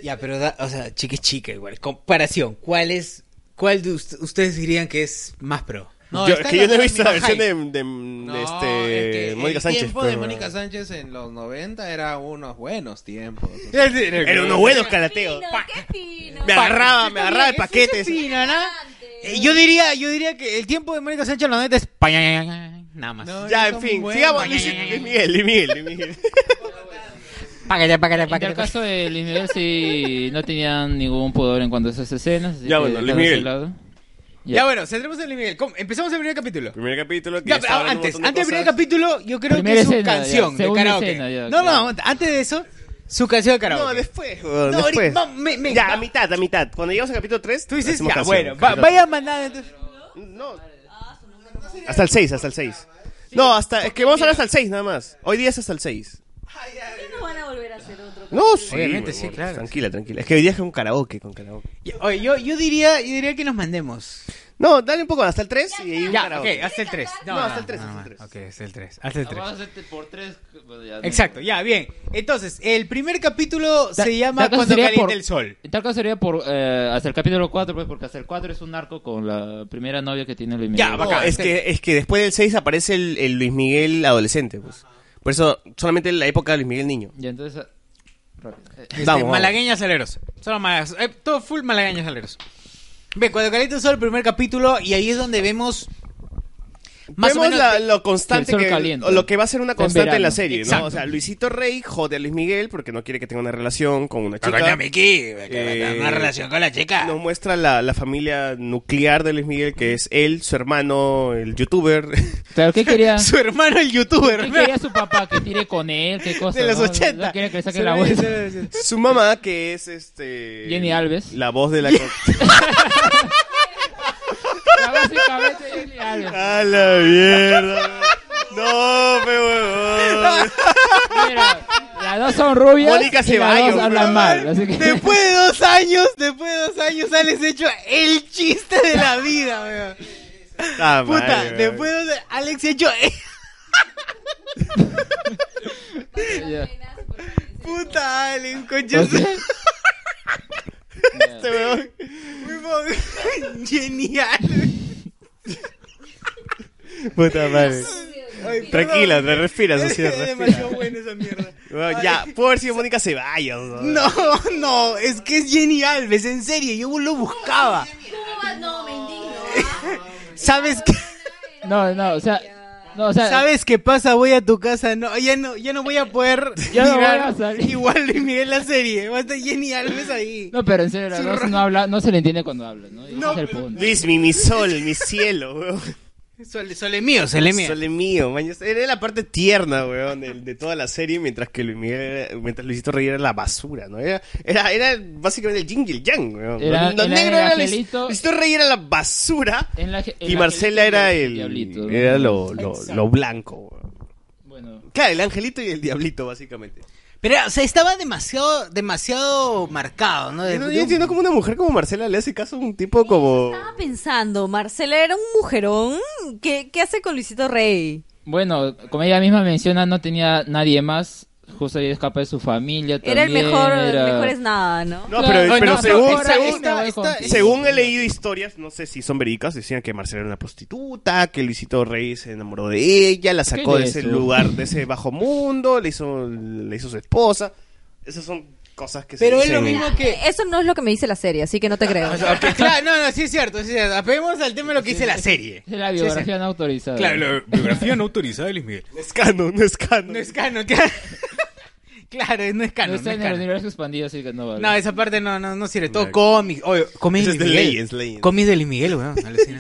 [SPEAKER 4] Ya, pero, da- o sea, chica es chica igual. Comparación, ¿cuál es. ¿Cuál de ust- ustedes dirían que es más pro?
[SPEAKER 5] yo, es que yo no he visto la versión de, de- de este, Mónica Sánchez.
[SPEAKER 7] El tiempo de
[SPEAKER 5] pero-
[SPEAKER 7] Mónica Sánchez en los 90 era unos buenos tiempos.
[SPEAKER 5] [laughs] Era unos buenos calateos. Me agarraba, me agarraba el paquete.
[SPEAKER 4] Eso es fino, ¿no? Eh, Yo diría, yo diría que el tiempo de Mónica Sánchez, la neta, es. pa- Nada más.
[SPEAKER 5] ya, en fin, sigamos. Luis, Luis Miguel, Luis Miguel, Luis
[SPEAKER 4] [laughs]
[SPEAKER 5] Miguel.
[SPEAKER 4] Págate, págate,
[SPEAKER 6] En el caso de Luis Miguel sí no tenían ningún pudor en cuanto a esas escenas. así
[SPEAKER 5] Ya,
[SPEAKER 6] que
[SPEAKER 5] bueno, Luis
[SPEAKER 6] por ese
[SPEAKER 5] Miguel.
[SPEAKER 6] lado.
[SPEAKER 4] Ya. bueno, centremos en Luis Miguel. ¿Cómo? Empezamos el primer capítulo.
[SPEAKER 5] Primer capítulo que
[SPEAKER 4] Ya,
[SPEAKER 5] ya
[SPEAKER 4] pero
[SPEAKER 5] estaba hablando
[SPEAKER 4] antes,
[SPEAKER 5] un montón de
[SPEAKER 4] antes del primer
[SPEAKER 5] cosas.
[SPEAKER 4] capítulo, yo creo
[SPEAKER 5] Primera
[SPEAKER 4] que su
[SPEAKER 5] escena, ya,
[SPEAKER 4] canción de
[SPEAKER 5] segunda
[SPEAKER 4] karaoke.
[SPEAKER 5] escena, ya,
[SPEAKER 4] no, no,
[SPEAKER 5] claro.
[SPEAKER 4] aguanta, antes de eso, su canción de karaoke.
[SPEAKER 5] No, después.
[SPEAKER 4] No,
[SPEAKER 5] weón, Ah,
[SPEAKER 4] ahorita,
[SPEAKER 5] Oh, después.
[SPEAKER 4] vamos, me- me-
[SPEAKER 5] ya,
[SPEAKER 4] va-
[SPEAKER 5] a mitad, a mitad. Cuando llegamos al capítulo 3, tú
[SPEAKER 4] dices, ya, bueno, va- vaya mandada entonces.
[SPEAKER 5] Hasta el 6, hasta el 6. No, hasta, es que vamos a hablar hasta el 6 nada más. Hoy día es hasta el 6.
[SPEAKER 8] no van a volver a hacer otro?
[SPEAKER 5] No, sí.
[SPEAKER 4] Obviamente, sí,
[SPEAKER 5] huevón,
[SPEAKER 4] claro.
[SPEAKER 5] Tranquila, tranquila. Es que hoy día es un karaoke, con karaoke.
[SPEAKER 4] Ya, oye, yo, yo, diría, yo diría que nos mandemos.
[SPEAKER 5] No, dale un poco hasta el 3 y ahí un
[SPEAKER 4] Ya,
[SPEAKER 5] karaoke.
[SPEAKER 4] ok, hasta el 3. No,
[SPEAKER 5] No, hasta el 3,
[SPEAKER 4] no,
[SPEAKER 5] hasta
[SPEAKER 4] no, Ok, hasta el 3. Hasta el 3.
[SPEAKER 6] Vamos a hacerte por tres, bueno, ya, no.
[SPEAKER 4] Exacto, ya, bien. Entonces, el primer capítulo
[SPEAKER 6] Ta-
[SPEAKER 4] se
[SPEAKER 6] tal
[SPEAKER 4] llama
[SPEAKER 6] caso
[SPEAKER 4] Cuando
[SPEAKER 6] sería
[SPEAKER 4] calienta
[SPEAKER 6] por-
[SPEAKER 4] el sol.
[SPEAKER 6] En tal caso sería por, eh, hasta el capítulo 4, pues, porque hasta el 4 es un narco con la primera novia que tiene Oh, Luis Miguel.
[SPEAKER 5] Ya, bacán. es, que, es que después del 6 aparece el, el Luis Miguel adolescente, pues. Por eso, solamente la época de Luis Miguel niño.
[SPEAKER 6] Y entonces... eh, rápido. [laughs]
[SPEAKER 4] Este,
[SPEAKER 5] Vamos, vamos.
[SPEAKER 4] Malagueñas aleros. Solo malagueñas. eh, todo full malagueñas aleros. Ve, cuando calienta el sol, el primer capítulo, y ahí es donde vemos. Más
[SPEAKER 5] Vemos
[SPEAKER 4] o menos
[SPEAKER 5] la-
[SPEAKER 4] que-
[SPEAKER 5] lo constante,
[SPEAKER 4] que el
[SPEAKER 5] que,
[SPEAKER 4] sol calienta.
[SPEAKER 5] o lo que va a ser una
[SPEAKER 4] En
[SPEAKER 5] constante en, la
[SPEAKER 4] verano.
[SPEAKER 5] serie,
[SPEAKER 4] Exacto.
[SPEAKER 5] ¿no? O sea, Luisito Rey jode a Luis Miguel porque no quiere que tenga una relación con una chica.
[SPEAKER 4] Coño, Miki,
[SPEAKER 6] Eh,
[SPEAKER 4] una relación con la chica.
[SPEAKER 5] Nos muestra la, la familia nuclear de Luis Miguel, que es él, su hermano, el youtuber. [laughs]
[SPEAKER 6] Claro, ¿qué [laughs] quería?
[SPEAKER 5] su hermano, el youtuber.
[SPEAKER 6] ¿Qué quería su papá que tire con él? ¿Qué cosa?
[SPEAKER 5] De los
[SPEAKER 6] no?
[SPEAKER 5] 80.
[SPEAKER 6] No quería que le
[SPEAKER 5] Se
[SPEAKER 6] saquen la
[SPEAKER 5] ve,
[SPEAKER 6] vuelta.
[SPEAKER 5] se ve, se ve. Su mamá, que es este.
[SPEAKER 6] Jenny [laughs] Alves.
[SPEAKER 5] La voz de la.
[SPEAKER 6] Básicamente Jenny Alves.
[SPEAKER 5] [laughs] ¡A la mierda! ¡No, me
[SPEAKER 4] [laughs]
[SPEAKER 5] huevón!
[SPEAKER 6] Mira, las dos son rubias.
[SPEAKER 4] Mónica
[SPEAKER 6] y las
[SPEAKER 4] Ceballos,
[SPEAKER 6] dos hablan
[SPEAKER 4] bro.
[SPEAKER 6] [laughs] mal. Así que...
[SPEAKER 4] Después de dos años, después de dos años, Alex hecho el chiste de la vida, weón.
[SPEAKER 5] Ah,
[SPEAKER 4] Puta,
[SPEAKER 5] madre,
[SPEAKER 4] después de dos Alex eh. hecho. Puta, Alex, concha.
[SPEAKER 9] O sea-
[SPEAKER 5] Este weón.
[SPEAKER 4] Muy pobre. Genial.
[SPEAKER 5] Puta madre.
[SPEAKER 4] Ay,
[SPEAKER 5] Tranquila,
[SPEAKER 4] perdón.
[SPEAKER 5] te
[SPEAKER 4] [laughs]
[SPEAKER 5] respira, socia,
[SPEAKER 4] Es
[SPEAKER 5] respira.
[SPEAKER 4] demasiado buena esa mierda.
[SPEAKER 5] Bueno, ya, pudo haber sido Mónica Ceballos. ¿no?
[SPEAKER 4] No, no, es que es Jenny Alves, en serio, yo lo buscaba.
[SPEAKER 8] No, me indigno.
[SPEAKER 4] ¿Sabes qué? [laughs]
[SPEAKER 6] No, no, o sea, no, o sea-
[SPEAKER 4] ¿Sabes qué pasa? Voy a tu casa, no, ya no, ya no voy a poder
[SPEAKER 6] [laughs] Ya no voy a
[SPEAKER 4] mirar igual Luis Miguel la serie, va a estar Jenny Alves ahí.
[SPEAKER 6] No, pero en serio, las dos no, habla, no se le entiende cuando habla. ¿no? Y ese
[SPEAKER 4] No,
[SPEAKER 6] es el punto.
[SPEAKER 5] Luis, mi, mi sol, mi cielo, weón.
[SPEAKER 4] Sole, sole mío, sole mío.
[SPEAKER 5] Sole mío, maño. Era la parte tierna, weón, de, de toda la serie, mientras que Luis Miguel era- mientras Luisito Rey era la basura, ¿no? Era, era, era básicamente el jingle yang, weón.
[SPEAKER 6] Era-
[SPEAKER 5] Lo
[SPEAKER 6] era
[SPEAKER 5] negro
[SPEAKER 6] el
[SPEAKER 5] era Luis-
[SPEAKER 6] angelito.
[SPEAKER 5] Luisito Rey era la basura
[SPEAKER 6] En la ge- en
[SPEAKER 5] y
[SPEAKER 6] la
[SPEAKER 5] Marcela
[SPEAKER 6] película
[SPEAKER 5] era
[SPEAKER 6] del
[SPEAKER 5] el.
[SPEAKER 6] diablito, ¿no?
[SPEAKER 5] Era lo, lo, lo blanco, weón.
[SPEAKER 6] Bueno.
[SPEAKER 5] Claro, el angelito y el diablito, básicamente.
[SPEAKER 4] Pero, o sea, estaba demasiado, demasiado marcado, ¿no?
[SPEAKER 5] Yo no yo entiendo cómo una mujer como Marcela le hace caso a un tipo como.
[SPEAKER 8] Estaba pensando, Marcela era un mujerón. ¿Qué, qué hace con Luisito Rey?
[SPEAKER 6] Bueno, como ella misma menciona, no tenía nadie más. Justo ella escapa de su familia.
[SPEAKER 8] Era el
[SPEAKER 6] también,
[SPEAKER 8] mejor,
[SPEAKER 6] era-
[SPEAKER 8] mejor es nada, ¿no?
[SPEAKER 5] No, pero,
[SPEAKER 6] Ay,
[SPEAKER 5] pero
[SPEAKER 6] no,
[SPEAKER 5] según,
[SPEAKER 6] ahora
[SPEAKER 5] según-
[SPEAKER 6] esta-
[SPEAKER 5] no,
[SPEAKER 6] esta-
[SPEAKER 5] esta- [laughs] según he leído historias, no sé si son verídicas, decían que Marcela era una prostituta, que Luisito Rey se enamoró de ella, la sacó
[SPEAKER 6] ¿Qué
[SPEAKER 5] de
[SPEAKER 6] es
[SPEAKER 5] ese
[SPEAKER 6] eso?
[SPEAKER 5] lugar, de ese bajo mundo, le hizo, le hizo su esposa. Esas son cosas que Ah,
[SPEAKER 4] Pero
[SPEAKER 5] se
[SPEAKER 4] es lo
[SPEAKER 5] dicen.
[SPEAKER 4] mismo que...
[SPEAKER 8] eh, Eso no es lo que me dice la serie, así que no te creo.
[SPEAKER 4] Ok, claro, no, no, sí es cierto, sí es cierto. Apeguemos al tema de lo que dice la serie.
[SPEAKER 6] Es la biografía no autorizada.
[SPEAKER 4] Claro, la
[SPEAKER 6] biografía
[SPEAKER 18] no autorizada de Luis Miguel.
[SPEAKER 5] No es canon, no es canon.
[SPEAKER 4] No es canon, claro. Claro, no es canon. no
[SPEAKER 6] No está
[SPEAKER 4] es
[SPEAKER 6] en el
[SPEAKER 4] canon.
[SPEAKER 6] universo expandido, así que no vale.
[SPEAKER 4] No, esa parte no, no, no sirve. Todo cómics. Oye, cómics
[SPEAKER 5] Eso
[SPEAKER 4] de
[SPEAKER 5] es
[SPEAKER 4] Luis
[SPEAKER 5] de
[SPEAKER 4] Miguel.
[SPEAKER 5] Legends, Legends.
[SPEAKER 4] Cómics de Luis Miguel, weón. alucina.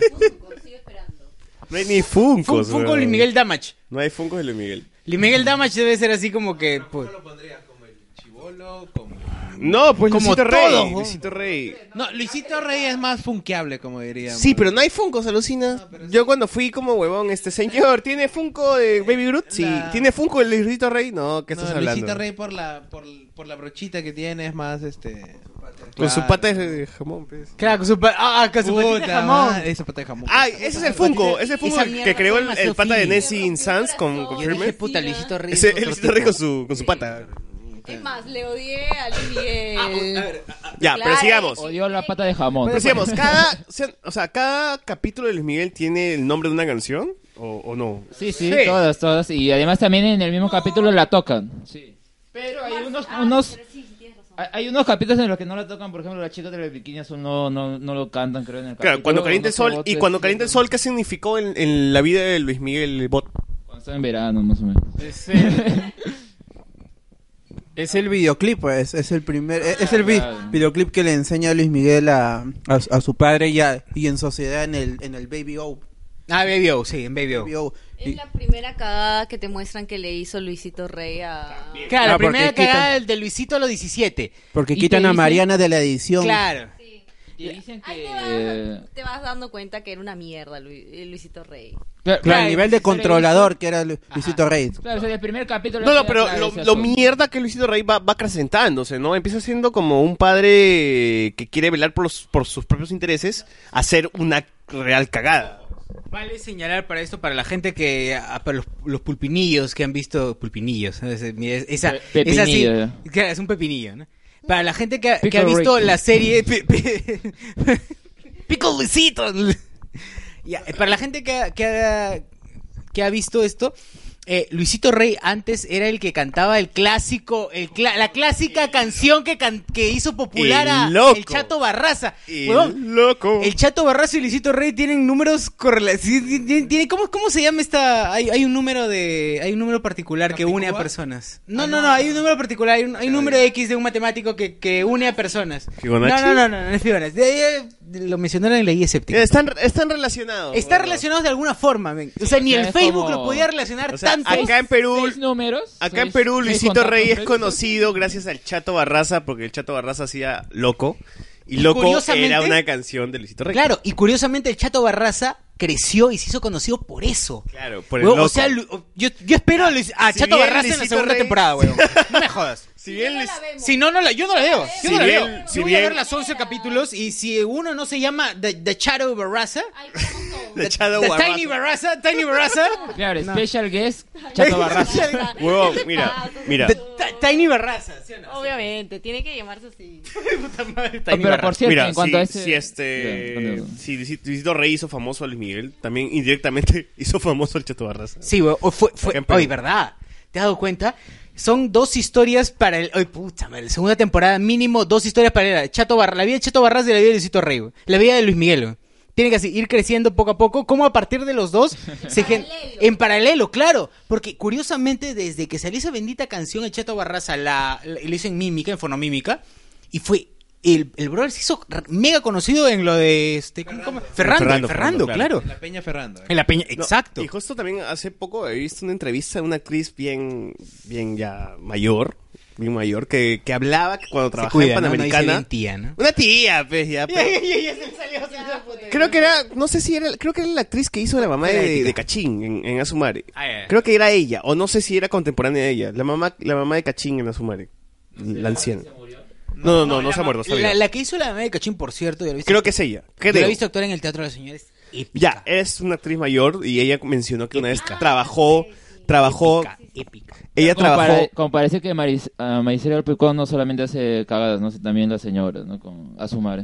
[SPEAKER 5] No hay ni Funkos.
[SPEAKER 4] Fun- Funko
[SPEAKER 5] weón.
[SPEAKER 4] Luis Miguel Damage.
[SPEAKER 5] No hay Funkos de Luis Miguel.
[SPEAKER 4] Luis Miguel Damage debe ser así como que. pues,
[SPEAKER 7] Chibolo, como...
[SPEAKER 5] No, pues
[SPEAKER 7] Como
[SPEAKER 5] Luisito
[SPEAKER 7] todos,
[SPEAKER 5] Rey.
[SPEAKER 7] weón.
[SPEAKER 5] Luisito Rey.
[SPEAKER 7] No, Luisito Rey es más funkeable, como diríamos.
[SPEAKER 5] Sí, pero no hay Funko, se alucina. Yo cuando fui como huevón, este señor, ¿tiene Funko de Baby Groot? Sí. ¿Tiene Funko el de Luisito Rey? No, ¿qué
[SPEAKER 7] No,
[SPEAKER 5] estás
[SPEAKER 7] Luisito
[SPEAKER 5] hablando?
[SPEAKER 7] Rey por la, por, por la brochita que tiene es más, este...
[SPEAKER 5] Con Pues su
[SPEAKER 7] Claro.
[SPEAKER 5] pata de jamón, pues.
[SPEAKER 4] Claro, con su pata. Ah, con
[SPEAKER 5] su patita de jamón.
[SPEAKER 7] Esa pata de jamón.
[SPEAKER 5] Ay, ese es el Funko, ese es el Funko
[SPEAKER 7] Esa
[SPEAKER 5] que-
[SPEAKER 7] mierda
[SPEAKER 5] que creó el,
[SPEAKER 7] se llama
[SPEAKER 5] el pata de
[SPEAKER 7] Sofía.
[SPEAKER 5] Nessie in Sans con, con
[SPEAKER 19] Yo dije,
[SPEAKER 5] Firme.
[SPEAKER 19] puta, Luisito Rey
[SPEAKER 5] Ese,
[SPEAKER 19] es
[SPEAKER 5] el
[SPEAKER 19] otro
[SPEAKER 5] Luisito Rey con
[SPEAKER 19] tipo.
[SPEAKER 5] su, con su pata.
[SPEAKER 8] Es más, le odié a Luis
[SPEAKER 5] Ah,
[SPEAKER 8] Miguel.
[SPEAKER 5] Ya,
[SPEAKER 8] Claro.
[SPEAKER 5] pero sigamos.
[SPEAKER 6] Odió la pata de jamón.
[SPEAKER 5] Pero sigamos, cada, o sea, o sea, cada capítulo de Luis Miguel tiene el nombre de una canción, ¿o, o no?
[SPEAKER 6] Sí, sí, todas, todas. Y además también en el mismo capítulo la tocan. Sí.
[SPEAKER 20] Pero
[SPEAKER 6] hay unos, unos... Hay hay unos capítulos en los que no la tocan, por ejemplo, las chicas de los bikini azul no, no, no lo cantan, creo, en el
[SPEAKER 5] Claro,
[SPEAKER 6] capítulo,
[SPEAKER 5] cuando calienta el
[SPEAKER 6] no se
[SPEAKER 5] sol, y
[SPEAKER 6] bote,
[SPEAKER 5] cuando
[SPEAKER 6] sí,
[SPEAKER 5] calienta el sol, ¿qué significó en, en la vida de Luis Miguel Bot?
[SPEAKER 6] Cuando está en verano, más o menos.
[SPEAKER 4] Es el,
[SPEAKER 10] es el videoclip, pues. Es el primer. Es, es el vi-
[SPEAKER 6] claro.
[SPEAKER 10] videoclip que le enseña Luis Miguel a, a, a su padre y, a- y en sociedad en el, en el Baby O.
[SPEAKER 4] Ah, Baby O, sí, en Baby O.
[SPEAKER 10] Y-
[SPEAKER 8] Es la primera cagada que te muestran que le hizo Luisito Rey a...
[SPEAKER 4] Claro,
[SPEAKER 10] Ah,
[SPEAKER 4] la
[SPEAKER 10] porque
[SPEAKER 4] primera
[SPEAKER 10] quitan-
[SPEAKER 4] cagada del de Luisito a los 17.
[SPEAKER 10] Porque
[SPEAKER 4] Y te
[SPEAKER 10] quitan a
[SPEAKER 4] dicen-
[SPEAKER 10] Mariana de la edición.
[SPEAKER 4] Claro.
[SPEAKER 6] Te dicen eh,
[SPEAKER 8] que... Te vas dando cuenta que era una mierda Lu- eh, Luisito Rey.
[SPEAKER 10] Claro, a nivel de controlador que era Lu- Luisito Rey.
[SPEAKER 6] Claro, o sea, el primer capítulo...
[SPEAKER 5] No,
[SPEAKER 6] ya
[SPEAKER 5] no,
[SPEAKER 6] queda
[SPEAKER 5] pero
[SPEAKER 6] claro
[SPEAKER 5] lo,
[SPEAKER 6] ese
[SPEAKER 5] lo
[SPEAKER 6] asunto.
[SPEAKER 5] mierda que Luisito Rey va, va acrecentándose, ¿no? Empieza siendo como un padre que quiere velar por, los- por sus propios intereses, hacer una real cagada.
[SPEAKER 4] Vale señalar para esto, para la gente que, a- para los, los pulpinillos que han visto, pulpinillos, ¿no? Es- es- esa,
[SPEAKER 6] Pe-
[SPEAKER 4] es así,
[SPEAKER 6] pepinillo.
[SPEAKER 4] claro, es un pepinillo, ¿no? Para la gente que, ha- que
[SPEAKER 6] Pickle
[SPEAKER 4] ha visto
[SPEAKER 6] Rick.
[SPEAKER 4] la serie, [laughs] pe- pe- Pickle Luisito. Ya, eh, para la gente que, ha- que, ha, que ha visto esto, eh, Luisito Rey antes era el que cantaba el clásico, el cla- la clásica canción que, can- que hizo popular
[SPEAKER 5] El
[SPEAKER 4] a
[SPEAKER 5] loco.
[SPEAKER 4] el Chato Barraza.
[SPEAKER 5] El
[SPEAKER 4] Huevón,
[SPEAKER 5] loco.
[SPEAKER 4] el Chato Barrazo y Luisito Rey tienen números correlacionados. ¿cómo, ¿Cómo se llama esta? Hay, hay un número de. Hay un número particular que une a personas. No, no, no, hay un número particular, hay un, hay un número X de un matemático que, que une a personas.
[SPEAKER 5] ¿Fibonacci? Eh,
[SPEAKER 4] No, no, no, no, no es Fibonacci. De- eh, Lo mencionaron en la guía escéptica.
[SPEAKER 5] Están, están relacionados.
[SPEAKER 4] Están relacionados de alguna forma, men. O sea, ni
[SPEAKER 6] o sea,
[SPEAKER 4] el
[SPEAKER 6] es
[SPEAKER 4] Facebook
[SPEAKER 6] como-
[SPEAKER 4] lo podía relacionar
[SPEAKER 5] O sea,
[SPEAKER 4] tanto.
[SPEAKER 5] acá en Perú,
[SPEAKER 6] números?
[SPEAKER 5] acá en
[SPEAKER 6] seis-
[SPEAKER 5] Perú
[SPEAKER 6] seis
[SPEAKER 5] Luisito
[SPEAKER 6] contactos,
[SPEAKER 5] Rey es
[SPEAKER 6] seis-
[SPEAKER 5] conocido gracias al Chato Barraza, porque el Chato Barraza hacía loco. Y
[SPEAKER 4] Y
[SPEAKER 5] loco
[SPEAKER 4] curiosamente-
[SPEAKER 5] era una canción de Luisito Rey.
[SPEAKER 4] Claro, y curiosamente el Chato Barraza creció y se hizo conocido por eso.
[SPEAKER 5] Claro, por el
[SPEAKER 4] Huevón,
[SPEAKER 5] loco.
[SPEAKER 4] O sea, Lu- yo, yo espero a, Luis- a
[SPEAKER 5] Si
[SPEAKER 4] Chato
[SPEAKER 5] bien
[SPEAKER 4] Barraza en la
[SPEAKER 5] Luisito
[SPEAKER 4] segunda
[SPEAKER 5] Rey- [laughs]
[SPEAKER 4] temporada, weón. No me jodas.
[SPEAKER 5] Si bien Luis-
[SPEAKER 4] Si no, no la, yo no la veo. Yo
[SPEAKER 5] Si
[SPEAKER 4] no la
[SPEAKER 5] bien-
[SPEAKER 4] veo.
[SPEAKER 5] si
[SPEAKER 4] Si voy
[SPEAKER 5] bien-
[SPEAKER 4] a ver las 11 capítulos y si uno no se llama The, The Shadow Barraza,
[SPEAKER 5] [laughs] de Chato
[SPEAKER 4] The
[SPEAKER 5] Barraza.
[SPEAKER 4] Tiny Barraza,
[SPEAKER 5] [laughs]
[SPEAKER 4] Tiny Barraza.
[SPEAKER 6] Claro, Special Guest, Chato Barraza.
[SPEAKER 5] Huevón, mira, mira.
[SPEAKER 4] The Ti- Tiny Barraza. ¿sí o no?
[SPEAKER 8] [laughs] Obviamente, tiene que llamarse así.
[SPEAKER 4] Puta madre,
[SPEAKER 6] Pero
[SPEAKER 4] Tiny
[SPEAKER 6] por
[SPEAKER 4] Barraza.
[SPEAKER 6] cierto,
[SPEAKER 5] Mira,
[SPEAKER 6] en cuanto
[SPEAKER 5] si,
[SPEAKER 6] a ese...
[SPEAKER 5] si este,
[SPEAKER 6] Bien, continúa.
[SPEAKER 5] si Luis- Luisito Rey hizo famoso a Luis Miguel, también indirectamente [laughs] hizo famoso al Chato Barraza.
[SPEAKER 4] Sí, weón, o fue, fue,
[SPEAKER 5] Acá en Perú.
[SPEAKER 4] oye, ¿verdad? ¿Te has dado cuenta? Son dos historias para el. Ay, puta madre, segunda temporada, mínimo dos historias para el Chato Barra, la vida de Chato Barras y la vida de Luisito Rey. weón. La vida de Luis Miguel. weón. Tiene que así ir creciendo poco a poco. ¿Cómo a partir de los [laughs] dos se gen- En paralelo, claro. Porque curiosamente, desde que salió esa bendita canción, el Chato Barraza la, la- lo hizo en mímica, en fonomímica. Y fue. El, el brother se hizo r- mega conocido en lo de. Este, ¿cómo- cómo? Ferrando,
[SPEAKER 5] Ferrando, Ferrando,
[SPEAKER 4] Ferrando, claro.
[SPEAKER 7] La Peña Ferrando.
[SPEAKER 4] En la peña,
[SPEAKER 5] No,
[SPEAKER 4] exacto.
[SPEAKER 5] y justo también hace poco he visto una entrevista de una actriz bien, bien ya mayor, bien mayor, que, que hablaba que cuando trabajaba en
[SPEAKER 4] cuida, ¿no? No dice
[SPEAKER 5] Panamericana.
[SPEAKER 4] bien tía, ¿no?
[SPEAKER 5] Una tía, pues [laughs]
[SPEAKER 4] [laughs]
[SPEAKER 5] ya. pero- Creo que era, no sé si era, creo que era la actriz que hizo la mamá de, de Cachín en, en Asumare.
[SPEAKER 4] Ah, ya, ya.
[SPEAKER 5] Creo que era ella, o no sé si era contemporánea de ella, la mamá, la mamá de Cachín en Asumare, la anciana. No, no, no, no, se ha muerto, está
[SPEAKER 4] La,
[SPEAKER 5] viva.
[SPEAKER 4] la que hizo la mamá de Cachín, por cierto, yo la he visto,
[SPEAKER 5] Creo que es ella.
[SPEAKER 4] yo
[SPEAKER 5] creo.
[SPEAKER 4] la he visto actuar en el Teatro de los Señores.
[SPEAKER 5] Ya, es una actriz mayor y ella mencionó que una vez trabajó, trabajó, ella
[SPEAKER 6] Como para-
[SPEAKER 5] trabajó,
[SPEAKER 6] como para decir que Maris, ah, Marisela Alpicón no solamente hace cagadas, ¿no? también las señoras, ¿no? Como a su madre.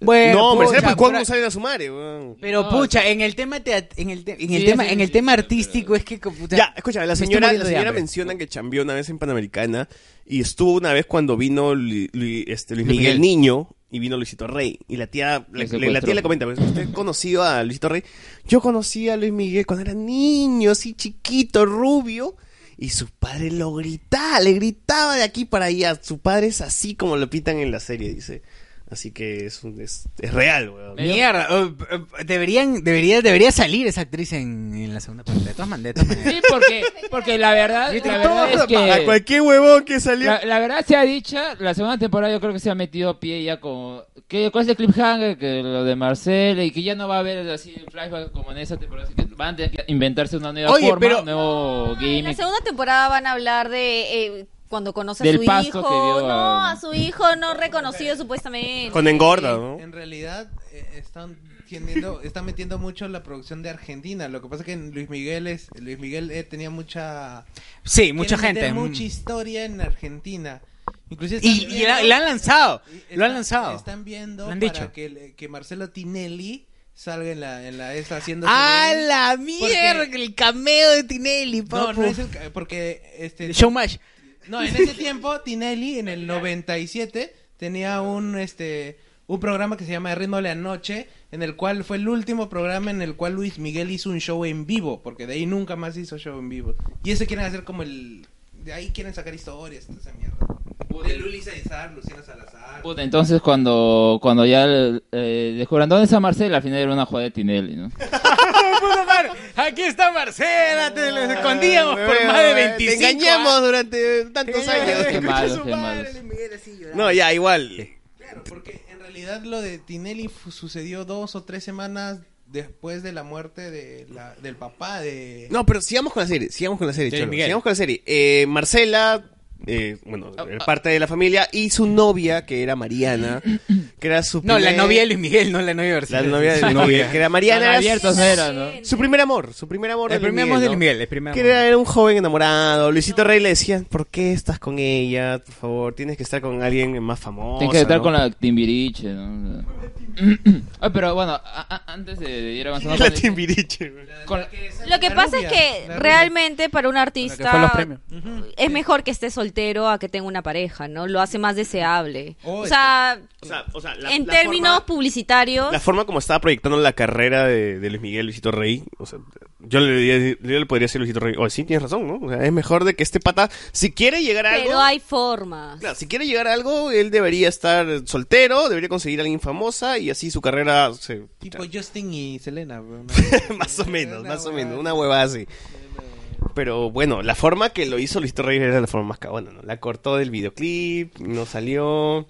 [SPEAKER 5] no,
[SPEAKER 4] pucha,
[SPEAKER 5] Mercedes, pues cuando
[SPEAKER 4] pero-
[SPEAKER 5] salen a su madre, weón?
[SPEAKER 4] Pero pucha, en el tema teat- en el, te- en el
[SPEAKER 6] Sí,
[SPEAKER 4] tema
[SPEAKER 6] sí,
[SPEAKER 4] en
[SPEAKER 6] sí,
[SPEAKER 4] el tema artístico es que co- puta,
[SPEAKER 5] Ya, escucha,
[SPEAKER 4] me
[SPEAKER 5] la
[SPEAKER 4] estoy
[SPEAKER 5] señora,
[SPEAKER 4] muriendo
[SPEAKER 5] la
[SPEAKER 4] de
[SPEAKER 5] señora
[SPEAKER 4] hambre.
[SPEAKER 5] menciona que chambeó una vez en Panamericana y estuvo una vez cuando vino Lu- Lu- este, Luis
[SPEAKER 6] Luis
[SPEAKER 5] Miguel
[SPEAKER 6] Miguel.
[SPEAKER 5] Niño y vino Luisito Rey. Y la tía le,
[SPEAKER 6] Lo
[SPEAKER 5] le- la tía
[SPEAKER 6] secuestró.
[SPEAKER 5] le comenta, pues, ¿usted conoció a Luisito Rey? Yo conocí a Luis Miguel cuando era niño, así chiquito, rubio. Y su padre lo gritaba, le gritaba de aquí para allá. Su padre es así como lo pitan en la serie, dice. Así que es, un- es, es real, weón.
[SPEAKER 4] Eh.
[SPEAKER 16] Mierda, oh, oh, deberían, debería, debería salir esa actriz en, en la segunda parte. De todas maneras, de todas
[SPEAKER 5] [laughs]
[SPEAKER 16] maneras.
[SPEAKER 6] Sí, porque, porque la verdad,
[SPEAKER 16] Yo
[SPEAKER 6] la
[SPEAKER 16] tengo
[SPEAKER 6] verdad
[SPEAKER 16] todo
[SPEAKER 6] es que...
[SPEAKER 16] para
[SPEAKER 5] cualquier huevón que salió.
[SPEAKER 6] La, la verdad sea dicha, la segunda temporada yo creo que se ha metido a pie ya con... ¿qué, ¿Cuál es el cliffhanger? Que lo de Marcel y que ya no va a haber así flashback como en esa temporada. así que van a tener que inventarse una nueva
[SPEAKER 16] Oye,
[SPEAKER 6] forma,
[SPEAKER 16] pero-
[SPEAKER 6] nuevo
[SPEAKER 8] En la
[SPEAKER 6] gimmick.
[SPEAKER 8] segunda temporada van a hablar de eh, cuando conoce a
[SPEAKER 6] Del
[SPEAKER 8] su
[SPEAKER 6] pasto
[SPEAKER 8] hijo,
[SPEAKER 6] que vio
[SPEAKER 8] no,
[SPEAKER 6] a-
[SPEAKER 8] a su hijo no reconocido supuestamente.
[SPEAKER 5] Con engorda, ¿no?
[SPEAKER 7] En realidad eh, están tiendiendo- [laughs] están metiendo mucho la producción de Argentina. Lo que pasa es que en Luis Miguel es Luis Miguel eh, tenía mucha
[SPEAKER 16] Sí, mucha
[SPEAKER 7] quieren meter
[SPEAKER 5] Mm.
[SPEAKER 16] gente. mm.
[SPEAKER 7] mucha historia en Argentina. Inclusive
[SPEAKER 16] Y- y
[SPEAKER 7] están
[SPEAKER 16] la-
[SPEAKER 7] viendo-
[SPEAKER 16] la han lanzado,
[SPEAKER 7] y
[SPEAKER 16] lo
[SPEAKER 7] está-
[SPEAKER 16] han lanzado.
[SPEAKER 7] Están viendo
[SPEAKER 16] Lo han
[SPEAKER 7] para
[SPEAKER 16] dicho.
[SPEAKER 7] que le- que Marcelo Tinelli salga en la en la esa haciendo su
[SPEAKER 16] ¡A
[SPEAKER 7] rol.
[SPEAKER 16] la
[SPEAKER 7] Porque-
[SPEAKER 16] mierda! El cameo de Tinelli,
[SPEAKER 7] No,
[SPEAKER 16] papu.
[SPEAKER 7] no es el ca- porque este
[SPEAKER 16] Showmatch.
[SPEAKER 7] No, en ese tiempo Tinelli en el 97 tenía un este un programa que se llama Ritmo de la Noche, en el cual fue el último programa en el cual Luis Miguel hizo un show en vivo, porque de ahí nunca más hizo show en vivo. Y ese quieren hacer como el de ahí quieren sacar historias, toda esa mierda. De Luli Salazar, Luciana Salazar.
[SPEAKER 6] Puta, Entonces cuando, cuando ya eh, descubran dónde está Marcel, al final era una jugada de Tinelli, ¿no?
[SPEAKER 16] Puta madre, Aquí está Marcela, te lo escondíamos por más de 25
[SPEAKER 5] Te engañamos
[SPEAKER 16] años.
[SPEAKER 5] durante tantos años.
[SPEAKER 6] Qué malos, qué malos.
[SPEAKER 5] No, ya, igual.
[SPEAKER 7] En realidad lo de Tinelli fu- sucedió dos o tres semanas después de la muerte de la- del papá de
[SPEAKER 5] No, pero sigamos con la serie, sigamos con la serie,
[SPEAKER 7] Jay
[SPEAKER 5] Cholo,
[SPEAKER 7] Miguel.
[SPEAKER 5] sigamos con la serie. Eh, Marcela, eh, bueno,
[SPEAKER 16] Ah,
[SPEAKER 5] era parte de la familia, y su novia, que era Mariana, que era su
[SPEAKER 16] No, la
[SPEAKER 5] primer-
[SPEAKER 16] novia de Luis Miguel, no la novia de Marcela.
[SPEAKER 5] La novia de Luis Miguel, que era Mariana.
[SPEAKER 16] Tan
[SPEAKER 5] era
[SPEAKER 16] abiertos
[SPEAKER 5] su-
[SPEAKER 16] no eran, ¿no?
[SPEAKER 5] Su primer amor, su primer amor.
[SPEAKER 16] El
[SPEAKER 5] de Luis
[SPEAKER 16] primer amor de
[SPEAKER 5] ¿no?
[SPEAKER 16] Luis Miguel, el primer
[SPEAKER 5] Que
[SPEAKER 16] amor.
[SPEAKER 5] era, era un joven enamorado. Luisito Rey le decía, ¿por qué estás con ella? Por favor, tienes que estar con alguien más famoso.
[SPEAKER 6] Tienes que estar
[SPEAKER 5] ¿no?"
[SPEAKER 6] con la Timbiriche, ¿no? [clears throat] Ah, pero bueno, a- a- antes de de ir avanzando...
[SPEAKER 5] [laughs] La
[SPEAKER 6] con el-
[SPEAKER 5] Timbiriche, güey.
[SPEAKER 6] con-
[SPEAKER 8] Lo que
[SPEAKER 6] La
[SPEAKER 8] pasa
[SPEAKER 6] rubia,
[SPEAKER 8] es que
[SPEAKER 6] la rubia.
[SPEAKER 8] realmente para un
[SPEAKER 6] fue a los
[SPEAKER 8] artista
[SPEAKER 6] premios.
[SPEAKER 8] es mejor que esté soltero a que tenga una pareja, ¿no? Lo hace más deseable.
[SPEAKER 5] Oh,
[SPEAKER 8] o, sea,
[SPEAKER 6] este,
[SPEAKER 5] la-
[SPEAKER 8] en
[SPEAKER 5] la
[SPEAKER 8] términos publicitarios,
[SPEAKER 5] La forma como estaba proyectando la carrera de, de Luis Miguel, Luisito Rey, o sea, yo le, diría- yo le podría decir a Luisito Rey, oye, sí, tienes razón, ¿no? O sea, es mejor de que este pata, si quiere llegar a algo,
[SPEAKER 8] pero hay formas.
[SPEAKER 5] claro, si quiere llegar a algo, él debería estar soltero, debería conseguir a alguien famosa y así su carrera se...
[SPEAKER 7] tipo Justin y Selena. bro,
[SPEAKER 5] [laughs]
[SPEAKER 7] ¿no?
[SPEAKER 5] más o menos, más o menos, una hueva así. Pero bueno, la forma que lo hizo Luisito Rey era la forma más cabona, ¿no? La cortó del videoclip, no salió...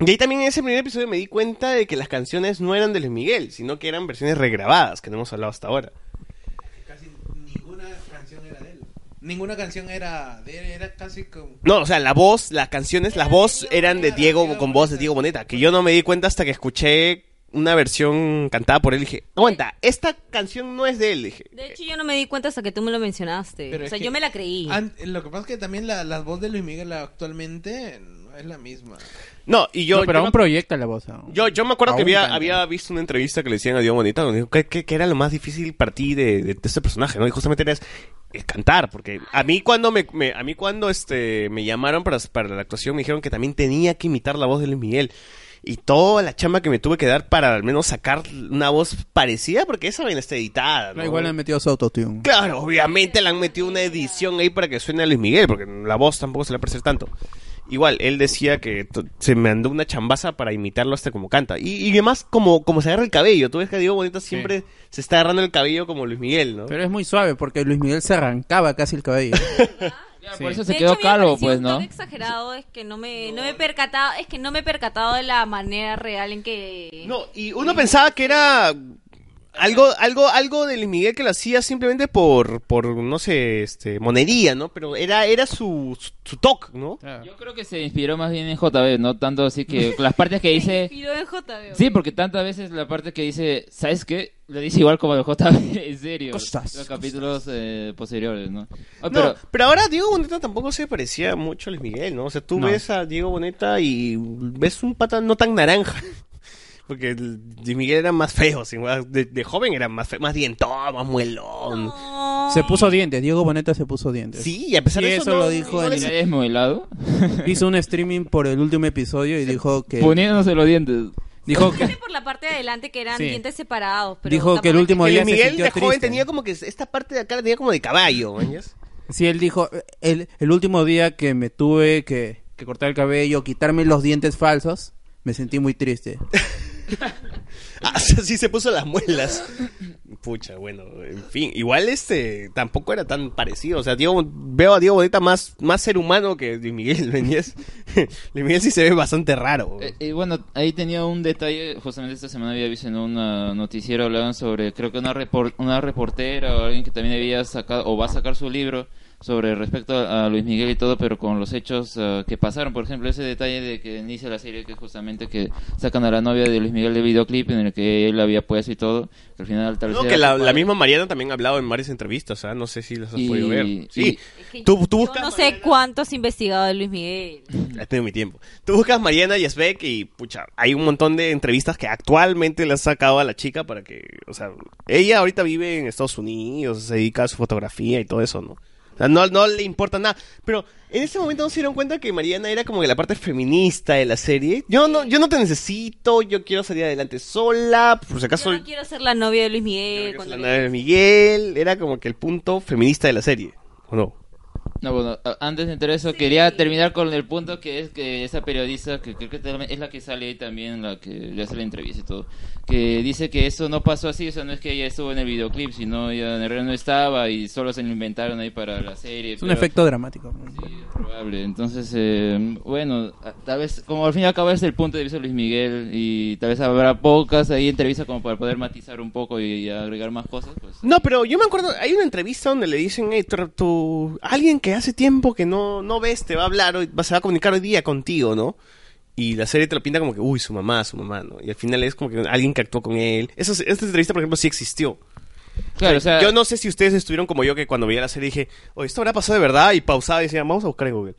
[SPEAKER 5] Y ahí también en ese primer episodio me di cuenta de que las canciones no eran de Luis Miguel, sino que eran versiones regrabadas, que no hemos hablado hasta ahora.
[SPEAKER 7] Ninguna canción era de él, era casi como...
[SPEAKER 5] No, o sea, la voz, las canciones, las voz eran de Diego, con voz de Diego Boneta, que yo no me di cuenta hasta que escuché una versión cantada por él y dije, aguanta, esta canción no es de él, dije.
[SPEAKER 8] De hecho, yo no me di cuenta hasta que tú me lo mencionaste.
[SPEAKER 7] Pero
[SPEAKER 8] o
[SPEAKER 7] es
[SPEAKER 8] sea,
[SPEAKER 7] que
[SPEAKER 8] yo me la creí.
[SPEAKER 7] An- lo que pasa es que también la, la voz de Luis Miguel actualmente no es la misma.
[SPEAKER 5] No, y yo...
[SPEAKER 7] No, pero
[SPEAKER 5] yo
[SPEAKER 7] aún
[SPEAKER 5] me-
[SPEAKER 7] proyecta la voz, aún.
[SPEAKER 5] Yo, yo me acuerdo que
[SPEAKER 7] Aún
[SPEAKER 5] había,
[SPEAKER 7] canta.
[SPEAKER 5] había visto una entrevista que le decían a Diego Boneta, donde dijo, ¿qué, qué, qué era lo más difícil para ti de, de, de este personaje? ¿no? Y justamente era es- es cantar, porque a mí cuando me, me- a mí cuando este me llamaron para, para la actuación me dijeron que también tenía que imitar la voz de Luis Miguel. Y toda la chamba que me tuve que dar para al menos sacar una voz parecida, porque esa vaina está editada. ¿no?
[SPEAKER 10] No, igual le han metido su autotune.
[SPEAKER 5] Claro, obviamente le han metido una edición ahí para que suene a Luis Miguel, porque la voz tampoco se le parece tanto. Igual, él decía que t- se me andó una chambaza para imitarlo hasta como canta. Y, y además, como, como se agarra el cabello. Tú ves que Diego Bonita siempre se está agarrando el cabello como Luis Miguel, ¿no?
[SPEAKER 10] Pero es muy suave porque Luis Miguel se arrancaba casi el cabello.
[SPEAKER 6] Por eso
[SPEAKER 8] De
[SPEAKER 6] se
[SPEAKER 8] hecho,
[SPEAKER 6] quedó
[SPEAKER 8] a mí me
[SPEAKER 6] calvo,
[SPEAKER 8] pareció
[SPEAKER 6] pues,
[SPEAKER 8] un
[SPEAKER 6] ¿no?
[SPEAKER 8] toque exagerado es que no me, no me he percatado, es que no me he percatado de la manera real en que...
[SPEAKER 5] No, y uno pensaba que era algo, algo, algo de Luis Miguel que lo hacía simplemente por, por no sé, este, monería, ¿no? Pero era, era su, su, su toque, ¿no?
[SPEAKER 6] Yo creo que se inspiró más bien en JB, ¿no? Tanto así
[SPEAKER 8] [laughs]
[SPEAKER 6] que las partes que dice...
[SPEAKER 8] Inspiró en JB.
[SPEAKER 6] Sí, porque tantas veces la parte que dice, ¿sabes qué? Le dice igual como el JB, [laughs] en serio.
[SPEAKER 5] Costas,
[SPEAKER 6] los capítulos eh, posteriores, ¿no? Ah,
[SPEAKER 5] No,
[SPEAKER 6] pero,
[SPEAKER 5] pero... ahora Diego Boneta tampoco se parecía mucho a Luis Miguel, ¿no? O sea, tú
[SPEAKER 6] No.
[SPEAKER 5] ves a Diego Boneta y ves un pata no tan naranja. [laughs] Porque el- Luis Miguel era más feo, sin más- de, de joven era más feo, más dientón, más muelón.
[SPEAKER 10] [laughs] Se puso dientes, Diego Boneta se puso dientes.
[SPEAKER 5] Sí, y a pesar
[SPEAKER 10] Y
[SPEAKER 5] de eso, no-
[SPEAKER 10] lo dijo
[SPEAKER 5] no
[SPEAKER 10] en-
[SPEAKER 5] le-
[SPEAKER 10] Hizo un streaming por el último episodio y dijo que...
[SPEAKER 6] [laughs] Poniéndose los dientes.
[SPEAKER 10] Dijo que...
[SPEAKER 8] Por la parte de adelante que eran
[SPEAKER 10] Sí.
[SPEAKER 8] dientes separados. Pero
[SPEAKER 10] Dijo que el
[SPEAKER 8] tampoco-
[SPEAKER 10] último
[SPEAKER 5] Luis
[SPEAKER 10] día se
[SPEAKER 5] Miguel
[SPEAKER 10] sintió
[SPEAKER 5] de joven
[SPEAKER 10] triste.
[SPEAKER 5] tenía como que esta parte de acá la tenía como de caballo, ¿mañas?
[SPEAKER 10] Sí, él dijo, el, el último día que me tuve que, que cortar el cabello, quitarme los dientes falsos, Me sentí muy triste.
[SPEAKER 5] [laughs] Así se puso las muelas. Pucha, bueno, en fin. Igual este tampoco era tan parecido. O sea, Diego- veo a Diego Boneta más, más ser humano que Luis Miguel. [laughs] ¿me entiendes? Luis Miguel sí se ve bastante raro.
[SPEAKER 6] Eh, eh, bueno, ahí tenía un detalle, justamente esta semana había visto en un ah, noticiero, hablaban sobre, creo que una, repor- una reportera o alguien que también había sacado, o va a sacar su libro sobre respecto a, a Luis Miguel y todo, pero con los hechos ah, que pasaron, por ejemplo, ese detalle de que inicia la serie, que justamente que sacan a la novia de Luis Miguel de videoclip en el que él había puesto y todo, que al final tal vez...
[SPEAKER 5] Creo
[SPEAKER 6] era
[SPEAKER 5] que
[SPEAKER 6] su
[SPEAKER 5] la,
[SPEAKER 6] padre.
[SPEAKER 5] la misma Mariana también ha hablado en varias entrevistas. ¿ah? No sé si las has
[SPEAKER 6] Y-
[SPEAKER 5] podido ver.
[SPEAKER 6] y-
[SPEAKER 5] Sí,
[SPEAKER 8] que
[SPEAKER 5] tú, tú
[SPEAKER 8] Yo no sé cuántos investigados de Luis Miguel.
[SPEAKER 5] He tenido mi tiempo. Tú buscas Mariana Yazbek y, pucha, hay un montón de entrevistas que actualmente le has sacado a la chica para que, o sea, ella ahorita vive en Estados Unidos, se dedica a su fotografía y todo eso, ¿no? O sea, no, no le importa nada. Pero en ese momento no se dieron cuenta que Mariana era como que la parte feminista de la serie. Yo no, yo no te necesito, yo quiero salir adelante sola, por si acaso
[SPEAKER 8] No quiero ser la novia de Luis Miguel.
[SPEAKER 5] la
[SPEAKER 8] cuando-
[SPEAKER 5] nave de Miguel era como que el punto feminista de la serie, ¿o no?
[SPEAKER 6] No, bueno, a- antes de entrar a eso, quería terminar con el punto que es que esa periodista, que creo que tam- es la que sale ahí también, la que le hace la entrevista y todo, que dice que eso no pasó así, o sea, no es que ella estuvo en el videoclip, sino ella en realidad no estaba y solo se lo inventaron ahí para la serie.
[SPEAKER 10] Es un
[SPEAKER 6] pero-
[SPEAKER 10] efecto dramático.
[SPEAKER 6] probable. Entonces, eh, bueno, a- tal vez, como al fin y al cabo es el punto de vista de Luis Miguel, y tal vez habrá pocas ahí entrevistas como para poder matizar un poco y, y agregar más cosas, pues.
[SPEAKER 5] No, pero yo me acuerdo, hay una entrevista donde le dicen, hey, tu, tu- alguien que hace tiempo que no, no ves te va a hablar, hoy, va- se va a comunicar hoy día contigo, ¿no? Y la serie te lo pinta como que, uy, su mamá, su mamá, ¿no? Y al final es como que alguien que actuó con él. Eso, sí- esta entrevista, por ejemplo, sí existió.
[SPEAKER 6] Claro, o sea-
[SPEAKER 5] yo no sé si ustedes estuvieron como yo, que cuando veía la serie dije, oye, esto habrá pasado de verdad, y pausaba y decía, vamos a buscar en Google.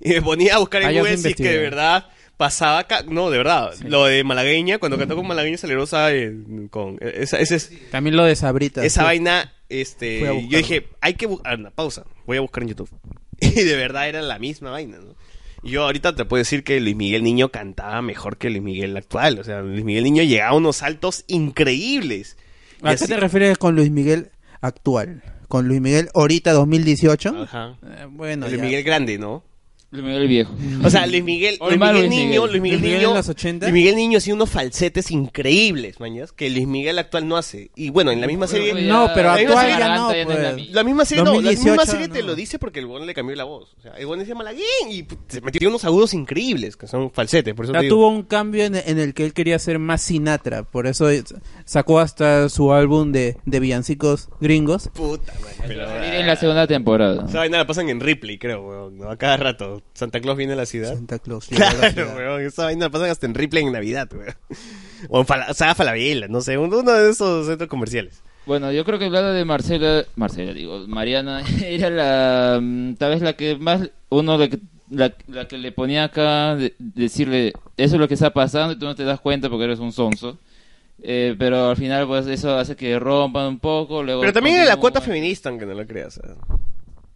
[SPEAKER 5] Y me ponía a buscar en
[SPEAKER 12] Ah, yo sí
[SPEAKER 5] Google si es que de
[SPEAKER 12] investigué.
[SPEAKER 5] verdad pasaba, ca- no, de verdad, lo de Malagueña, cuando
[SPEAKER 12] Mm.
[SPEAKER 5] cantó con Malagueña Salerosa, eh, con, esa, ese es...
[SPEAKER 10] También lo de Sabrita.
[SPEAKER 5] Esa
[SPEAKER 10] sí.
[SPEAKER 5] vaina,
[SPEAKER 10] Fui a
[SPEAKER 5] este,
[SPEAKER 10] buscarlo.
[SPEAKER 5] yo dije, hay que buscar, pausa, voy a buscar en YouTube. [laughs] Y de verdad era la misma vaina, ¿no? Y Yo ahorita te puedo decir que Luis Miguel Niño cantaba mejor que Luis Miguel actual, o sea, Luis Miguel Niño llegaba a unos saltos increíbles. Y
[SPEAKER 10] ¿A
[SPEAKER 5] así-
[SPEAKER 10] qué te refieres con Luis Miguel actual? Con Luis Miguel ahorita 2018.
[SPEAKER 5] Ajá.
[SPEAKER 10] Eh, bueno,
[SPEAKER 5] Luis
[SPEAKER 10] ya.
[SPEAKER 5] Miguel grande, ¿no?
[SPEAKER 6] Luis Miguel viejo.
[SPEAKER 10] [laughs]
[SPEAKER 5] O sea, Luis Miguel,
[SPEAKER 10] O
[SPEAKER 5] Luis
[SPEAKER 10] mal
[SPEAKER 5] Miguel
[SPEAKER 10] Luis
[SPEAKER 5] Niño,
[SPEAKER 10] Miguel.
[SPEAKER 5] Luis Miguel
[SPEAKER 10] Luis Miguel
[SPEAKER 5] Niño,
[SPEAKER 10] en los 80.
[SPEAKER 5] Luis Miguel Niño hacía unos falsetes increíbles, mañas, que Luis Miguel actual no hace. Y bueno, en la misma serie
[SPEAKER 10] No, pero
[SPEAKER 5] la misma
[SPEAKER 10] actual
[SPEAKER 5] serie-
[SPEAKER 10] ya no,
[SPEAKER 5] la misma
[SPEAKER 10] pues.
[SPEAKER 5] serie- La misma serie, no, la
[SPEAKER 10] 2018
[SPEAKER 5] misma serie te lo dice porque el buen le cambió la voz. O sea, el buen decía Malaguín y put, se metió unos agudos increíbles, que son falsetes, por eso
[SPEAKER 10] Ya
[SPEAKER 5] te digo.
[SPEAKER 10] tuvo un cambio en, en el que él quería ser más Sinatra, por eso es- sacó hasta su álbum de, de villancicos gringos.
[SPEAKER 5] Puta, man, pero- eh,
[SPEAKER 6] Salir en la segunda temporada.
[SPEAKER 5] Esa vaina la pasan en Ripley, creo, weón, ¿no? A cada rato. Santa Claus viene a la ciudad.
[SPEAKER 10] Santa Claus
[SPEAKER 5] viene [laughs]
[SPEAKER 10] llega a la
[SPEAKER 5] Claro,
[SPEAKER 10] ciudad.
[SPEAKER 5] weón. Esa vaina la pasan hasta en Ripley en Navidad, weón. O en Fala- Saga Falabella, no sé, uno uno de esos centros comerciales.
[SPEAKER 6] Bueno, yo creo que hablando de Marcela, Marcela digo, Mariana [laughs] era la mm, tal vez la que más uno la que, la, la que le ponía acá de- decirle eso es lo que está pasando y tú no te das cuenta porque eres un sonso. Eh, pero al final pues eso hace que rompan un poco, luego
[SPEAKER 5] Pero también en la
[SPEAKER 6] continúa.
[SPEAKER 5] cuota feminista, aunque no lo creas. ¿eh?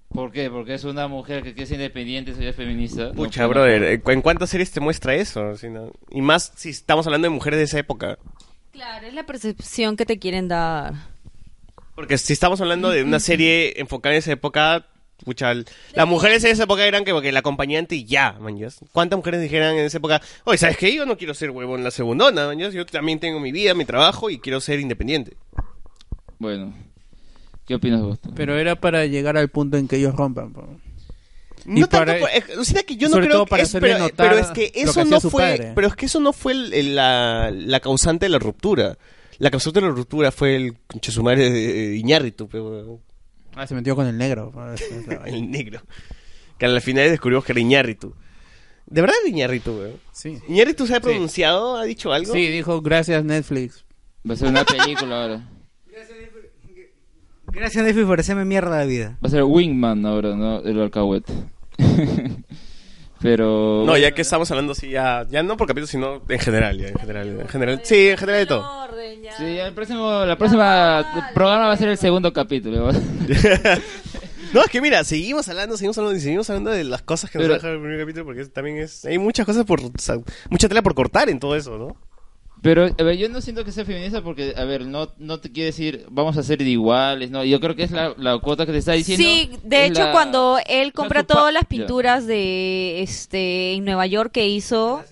[SPEAKER 6] ¿Por qué? Porque es una mujer que, que es independiente, soy feminista. No,
[SPEAKER 5] Pucha,
[SPEAKER 6] pues, no.
[SPEAKER 5] brother, ¿eh, cu- ¿en cuántas series te muestra eso? Si no- Y más si estamos hablando de mujeres de esa época.
[SPEAKER 8] Claro, es la percepción que te quieren dar.
[SPEAKER 5] Porque si estamos hablando de una serie enfocada en esa época, pucha, l- las mujeres en esa época eran que porque la acompañante y ya, manjas. ¿Cuántas mujeres dijeran en esa época, oye, ¿sabes qué? Yo no quiero ser huevón la segundona, manjas. Yo también tengo mi vida, mi trabajo y quiero ser independiente.
[SPEAKER 6] Bueno, ¿qué opinas vos?
[SPEAKER 10] Pero era para llegar al punto en que ellos rompan. po. Y
[SPEAKER 5] No tanto
[SPEAKER 10] para-
[SPEAKER 5] por- eh, o sea que yo no
[SPEAKER 10] sobre
[SPEAKER 5] creo
[SPEAKER 10] todo
[SPEAKER 5] que
[SPEAKER 10] para
[SPEAKER 5] es-
[SPEAKER 10] hacerle
[SPEAKER 5] pero, eh,
[SPEAKER 10] notar
[SPEAKER 5] pero es que
[SPEAKER 10] lo que
[SPEAKER 5] eso
[SPEAKER 10] hacía
[SPEAKER 5] no
[SPEAKER 10] su
[SPEAKER 5] fue,
[SPEAKER 10] padre.
[SPEAKER 5] pero es que eso no fue el- el- la, la causante de la ruptura. La causante de la ruptura fue el concha su madre de, de Iñárritu, pero-
[SPEAKER 10] Ah, se metió con el negro.
[SPEAKER 5] [laughs]
[SPEAKER 10] po. Es- es la vaina.
[SPEAKER 5] el negro. Que al final descubrimos que era Iñárritu. De verdad era Iñárritu, weón.
[SPEAKER 10] Sí.
[SPEAKER 5] Iñárritu se ha
[SPEAKER 10] Sí.
[SPEAKER 5] pronunciado, ha dicho algo.
[SPEAKER 10] Sí, dijo gracias Netflix.
[SPEAKER 6] Va a ser una película ahora.
[SPEAKER 10] [laughs]
[SPEAKER 16] Gracias, Netflix, por hacerme mierda la vida.
[SPEAKER 6] Va a ser Wingman ahora, ¿no? El alcahuete. [laughs] pero
[SPEAKER 5] No, ya que estamos hablando así, ya, ya no por capítulo, sino en general, ya, en general, en general. Sí, en general de todo. [laughs]
[SPEAKER 6] Sí, el próximo, la próxima programa va a ser el segundo capítulo. [laughs]
[SPEAKER 5] No, es que mira, seguimos hablando, seguimos hablando y seguimos hablando de las cosas que nos
[SPEAKER 6] Pero-
[SPEAKER 5] deja el primer capítulo porque es- también es... Hay muchas cosas por... o sea, mucha tela por cortar en todo eso, ¿no?
[SPEAKER 6] Pero a ver, yo no siento que sea feminista porque, a ver, no, no te quiere decir vamos a ser de iguales, no. Yo creo que es la, la cuota que te está diciendo.
[SPEAKER 8] Sí, de
[SPEAKER 6] es
[SPEAKER 8] hecho
[SPEAKER 6] la-
[SPEAKER 8] cuando él compra
[SPEAKER 6] tu pa-
[SPEAKER 8] todas las
[SPEAKER 6] Ya.
[SPEAKER 8] pinturas de este en Nueva York que hizo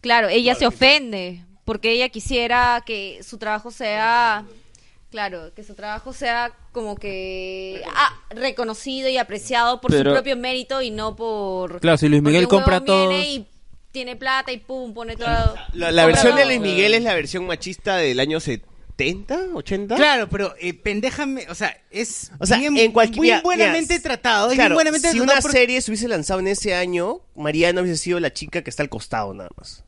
[SPEAKER 8] Claro, ella se ofende porque ella quisiera que su trabajo sea, claro, que su trabajo sea como que ah, reconocido y apreciado por
[SPEAKER 18] Pero-
[SPEAKER 8] su propio mérito y no por.
[SPEAKER 18] Claro, si Luis Miguel
[SPEAKER 8] porque un
[SPEAKER 18] compra
[SPEAKER 8] huevón viene
[SPEAKER 18] todos-
[SPEAKER 8] y tiene plata y pum, pone todo.
[SPEAKER 5] La, la versión de Luis
[SPEAKER 8] Compra todo.
[SPEAKER 5] Miguel es la versión machista del año 70, 80.
[SPEAKER 16] Claro, pero eh, pendéjame, o sea, es
[SPEAKER 5] O sea,
[SPEAKER 16] bien,
[SPEAKER 5] en cualquier
[SPEAKER 16] muy
[SPEAKER 5] mira,
[SPEAKER 16] buenamente
[SPEAKER 5] mira,
[SPEAKER 16] tratado. es
[SPEAKER 5] claro,
[SPEAKER 16] bien buenamente
[SPEAKER 5] si
[SPEAKER 16] tratado
[SPEAKER 5] una
[SPEAKER 16] por-
[SPEAKER 5] serie se hubiese lanzado en ese año, Mariana hubiese sido la chica que está al costado nada más.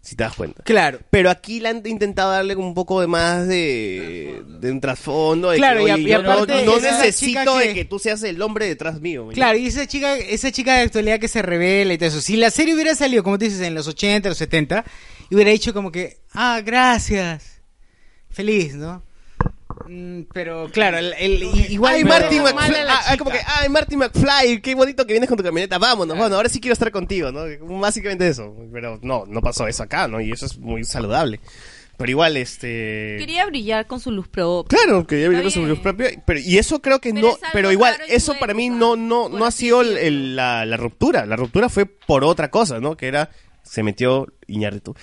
[SPEAKER 5] Si te das cuenta.
[SPEAKER 16] Claro.
[SPEAKER 5] Pero aquí le han intentado darle un poco de más de, de un trasfondo. de que,
[SPEAKER 16] Claro, y
[SPEAKER 5] oye,
[SPEAKER 16] a- y
[SPEAKER 5] yo no-
[SPEAKER 16] aparte
[SPEAKER 5] no,
[SPEAKER 16] es una
[SPEAKER 5] necesito
[SPEAKER 16] chica
[SPEAKER 5] de
[SPEAKER 16] que-
[SPEAKER 5] que tú seas el hombre detrás mío. man.
[SPEAKER 16] Claro, y esa chica, esa chica de actualidad que se revela y todo eso. Si la serie hubiera salido, como tú dices, en los 80, los 70, y hubiera dicho como que, ah, gracias. Feliz, ¿no? Mm, Pero claro, el, el- i- igual.
[SPEAKER 5] ay,
[SPEAKER 16] pero-
[SPEAKER 5] Martin
[SPEAKER 16] pero-
[SPEAKER 5] McFly, ah, ah, como que, ay, Martin McFly, qué bonito que vienes con tu camioneta, vámonos, bueno, ahora sí quiero estar contigo, ¿no? Básicamente eso, pero no, no pasó eso acá, ¿no? Y eso es muy saludable. Pero igual, este...
[SPEAKER 8] Quería brillar con su luz propia.
[SPEAKER 5] Claro, que ya vivieron su luz propia, pero, y eso creo que no, pero igual, eso para mí no, no, no ha sido el- el- la, la ruptura, la ruptura fue por otra cosa, ¿no? Que era, se metió Iñárritu.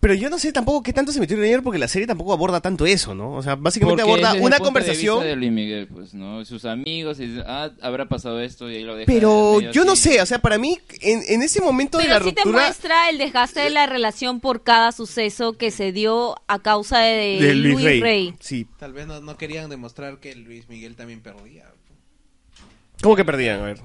[SPEAKER 5] Pero yo no sé tampoco qué tanto se metió Iñárritu porque la serie tampoco aborda tanto eso, ¿no? O sea, básicamente
[SPEAKER 6] Porque
[SPEAKER 5] aborda
[SPEAKER 6] ese es el
[SPEAKER 5] una
[SPEAKER 6] punto de
[SPEAKER 5] conversación...
[SPEAKER 6] vista de Luis Miguel, pues, ¿no? Sus amigos, y, ah, habrá pasado esto y ahí lo deja
[SPEAKER 5] Pero
[SPEAKER 6] medio
[SPEAKER 5] yo no
[SPEAKER 6] así.
[SPEAKER 5] sé, o sea, para mí, en, en ese momento de la
[SPEAKER 8] Pero sí te
[SPEAKER 5] ruptura.
[SPEAKER 8] muestra el desgaste de la relación por cada suceso que se dio a causa de,
[SPEAKER 5] De Luis
[SPEAKER 8] Luis,
[SPEAKER 5] Rey.
[SPEAKER 8] Rey.
[SPEAKER 5] Sí.
[SPEAKER 7] Tal vez no, no querían demostrar que Luis Miguel también perdía.
[SPEAKER 5] ¿Cómo que perdían? A ver.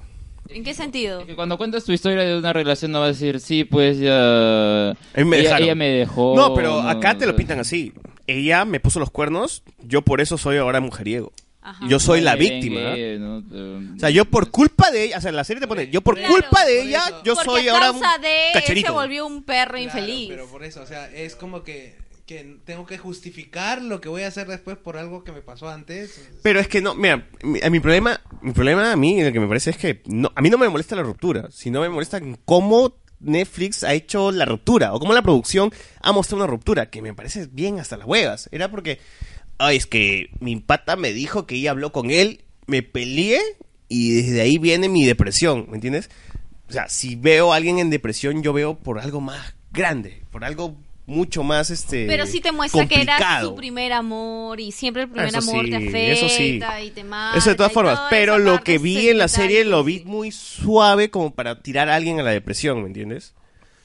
[SPEAKER 8] ¿En qué sentido?
[SPEAKER 6] Que cuando cuentas tu historia de una relación no vas a decir, sí, pues ya...
[SPEAKER 5] me
[SPEAKER 6] ella,
[SPEAKER 5] dejaron.
[SPEAKER 6] ella me dejó.
[SPEAKER 5] Oh, no, pero acá
[SPEAKER 6] no,
[SPEAKER 5] te lo
[SPEAKER 6] no.
[SPEAKER 5] pintan así. Ella me puso los cuernos, yo por eso soy ahora mujeriego.
[SPEAKER 8] Ajá.
[SPEAKER 5] Yo soy la
[SPEAKER 6] Merengue,
[SPEAKER 5] víctima. ¿eh?
[SPEAKER 6] ¿no?
[SPEAKER 5] O sea, yo por culpa de ella, o sea, la serie te pone, yo por culpa de ella, yo
[SPEAKER 8] Porque
[SPEAKER 5] soy
[SPEAKER 8] a
[SPEAKER 5] ahora un
[SPEAKER 8] causa de él se
[SPEAKER 5] cacherito.
[SPEAKER 8] volvió un perro infeliz.
[SPEAKER 7] Pero por eso, o sea, es como que, que tengo que justificar lo que voy a hacer después por algo que me pasó antes.
[SPEAKER 5] Pero es que no, mira, mi, a mi problema, mi problema a mí, lo que me parece es que no, a mí no me molesta la ruptura, sino me molesta en cómo Netflix ha hecho la ruptura o cómo la producción ha mostrado una ruptura, que me parece bien hasta las huevas. Era porque, ay, es que mi pata me dijo que ella habló con él, me peleé y desde ahí viene mi depresión, ¿me entiendes? O sea, si veo a alguien en depresión, yo veo por algo más grande, por algo mucho más este
[SPEAKER 8] Pero sí te muestra que era
[SPEAKER 5] complicado.
[SPEAKER 8] su primer amor y siempre el primer
[SPEAKER 5] Eso
[SPEAKER 8] amor te
[SPEAKER 5] sí,
[SPEAKER 8] afecta
[SPEAKER 5] eso sí.
[SPEAKER 8] y te mata.
[SPEAKER 5] Eso de todas
[SPEAKER 8] Ah, y
[SPEAKER 5] formas,
[SPEAKER 8] todo
[SPEAKER 5] pero
[SPEAKER 8] eso.
[SPEAKER 5] lo que vi en la serie lo vi muy suave como para tirar a alguien a la depresión, ¿me entiendes?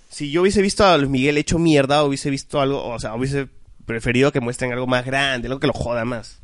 [SPEAKER 5] Si yo hubiese visto a Luis Miguel hecho mierda, hubiese visto algo, o sea, hubiese preferido que muestren algo más grande, algo que lo joda más.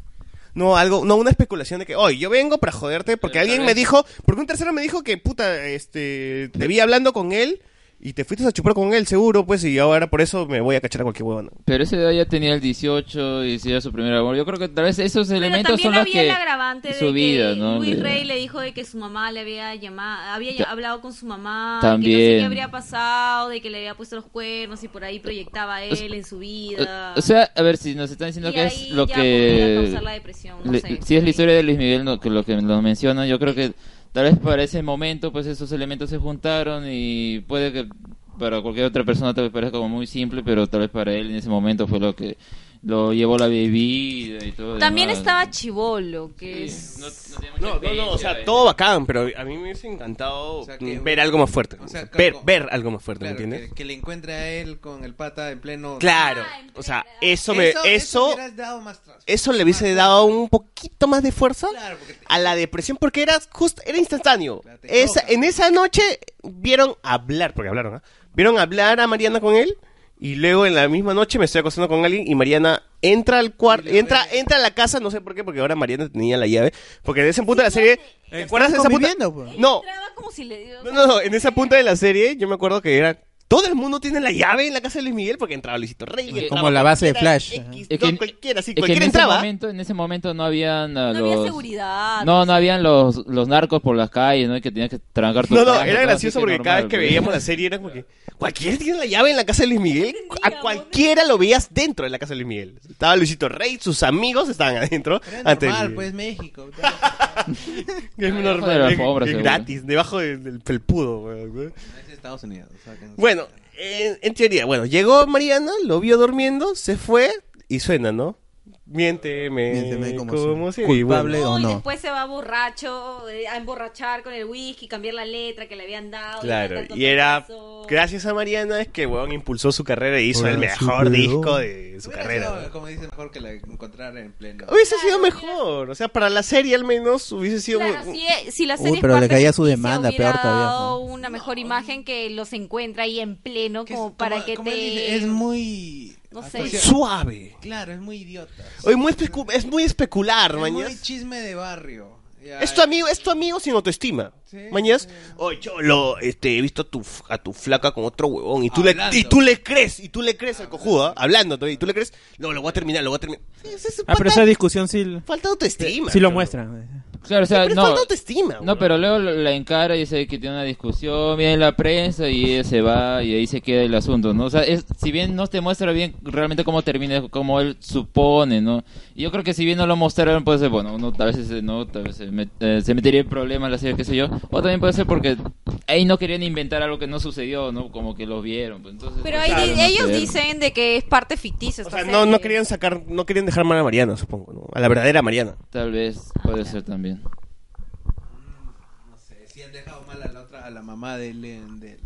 [SPEAKER 5] No, algo, no una especulación de que, hoy yo vengo para joderte porque alguien me dijo, porque un tercero me dijo que, puta, este, te vi hablando con él y te fuiste a chupar con él seguro, pues, y ahora por eso me voy a cachar a cualquier huevona.
[SPEAKER 6] Pero esa edad ya tenía el 18 y si era su primer amor. Yo creo que tal vez esos elementos
[SPEAKER 8] también
[SPEAKER 6] son los
[SPEAKER 8] había el
[SPEAKER 6] que...
[SPEAKER 8] agravante de
[SPEAKER 6] su vida, ¿no?
[SPEAKER 8] Luis
[SPEAKER 6] Le-
[SPEAKER 8] Rey le dijo de que su mamá le había llamado, había
[SPEAKER 6] Ta-
[SPEAKER 8] hablado con su mamá, que no sé
[SPEAKER 6] También.
[SPEAKER 8] qué habría pasado, de que le había puesto los cuernos y por ahí proyectaba a él en su vida.
[SPEAKER 6] O sea, a ver, si nos están diciendo
[SPEAKER 8] Y
[SPEAKER 6] que
[SPEAKER 8] ahí
[SPEAKER 6] es lo
[SPEAKER 8] ya
[SPEAKER 6] que...
[SPEAKER 8] podría causar la depresión, no
[SPEAKER 6] Le-
[SPEAKER 8] sé.
[SPEAKER 6] Si es la historia de Luis Miguel, no- que lo que nos menciona, yo creo que tal vez para ese momento, pues esos elementos se juntaron y puede que para cualquier otra persona tal vez parezca como muy simple, pero tal vez para él en ese momento fue lo que lo llevó la bebida y todo. lo
[SPEAKER 8] También
[SPEAKER 6] demás.
[SPEAKER 8] estaba Chivolo, que es...
[SPEAKER 5] No, no, no, o sea, todo bacán, pero a mí me hubiese encantado
[SPEAKER 7] eh. que-
[SPEAKER 5] ver algo más fuerte.
[SPEAKER 7] o sea,
[SPEAKER 5] ver,
[SPEAKER 7] como-
[SPEAKER 5] ver algo más fuerte, ¿me
[SPEAKER 7] Claro,
[SPEAKER 5] entiendes?
[SPEAKER 7] que, que le encuentre a él con el pata en pleno.
[SPEAKER 5] Claro,
[SPEAKER 7] Ah,
[SPEAKER 5] o sea, eso me,
[SPEAKER 7] Eso- eso
[SPEAKER 5] eso,
[SPEAKER 7] hubieras dado más tras-
[SPEAKER 5] eso le hubiese dado un poquito más de fuerza a la depresión porque era justo, era instantáneo. Esa, en esa noche vieron hablar, porque hablaron, ¿ah? vieron hablar a Mariana con él y luego en la misma noche me estoy acostando con alguien y Mariana entra al cuarto, entra, entra a la casa, no sé por qué, porque ahora Mariana tenía la llave, porque en ese punto de la serie, ¿te acuerdas de esa punta?
[SPEAKER 10] pues.
[SPEAKER 5] No,
[SPEAKER 8] Como si le...
[SPEAKER 5] no, no, no, en esa punta de la serie yo me acuerdo que era todo el mundo tiene la llave en la casa de Luis Miguel porque entraba Luisito Rey.
[SPEAKER 6] Como
[SPEAKER 5] entraba
[SPEAKER 10] la base de
[SPEAKER 5] cualquiera,
[SPEAKER 10] Flash.
[SPEAKER 5] X,
[SPEAKER 6] Es que-
[SPEAKER 5] no, cualquiera, sí,
[SPEAKER 6] es que
[SPEAKER 5] cualquiera
[SPEAKER 6] en ese
[SPEAKER 5] entraba.
[SPEAKER 6] momento- en ese momento no habían ah, los...
[SPEAKER 8] seguridad.
[SPEAKER 6] No, no habían los, los narcos por las calles, ¿no? Y Que tenías que trancar tu
[SPEAKER 5] No, no,
[SPEAKER 6] casa,
[SPEAKER 5] era
[SPEAKER 6] todo
[SPEAKER 5] gracioso
[SPEAKER 6] así,
[SPEAKER 5] porque cada
[SPEAKER 6] normal,
[SPEAKER 5] vez que
[SPEAKER 6] pues.
[SPEAKER 5] veíamos la serie era como que cualquiera tiene la llave en la casa de Luis Miguel. A cualquiera lo veías dentro de la casa de Luis Miguel. Estaba Luisito Rey, sus amigos estaban adentro. antes de
[SPEAKER 7] Normal,
[SPEAKER 5] Luis [laughs]
[SPEAKER 7] pues México.
[SPEAKER 5] Miguel. Es
[SPEAKER 7] Debajo
[SPEAKER 5] normal,
[SPEAKER 7] de la
[SPEAKER 5] es-
[SPEAKER 7] alfombra,
[SPEAKER 5] es
[SPEAKER 7] seguro.
[SPEAKER 5] gratis, debajo del, del felpudo. weón.
[SPEAKER 7] Es Estados Unidos. o sea, que no-
[SPEAKER 5] Bueno, en, en teoría, bueno, llegó Mariana, lo vio durmiendo, se fue y suena, ¿no? Miénteme,
[SPEAKER 10] Miénteme como
[SPEAKER 5] como,
[SPEAKER 10] si-
[SPEAKER 5] si-
[SPEAKER 10] culpable
[SPEAKER 5] y bueno.
[SPEAKER 10] o
[SPEAKER 8] Y después se va borracho eh, a emborrachar con el whisky, cambiar la letra que le habían dado.
[SPEAKER 5] Claro,
[SPEAKER 8] tanto
[SPEAKER 5] y era
[SPEAKER 8] totazo.
[SPEAKER 5] Gracias a Mariana es que weón impulsó su carrera e hizo
[SPEAKER 7] Hola,
[SPEAKER 5] el mejor
[SPEAKER 7] superó.
[SPEAKER 5] disco de su carrera.
[SPEAKER 7] No, como dicen, mejor que la encontrar en pleno.
[SPEAKER 5] Hubiese sido mejor, o sea, para la serie al menos hubiese sido
[SPEAKER 8] Claro,
[SPEAKER 5] un-
[SPEAKER 8] si, si la
[SPEAKER 5] Uy,
[SPEAKER 8] serie
[SPEAKER 5] pero
[SPEAKER 8] es
[SPEAKER 5] le
[SPEAKER 8] parte
[SPEAKER 5] caía su
[SPEAKER 8] ficticia,
[SPEAKER 5] demanda,
[SPEAKER 8] hubiera
[SPEAKER 5] peor todavía,
[SPEAKER 8] dado una mejor imagen que los encuentra ahí en pleno como para que te...
[SPEAKER 7] es muy...
[SPEAKER 8] No
[SPEAKER 7] Pues,
[SPEAKER 8] sé.
[SPEAKER 7] sí.
[SPEAKER 5] Suave.
[SPEAKER 7] Claro, es muy idiota.
[SPEAKER 5] Oye, muy especu- es muy especular,
[SPEAKER 7] Es
[SPEAKER 5] mañas.
[SPEAKER 7] muy chisme de barrio. Ya,
[SPEAKER 5] Es tu amigo, es tu amigo sin autoestima. Mañas, oye, cholo, este, he visto a tu, f- a tu flaca con otro huevón y tú, le,
[SPEAKER 7] Hablando.
[SPEAKER 5] y tú le crees, y tú le crees al cojudo, ¿ah? hablando todavía, y tú le crees, no, lo voy a terminar, lo voy a terminar.
[SPEAKER 18] Ah, pero esa discusión sí,
[SPEAKER 5] Falta autoestima.
[SPEAKER 18] sí lo
[SPEAKER 5] cholo.
[SPEAKER 18] muestran.
[SPEAKER 6] Claro, o sea,
[SPEAKER 5] Pero
[SPEAKER 6] no.
[SPEAKER 5] falta autoestima,
[SPEAKER 6] No, pero luego lo- la encara y dice que tiene una discusión, viene la prensa y ella se va y ahí se queda el asunto, ¿no? O sea, es, si bien no te muestra bien realmente cómo termina, cómo él supone, ¿no? Y yo creo que si bien no lo mostraron, puede ser, bueno, uno tal vez, se- no, tal vez se, met- eh, se metería en problemas la serie, qué sé yo. O también puede ser porque ahí no querían inventar algo que no sucedió, ¿no? Como que lo vieron, pues, entonces...
[SPEAKER 8] Pero
[SPEAKER 6] pues,
[SPEAKER 8] ahí
[SPEAKER 6] claro,
[SPEAKER 8] di-
[SPEAKER 6] no
[SPEAKER 8] ellos
[SPEAKER 6] sé.
[SPEAKER 8] dicen de que es parte ficticia.
[SPEAKER 5] O sea, no, no querían sacar, no querían dejar mal a Mariana, supongo, ¿no? A la verdadera Mariana.
[SPEAKER 6] Tal vez,
[SPEAKER 8] Ah,
[SPEAKER 6] puede ser también.
[SPEAKER 7] Si han dejado mal a la otra, a la mamá de, Len- de,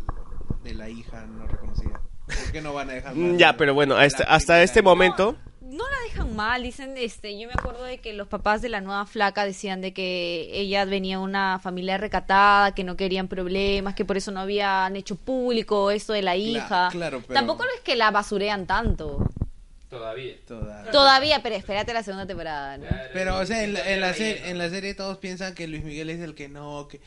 [SPEAKER 7] de la hija no reconocida. ¿Por qué no van a dejar mal?
[SPEAKER 5] Mm, Ya, pero bueno, hasta, hasta este momento,
[SPEAKER 8] No la dejan mal, dicen, este, yo me acuerdo de que los papás de la nueva flaca decían de que ella venía de una familia recatada, que no querían problemas, que por eso no habían hecho público esto de la hija.
[SPEAKER 7] claro, pero-
[SPEAKER 8] Tampoco es que la basurean tanto.
[SPEAKER 6] Todavía.
[SPEAKER 7] Todavía.
[SPEAKER 8] Todavía, pero espérate la segunda temporada. ¿no?
[SPEAKER 7] Pero, o sea, en la, en la serie, en la serie todos piensan que Luis Miguel es el que no... Que...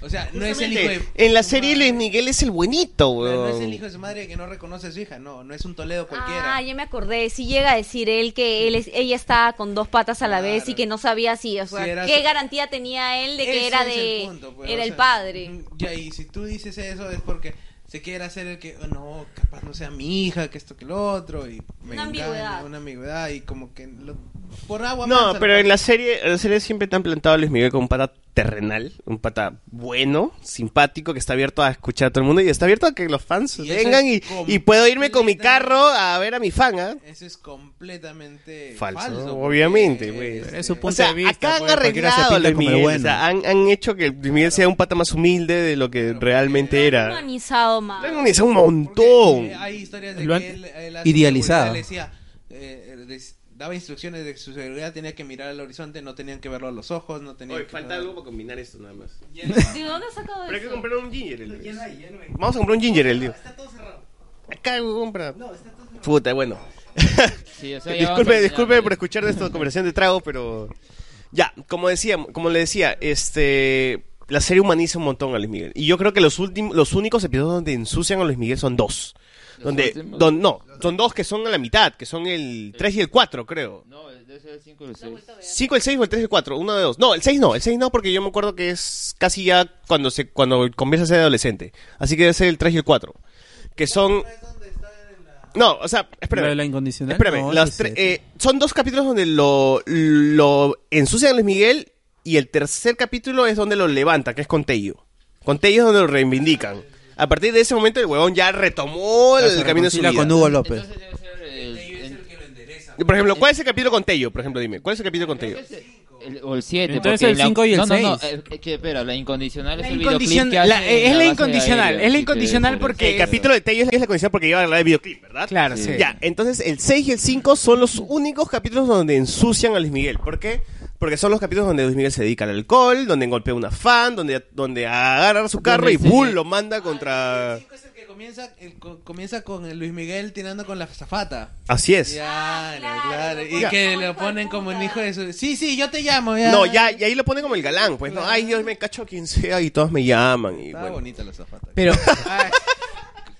[SPEAKER 7] O sea, no es el hijo de...
[SPEAKER 5] Justamente, en la serie Luis Miguel es el buenito,
[SPEAKER 7] Claro, no es
[SPEAKER 5] weón.
[SPEAKER 7] el hijo de su madre que no reconoce a su hija, no, no es un Toledo cualquiera.
[SPEAKER 8] Ah, ya me acordé. Si llega a decir él que él es, ella está con dos patas a la vez y que no sabía si, o sea,
[SPEAKER 7] Si era
[SPEAKER 8] qué
[SPEAKER 7] su-
[SPEAKER 8] garantía tenía él de que
[SPEAKER 7] Ese
[SPEAKER 8] era
[SPEAKER 7] es
[SPEAKER 8] de,
[SPEAKER 7] el punto, pues,
[SPEAKER 8] era
[SPEAKER 7] o
[SPEAKER 8] el
[SPEAKER 7] sea,
[SPEAKER 8] padre.
[SPEAKER 7] Ya, y si tú dices eso es porque se quiere hacer el que, oh, no, capaz no sea mi hija, que esto, que lo otro, y me
[SPEAKER 8] Una
[SPEAKER 7] engaña,
[SPEAKER 8] ambigüedad.
[SPEAKER 7] una ambigüedad, y como que lo- por agua
[SPEAKER 5] No,
[SPEAKER 7] mansa
[SPEAKER 5] pero
[SPEAKER 7] lo
[SPEAKER 5] en la serie, en la serie siempre te han plantado a Luis Miguel como un pata terrenal, un pata bueno, simpático, que está abierto a escuchar a todo el mundo y está abierto a que los fans
[SPEAKER 7] eso
[SPEAKER 5] vengan y,
[SPEAKER 7] es com-
[SPEAKER 5] y puedo irme con mi carro a ver a mi fan, ¿ah?
[SPEAKER 7] Eso es completamente
[SPEAKER 5] Falso,
[SPEAKER 7] falso. este,
[SPEAKER 5] obviamente, güey. o sea, acá han arreglado a Luis Miguel, o sea, han, han hecho que Luis Miguel sea un pata más humilde de lo que realmente era.
[SPEAKER 8] Humanizado más.
[SPEAKER 5] Lo han hizo un montón.
[SPEAKER 7] Hay historias de
[SPEAKER 5] Lo han
[SPEAKER 7] que él, él hace
[SPEAKER 10] idealizado.
[SPEAKER 7] seguridad, le decía, eh, eh, des- daba instrucciones de que su seguridad tenía que mirar al horizonte, no tenían que verlo a los ojos, no tenían
[SPEAKER 5] Oye,
[SPEAKER 7] que...
[SPEAKER 5] falta algo para combinar esto nada más.
[SPEAKER 8] ¿De dónde has sacado
[SPEAKER 5] Pero hay que
[SPEAKER 8] eso?
[SPEAKER 5] comprar un ginger ale. pues. Vamos a comprar un ginger ale, tío. Acá, güey, compra. Puta, bueno. [laughs]
[SPEAKER 6] Sí, o sea,
[SPEAKER 5] Eh,
[SPEAKER 6] ya vamos a
[SPEAKER 5] disculpe,
[SPEAKER 6] terminar,
[SPEAKER 5] disculpe por escuchar de esta conversación de trago, pero ya, como decía, como le decía, este la serie humaniza un montón a Luis Miguel y yo creo que los últimos los únicos episodios donde ensucian a Luis Miguel son dos. Donde,
[SPEAKER 6] últimos?
[SPEAKER 5] don- no, son dos que son a la mitad, que son el 3 y el 4, creo.
[SPEAKER 6] No, debe ser el 5 o el 6.
[SPEAKER 5] 5, el 6 o el 3 y el 4, uno de dos. No, el 6 no, el 6 no porque yo me acuerdo que es casi ya cuando se cuando comienza a ser adolescente. Así que debe ser el 3 y el 4, que son No, o sea, espérame.
[SPEAKER 18] Lo de la incondicional.
[SPEAKER 5] Espérame,
[SPEAKER 18] no,
[SPEAKER 5] las
[SPEAKER 18] ese-
[SPEAKER 5] tre- eh, son dos capítulos donde lo, lo ensucian a Luis Miguel y el tercer capítulo es donde lo levanta, que es con Tello. Con Tello es donde lo reivindican. A partir de ese momento el huevón ya retomó
[SPEAKER 10] Ya
[SPEAKER 5] el
[SPEAKER 10] se
[SPEAKER 5] camino de su
[SPEAKER 10] reconcilia
[SPEAKER 5] vida.
[SPEAKER 10] con Hugo López.
[SPEAKER 5] Por ejemplo, ¿cuál es el capítulo con Tello? Por ejemplo, dime, ¿cuál es el capítulo con Tello?
[SPEAKER 6] El- o el 7.
[SPEAKER 5] Entonces el cinco y el
[SPEAKER 6] no, no, No,
[SPEAKER 5] seis.
[SPEAKER 6] eh, eh, que, espera, la incondicional es el
[SPEAKER 16] incondicion-
[SPEAKER 6] videoclip que
[SPEAKER 16] la-
[SPEAKER 6] hace
[SPEAKER 16] es
[SPEAKER 6] en
[SPEAKER 16] la
[SPEAKER 6] base
[SPEAKER 16] incondicional,
[SPEAKER 6] aérea,
[SPEAKER 16] es la
[SPEAKER 6] así que
[SPEAKER 16] incondicional
[SPEAKER 6] debe ser
[SPEAKER 16] porque-
[SPEAKER 5] El capítulo de Tello es la condición porque lleva a grabar el videoclip, ¿verdad? Claro,
[SPEAKER 16] Eh, sí.
[SPEAKER 5] Ya, entonces el 6 y el 5 son los únicos capítulos donde ensucian a Luis Miguel. ¿Por qué? Porque son los capítulos donde Luis Miguel se dedica al alcohol, donde golpea a una fan, donde, donde agarra su carro y
[SPEAKER 6] Donde se-
[SPEAKER 5] ¡bull! lo manda contra...
[SPEAKER 7] que comienza, el co- comienza con el Luis Miguel tirando con la zafata.
[SPEAKER 5] Así es.
[SPEAKER 7] Claro, claro. Y
[SPEAKER 5] Ya.
[SPEAKER 7] que lo ponen como un hijo de su... Sí, sí, yo te llamo. Ya.
[SPEAKER 5] No, ya, y ahí lo pone como el galán, pues, ¿no? Ay, Dios, me cacho a quien sea y todos me llaman. Y,
[SPEAKER 7] Estaba
[SPEAKER 5] bueno.
[SPEAKER 7] bonita la zafata.
[SPEAKER 16] Pero.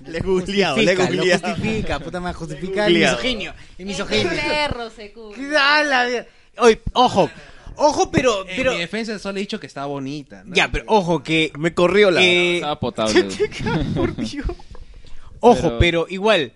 [SPEAKER 5] Le he googleado, le he
[SPEAKER 16] Justifica, lo
[SPEAKER 5] googleado.
[SPEAKER 16] justifica, puta madre, justifica el
[SPEAKER 5] Googleado.
[SPEAKER 16] misoginio. El
[SPEAKER 8] El
[SPEAKER 16] misoginio.
[SPEAKER 8] perro se cubre.
[SPEAKER 16] Ah, la vida. Oye, ojo. Ojo, pero.
[SPEAKER 5] Eh,
[SPEAKER 16] pero...
[SPEAKER 7] En mi defensa solo he dicho que estaba bonita. ¿no?
[SPEAKER 16] Ya, pero ojo que.
[SPEAKER 5] Me corrió
[SPEAKER 16] la.
[SPEAKER 4] eh, [laughs]
[SPEAKER 6] Estaba potable.
[SPEAKER 16] Por Dios. Ojo,
[SPEAKER 6] Pero-
[SPEAKER 16] pero... igual.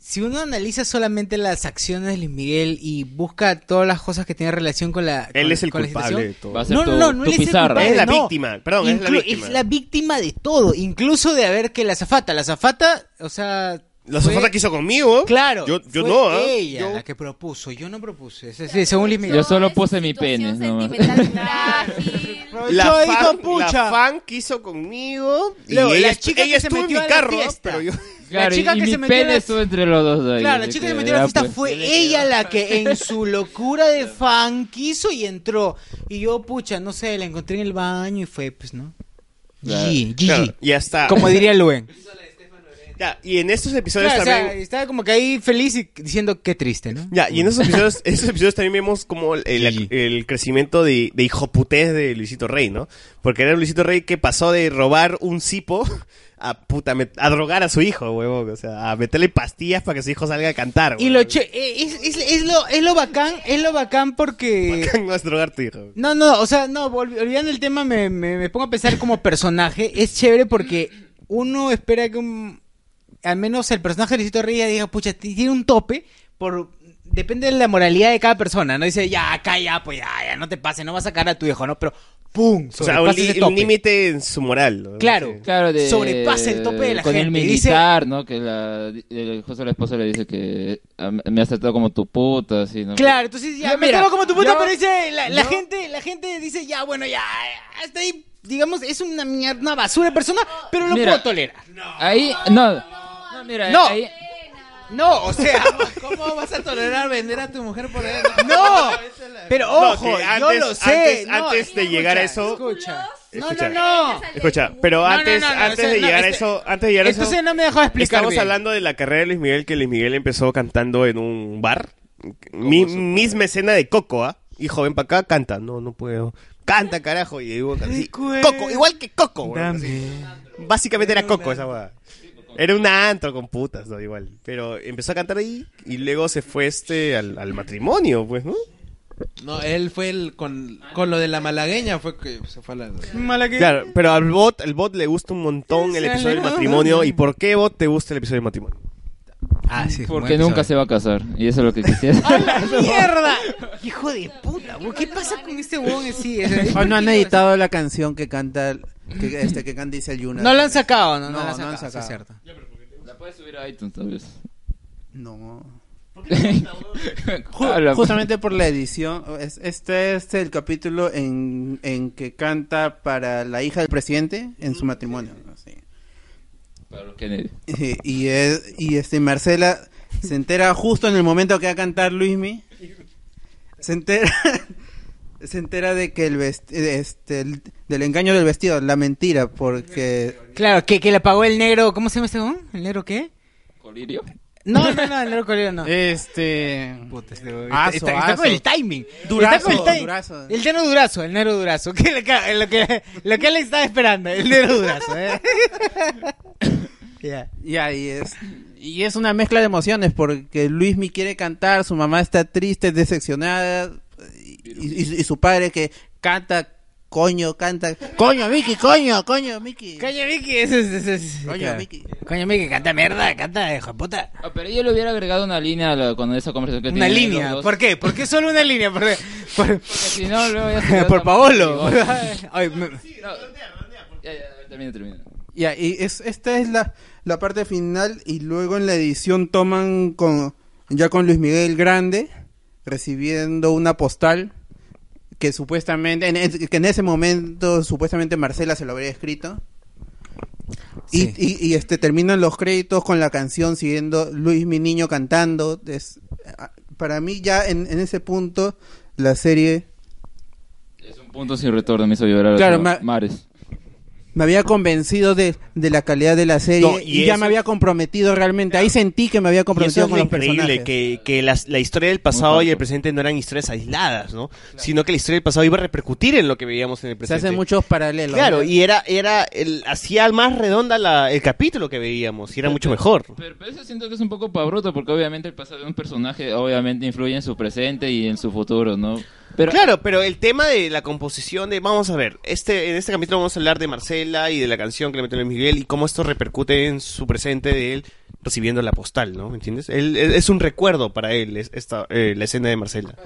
[SPEAKER 16] Si uno analiza solamente las acciones de Luis Miguel y busca todas las cosas que tienen relación con la.
[SPEAKER 5] Él
[SPEAKER 16] con-
[SPEAKER 5] es el
[SPEAKER 16] con la
[SPEAKER 5] culpable
[SPEAKER 16] situación-
[SPEAKER 5] de todo. Va a ser
[SPEAKER 16] No, no,
[SPEAKER 5] tu-
[SPEAKER 16] no, no
[SPEAKER 5] tu
[SPEAKER 16] él es el
[SPEAKER 5] pizarra.
[SPEAKER 16] culpable.
[SPEAKER 5] Es la
[SPEAKER 16] no.
[SPEAKER 5] víctima, perdón, es la
[SPEAKER 16] Inclu-
[SPEAKER 5] víctima.
[SPEAKER 16] Es la víctima de todo, incluso de haber que la zafata. La zafata, o sea.
[SPEAKER 5] La zafata quiso conmigo.
[SPEAKER 16] Claro.
[SPEAKER 5] Yo- yo
[SPEAKER 16] fue
[SPEAKER 5] no, ¿ah?
[SPEAKER 16] Ella,
[SPEAKER 5] Yo-
[SPEAKER 16] la que propuso. Yo no propuse. Es decir, según Luis Miguel. [laughs]
[SPEAKER 6] Yo sentimental puse mi pene. nomás.
[SPEAKER 8] frágil.
[SPEAKER 5] la
[SPEAKER 4] dijo,
[SPEAKER 5] fan,
[SPEAKER 4] "Pucha".
[SPEAKER 5] La fan quiso conmigo. y
[SPEAKER 4] Luego,
[SPEAKER 5] ella,
[SPEAKER 4] la
[SPEAKER 5] estu-
[SPEAKER 4] chica
[SPEAKER 5] ella
[SPEAKER 4] que se
[SPEAKER 5] estuvo en
[SPEAKER 4] metió
[SPEAKER 5] mi
[SPEAKER 4] a la
[SPEAKER 5] carro, ¿no?
[SPEAKER 4] fiesta.
[SPEAKER 5] pero yo...
[SPEAKER 6] Claro, y mi pene estuvo entre los dos de ahí,
[SPEAKER 4] Claro, la
[SPEAKER 6] de
[SPEAKER 4] chica
[SPEAKER 6] que
[SPEAKER 4] que metió a la
[SPEAKER 6] ya,
[SPEAKER 4] fiesta
[SPEAKER 6] pues.
[SPEAKER 4] fue ella la que en su locura de fan quiso y entró. Y yo, pucha, no sé, la encontré en el baño y fue, pues, ¿no?
[SPEAKER 5] Claro.
[SPEAKER 4] GG,
[SPEAKER 5] [laughs]
[SPEAKER 4] GG.
[SPEAKER 5] Claro, ya está.
[SPEAKER 4] Como diría Luen.
[SPEAKER 5] Ya, y en estos episodios
[SPEAKER 4] Claro, o sea,
[SPEAKER 5] también...
[SPEAKER 4] estaba como que ahí feliz y diciendo qué triste, ¿no?
[SPEAKER 5] Ya, y en esos episodios, [laughs] en esos episodios también vemos como el, el- el crecimiento de, de hijoputez de Luisito Rey, ¿no? Porque era un Luisito Rey que pasó de robar un cipo a puta met- a drogar a su hijo, huevón. O sea, a meterle pastillas para que su hijo salga a cantar,
[SPEAKER 4] Y
[SPEAKER 5] huevón.
[SPEAKER 4] lo
[SPEAKER 5] [laughs]
[SPEAKER 4] che- eh, es, es- es lo, es lo bacán, es lo bacán porque...
[SPEAKER 5] no es drogar a tu hijo.
[SPEAKER 4] No, no, o sea, no, volvi- olvidando el tema, me, me- me pongo a pensar como personaje. Es chévere porque uno espera que un- al menos el personaje de Luisito Rey ya diga, pucha, t- tiene un tope por... Depende de la moralidad de cada persona, ¿no? Dice, ya, acá ya, pues ya, ya, no te pases, no vas a sacar a tu hijo, ¿no? Pero, ¡pum!
[SPEAKER 5] O sea, un
[SPEAKER 4] sobrepasa
[SPEAKER 5] li-
[SPEAKER 4] ese
[SPEAKER 5] un
[SPEAKER 4] tope.
[SPEAKER 5] límite en su moral. ¿no?
[SPEAKER 4] Claro,
[SPEAKER 6] Claro, de-
[SPEAKER 4] sobrepasa el tope de la
[SPEAKER 6] con
[SPEAKER 4] gente.
[SPEAKER 6] el
[SPEAKER 4] y dice,
[SPEAKER 6] militar, ¿no? Que la, el, justo la esposa le dice que ah, me has tratado como tu puta, así, ¿no?
[SPEAKER 4] Claro, entonces ya,
[SPEAKER 6] Ya,
[SPEAKER 4] me
[SPEAKER 6] mira,
[SPEAKER 4] acabo como tu puta,
[SPEAKER 6] yo-
[SPEAKER 4] pero dice, la, la
[SPEAKER 6] yo-
[SPEAKER 4] gente, la gente dice, ya, bueno, ya, hasta ahí, digamos, es una mierda, una basura de persona, pero lo
[SPEAKER 6] Mira,
[SPEAKER 4] puedo tolerar.
[SPEAKER 6] Ahí, no. No, mira,
[SPEAKER 4] No.
[SPEAKER 6] ahí-
[SPEAKER 4] No, o sea,
[SPEAKER 7] [laughs] ¿Cómo vas a tolerar vender a tu mujer por ahí? [laughs]
[SPEAKER 4] no, pero
[SPEAKER 5] No,
[SPEAKER 4] ojo,
[SPEAKER 5] que
[SPEAKER 4] yo
[SPEAKER 5] antes-
[SPEAKER 4] lo sé.
[SPEAKER 5] antes- antes de llegar a eso-
[SPEAKER 4] Escucha. No, no,
[SPEAKER 5] Escucha.
[SPEAKER 4] no.
[SPEAKER 5] Escucha, pero
[SPEAKER 4] No, no,
[SPEAKER 5] antes,
[SPEAKER 4] no, no,
[SPEAKER 5] antes
[SPEAKER 4] o sea,
[SPEAKER 5] de
[SPEAKER 4] no,
[SPEAKER 5] llegar a
[SPEAKER 4] este-
[SPEAKER 5] eso, antes de llegar a eso,
[SPEAKER 4] Entonces no me dejaba explicar
[SPEAKER 5] Estamos
[SPEAKER 4] bien.
[SPEAKER 5] hablando de la carrera de Luis Miguel, que Luis Miguel empezó cantando en un bar. Mi- misma escena de Coco, ¿ah? Hijo, ven para acá, canta. No, no puedo. Canta, carajo. Y digo, así, Coco, igual que Coco, weón, así. Básicamente era Coco esa weá. Era un antro con putas, no, igual. Pero empezó a cantar ahí y luego se fue este al, al matrimonio, pues, ¿no?
[SPEAKER 7] No, él fue el con, con lo de la malagueña, fue que se fue a la...
[SPEAKER 4] Malagueña.
[SPEAKER 5] Claro, pero al bot, al bot le gusta un montón el episodio del matrimonio. ¿Y por qué bot te gusta el episodio del matrimonio?
[SPEAKER 4] Ah, sí.
[SPEAKER 6] Porque nunca se va a casar. Y eso es lo
[SPEAKER 4] [laughs]
[SPEAKER 6] que quisiera.
[SPEAKER 4] ¡Mierda! Hijo de puta, güey, ¿qué pasa con este huevón así? O sea,
[SPEAKER 10] O Ah, no han editado la canción que canta el- que, este, que canta Isel Yuna.
[SPEAKER 4] No la han sacado, no, no,
[SPEAKER 10] no,
[SPEAKER 4] la han sacado,
[SPEAKER 10] han
[SPEAKER 4] sí es
[SPEAKER 10] sacado.
[SPEAKER 4] cierto.
[SPEAKER 6] La puedes subir a iTunes, tal vez.
[SPEAKER 10] No.
[SPEAKER 6] [laughs]
[SPEAKER 10] Ju-
[SPEAKER 6] Habla, pues.
[SPEAKER 10] Justamente por Ah, la edición, es- este es el capítulo en, en que canta para la hija del presidente en su matrimonio. ¿no? Mm, Sí.
[SPEAKER 6] Para los Kennedy.
[SPEAKER 10] Sí, Y, es- y este Marcela se entera justo en el momento que va a cantar Luismi. Se entera [laughs] se entera de que el vest- este el- del engaño del vestido, la mentira, porque
[SPEAKER 4] Claro, que, que le pagó el negro, ¿cómo se llama este huevón? ¿El negro qué?
[SPEAKER 6] ¿Colirio?
[SPEAKER 4] No, no, no, el negro colero no.
[SPEAKER 10] Este.
[SPEAKER 4] Puta, este está,
[SPEAKER 10] Aso,
[SPEAKER 4] está con
[SPEAKER 10] aso.
[SPEAKER 4] el timing.
[SPEAKER 10] Durazo,
[SPEAKER 4] está con el timing.
[SPEAKER 10] durazo.
[SPEAKER 4] El negro durazo, el negro durazo. Que lo que, lo que, lo que él estaba esperando, el negro durazo. ¿eh? Ya.
[SPEAKER 10] y es y es una mezcla de emociones porque Luismi quiere cantar, su mamá está triste, decepcionada y, y- y su padre que canta coño, canta coño, Vicky, coño, coño, Vicky.
[SPEAKER 4] Coño, Vicky, eso es. Eso es
[SPEAKER 10] Coño,
[SPEAKER 4] claro.
[SPEAKER 10] Vicky.
[SPEAKER 4] Coño, Vicky, canta mierda, canta, hijo de puta.
[SPEAKER 6] Ah, pero yo le hubiera agregado una línea a la- con esa conversación que
[SPEAKER 4] Una
[SPEAKER 6] tienen
[SPEAKER 4] línea.
[SPEAKER 6] los dos.
[SPEAKER 4] ¿Por qué? ¿Por qué solo una línea? Por, por,
[SPEAKER 6] si no,
[SPEAKER 5] [laughs]
[SPEAKER 6] luego ya se quedó
[SPEAKER 4] por
[SPEAKER 6] tan-
[SPEAKER 4] Paolo.
[SPEAKER 6] igual.
[SPEAKER 4] [laughs] Ay, me-
[SPEAKER 6] Ya, ya, a ver, termina, termina.
[SPEAKER 10] Ya, y es, esta es la, la parte final y luego en la edición toman con ya con Luis Miguel Grande recibiendo una postal que supuestamente en, en- que en ese momento supuestamente Marcela se lo habría escrito. Y, y- y, este terminan los créditos con la canción siguiendo Luis mi niño cantando. Es- a- para mí ya en, en ese punto la serie
[SPEAKER 6] Un punto sin retorno me hizo llorar.
[SPEAKER 10] Claro,
[SPEAKER 6] o sea,
[SPEAKER 10] ma-
[SPEAKER 6] Mares.
[SPEAKER 10] me había convencido de, de la calidad de la serie
[SPEAKER 5] No, y
[SPEAKER 10] y, ya
[SPEAKER 5] eso-
[SPEAKER 10] me había comprometido realmente. Ahí sentí que me había
[SPEAKER 5] Y eso
[SPEAKER 10] comprometido
[SPEAKER 5] es
[SPEAKER 10] con
[SPEAKER 5] lo
[SPEAKER 10] los
[SPEAKER 5] increíble,
[SPEAKER 10] personajes.
[SPEAKER 5] que, que las- la historia del pasado y el presente no eran historias aisladas, ¿no? Sino que la historia del pasado iba a repercutir en lo que veíamos en el
[SPEAKER 10] Se
[SPEAKER 5] presente.
[SPEAKER 10] hacen muchos paralelos.
[SPEAKER 5] Claro, y era, era el, hacía más redonda la- el capítulo que veíamos, y era mucho mejor.
[SPEAKER 6] Pero, pero eso siento que es un poco pabroto, porque obviamente el pasado de un personaje obviamente influye en su presente y en su futuro, ¿no? Pero,
[SPEAKER 5] claro, pero el tema de la composición de, vamos a ver, este, en este capítulo vamos a hablar de Marcela y de la canción que le metió Luis Miguel y cómo esto repercute en su presente de él recibiendo la postal, ¿no? ¿Me entiendes? Él, él- es un recuerdo para él es esta, eh, la escena de Marcela.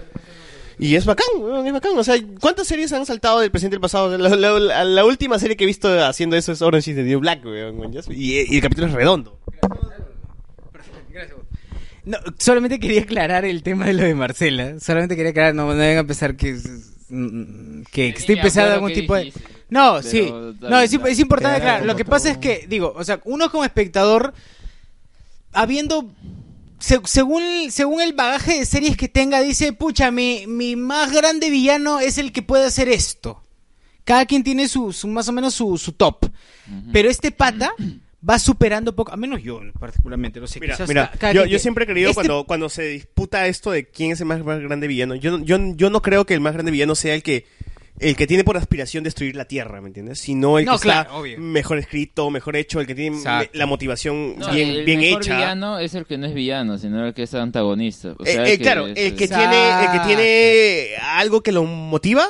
[SPEAKER 5] Y es bacán, weón, es bacán. O sea, ¿cuántas series han saltado del presente al pasado? La, la- la- la última serie que he visto haciendo eso es Orange is the New Black, weón, weón, ya sé. y, y el capítulo es redondo.
[SPEAKER 4] No, solamente quería aclarar el tema de lo de Marcela. Solamente quería aclarar, no, no vengan a pensar que es- mm, que, que esté
[SPEAKER 6] ya,
[SPEAKER 4] empezando
[SPEAKER 6] claro
[SPEAKER 4] algún
[SPEAKER 6] que
[SPEAKER 4] tipo de...
[SPEAKER 6] dijiste.
[SPEAKER 4] No,
[SPEAKER 6] Pero,
[SPEAKER 4] sí.
[SPEAKER 6] da-
[SPEAKER 4] No, es, imp-
[SPEAKER 6] da-
[SPEAKER 4] es importante,
[SPEAKER 6] queda
[SPEAKER 4] claro. Lo
[SPEAKER 6] como
[SPEAKER 4] que pasa es que, digo, o sea, uno como espectador, habiendo... se- según, según el bagaje de series que tenga, dice, pucha, mi, mi más grande villano es el que puede hacer esto. Cada quien tiene su, su- más o menos su, su top. Pero este pata va superando poco, a menos yo particularmente, no sé.
[SPEAKER 5] Mira,
[SPEAKER 4] quizás
[SPEAKER 5] mira,
[SPEAKER 4] ca- cada
[SPEAKER 5] yo,
[SPEAKER 4] quien
[SPEAKER 5] yo
[SPEAKER 4] tiene-
[SPEAKER 5] siempre he creído
[SPEAKER 4] Este
[SPEAKER 5] cuando, cuando se disputa esto de quién es el más, más grande villano, yo, no- yo, yo no creo que el más grande villano sea el que el que tiene por aspiración destruir la Tierra, ¿me entiendes? Sino el
[SPEAKER 6] No,
[SPEAKER 5] que
[SPEAKER 6] claro,
[SPEAKER 5] está
[SPEAKER 6] obvio.
[SPEAKER 5] mejor escrito, mejor hecho, el que tiene
[SPEAKER 6] Exacto.
[SPEAKER 5] la motivación
[SPEAKER 6] No,
[SPEAKER 5] bien,
[SPEAKER 6] el
[SPEAKER 5] bien
[SPEAKER 6] mejor
[SPEAKER 5] hecha.
[SPEAKER 6] villano es el que no es villano, sino el que es antagonista. O
[SPEAKER 5] Eh,
[SPEAKER 6] sea,
[SPEAKER 5] eh, claro,
[SPEAKER 6] es,
[SPEAKER 5] el que,
[SPEAKER 6] eh,
[SPEAKER 5] tiene, el que tiene algo que lo motiva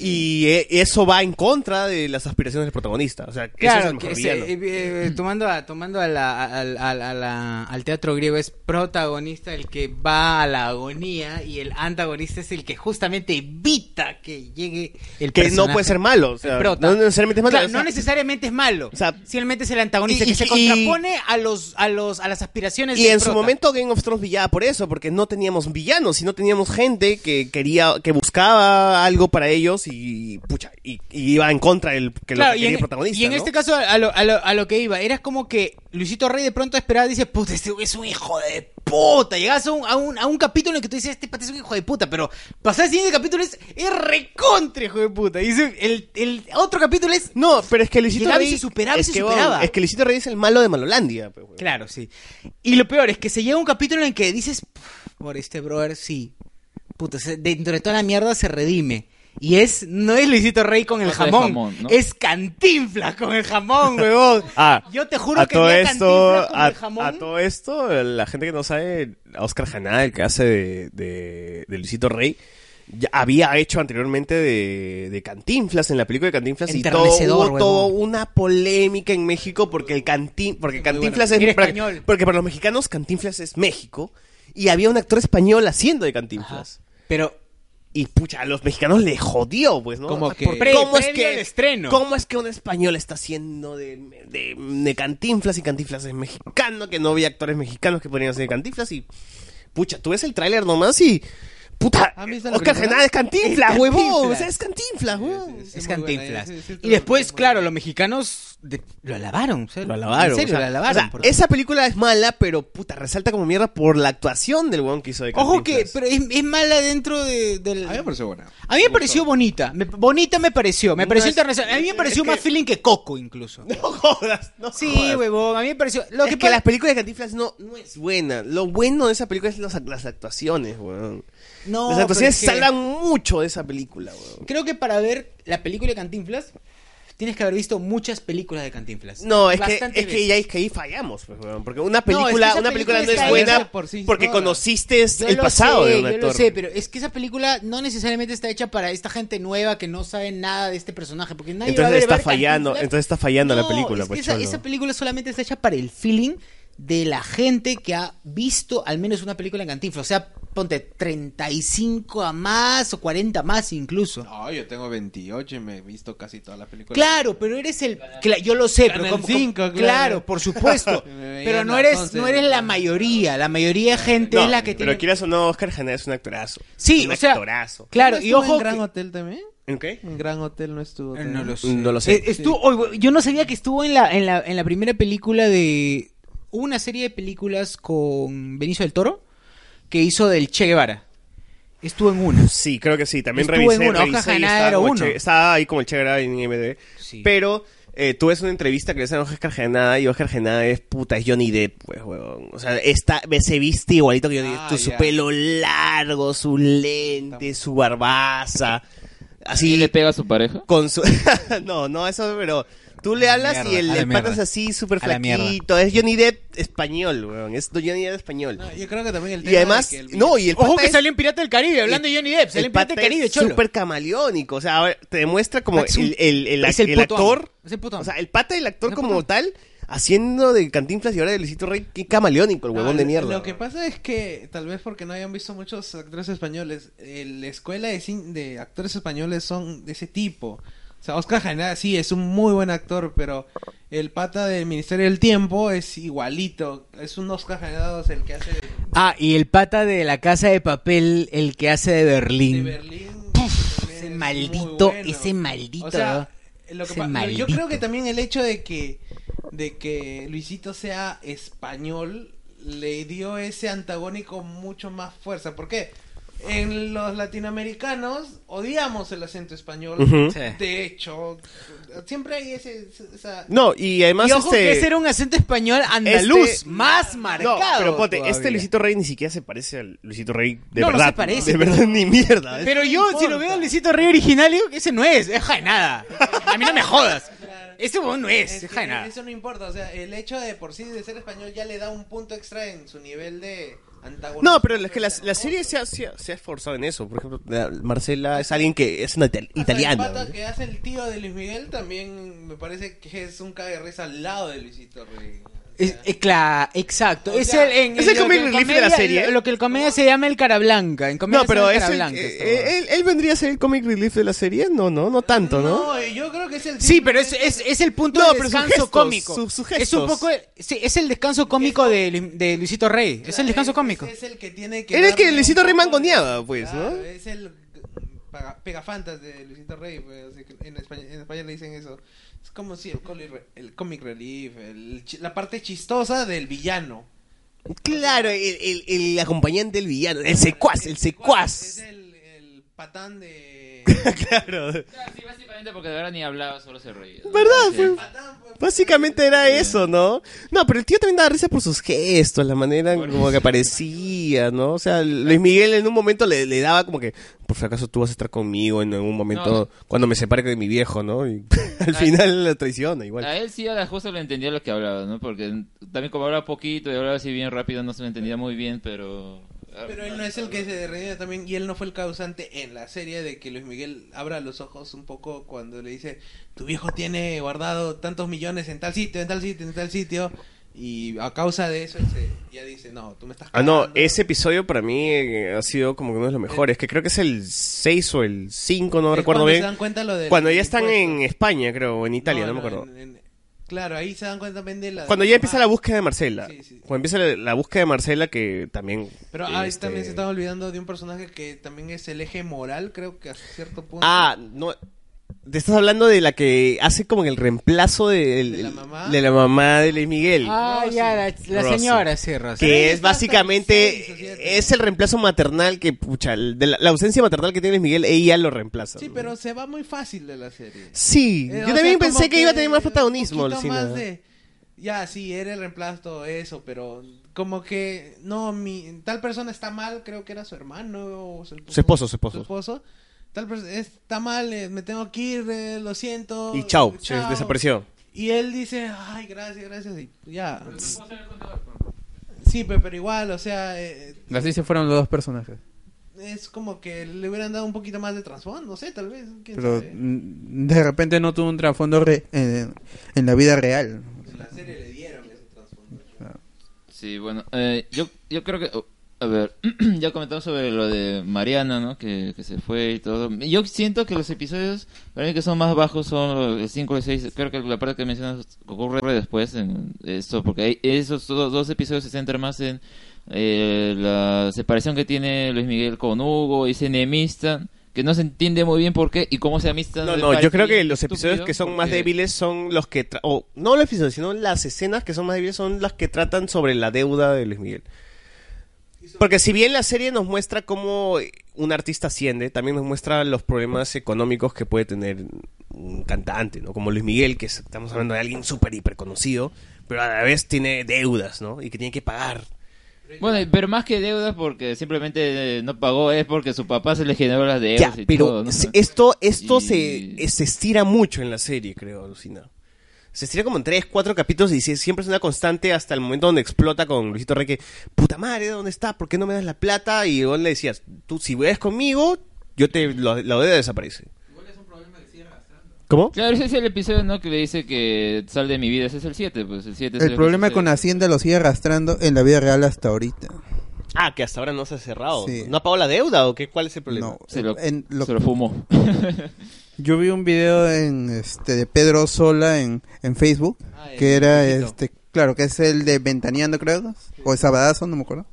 [SPEAKER 5] y eh, eso va en contra de las aspiraciones del protagonista. O sea, ese es el
[SPEAKER 4] Claro,
[SPEAKER 5] mejor
[SPEAKER 4] que ese,
[SPEAKER 5] villano.
[SPEAKER 4] eh, eh, tomando a, tomando a la, al- al- a la- al teatro griego es protagonista el que va a la agonía y el antagonista es el que justamente evita que llegue el
[SPEAKER 5] que no
[SPEAKER 4] personaje.
[SPEAKER 5] puede ser malo. o sea,
[SPEAKER 4] El prota.
[SPEAKER 5] no necesariamente es malo.
[SPEAKER 4] Claro,
[SPEAKER 5] o sea,
[SPEAKER 4] no necesariamente es malo. simplemente es el antagonista
[SPEAKER 5] y-
[SPEAKER 4] que
[SPEAKER 5] y-
[SPEAKER 4] se
[SPEAKER 5] y-
[SPEAKER 4] contrapone a los a los a las aspiraciones
[SPEAKER 5] Y
[SPEAKER 4] del
[SPEAKER 5] en su
[SPEAKER 4] prota.
[SPEAKER 5] momento Game of Thrones brillaba por eso, porque no teníamos villanos, sino teníamos gente que quería, que buscaba algo para ellos y, pucha, y, y iba en contra del que lo
[SPEAKER 4] Claro,
[SPEAKER 5] que
[SPEAKER 4] y
[SPEAKER 5] quería
[SPEAKER 4] en,
[SPEAKER 5] el protagonista.
[SPEAKER 4] y en
[SPEAKER 5] ¿no?
[SPEAKER 4] este caso a lo, a lo- a lo que iba, era como que Luisito Rey de pronto esperaba, dice, puta, este es un hijo de puta. Llegabas a un, a un, a un capítulo en el que tú dices, este pata es un hijo de puta, pero pasar al siguiente capítulo es, es recontra hijo de puta. Y dice, el, el otro capítulo es...
[SPEAKER 5] No, pero es que Luisito
[SPEAKER 4] llegaba y
[SPEAKER 5] Rey-
[SPEAKER 4] se superaba y
[SPEAKER 5] es
[SPEAKER 4] se
[SPEAKER 5] que,
[SPEAKER 4] superaba.
[SPEAKER 5] bueno, es que Luisito Rey es el malo de Malolandia. pues, güey.
[SPEAKER 4] Claro, sí. Y lo peor es que se llega un capítulo en el que dices, por este brother, sí. Puta, se- dentro de toda la mierda se redime. Y es, no es Luisito Rey con el
[SPEAKER 6] Pata de
[SPEAKER 4] jamón,
[SPEAKER 6] jamón, ¿no?
[SPEAKER 4] es Cantinflas con el
[SPEAKER 5] [laughs]
[SPEAKER 4] jamón, huevón.
[SPEAKER 5] Ah,
[SPEAKER 4] Yo te juro
[SPEAKER 5] a
[SPEAKER 4] que
[SPEAKER 5] todo
[SPEAKER 4] vi a Cantinflas
[SPEAKER 5] esto,
[SPEAKER 4] con
[SPEAKER 5] a,
[SPEAKER 4] el jamón.
[SPEAKER 5] a todo esto, la gente que no sabe, a Oscar Janá, el que hace de, de, de Luisito Rey, ya había hecho anteriormente de, de Cantinflas, en la película de Cantinflas, y todo,
[SPEAKER 4] Enternecedor,
[SPEAKER 5] hubo todo
[SPEAKER 4] huevón.
[SPEAKER 5] una polémica en México porque el cantin, porque Cantinflas
[SPEAKER 4] bueno.
[SPEAKER 5] es
[SPEAKER 4] Era
[SPEAKER 5] para-
[SPEAKER 4] español.
[SPEAKER 5] porque para los mexicanos Cantinflas es México y había un actor español haciendo de Cantinflas.
[SPEAKER 4] Pero
[SPEAKER 5] y pucha, a los mexicanos le jodió, pues, ¿no?
[SPEAKER 4] Como
[SPEAKER 5] O sea,
[SPEAKER 4] que-
[SPEAKER 5] ¿por
[SPEAKER 4] Pre-
[SPEAKER 5] ¿Cómo es
[SPEAKER 4] previo
[SPEAKER 5] que
[SPEAKER 4] al estreno.
[SPEAKER 5] cómo es que un español está haciendo de, de, de Cantinflas y Cantinflas es mexicano, que no había actores mexicanos que podrían hacer de Cantinflas y pucha, tú ves el tráiler nomás y puta,
[SPEAKER 4] Ah,
[SPEAKER 5] Oscar Genada es Cantinflas, huevón, o sea, es Cantinflas, huevón.
[SPEAKER 4] es Cantinflas. y después, claro, los mexicanos de- lo alabaron. o sea,
[SPEAKER 5] Lo alabaron.
[SPEAKER 4] En serio,
[SPEAKER 5] o sea,
[SPEAKER 4] lo alabaron.
[SPEAKER 5] o sea,
[SPEAKER 4] por-
[SPEAKER 5] esa película es mala, pero puta, resalta como mierda por la actuación del huevón que hizo de Cantinflas.
[SPEAKER 4] Ojo que pero es, es mala dentro de, del... A mí me
[SPEAKER 7] pareció buena.
[SPEAKER 4] A mí me pareció bonita. me- bonita me pareció. Me
[SPEAKER 5] No
[SPEAKER 4] pareció
[SPEAKER 5] es-
[SPEAKER 4] internacional. A mí me pareció
[SPEAKER 5] es
[SPEAKER 4] más
[SPEAKER 5] que-
[SPEAKER 4] feeling que Coco incluso.
[SPEAKER 5] No jodas, no
[SPEAKER 4] Sí,
[SPEAKER 5] jodas.
[SPEAKER 4] huevón. A mí me pareció... Lo
[SPEAKER 5] es
[SPEAKER 4] que
[SPEAKER 5] que
[SPEAKER 4] pasa-
[SPEAKER 5] las películas de Cantinflas no, no es buena. Lo bueno de esa película es los- las actuaciones, weón.
[SPEAKER 4] No,
[SPEAKER 5] las actuaciones
[SPEAKER 4] pero es que-
[SPEAKER 5] salvan mucho de esa película, weón.
[SPEAKER 4] Creo que para ver la película de Cantinflas tienes que haber visto muchas películas de Cantinflas.
[SPEAKER 5] No, es que,
[SPEAKER 4] Bastante
[SPEAKER 5] es que
[SPEAKER 4] veces.
[SPEAKER 5] ya es que ahí fallamos, pues, weón. Porque una
[SPEAKER 4] No, es que
[SPEAKER 5] película,
[SPEAKER 4] esa
[SPEAKER 5] una película,
[SPEAKER 4] película
[SPEAKER 5] no
[SPEAKER 4] está
[SPEAKER 5] es buena
[SPEAKER 4] hecha por sí
[SPEAKER 5] porque
[SPEAKER 4] sola.
[SPEAKER 5] conociste
[SPEAKER 4] Yo
[SPEAKER 5] el
[SPEAKER 4] lo
[SPEAKER 5] pasado
[SPEAKER 4] sé,
[SPEAKER 5] de un
[SPEAKER 4] Yo lo
[SPEAKER 5] actor.
[SPEAKER 4] sé, pero es que esa película no necesariamente está hecha para esta gente nueva que no sabe nada de este personaje. Porque nadie va a
[SPEAKER 5] entonces
[SPEAKER 4] ver-
[SPEAKER 5] está
[SPEAKER 4] ver
[SPEAKER 5] fallando,
[SPEAKER 4] Cantinflas.
[SPEAKER 5] entonces está fallando
[SPEAKER 4] No,
[SPEAKER 5] la película,
[SPEAKER 4] es
[SPEAKER 5] pues,
[SPEAKER 4] que esa,
[SPEAKER 5] cholo.
[SPEAKER 4] esa película solamente está hecha para el feeling de la gente que ha visto al menos una película de Cantinflas. O sea, ponte 35 a más o 40 más incluso.
[SPEAKER 7] No, yo tengo 28 y me he visto casi todas las películas.
[SPEAKER 4] Claro, pero eres el... cla- yo lo sé, pero
[SPEAKER 7] Canal
[SPEAKER 4] como- como-
[SPEAKER 7] cinco,
[SPEAKER 4] claro.
[SPEAKER 7] claro.
[SPEAKER 4] por supuesto.
[SPEAKER 7] Me
[SPEAKER 4] pero
[SPEAKER 7] veían
[SPEAKER 4] no
[SPEAKER 7] las
[SPEAKER 4] eres,
[SPEAKER 7] once.
[SPEAKER 4] no eres la mayoría. La mayoría de gente
[SPEAKER 5] No,
[SPEAKER 4] es la que
[SPEAKER 5] pero
[SPEAKER 4] tiene...
[SPEAKER 5] quieras o no, Oscar Janá es un actorazo.
[SPEAKER 4] Sí,
[SPEAKER 5] un
[SPEAKER 4] o sea,
[SPEAKER 5] actorazo.
[SPEAKER 4] claro,
[SPEAKER 7] ¿No
[SPEAKER 4] y
[SPEAKER 7] estuvo
[SPEAKER 4] ojo
[SPEAKER 7] ¿En Gran
[SPEAKER 4] que-
[SPEAKER 7] Hotel también?
[SPEAKER 5] ¿En qué?
[SPEAKER 7] En Gran Hotel no estuvo.
[SPEAKER 4] Eh, No lo sé.
[SPEAKER 5] No lo sé.
[SPEAKER 4] Eh, estuvo- oye, güey, yo no sabía que estuvo en la, en, la, en la primera película de. Hubo una serie de películas con Benicio del Toro que hizo del Che Guevara. Estuvo en una.
[SPEAKER 5] Sí, creo que sí. También
[SPEAKER 4] Estuvo
[SPEAKER 5] revisé,
[SPEAKER 4] en una,
[SPEAKER 5] revisé
[SPEAKER 4] Oscar
[SPEAKER 5] y
[SPEAKER 4] Janá
[SPEAKER 5] estaba,
[SPEAKER 4] era
[SPEAKER 5] como
[SPEAKER 4] uno.
[SPEAKER 5] Che- estaba ahí como el Che Guevara en IMDb. Pero eh, tú ves una entrevista que le hacen a Oscar Genada y Oscar Genada es puta, es Johnny Depp, pues, huevón. O sea, está, se viste igualito que Johnny Depp. Tu- su
[SPEAKER 7] ya.
[SPEAKER 5] pelo largo, su lente, su barbaza. Así.
[SPEAKER 6] le pega a su pareja?
[SPEAKER 5] Con su... [laughs] no, no, eso, pero... Tú le hablas y
[SPEAKER 6] mierda,
[SPEAKER 5] el,
[SPEAKER 6] a la
[SPEAKER 5] el pata
[SPEAKER 6] mierda.
[SPEAKER 5] es así, súper
[SPEAKER 6] A la mierda.
[SPEAKER 5] flaquito. Es Johnny Depp español, weón. Es Johnny Depp español.
[SPEAKER 7] Yo creo que también el tema
[SPEAKER 5] y
[SPEAKER 7] de
[SPEAKER 5] además...
[SPEAKER 7] que el-
[SPEAKER 5] No, y el
[SPEAKER 4] Ojo
[SPEAKER 5] pata
[SPEAKER 4] que
[SPEAKER 5] es-
[SPEAKER 4] salió en Pirata del Caribe, hablando de Johnny Depp. Salió
[SPEAKER 5] el
[SPEAKER 4] en Pirata
[SPEAKER 5] pata
[SPEAKER 4] del Caribe,
[SPEAKER 5] es
[SPEAKER 4] cholo.
[SPEAKER 5] súper camaleónico. O sea, a ver, te demuestra como
[SPEAKER 4] Es un-
[SPEAKER 5] el, el, el,
[SPEAKER 4] es el
[SPEAKER 5] el
[SPEAKER 4] puto
[SPEAKER 5] actor.
[SPEAKER 4] amo. Es el puto
[SPEAKER 5] O sea, el pata del actor como tal, haciendo de Cantinflas y ahora de Luisito Rey, qué camaleónico el
[SPEAKER 7] No,
[SPEAKER 5] huevón de
[SPEAKER 7] lo-
[SPEAKER 5] mierda.
[SPEAKER 7] Lo que pasa es que, tal vez porque no hayan visto muchos actores españoles, eh, la escuela de, cin- de actores españoles son de ese tipo. O sea, Oscar Jaenada sí es un muy buen actor, pero el pata del Ministerio del Tiempo es igualito. Es un Oscar Jaenada, o sea, el que hace
[SPEAKER 4] Ah, y el pata de la casa de papel, el que hace de Berlín.
[SPEAKER 7] de Berlín.
[SPEAKER 4] Se
[SPEAKER 16] maldito,
[SPEAKER 7] bueno.
[SPEAKER 16] ese maldito.
[SPEAKER 7] O sea, lo que
[SPEAKER 16] ese
[SPEAKER 7] pa-
[SPEAKER 16] maldito.
[SPEAKER 7] yo creo que también el hecho de que de que Luisito sea español le dio ese antagónico mucho más fuerza. ¿Por qué? En los latinoamericanos odiamos el acento español.
[SPEAKER 5] Ujú. Sí.
[SPEAKER 7] De hecho, siempre hay ese, esa-
[SPEAKER 5] No, y además
[SPEAKER 16] Y ojo
[SPEAKER 5] este-
[SPEAKER 16] que ese era un acento español andaluz
[SPEAKER 5] Este-
[SPEAKER 16] más
[SPEAKER 5] No,
[SPEAKER 16] marcado.
[SPEAKER 5] pero ponte,
[SPEAKER 16] todavía.
[SPEAKER 5] este Luisito Rey ni siquiera se parece al Luisito Rey de
[SPEAKER 16] No, no
[SPEAKER 5] verdad.
[SPEAKER 16] se parece.
[SPEAKER 5] De verdad, ni mierda. ¿eh?
[SPEAKER 16] Pero yo, si lo veo al Luisito Rey original, digo que ese no es, es de nada. A mí no me jodas. Ese huevón no es, es
[SPEAKER 7] que
[SPEAKER 16] de nada.
[SPEAKER 7] Este, Eso no importa, o sea, el hecho de por sí de ser español ya le da un punto extra en su nivel de antagonismo.
[SPEAKER 5] No, pero es que la, la serie se ha, se, ha- se ha esforzado en eso. Por ejemplo, la- Marcela es alguien que es una ital- italiana.
[SPEAKER 7] El pata que hace el tío de Luis Miguel también me parece que es un cague de risa al lado de Luisito Rey.
[SPEAKER 16] Es, eh, cla- exacto.
[SPEAKER 7] O
[SPEAKER 16] es
[SPEAKER 7] sea,
[SPEAKER 16] el, en,
[SPEAKER 7] es el
[SPEAKER 16] lo
[SPEAKER 7] comic
[SPEAKER 16] que en
[SPEAKER 7] relief de la
[SPEAKER 16] comedia-
[SPEAKER 7] serie,
[SPEAKER 16] Lo, lo que el comedia se llama el cara blanca. En comedia
[SPEAKER 5] No, pero
[SPEAKER 16] se
[SPEAKER 5] es
[SPEAKER 16] llama el
[SPEAKER 5] el-
[SPEAKER 16] cara blanca. esta
[SPEAKER 5] eh, él, él vendría a ser el comic relief de la serie. No, no, no tanto, ¿no?
[SPEAKER 7] yo creo que es el.
[SPEAKER 16] Sí, pero es, es, es el punto
[SPEAKER 5] No,
[SPEAKER 16] de
[SPEAKER 5] pero sus
[SPEAKER 16] descanso
[SPEAKER 5] gestos,
[SPEAKER 16] cómico.
[SPEAKER 5] sus- sus
[SPEAKER 16] Es un
[SPEAKER 5] gestos.
[SPEAKER 16] poco. el- sí, es el descanso cómico de, Lu- de Luisito Rey. Es el descanso cómico.
[SPEAKER 7] Es el que tiene que.
[SPEAKER 5] Era el que
[SPEAKER 7] darle
[SPEAKER 5] Luisito
[SPEAKER 7] un
[SPEAKER 5] Rey
[SPEAKER 7] poco de-
[SPEAKER 5] mangoneaba, pues,
[SPEAKER 7] Claro,
[SPEAKER 5] ¿no?
[SPEAKER 7] Es el paga- pegafantas de Luisito Rey, pues, así que en, España, en España le dicen eso. Es como si el, coli- el comic relief, el chi- la parte chistosa del villano.
[SPEAKER 5] Claro, el, el- el acompañante del villano. El secuaz, el secuaz.
[SPEAKER 7] Patán de.
[SPEAKER 5] [laughs] claro.
[SPEAKER 6] Sí, básicamente porque de verdad ni hablaba, solo se reía.
[SPEAKER 5] ¿Verdad?
[SPEAKER 6] Sí.
[SPEAKER 5] Pues, básicamente era eso, ¿no? No, pero el tío también daba risa por sus gestos, la manera en como que aparecía, ¿no? O sea, Luis Miguel en un momento le, le daba como que, por si acaso tú vas a estar conmigo en algún momento cuando me separe de mi viejo, ¿no? Y [laughs] al final la traiciona igual.
[SPEAKER 6] A él sí, a la justa le entendía lo que hablaba, ¿no? Porque también como hablaba poquito y hablaba así bien rápido, no se lo entendía muy bien, pero...
[SPEAKER 7] Pero él no es el que se derrite también y él no fue el causante en la serie de que Luis Miguel abra los ojos un poco cuando le dice tu viejo tiene guardado tantos millones en tal sitio, en tal sitio, en tal sitio y a causa de eso él se- ya dice no, tú me estás...
[SPEAKER 5] Ah, no, ese episodio para mí eh, ha sido como que uno de los mejores, que creo que es el 6 o el 5, no
[SPEAKER 7] Es
[SPEAKER 5] recuerdo
[SPEAKER 7] cuando se
[SPEAKER 5] bien.
[SPEAKER 7] dan cuenta lo del
[SPEAKER 5] cuando ya están
[SPEAKER 7] impuesto.
[SPEAKER 5] en España, creo, o en Italia, no, me
[SPEAKER 7] No, no,
[SPEAKER 5] acuerdo.
[SPEAKER 7] Claro, ahí se dan cuenta también de la...
[SPEAKER 5] Cuando ya empieza la búsqueda de Marcela. Cuando empieza la, la búsqueda de Marcela, que también.
[SPEAKER 7] Pero ah, ahí
[SPEAKER 5] este,
[SPEAKER 7] también se estaba olvidando de un personaje que también es el eje moral, creo que a cierto punto.
[SPEAKER 5] Ah, no. Te estás hablando de la que hace como que el reemplazo de, el- el- de la, mamá? de Luis Miguel.
[SPEAKER 16] Ah, ya, la, la
[SPEAKER 5] Rosy.
[SPEAKER 16] señora, sí, Rosa.
[SPEAKER 5] Que es básicamente. es el reemplazo maternal que, pucha, el- de la, la ausencia maternal que tiene Luis Miguel, ella lo reemplaza.
[SPEAKER 7] Sí, pero se va muy fácil de la serie.
[SPEAKER 5] Sí,
[SPEAKER 7] Eh,
[SPEAKER 5] yo
[SPEAKER 7] o sea,
[SPEAKER 5] también
[SPEAKER 7] como
[SPEAKER 5] pensé que, iba a tener más
[SPEAKER 7] un
[SPEAKER 5] protagonismo.
[SPEAKER 7] poquito
[SPEAKER 5] Lucina.
[SPEAKER 7] más de, ya, sí, era el reemplazo, todo eso, pero como que, no, mi, tal persona está mal, creo que era su hermano o su,
[SPEAKER 5] Su esposo, su esposo.
[SPEAKER 7] Tal persona está mal, eh, me tengo que ir, eh, lo siento.
[SPEAKER 5] Y chau, se desapareció.
[SPEAKER 7] Y él dice, ay, gracias, gracias, y ya. Sí, pe- pero igual, o sea, eh,
[SPEAKER 18] Así se fueron los dos personajes.
[SPEAKER 7] es como que le hubieran dado un poquito más de trasfondo, no sé, tal vez. quién
[SPEAKER 10] Pero
[SPEAKER 7] sabe.
[SPEAKER 10] mm, de repente no tuvo un trasfondo re- en, en la vida real.
[SPEAKER 6] Sí, bueno, eh, yo, yo creo que... oh, a ver, [clears throat] ya comentamos sobre lo de Mariana, ¿no? Que, que se fue y todo. Yo siento que los episodios, para mí que son más bajos son el 5 y el 6. Creo que la parte que mencionas ocurre después en esto, porque hay- esos dos, dos episodios se centran más en eh, la separación que tiene Luis Miguel con Hugo y se enemistan, que no se entiende muy bien por qué y cómo se amistan.
[SPEAKER 5] No,
[SPEAKER 6] me
[SPEAKER 5] no, yo
[SPEAKER 6] pareció
[SPEAKER 5] creo que los
[SPEAKER 6] estúpido,
[SPEAKER 5] episodios que son más
[SPEAKER 6] porque-
[SPEAKER 5] débiles son los que... tra- O, no los episodios, sino las escenas que son más débiles son las que tratan sobre la deuda de Luis Miguel. Porque si bien la serie nos muestra cómo eh, un artista asciende, también nos muestra los problemas económicos que puede tener un cantante, ¿no? Como Luis Miguel, que es- estamos hablando de alguien súper hiper conocido, pero a la vez tiene deudas, ¿no? Y que tiene que pagar.
[SPEAKER 6] Bueno, y- pero más que deudas porque simplemente eh, no pagó es porque su papá se le generó las deudas
[SPEAKER 5] Ya,
[SPEAKER 6] y
[SPEAKER 5] pero
[SPEAKER 6] todo, ¿no?
[SPEAKER 5] se- esto, esto se, se estira mucho en la serie, creo, Lucina. Se estira como en tres, cuatro capítulos y sie- siempre es una constante hasta el momento donde explota con Luisito Rey que, puta madre, ¿dónde está? ¿Por qué no me das la plata? Y vos le decías, tú si vienes conmigo, yo te, la la deuda desaparece. ¿Cómo?
[SPEAKER 6] Claro, ese es el episodio, ¿no? Que le dice que sal de mi vida. Ese es el 7, pues el 7 es
[SPEAKER 10] El problema con Hacienda lo sigue arrastrando en la vida real hasta ahorita.
[SPEAKER 5] Ah, que hasta ahora no se ha cerrado.
[SPEAKER 10] Sí.
[SPEAKER 5] ¿No ha pagado la deuda o qué? ¿Cuál es el problema?
[SPEAKER 6] Se lo,
[SPEAKER 10] en lo-
[SPEAKER 6] se lo
[SPEAKER 4] [laughs]
[SPEAKER 6] fumó.
[SPEAKER 10] Yo vi un video en este de Pedro Sola en, en Facebook que era este claro que es el de Ventaneando creo o el Sabadazo no me acuerdo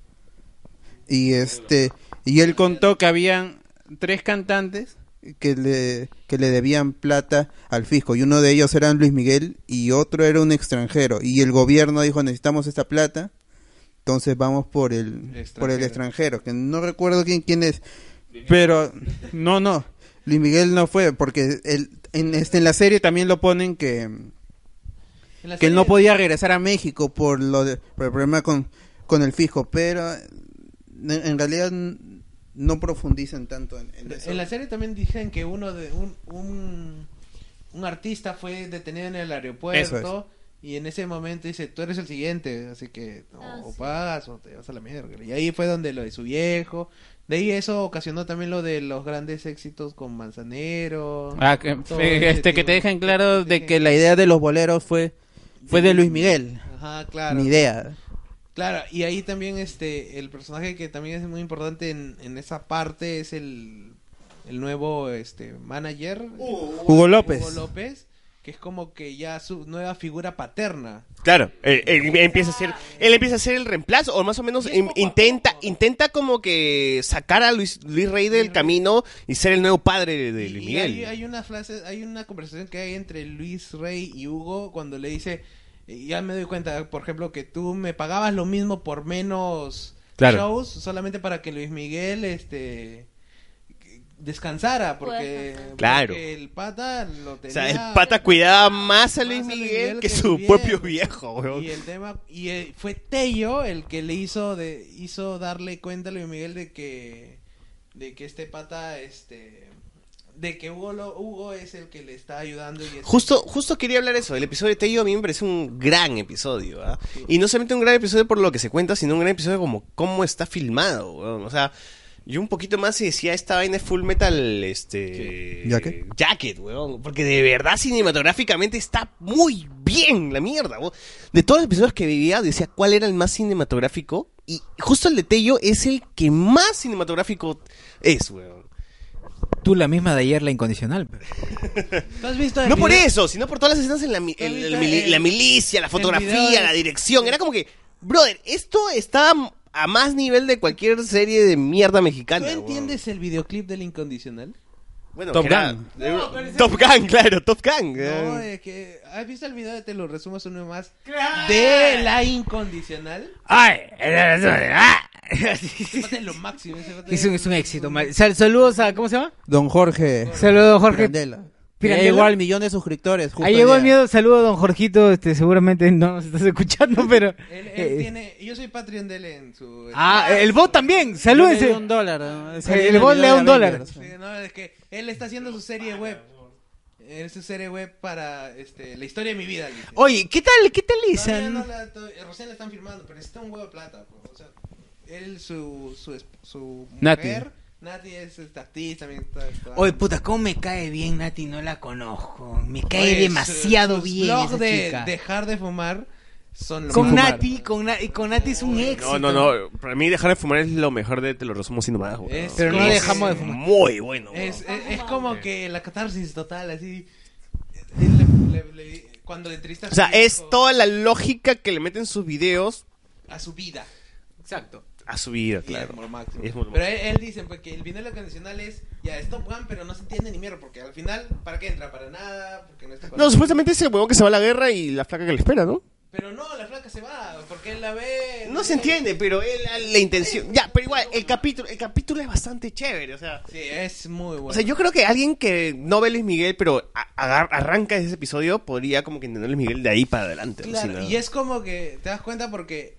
[SPEAKER 10] y este y él contó
[SPEAKER 18] que habían tres cantantes
[SPEAKER 10] que le, que le debían plata al fisco y uno de ellos era Luis Miguel y otro era un extranjero y el gobierno dijo necesitamos esta plata entonces vamos por el por el extranjero que no recuerdo quién quién es pero no no Luis Miguel no fue porque el, en este en la serie también lo ponen que
[SPEAKER 7] la
[SPEAKER 10] que él
[SPEAKER 7] serie-
[SPEAKER 10] no podía regresar a México por lo de- por el problema con con el fisco pero en, en realidad n- no profundizan tanto en, en eso.
[SPEAKER 7] En la serie también dicen que uno de un, un, un artista fue detenido en el aeropuerto y en ese momento dice, tú eres el siguiente, así que o, o pagas o te vas a la mierda. Y ahí fue donde lo de su viejo. De ahí eso ocasionó también lo de los grandes éxitos con Manzanero.
[SPEAKER 10] Ah, que,
[SPEAKER 7] todo
[SPEAKER 10] eh,
[SPEAKER 7] ese
[SPEAKER 10] este, que
[SPEAKER 7] tipo.
[SPEAKER 10] te dejan claro de que la idea de los boleros fue, fue de Luis Miguel.
[SPEAKER 7] Ajá, claro.
[SPEAKER 10] Mi idea.
[SPEAKER 7] Claro, y ahí también este el personaje que también es muy importante en, en esa parte es el, el nuevo este manager
[SPEAKER 10] Hugo López.
[SPEAKER 7] Hugo López, que es como que ya su nueva figura paterna.
[SPEAKER 5] Claro, él, él empieza a ser, él empieza a ser el reemplazo, o más o menos in- intenta, intenta como que sacar a Luis, Luis Rey del camino y ser el nuevo padre de Luis
[SPEAKER 7] Y hay,
[SPEAKER 5] Miguel.
[SPEAKER 7] hay una frase, hay una conversación que hay entre Luis Rey y Hugo cuando le dice, eh, ya me doy cuenta, por ejemplo, que tú me pagabas lo mismo por menos
[SPEAKER 5] Claro.
[SPEAKER 7] shows solamente para que Luis Miguel este que- descansara porque,
[SPEAKER 5] Claro.
[SPEAKER 7] porque el pata lo
[SPEAKER 5] O
[SPEAKER 7] tenía
[SPEAKER 5] sea, el pata cuidaba más a Luis Miguel que su
[SPEAKER 7] bien.
[SPEAKER 5] propio viejo, weón.
[SPEAKER 7] Y el tema y eh, fue Tello el que le hizo de hizo darle cuenta a Luis Miguel de que de que este pata este de que Hugo lo- Hugo es el que le está ayudando y es-
[SPEAKER 5] Justo, justo quería hablar eso. El episodio de Tello a mí me parece un gran episodio. ¿ah? Y no solamente un gran episodio por lo que se cuenta, sino un gran episodio como cómo está filmado. weón. O sea, yo un poquito más si decía esta vaina es full metal este,
[SPEAKER 10] Jacket.
[SPEAKER 5] jacket, weón. Porque de verdad cinematográficamente está muy bien la mierda. weón. De todos los episodios que vivía, decía cuál era el más cinematográfico. Y justo el de Tello es el que más cinematográfico es, weón.
[SPEAKER 4] Tú la misma de ayer, la incondicional.
[SPEAKER 7] ¿Tú has visto el
[SPEAKER 5] No por
[SPEAKER 7] video?
[SPEAKER 5] eso, sino por todas las escenas en la, mi- en- en la mili-
[SPEAKER 7] el-
[SPEAKER 5] la milicia, la
[SPEAKER 7] el video
[SPEAKER 5] fotografía,
[SPEAKER 7] de-
[SPEAKER 5] la dirección. Era como que, brother, esto está a más nivel de cualquier serie de mierda
[SPEAKER 7] ¿Tú
[SPEAKER 5] mexicana.
[SPEAKER 7] entiendes el videoclip del incondicional?
[SPEAKER 5] Bueno,
[SPEAKER 7] Top
[SPEAKER 5] que era-
[SPEAKER 7] Gun.
[SPEAKER 5] de-
[SPEAKER 7] No, pero ese-
[SPEAKER 5] Top Gun, claro, Top Gun.
[SPEAKER 7] No,
[SPEAKER 5] Eh,
[SPEAKER 7] eh, que ¿has visto el video de te lo resumas uno más de la incondicional?
[SPEAKER 4] ¡Ay!
[SPEAKER 5] [laughs]
[SPEAKER 4] ¡Ah!
[SPEAKER 7] Ese pata es lo máximo, ese
[SPEAKER 4] [laughs]
[SPEAKER 7] pata
[SPEAKER 4] Es un, es un éxito. ma- Sal- saludos a. ¿Cómo se llama?
[SPEAKER 10] Don Jorge.
[SPEAKER 4] Saludos, Jorge.
[SPEAKER 10] Pirandela.
[SPEAKER 4] Pirandela.
[SPEAKER 10] Ya llegó al millón de suscriptores. justo
[SPEAKER 4] Ahí llegó el
[SPEAKER 10] el día.
[SPEAKER 4] miedo. Saludos, don Jorgito. Este, seguramente no nos estás escuchando, [laughs] pero.
[SPEAKER 7] Él, él
[SPEAKER 4] eh,
[SPEAKER 7] tiene, yo soy Patreon de él en su
[SPEAKER 4] Ah, el bot también. Salúdense.
[SPEAKER 10] Le dio un dólar, ¿no? Ese
[SPEAKER 4] El
[SPEAKER 10] día le
[SPEAKER 4] bot
[SPEAKER 10] dio
[SPEAKER 4] le da
[SPEAKER 10] de
[SPEAKER 4] un dólar.
[SPEAKER 10] Avengers.
[SPEAKER 7] Sí, no, es que él está haciendo su serie web. Es su serie web para este, la historia de mi vida. dice.
[SPEAKER 5] Oye, ¿qué tal, qué tal esa?
[SPEAKER 7] Todavía no la- to- eh, recién la están firmando, pero necesita un huevo de plata. po. O sea, él, su, su, esp- su
[SPEAKER 4] Nati.
[SPEAKER 7] mujer, Nati es este, actriz también. Está, está-
[SPEAKER 4] Oye, puta, ¿cómo me cae bien, Nati? No la conozco. Me cae
[SPEAKER 7] Oye, su-
[SPEAKER 4] demasiado
[SPEAKER 7] sus
[SPEAKER 4] bien.
[SPEAKER 7] blogs
[SPEAKER 4] esa
[SPEAKER 7] de
[SPEAKER 4] chica.
[SPEAKER 7] dejar de fumar son lo
[SPEAKER 4] Con
[SPEAKER 7] mejor.
[SPEAKER 4] Nati, con, Na- y con Nati es un éxito.
[SPEAKER 5] No, no, no. Para mí dejar de fumar es lo mejor de Te lo resumo sin más. weón.
[SPEAKER 7] Es-
[SPEAKER 4] Pero no
[SPEAKER 7] es-
[SPEAKER 4] dejamos de fumar.
[SPEAKER 5] Muy bueno. weón.
[SPEAKER 7] Es, es- es como que la catarsis total, así. Él le- le- le- cuando le entrevistas
[SPEAKER 5] O sea,
[SPEAKER 7] a su
[SPEAKER 5] es
[SPEAKER 7] hijo,
[SPEAKER 5] toda la lógica que le meten sus videos
[SPEAKER 7] a su vida. Exacto.
[SPEAKER 5] a su vida,
[SPEAKER 7] Y es
[SPEAKER 5] claro.
[SPEAKER 7] por lo máximo.
[SPEAKER 5] Es por lo
[SPEAKER 7] Pero él, él dice pues, que el vinilo condicional es ya es Top Gun, pero no se entiende ni mierda, porque al final, ¿para qué entra? Para nada, porque no está con-
[SPEAKER 5] No, supuestamente es el huevón que se va a la guerra y la flaca que le espera, ¿no?
[SPEAKER 7] Pero no, la flaca se va, porque él la ve.
[SPEAKER 5] No se entiende, pero él, la, la intención. Ya, pero igual, el capítulo, el capítulo es bastante chévere, o sea.
[SPEAKER 7] Sí, es muy bueno.
[SPEAKER 5] O sea, yo creo que alguien que no ve Luis Miguel, pero a- agar- arranca desde ese episodio, podría como que entender Luis Miguel de ahí para adelante. ¿no?
[SPEAKER 7] Claro,
[SPEAKER 5] Si no-
[SPEAKER 7] y es como que te das cuenta porque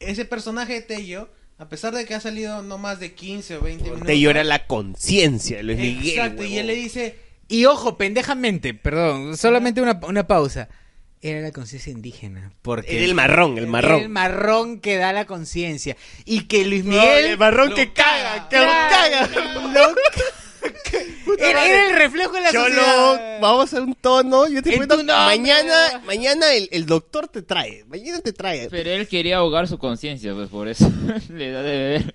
[SPEAKER 7] ese personaje de Tello, a pesar de que ha salido no más de 15 o 20 minutos.
[SPEAKER 5] Te llora la conciencia de Luis Miguel.
[SPEAKER 7] Exacto, y él le dice.
[SPEAKER 4] Y ojo, pendejamente, perdón, solamente una, una pausa. Era la conciencia indígena. Porque
[SPEAKER 5] Era el marrón, el marrón.
[SPEAKER 4] El marrón que da la conciencia. Y que Luis
[SPEAKER 5] No,
[SPEAKER 4] Miguel.
[SPEAKER 5] el marrón que caga, que lo caga. [laughs]
[SPEAKER 4] Era, era el reflejo de la
[SPEAKER 5] Cholo,
[SPEAKER 4] sociedad.
[SPEAKER 5] vamos a un tono. Yo te
[SPEAKER 4] En
[SPEAKER 5] cuento,
[SPEAKER 4] tu nombre.
[SPEAKER 5] mañana, mañana el, el doctor te trae. Mañana te trae.
[SPEAKER 6] Pero él quería ahogar su conciencia, pues por eso [laughs] le da de beber.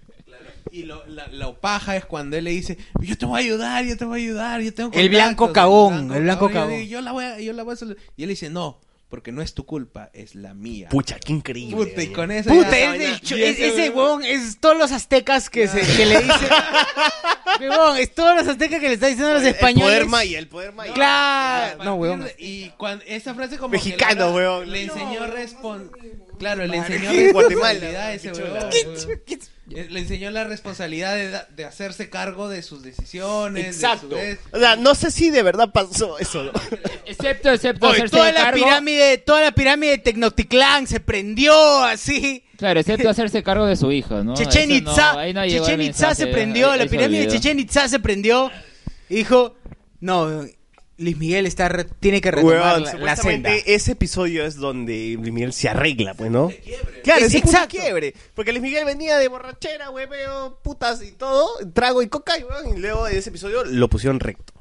[SPEAKER 7] Y lo, la, lo paja es cuando él le dice, yo te voy a ayudar, yo te voy a ayudar, yo tengo
[SPEAKER 4] El blanco
[SPEAKER 7] contactos,
[SPEAKER 4] cagón, el blanco
[SPEAKER 7] Yo,
[SPEAKER 4] cagón.
[SPEAKER 7] digo, yo la voy a, yo la voy a solu-". Y él dice, no, porque no es tu culpa, es la mía.
[SPEAKER 5] Pucha, qué increíble.
[SPEAKER 7] Puta, y con eso
[SPEAKER 4] Puta,
[SPEAKER 7] ya-
[SPEAKER 4] es del cho-
[SPEAKER 7] y
[SPEAKER 4] es- ese
[SPEAKER 7] huevón-
[SPEAKER 4] huevón es todos los aztecas que, se, que le
[SPEAKER 5] [laughs]
[SPEAKER 4] dicen. huevón, es todos los aztecas que le están diciendo a los
[SPEAKER 7] El poder
[SPEAKER 4] españoles.
[SPEAKER 7] maya, el
[SPEAKER 5] poder
[SPEAKER 7] maya.
[SPEAKER 4] Claro. No,
[SPEAKER 7] huevón.
[SPEAKER 4] huevón.
[SPEAKER 7] Y cuando esa frase como
[SPEAKER 4] Mexicano,
[SPEAKER 7] que la-
[SPEAKER 4] huevón.
[SPEAKER 7] Le
[SPEAKER 4] No,
[SPEAKER 7] enseñó respon Claro, le
[SPEAKER 5] Madre.
[SPEAKER 7] enseñó
[SPEAKER 5] En Guatemala,
[SPEAKER 7] responsabilidad a ese
[SPEAKER 5] qué chula.
[SPEAKER 7] huevón,
[SPEAKER 5] Qué
[SPEAKER 7] huevón. Eh, Le enseñó la responsabilidad de, da- de hacerse cargo de sus decisiones. de su
[SPEAKER 5] Exacto.
[SPEAKER 7] vez.
[SPEAKER 5] O sea, no sé si de verdad pasó eso. ¿no?
[SPEAKER 4] Excepto, excepto.
[SPEAKER 5] hacerse
[SPEAKER 4] toda, la
[SPEAKER 5] cargo.
[SPEAKER 4] pirámide, toda la pirámide de Tecnocticlán se prendió así.
[SPEAKER 6] Claro, excepto hacerse cargo de su hija, ¿no?
[SPEAKER 4] Chechen
[SPEAKER 6] Eso no,
[SPEAKER 4] Itza,
[SPEAKER 6] ahí no llegó el
[SPEAKER 4] Chechen Itza se
[SPEAKER 6] mensaje,
[SPEAKER 4] prendió,
[SPEAKER 6] ahí-
[SPEAKER 4] la
[SPEAKER 6] ahí se
[SPEAKER 4] pirámide de
[SPEAKER 6] olvidó.
[SPEAKER 4] Chechen Itza se prendió. y Dijo, no, Luis Miguel está re- tiene que retomar
[SPEAKER 5] Huevón,
[SPEAKER 4] la, la senda.
[SPEAKER 5] supuestamente ese episodio es donde Luis Miguel se arregla, pues, ¿no?
[SPEAKER 4] Claro,
[SPEAKER 5] es
[SPEAKER 4] es
[SPEAKER 5] exacto.
[SPEAKER 4] exacto.
[SPEAKER 5] quiebre. Porque Luis Miguel venía de borrachera, hueveo, putas y todo, trago y coca, y, huevón, y luego de ese episodio lo pusieron recto.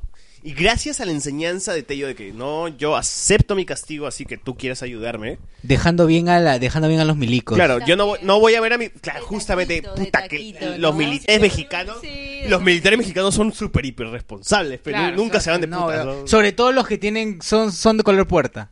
[SPEAKER 5] Y gracias a la enseñanza de Tello de que no, yo acepto mi castigo, así que tú quieres ayudarme.
[SPEAKER 4] Dejando bien a la, dejando bien a los milicos.
[SPEAKER 5] Claro, yo no voy, no voy a ver a mi. Claro, justamente, puta que los militares mexicanos. Los militares mexicanos son súper hiper responsables, pero
[SPEAKER 4] Claro,
[SPEAKER 5] nunca se van de
[SPEAKER 4] no,
[SPEAKER 5] putas.
[SPEAKER 4] huevón.
[SPEAKER 5] ¿no?
[SPEAKER 4] Sobre todo los que tienen son son de color puerta.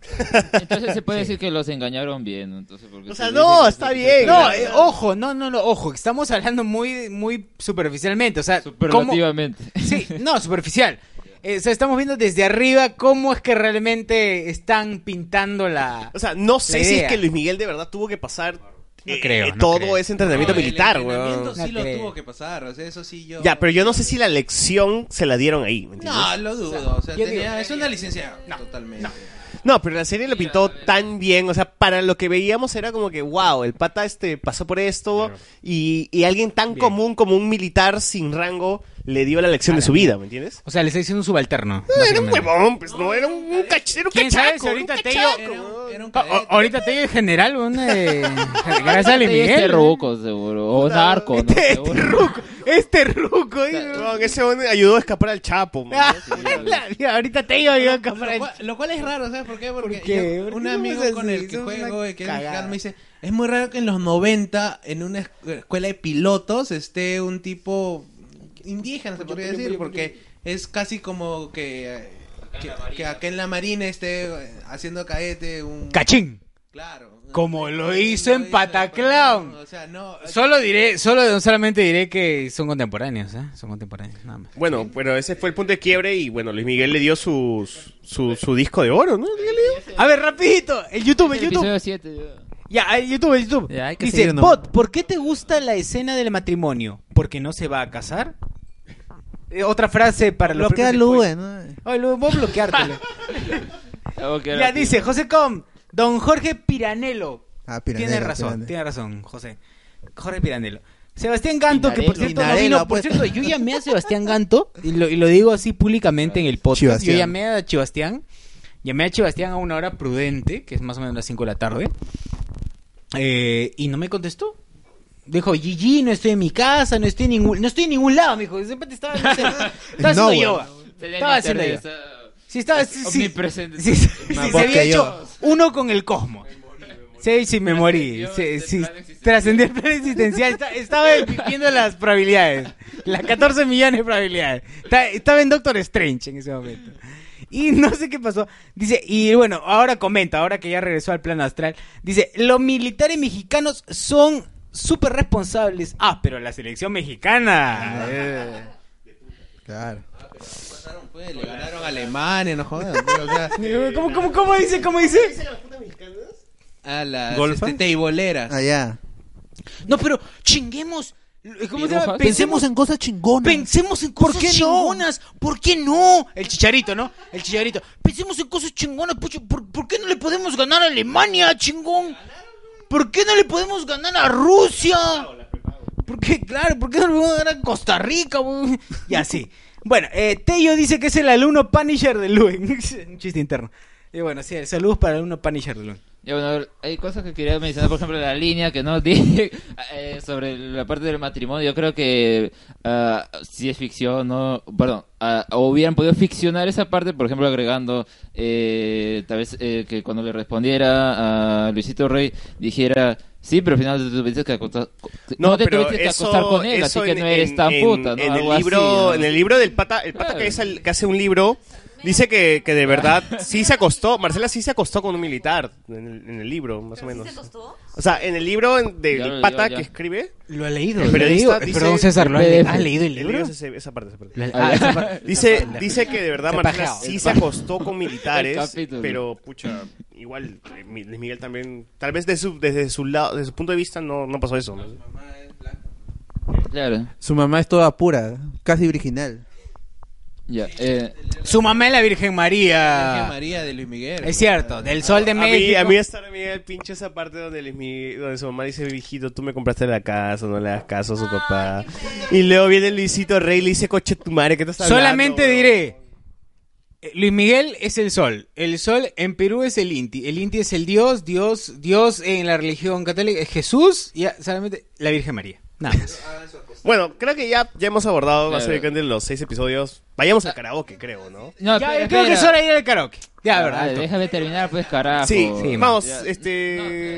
[SPEAKER 6] Entonces se puede decir que los engañaron bien. Entonces, porque se
[SPEAKER 4] no,
[SPEAKER 6] está bien.
[SPEAKER 4] No, eh, ojo, no, no, no, ojo, que estamos hablando muy, muy superficialmente, o sea, ¿cómo-
[SPEAKER 6] Superlativamente.
[SPEAKER 4] Sí, no, superficial. Eh, o sea, estamos viendo desde arriba cómo es que realmente están pintando la.
[SPEAKER 5] O sea, no sé
[SPEAKER 4] la
[SPEAKER 5] si es
[SPEAKER 4] idea.
[SPEAKER 5] que Luis Miguel de verdad tuvo que pasar eh,
[SPEAKER 4] creo, no
[SPEAKER 5] todo
[SPEAKER 4] creo.
[SPEAKER 5] ese entrenamiento
[SPEAKER 4] No, el
[SPEAKER 5] militar,
[SPEAKER 7] entrenamiento
[SPEAKER 5] weón.
[SPEAKER 7] sí lo tuvo que pasar, o sea, eso sí yo...
[SPEAKER 5] Ya, pero yo no sé si la lección se la dieron ahí. ¿me entiendes?
[SPEAKER 7] No, lo dudo, o sea,
[SPEAKER 4] yo
[SPEAKER 7] tenía-
[SPEAKER 4] digo-
[SPEAKER 7] es una licencia totalmente.
[SPEAKER 5] No, pero la serie lo pintó tan bien, o sea, para lo que veíamos era como que, wow, el pata este pasó por esto y, y alguien tan común como un militar sin rango le dio la lección de su vida, ¿me entiendes?
[SPEAKER 4] O sea, le está diciendo un subalterno.
[SPEAKER 6] Eh,
[SPEAKER 5] No, era un huevón, pues no, era un, cach- era un
[SPEAKER 4] ¿Quién sabe si
[SPEAKER 5] cachaco,
[SPEAKER 4] ahorita
[SPEAKER 5] un
[SPEAKER 4] Tello-
[SPEAKER 5] cachaco, Oh,
[SPEAKER 6] eh,
[SPEAKER 4] O- ahorita te digo en general, un,
[SPEAKER 6] [laughs]
[SPEAKER 4] eh, gracias a Luis
[SPEAKER 6] Este
[SPEAKER 4] Miguel.
[SPEAKER 6] ruco, seguro. O narco, ¿no? Este
[SPEAKER 4] Este
[SPEAKER 6] Seguro.
[SPEAKER 5] Este ruco, weón, ese hombre ayudó a escapar al Chapo.
[SPEAKER 4] Ah,
[SPEAKER 5] man.
[SPEAKER 4] [laughs] ahorita te digo yo acá
[SPEAKER 7] Lo cual, lo cual es raro, ¿sabes por qué? Porque
[SPEAKER 5] qué?
[SPEAKER 7] yo-
[SPEAKER 5] ¿Por
[SPEAKER 7] un
[SPEAKER 5] qué
[SPEAKER 7] amigo
[SPEAKER 5] somos
[SPEAKER 7] con
[SPEAKER 5] así?
[SPEAKER 7] el que
[SPEAKER 5] Somos una
[SPEAKER 7] juego, eh, que es
[SPEAKER 5] cagada.
[SPEAKER 7] mexicano, me dice, es muy raro que en los 90, en una escu- escuela de pilotos, esté un tipo indígena, se podría decir, porque es casi como que... eh, Que, que acá en la marina esté eh, haciendo caete un...
[SPEAKER 4] Cachín.
[SPEAKER 7] Claro.
[SPEAKER 4] Como lo hizo en Pataclown.
[SPEAKER 7] O sea, no...
[SPEAKER 4] Solo diré, solo, solamente diré que son contemporáneos, ¿eh? Son contemporáneos, nada más.
[SPEAKER 5] Bueno, pero ese fue el punto de quiebre y bueno, Luis Miguel le dio sus- su, su disco de oro, ¿no?
[SPEAKER 4] A ver, rapidito, el YouTube, el YouTube. Ya, el YouTube, el YouTube.
[SPEAKER 6] que
[SPEAKER 4] Dice,
[SPEAKER 6] seguir nomás.
[SPEAKER 4] Bot, ¿por qué te gusta la escena del matrimonio? ¿Porque no se va a casar? Eh, otra frase para los
[SPEAKER 21] Bloquea
[SPEAKER 4] premios
[SPEAKER 21] al Uber,
[SPEAKER 4] del juez. Ay, Lube, voy a
[SPEAKER 6] [laughs]
[SPEAKER 4] bloqueártelo.
[SPEAKER 6] Ya
[SPEAKER 4] ya dice, José Com, don Jorge Piranello.
[SPEAKER 10] Ah, Piranello,
[SPEAKER 4] tiene razón,
[SPEAKER 10] Piranello.
[SPEAKER 4] tiene razón, José. Jorge Piranello. Sebastián Ganto, que por
[SPEAKER 10] Pinarello,
[SPEAKER 4] cierto no
[SPEAKER 10] Pinarello,
[SPEAKER 4] vino, por
[SPEAKER 10] pues.
[SPEAKER 4] cierto, yo llamé a Sebastián Ganto, y lo, y lo digo así públicamente en el podcast,
[SPEAKER 10] Chibastián.
[SPEAKER 4] yo llamé a Chibastián, llamé a Chibastián a una hora prudente, que es más o menos las 5 de la tarde, eh, y no me contestó. Dijo, Gigi, no estoy en mi casa, no estoy en ningún, no estoy en ningún lado, me dijo, siempre te
[SPEAKER 10] [laughs]
[SPEAKER 4] estaba, no sé, estaba haciendo
[SPEAKER 6] Nowhere.
[SPEAKER 4] yoga. Estaba haciendo yoga. Si estaba, si, si-
[SPEAKER 6] omnipresente.
[SPEAKER 4] si- si-
[SPEAKER 6] Más
[SPEAKER 4] si se
[SPEAKER 6] vodka
[SPEAKER 4] había
[SPEAKER 6] y
[SPEAKER 4] hecho uno con el cosmos. Sí, sí, me morí. Sí, sí, Trascendí el plan existencial. Esta- Estaba viendo las probabilidades. Las 14 millones de probabilidades. Esta- Estaba en Doctor Strange en ese momento. Y no sé qué pasó. Dice, y bueno, ahora comenta, ahora que ya regresó al plano astral. Dice, los militares mexicanos son súper responsables. Ah, pero la selección mexicana. eh.
[SPEAKER 10] Claro.
[SPEAKER 7] Pues, le ganaron a Alemania, no jodas. pues, o sea,
[SPEAKER 4] Eh, ¿Cómo, cómo, cómo dice? ¿Cómo dice?
[SPEAKER 7] a las
[SPEAKER 10] ¿Golfa?
[SPEAKER 7] este, teiboleras.
[SPEAKER 10] Allá.
[SPEAKER 4] No, pero chinguemos. Eh, ¿Cómo se llama?
[SPEAKER 10] Dibujas. Pensemos en
[SPEAKER 4] cosas chingonas. Pensemos en cosas chingonas. ¿Por qué no? El chicharito, ¿no? El chicharito. Pensemos en cosas chingonas. pucho. ¿Por, por qué no le podemos ganar a Alemania, chingón? ¿Por qué no le podemos ganar a Rusia? ¿Por qué? Claro, ¿por qué no le podemos ganar a Costa Rica? [laughs] güey? Y así. Bueno, eh, Tello dice que es el alumno Punisher de Luen. [laughs] Un chiste interno. Y bueno, sí, saludos para el alumno Punisher de Luen.
[SPEAKER 6] Ya, bueno, a ver, hay cosas que quería mencionar, por ejemplo, la línea que no [laughs] dije eh, sobre la parte del matrimonio. Yo creo que ah, si es ficción, no. Perdón, ah, o hubieran podido ficcionar esa parte, por ejemplo, agregando eh, tal vez eh, que cuando le respondiera a Luisito Rey dijera. Sí, pero al final te tuviste que acostar, no, te
[SPEAKER 5] pero
[SPEAKER 6] tuviste que acostar
[SPEAKER 5] eso-
[SPEAKER 6] con él, así
[SPEAKER 5] eso
[SPEAKER 6] que
[SPEAKER 5] en-
[SPEAKER 6] no eres
[SPEAKER 5] en-
[SPEAKER 6] tan
[SPEAKER 5] en-
[SPEAKER 6] puta, ¿no?
[SPEAKER 5] En el
[SPEAKER 6] Algo así,
[SPEAKER 5] libro,
[SPEAKER 6] ¿no?
[SPEAKER 5] en el libro del pata, el pata que, es el- que hace un libro Dice que, que de verdad sí se acostó, Marcela sí se acostó con un militar en el, en el libro, más o menos. O sea, en el libro del
[SPEAKER 16] Ya, ya,
[SPEAKER 5] pata
[SPEAKER 16] ya.
[SPEAKER 5] que escribe.
[SPEAKER 16] Lo ha leído,
[SPEAKER 5] El
[SPEAKER 16] lo
[SPEAKER 5] periodista
[SPEAKER 16] ha leído.
[SPEAKER 5] dice-
[SPEAKER 16] Perdón, César, ¿lo ha leído? ¿has leído el
[SPEAKER 5] He
[SPEAKER 16] libro?
[SPEAKER 5] esa, esa parte, esa parte.
[SPEAKER 16] Lo ha-
[SPEAKER 5] [laughs] Ah, esa
[SPEAKER 16] parte.
[SPEAKER 5] Dice, dice que de verdad
[SPEAKER 16] Está
[SPEAKER 5] Marcela
[SPEAKER 16] pajeado.
[SPEAKER 5] sí se acostó
[SPEAKER 16] [laughs]
[SPEAKER 5] con
[SPEAKER 16] El
[SPEAKER 5] militares,
[SPEAKER 16] capítulo.
[SPEAKER 5] pero pucha, igual eh, Mi- Luis Miguel también, tal vez de su- desde su lado, desde su punto de vista no, no pasó eso. ¿no?
[SPEAKER 6] Claro.
[SPEAKER 10] Su mamá es toda pura, casi original.
[SPEAKER 6] Ya, eh,
[SPEAKER 16] Su mamá es la Virgen María.
[SPEAKER 7] Virgen María de Luis Miguel.
[SPEAKER 16] Es cierto, del Sol de
[SPEAKER 5] A mí,
[SPEAKER 16] México.
[SPEAKER 5] a mí hasta ahora me llega el pinche esa parte donde, Luis Miguel- donde su mamá dice, hijito, tú me compraste la casa, no le das caso a su papá. Y luego viene Luisito Rey y le dice, coche tu madre, ¿qué estás hablando?
[SPEAKER 16] Solamente diré, eh, Luis Miguel es el sol, el sol en Perú es el Inti, el Inti es el Dios, Dios, Dios en la religión católica es Jesús y ya, solamente la Virgen María. Nada más.
[SPEAKER 5] Bueno, creo que ya, ya hemos abordado
[SPEAKER 16] Claro.
[SPEAKER 5] básicamente los seis episodios. Vayamos al karaoke, creo, ¿no?
[SPEAKER 16] Ya,
[SPEAKER 6] No,
[SPEAKER 16] creo
[SPEAKER 6] espera,
[SPEAKER 16] que
[SPEAKER 6] espera.
[SPEAKER 16] es hora de ir al karaoke. Ya, verdad.
[SPEAKER 6] Dale, déjame terminar, pues,
[SPEAKER 16] Ah,
[SPEAKER 6] carajo.
[SPEAKER 5] Sí, vamos,
[SPEAKER 6] Ya.
[SPEAKER 5] este...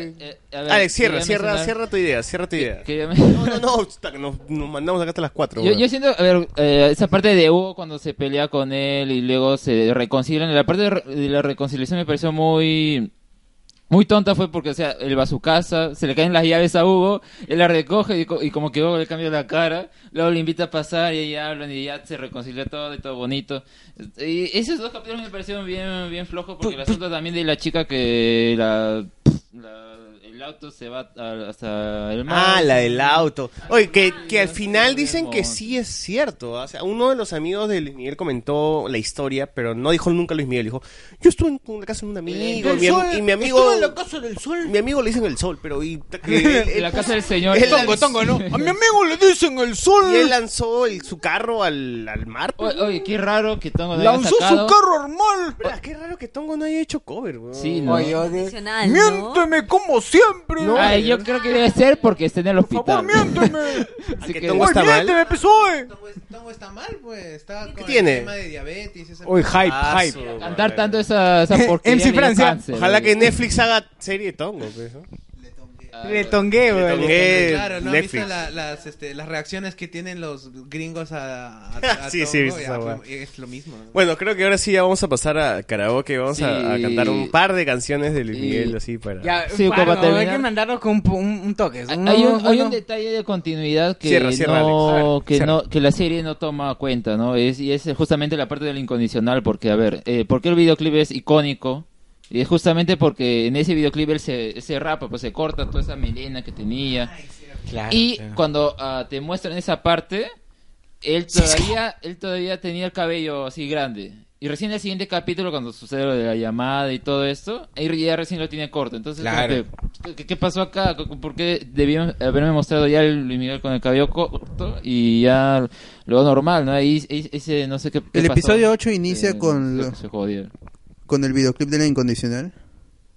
[SPEAKER 6] eh,
[SPEAKER 16] eh,
[SPEAKER 6] a ver,
[SPEAKER 5] Alex, cierra,
[SPEAKER 6] quería
[SPEAKER 5] cierra,
[SPEAKER 6] mencionar-
[SPEAKER 5] cierra tu idea, cierra tu idea. No, no, no, puta, que nos, nos mandamos acá hasta las cuatro.
[SPEAKER 6] Yo,
[SPEAKER 5] weón.
[SPEAKER 6] yo siento, a ver, eh, esa parte de Hugo cuando se pelea con él y luego se reconcilian, la parte de, re- de la reconciliación me pareció muy muy tonta fue porque, o sea, él va a su casa, se le caen las llaves a Hugo, él las recoge y, co- y como que Hugo le cambia la cara, luego le invita a pasar y ahí hablan y ya se reconcilia todo y todo bonito. Y esos dos capítulos me parecieron bien, bien flojos porque el asunto también de la chica que la, la- el auto se va a- hasta el mar.
[SPEAKER 5] Ah, la del auto. Oye, que, que al final dicen que sí es cierto. ¿ah? O sea, uno de los amigos de Luis Miguel comentó la historia, pero no dijo nunca Luis Miguel. Dijo, yo estuve en la casa de un amigo.
[SPEAKER 22] El
[SPEAKER 5] mi am-
[SPEAKER 22] sol,
[SPEAKER 5] y mi amigo...
[SPEAKER 22] estuve en la casa del sol.
[SPEAKER 5] Mi amigo le dicen el sol, pero... Y,
[SPEAKER 6] La casa del señor. Tongo, tongo, ¿no?
[SPEAKER 5] A mi amigo le dicen el sol. Y él lanzó el- su carro al, al mar.
[SPEAKER 6] Oye, oye, qué raro que Tongo no haya
[SPEAKER 5] Pues, Lanzó su
[SPEAKER 6] sacado-
[SPEAKER 5] carro al mar. Verdad, Qué raro que Tongo no haya hecho cover, weón.
[SPEAKER 6] Sí, no. Oye, oye.
[SPEAKER 8] Profesional, ¿no?
[SPEAKER 5] Miénteme como siempre.
[SPEAKER 6] Ah, yo creo que debe ser porque está en el hospital.
[SPEAKER 5] [laughs] Así que
[SPEAKER 6] que-
[SPEAKER 5] Tongo está
[SPEAKER 6] Oye,
[SPEAKER 5] mal.
[SPEAKER 6] miénteme,
[SPEAKER 7] E. Tongo está mal, pues. Está con
[SPEAKER 5] tiene?
[SPEAKER 7] el tema de diabetes. esa-
[SPEAKER 5] Uy, hype,
[SPEAKER 7] Ah,
[SPEAKER 5] hype.
[SPEAKER 7] su-
[SPEAKER 6] Cantar tanto
[SPEAKER 5] [laughs]
[SPEAKER 6] esa, esa porquería.
[SPEAKER 5] MC
[SPEAKER 6] le dio
[SPEAKER 5] Francia.
[SPEAKER 6] cáncer.
[SPEAKER 5] Ojalá que Netflix haga serie de Tongo. pues, ¿no?
[SPEAKER 16] Le tongué,
[SPEAKER 5] Le
[SPEAKER 16] weón.
[SPEAKER 5] tongué
[SPEAKER 7] Pues Claro, ¿no han visto
[SPEAKER 5] Netflix.
[SPEAKER 7] la- las, este, las reacciones que tienen los gringos a,
[SPEAKER 5] [laughs]
[SPEAKER 7] a- a
[SPEAKER 5] Sí, sí, he
[SPEAKER 7] Tongo?
[SPEAKER 5] visto
[SPEAKER 7] Ya,
[SPEAKER 5] esa
[SPEAKER 7] fue-
[SPEAKER 5] hueá.
[SPEAKER 7] Es lo mismo.
[SPEAKER 5] Bueno, creo que ahora sí ya vamos a pasar a karaoke. Vamos a, a
[SPEAKER 6] Sí.
[SPEAKER 5] cantar un par de canciones de Luis
[SPEAKER 6] Y-
[SPEAKER 5] Miguel así para.
[SPEAKER 16] Ya,
[SPEAKER 6] Sí,
[SPEAKER 16] bueno,
[SPEAKER 6] como
[SPEAKER 16] hay
[SPEAKER 6] terminar.
[SPEAKER 16] que mandarlo con un, po- un- un toque.
[SPEAKER 6] Hay un, hay
[SPEAKER 16] Uno-
[SPEAKER 6] un detalle de continuidad que
[SPEAKER 5] Cierra, cierra,
[SPEAKER 6] no,
[SPEAKER 5] Alex. A ver,
[SPEAKER 6] que
[SPEAKER 5] cierra.
[SPEAKER 6] no- que la serie no toma cuenta, ¿no? Es, y es justamente la parte del incondicional, porque a ver, eh, ¿por qué el videoclip es icónico? Y es justamente porque en ese videoclip él se, se rapa, pues se corta toda esa melena que tenía.
[SPEAKER 16] Claro,
[SPEAKER 6] y
[SPEAKER 16] claro.
[SPEAKER 6] cuando ah, te muestran esa parte, él todavía, él todavía tenía el cabello así grande. Y recién en el siguiente capítulo, cuando sucede lo de la llamada y todo esto, él ya recién lo tiene corto. Entonces, como
[SPEAKER 16] Claro.
[SPEAKER 6] que, ¿Qué, qué pasó acá? ¿Por qué debían haberme mostrado ya el Luis Miguel con el cabello corto y ya lo normal, ¿no? Ahí ahí- ese no sé qué. qué
[SPEAKER 10] El
[SPEAKER 6] pasó.
[SPEAKER 10] episodio 8 inicia
[SPEAKER 6] Eh,
[SPEAKER 10] con
[SPEAKER 6] creo
[SPEAKER 10] lo-
[SPEAKER 6] que se jodieron.
[SPEAKER 10] con el videoclip de la incondicional.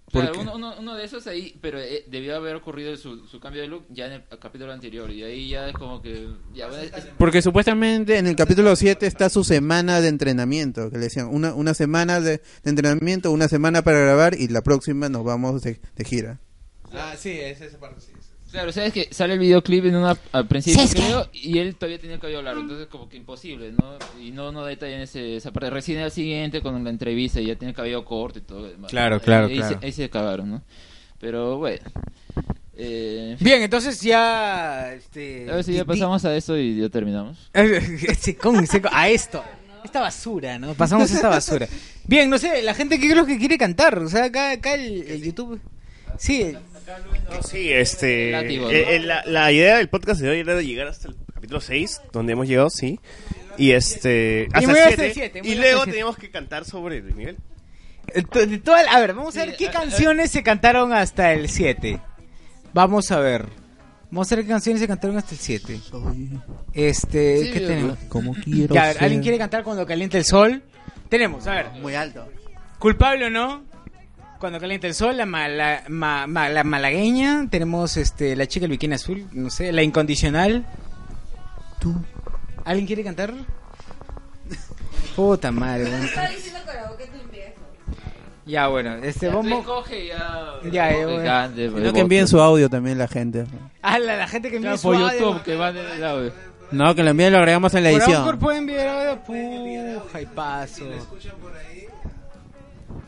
[SPEAKER 6] Claro,
[SPEAKER 10] Porque-
[SPEAKER 6] uno, uno- uno de esos ahí, pero eh, debió haber ocurrido su, su cambio de look ya en el capítulo anterior. Y ahí ya es como que. Ya, bueno, es-
[SPEAKER 10] Porque supuestamente en el capítulo 7 está su semana de entrenamiento, que le decían, una, una semana de, de entrenamiento, una semana para grabar y la próxima nos vamos de, de gira.
[SPEAKER 7] Ah, sí, es esa parte. Sí, sí.
[SPEAKER 6] Claro, sabes que sale el videoclip en una al principio
[SPEAKER 7] ¿Sabes qué?
[SPEAKER 6] creo, y él todavía tenía el cabello largo, entonces como que imposible, ¿no? Y no no detallan ese, esa parte. Recién al siguiente con la entrevista y ya tiene el cabello corto y todo. lo demás.
[SPEAKER 16] Claro, claro,
[SPEAKER 6] ahí,
[SPEAKER 16] claro.
[SPEAKER 6] Se, ahí se cagaron, ¿no? Pero bueno. Eh,
[SPEAKER 16] Bien, entonces ya... Este,
[SPEAKER 6] a ver si ya
[SPEAKER 16] di-
[SPEAKER 6] pasamos a esto y ya terminamos.
[SPEAKER 16] [laughs] Sí, con- sí, con- a esto. Esta basura, ¿no? Pasamos a esta basura. Bien, no sé, la gente que creo que quiere cantar. O sea, acá, acá el, el YouTube. Sí.
[SPEAKER 5] Sí, este.
[SPEAKER 16] Látigo, ¿no?
[SPEAKER 5] eh, eh, la, la idea del podcast de hoy era de llegar hasta el capítulo 6, donde hemos llegado, sí. Y este. Hasta
[SPEAKER 16] muy
[SPEAKER 5] el
[SPEAKER 16] hasta el
[SPEAKER 5] 7.
[SPEAKER 16] siete, muy
[SPEAKER 5] y
[SPEAKER 16] hasta
[SPEAKER 5] luego
[SPEAKER 16] el siete.
[SPEAKER 5] teníamos que cantar sobre Luis Miguel.
[SPEAKER 16] To- de toda la- a ver, vamos a ver qué canciones se cantaron hasta el 7. Vamos a ver. Vamos a ver qué canciones se cantaron hasta el 7. Este,
[SPEAKER 10] Sí,
[SPEAKER 16] ¿qué
[SPEAKER 10] yo-
[SPEAKER 16] tenemos?
[SPEAKER 10] Como quiero
[SPEAKER 16] Ya, a ver,
[SPEAKER 10] ser.
[SPEAKER 16] ¿alguien quiere cantar cuando caliente el sol? Tenemos, a ver. Muy alto. ¿Culpable o no? Cuando caliente el sol, la, mala- ma- ma- la malagueña. Tenemos este, la chica del bikini azul, no sé, la incondicional. ¿Tú? ¿Alguien quiere [laughs] cantar? Puta madre, weón. Ya, bueno, este
[SPEAKER 6] Ya, tú
[SPEAKER 16] bombo.
[SPEAKER 6] escoge, ya.
[SPEAKER 16] Ya, ya,
[SPEAKER 6] Escoge,
[SPEAKER 16] bueno.
[SPEAKER 6] ya, de-
[SPEAKER 10] Sino que envíen su audio también la gente.
[SPEAKER 16] Ah, la, la gente que envía
[SPEAKER 6] Claro,
[SPEAKER 16] su
[SPEAKER 6] por
[SPEAKER 16] audio.
[SPEAKER 6] YouTube que va en el audio.
[SPEAKER 23] No, que lo envíen y lo agregamos en la
[SPEAKER 10] Por
[SPEAKER 23] edición.
[SPEAKER 10] Anchor pueden enviar audio. Puh, jaipazo.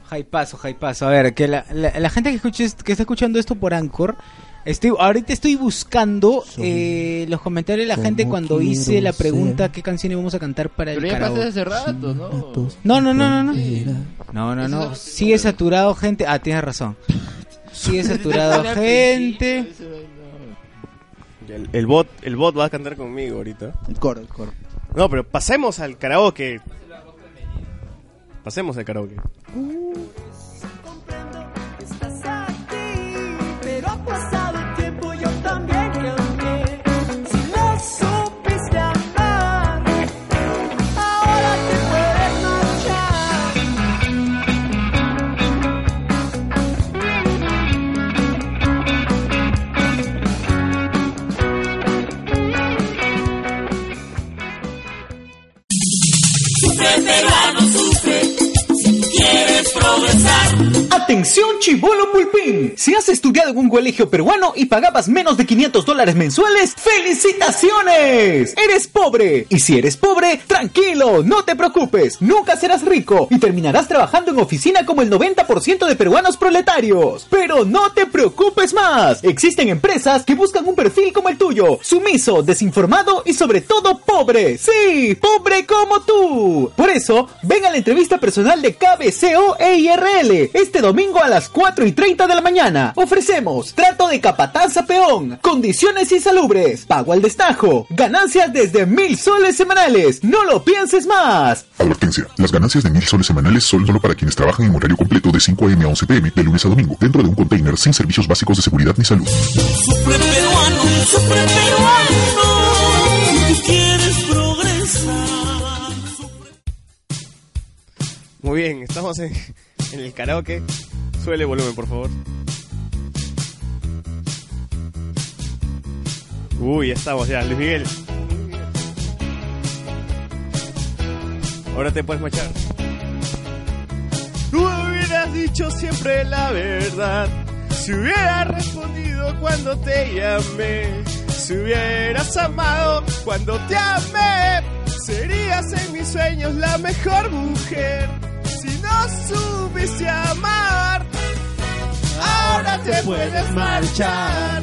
[SPEAKER 10] Jaipazo, jaipazo. A ver, que la, la- la gente que, escuche, est- que está escuchando esto por Anchor. Estoy, ahorita estoy buscando eh, los comentarios de la gente cuando
[SPEAKER 24] quiero
[SPEAKER 10] hice la
[SPEAKER 24] ser.
[SPEAKER 10] pregunta qué canción íbamos a cantar para el
[SPEAKER 6] Pero ya pasó
[SPEAKER 10] karaoke.
[SPEAKER 6] hace rato, ¿no?
[SPEAKER 10] No, no, no, no, no. No, no, no. Sigue saturado gente. Ah, tienes razón.
[SPEAKER 6] [laughs]
[SPEAKER 10] Sigue saturado
[SPEAKER 6] Era
[SPEAKER 10] gente.
[SPEAKER 5] El, el bot, el bot va a cantar conmigo ahorita.
[SPEAKER 25] El coro, el coro.
[SPEAKER 5] No, pero pasemos al karaoke. Pasemos al karaoke.
[SPEAKER 13] estás aquí, pero ha pasado el tiempo, yo también cambié. Si lo supiste amar, ahora te puedes marchar. Sufre, verano, sufre, si quieres progresar.
[SPEAKER 4] Atención chivolo pulpín, si has estudiado en un colegio peruano y pagabas menos de 500 dólares mensuales, felicitaciones, eres pobre. Y si eres pobre, tranquilo, no te preocupes, nunca serás rico y terminarás trabajando en oficina como el 90% de peruanos proletarios. Pero no te preocupes más, existen empresas que buscan un perfil como el tuyo, sumiso, desinformado y sobre todo pobre. Sí, pobre como tú. Por eso, ven a la entrevista personal de KBCO EIRL este domingo a las 4 y 30 de la mañana. Ofrecemos trato de capataz a peón, condiciones insalubres, pago al destajo, ganancias desde mil soles semanales. No lo pienses más.
[SPEAKER 26] Advertencia. Las ganancias de mil soles semanales son solo para quienes trabajan en horario completo de 5 a.m. a 11 p.m. de lunes a domingo dentro de un container sin servicios básicos de seguridad ni salud.
[SPEAKER 13] Sufre peruano, sufre peruano, si quieres progresar.
[SPEAKER 5] Muy bien, estamos en, en el karaoke. Suele el volumen, por favor. Uy, ya estamos ya, Luis Miguel. Ahora te puedes marchar. Tú hubieras dicho siempre la verdad. Si hubieras respondido cuando te llamé. Si hubieras amado cuando te amé. Serías en mis sueños la mejor mujer. Si no supiste amar. Ahora te puedes marchar.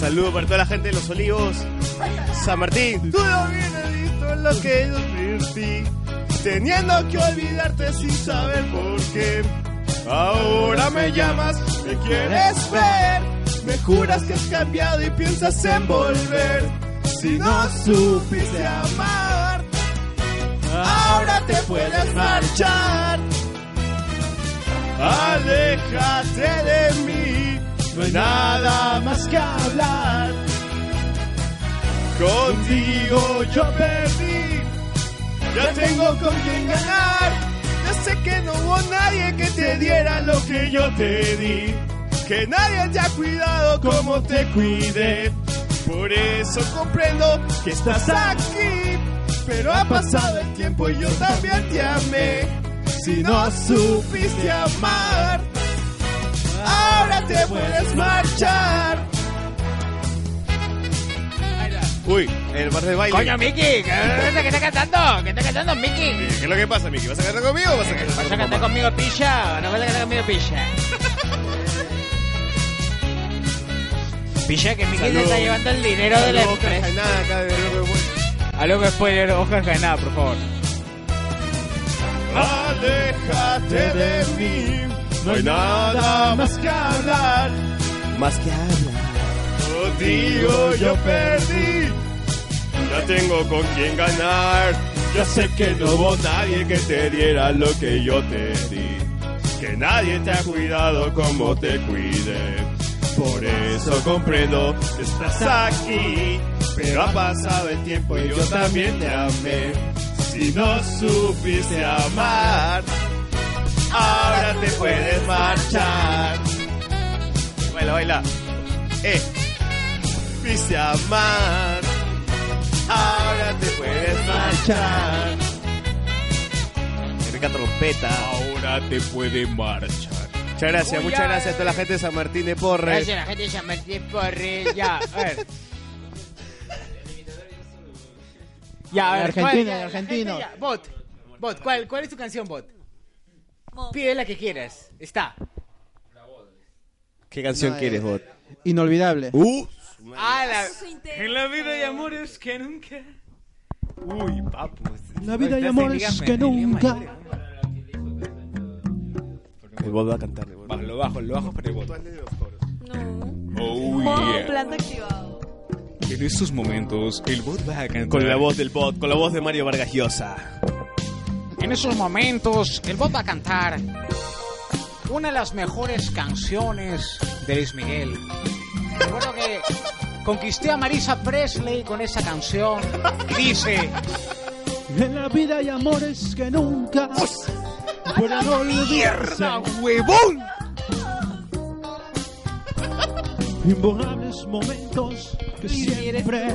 [SPEAKER 5] Saludo para toda la gente de Los Olivos. San Martín. Tú no hubieras visto lo que yo sufrí, Teniendo que olvidarte sin saber por qué. Ahora me llamas, me quieres ver. Me juras que has cambiado y piensas en volver. Si no supiste amar, ahora te puedes marchar. Aléjate de mí, no hay nada más que hablar. Contigo yo perdí, ya tengo con quien ganar. Ya sé que no hubo nadie que te diera lo que yo te di, que nadie te ha cuidado como te cuidé. Por eso comprendo que estás aquí, pero ha pasado el tiempo y yo también te amé. Si no supiste amar, ahora te puedes marchar. Uy, el bar de baile.
[SPEAKER 24] Coño, Miki, ¿qué que está cantando? ¿Qué está cantando, Miki?
[SPEAKER 5] ¿Qué es lo que pasa, Miki? ¿Vas a cantar conmigo o vas a cantar
[SPEAKER 24] ¿Vas a cantar conmigo, pilla? ¿O no vas a cantar conmigo, pilla? Pilla que Miki se
[SPEAKER 5] Saludos.
[SPEAKER 24] está llevando el dinero de la
[SPEAKER 5] Saludos,
[SPEAKER 24] empresa.
[SPEAKER 5] Algo que spoiler, Oscar Jaenada, por favor.
[SPEAKER 13] Aléjate de mí, no hay nada más que hablar.
[SPEAKER 5] Más que habla.
[SPEAKER 13] Contigo yo perdí,
[SPEAKER 5] Ya tengo con quién ganar. Ya sé que no hubo nadie que te diera lo que yo te di. Que nadie te ha cuidado como te cuide. Por eso comprendo que estás aquí. Pero ha pasado el tiempo y yo también te amé. Si no supiste amar, ahora te puedes marchar. Baila, baila. Eh, supiste amar. Ahora te puedes marchar. Rica trompeta. Ahora te puede marchar. Muchas gracias, muchas gracias a toda la gente de San Martín de Porres.
[SPEAKER 13] Gracias a la gente de San Martín Porres. Ya, a ver. [laughs] Ya, a ver.
[SPEAKER 27] Argentino,
[SPEAKER 13] ¿cuál- ya,
[SPEAKER 27] argentino.
[SPEAKER 13] la gente ya, Bot, Bot, ¿cuál, ¿cuál es tu canción, Bot? Pide la que quieras. Está.
[SPEAKER 5] ¿Qué canción
[SPEAKER 10] No, eh.
[SPEAKER 5] quieres, bot?
[SPEAKER 10] Inolvidable.
[SPEAKER 5] Uh,
[SPEAKER 13] Ah, la...
[SPEAKER 4] En la vida hay amores que nunca.
[SPEAKER 5] Uy, papu.
[SPEAKER 4] La vida hay amores que nunca.
[SPEAKER 5] el bot va a cantar. el bot.
[SPEAKER 28] Lo bajo, lo bajo para el bot.
[SPEAKER 4] Modo
[SPEAKER 28] Oh, yeah.
[SPEAKER 8] plan activado.
[SPEAKER 28] En estos momentos, el bot va a cantar.
[SPEAKER 5] Con la voz del bot, con la voz de Mario Vargas Llosa.
[SPEAKER 13] En esos momentos, el bot va a cantar una de las mejores canciones de Luis Miguel. Recuerdo que conquisté a Marisa Presley con esa canción y dice...
[SPEAKER 4] En la vida hay amores que nunca. Pueden
[SPEAKER 13] ¡Mierda,
[SPEAKER 4] olvidarse.
[SPEAKER 13] huevón!
[SPEAKER 4] Imborrables momentos que siempre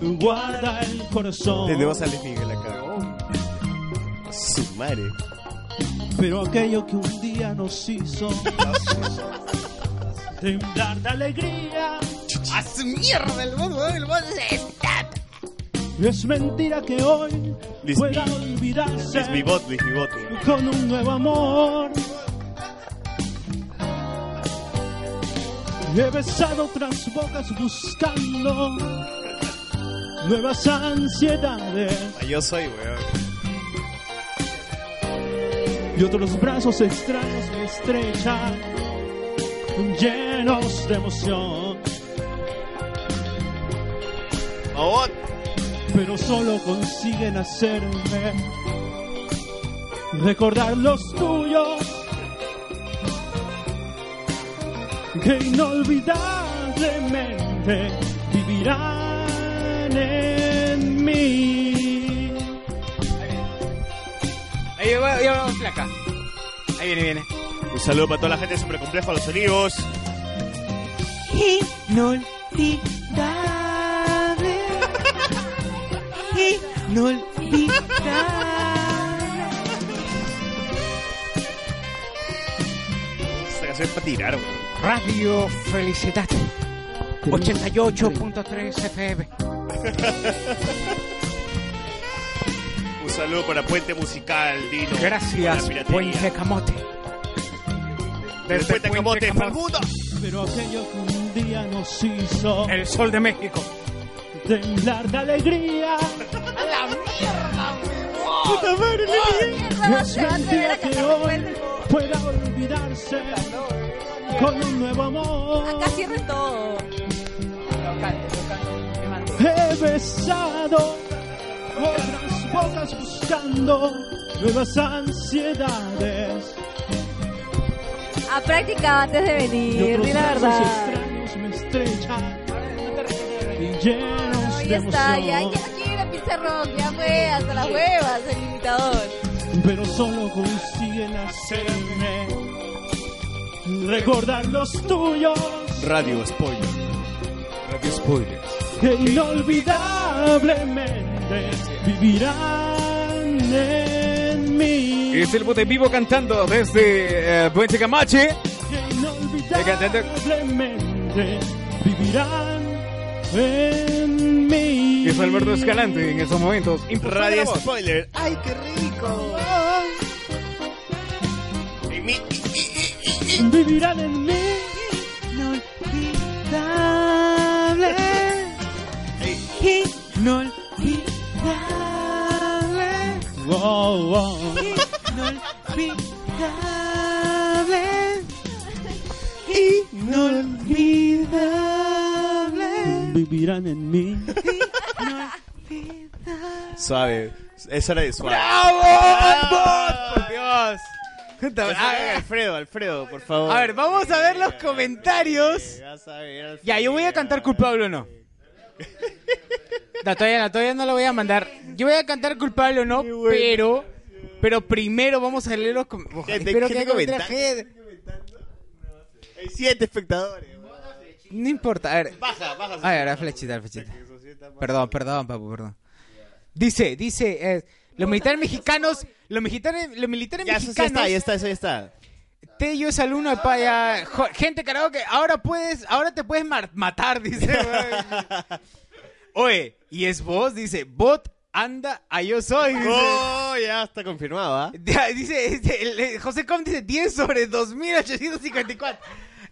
[SPEAKER 4] guarda el corazón.
[SPEAKER 5] Tenemos a Luis Miguel acá. Su madre.
[SPEAKER 4] Pero aquello que un día
[SPEAKER 13] [laughs]
[SPEAKER 4] nos hizo temblar de alegría
[SPEAKER 13] ¡A su mierda! El bot, huevón, el bot es
[SPEAKER 4] es mentira que hoy
[SPEAKER 5] Luis
[SPEAKER 4] pueda
[SPEAKER 5] Mi-
[SPEAKER 4] olvidarse
[SPEAKER 5] Luis mi bot, Luis mi bot.
[SPEAKER 4] con un nuevo amor. He besado otras bocas buscando nuevas ansiedades
[SPEAKER 5] Ah, Yo soy, weón.
[SPEAKER 4] y otros brazos extraños me estrechan llenos de emoción. Pero solo consiguen hacerme recordar los tuyos. Que inolvidablemente vivirán en mí.
[SPEAKER 13] Ahí llegó, ahí llegó flaca. Ahí viene, viene.
[SPEAKER 5] Un saludo para toda la gente de Supercomplejo, a los olivos.
[SPEAKER 4] Inolvidable. Inolvidable.
[SPEAKER 5] Esta canción es para tirar, weón.
[SPEAKER 13] Radio Felicidad 88.3 FM.
[SPEAKER 5] Un saludo para Puente Musical, Dino.
[SPEAKER 13] Gracias,
[SPEAKER 5] Para la piratería.
[SPEAKER 13] Puente Camote.
[SPEAKER 5] Desde Puente Camote, Farmundo.
[SPEAKER 4] Pero aquello que un día nos hizo
[SPEAKER 13] El sol de México.
[SPEAKER 4] temblar de alegría. ¡Puta madre, Lili! Es mentira que hoy pueda olvidarse con un nuevo amor. Acá
[SPEAKER 8] cierren todo.
[SPEAKER 4] He besado otras bocas buscando nuevas ansiedades.
[SPEAKER 8] A práctica antes de venir, di la verdad.
[SPEAKER 4] extraños me estrechan llenos de
[SPEAKER 8] Ya está, ya,
[SPEAKER 4] emoción.
[SPEAKER 8] ya quiero pizarrón, ya fue, hasta las huevas, el limitador.
[SPEAKER 4] pero solo consiguen hacerme recordar los tuyos
[SPEAKER 5] Radio Spoiler. Radio Spoiler.
[SPEAKER 4] que inolvidablemente vivirán en mí.
[SPEAKER 29] Es el bote en vivo cantando desde eh, Puente Camache.
[SPEAKER 4] Que
[SPEAKER 29] El cantante-
[SPEAKER 4] inolvidablemente vivirán en mí.
[SPEAKER 29] Es Alberto Escalante en estos momentos. Impulsando
[SPEAKER 5] Radio
[SPEAKER 29] la [laughs] voz.
[SPEAKER 5] Spoiler.
[SPEAKER 4] ¡Ay, qué rico!
[SPEAKER 5] En mí.
[SPEAKER 4] Vivirán en mí.
[SPEAKER 13] Inolvidable. Inolvidable.
[SPEAKER 4] Wow, wow.
[SPEAKER 13] Inolvidable.
[SPEAKER 4] Inolvidable. Vivirán en
[SPEAKER 10] [laughs]
[SPEAKER 4] mí.
[SPEAKER 5] Suave. Es hora de suave.
[SPEAKER 13] ¡Bravo! ¡Por Dios!
[SPEAKER 5] Ah, Alfredo, Alfredo, por favor.
[SPEAKER 13] A ver, vamos a ver los comentarios. Ya, yo voy a cantar culpable o no. No, todavía no, todavía no lo voy a mandar. Yo voy a cantar culpable o no, pero. Pero primero vamos a leer los comentarios.
[SPEAKER 5] Gente,
[SPEAKER 13] Espero que
[SPEAKER 5] gente
[SPEAKER 13] haya otra
[SPEAKER 5] comentando.
[SPEAKER 13] gente.
[SPEAKER 5] Hay siete espectadores.
[SPEAKER 13] No importa, a ver.
[SPEAKER 5] Baja, baja.
[SPEAKER 13] A ver, la flechita, la flechita. Perdón, perdón, papu, perdón. Dice, dice, eh, los militares mexicanos, los militares, los militares
[SPEAKER 5] Ya, eso
[SPEAKER 13] mexicanos
[SPEAKER 5] ya está, ya está, eso ya está.
[SPEAKER 4] Tello es alumno de Paya. Jo- Gente, carajo, que ahora puedes, ahora te puedes mar- matar, dice. weón. [laughs] Oye, y es vos, dice, bot anda a yo soy. Dice.
[SPEAKER 5] Oh, ya está confirmado, ¿ah?
[SPEAKER 4] Ya, Dice, este, el- el- José Com dice 10 sobre 2854.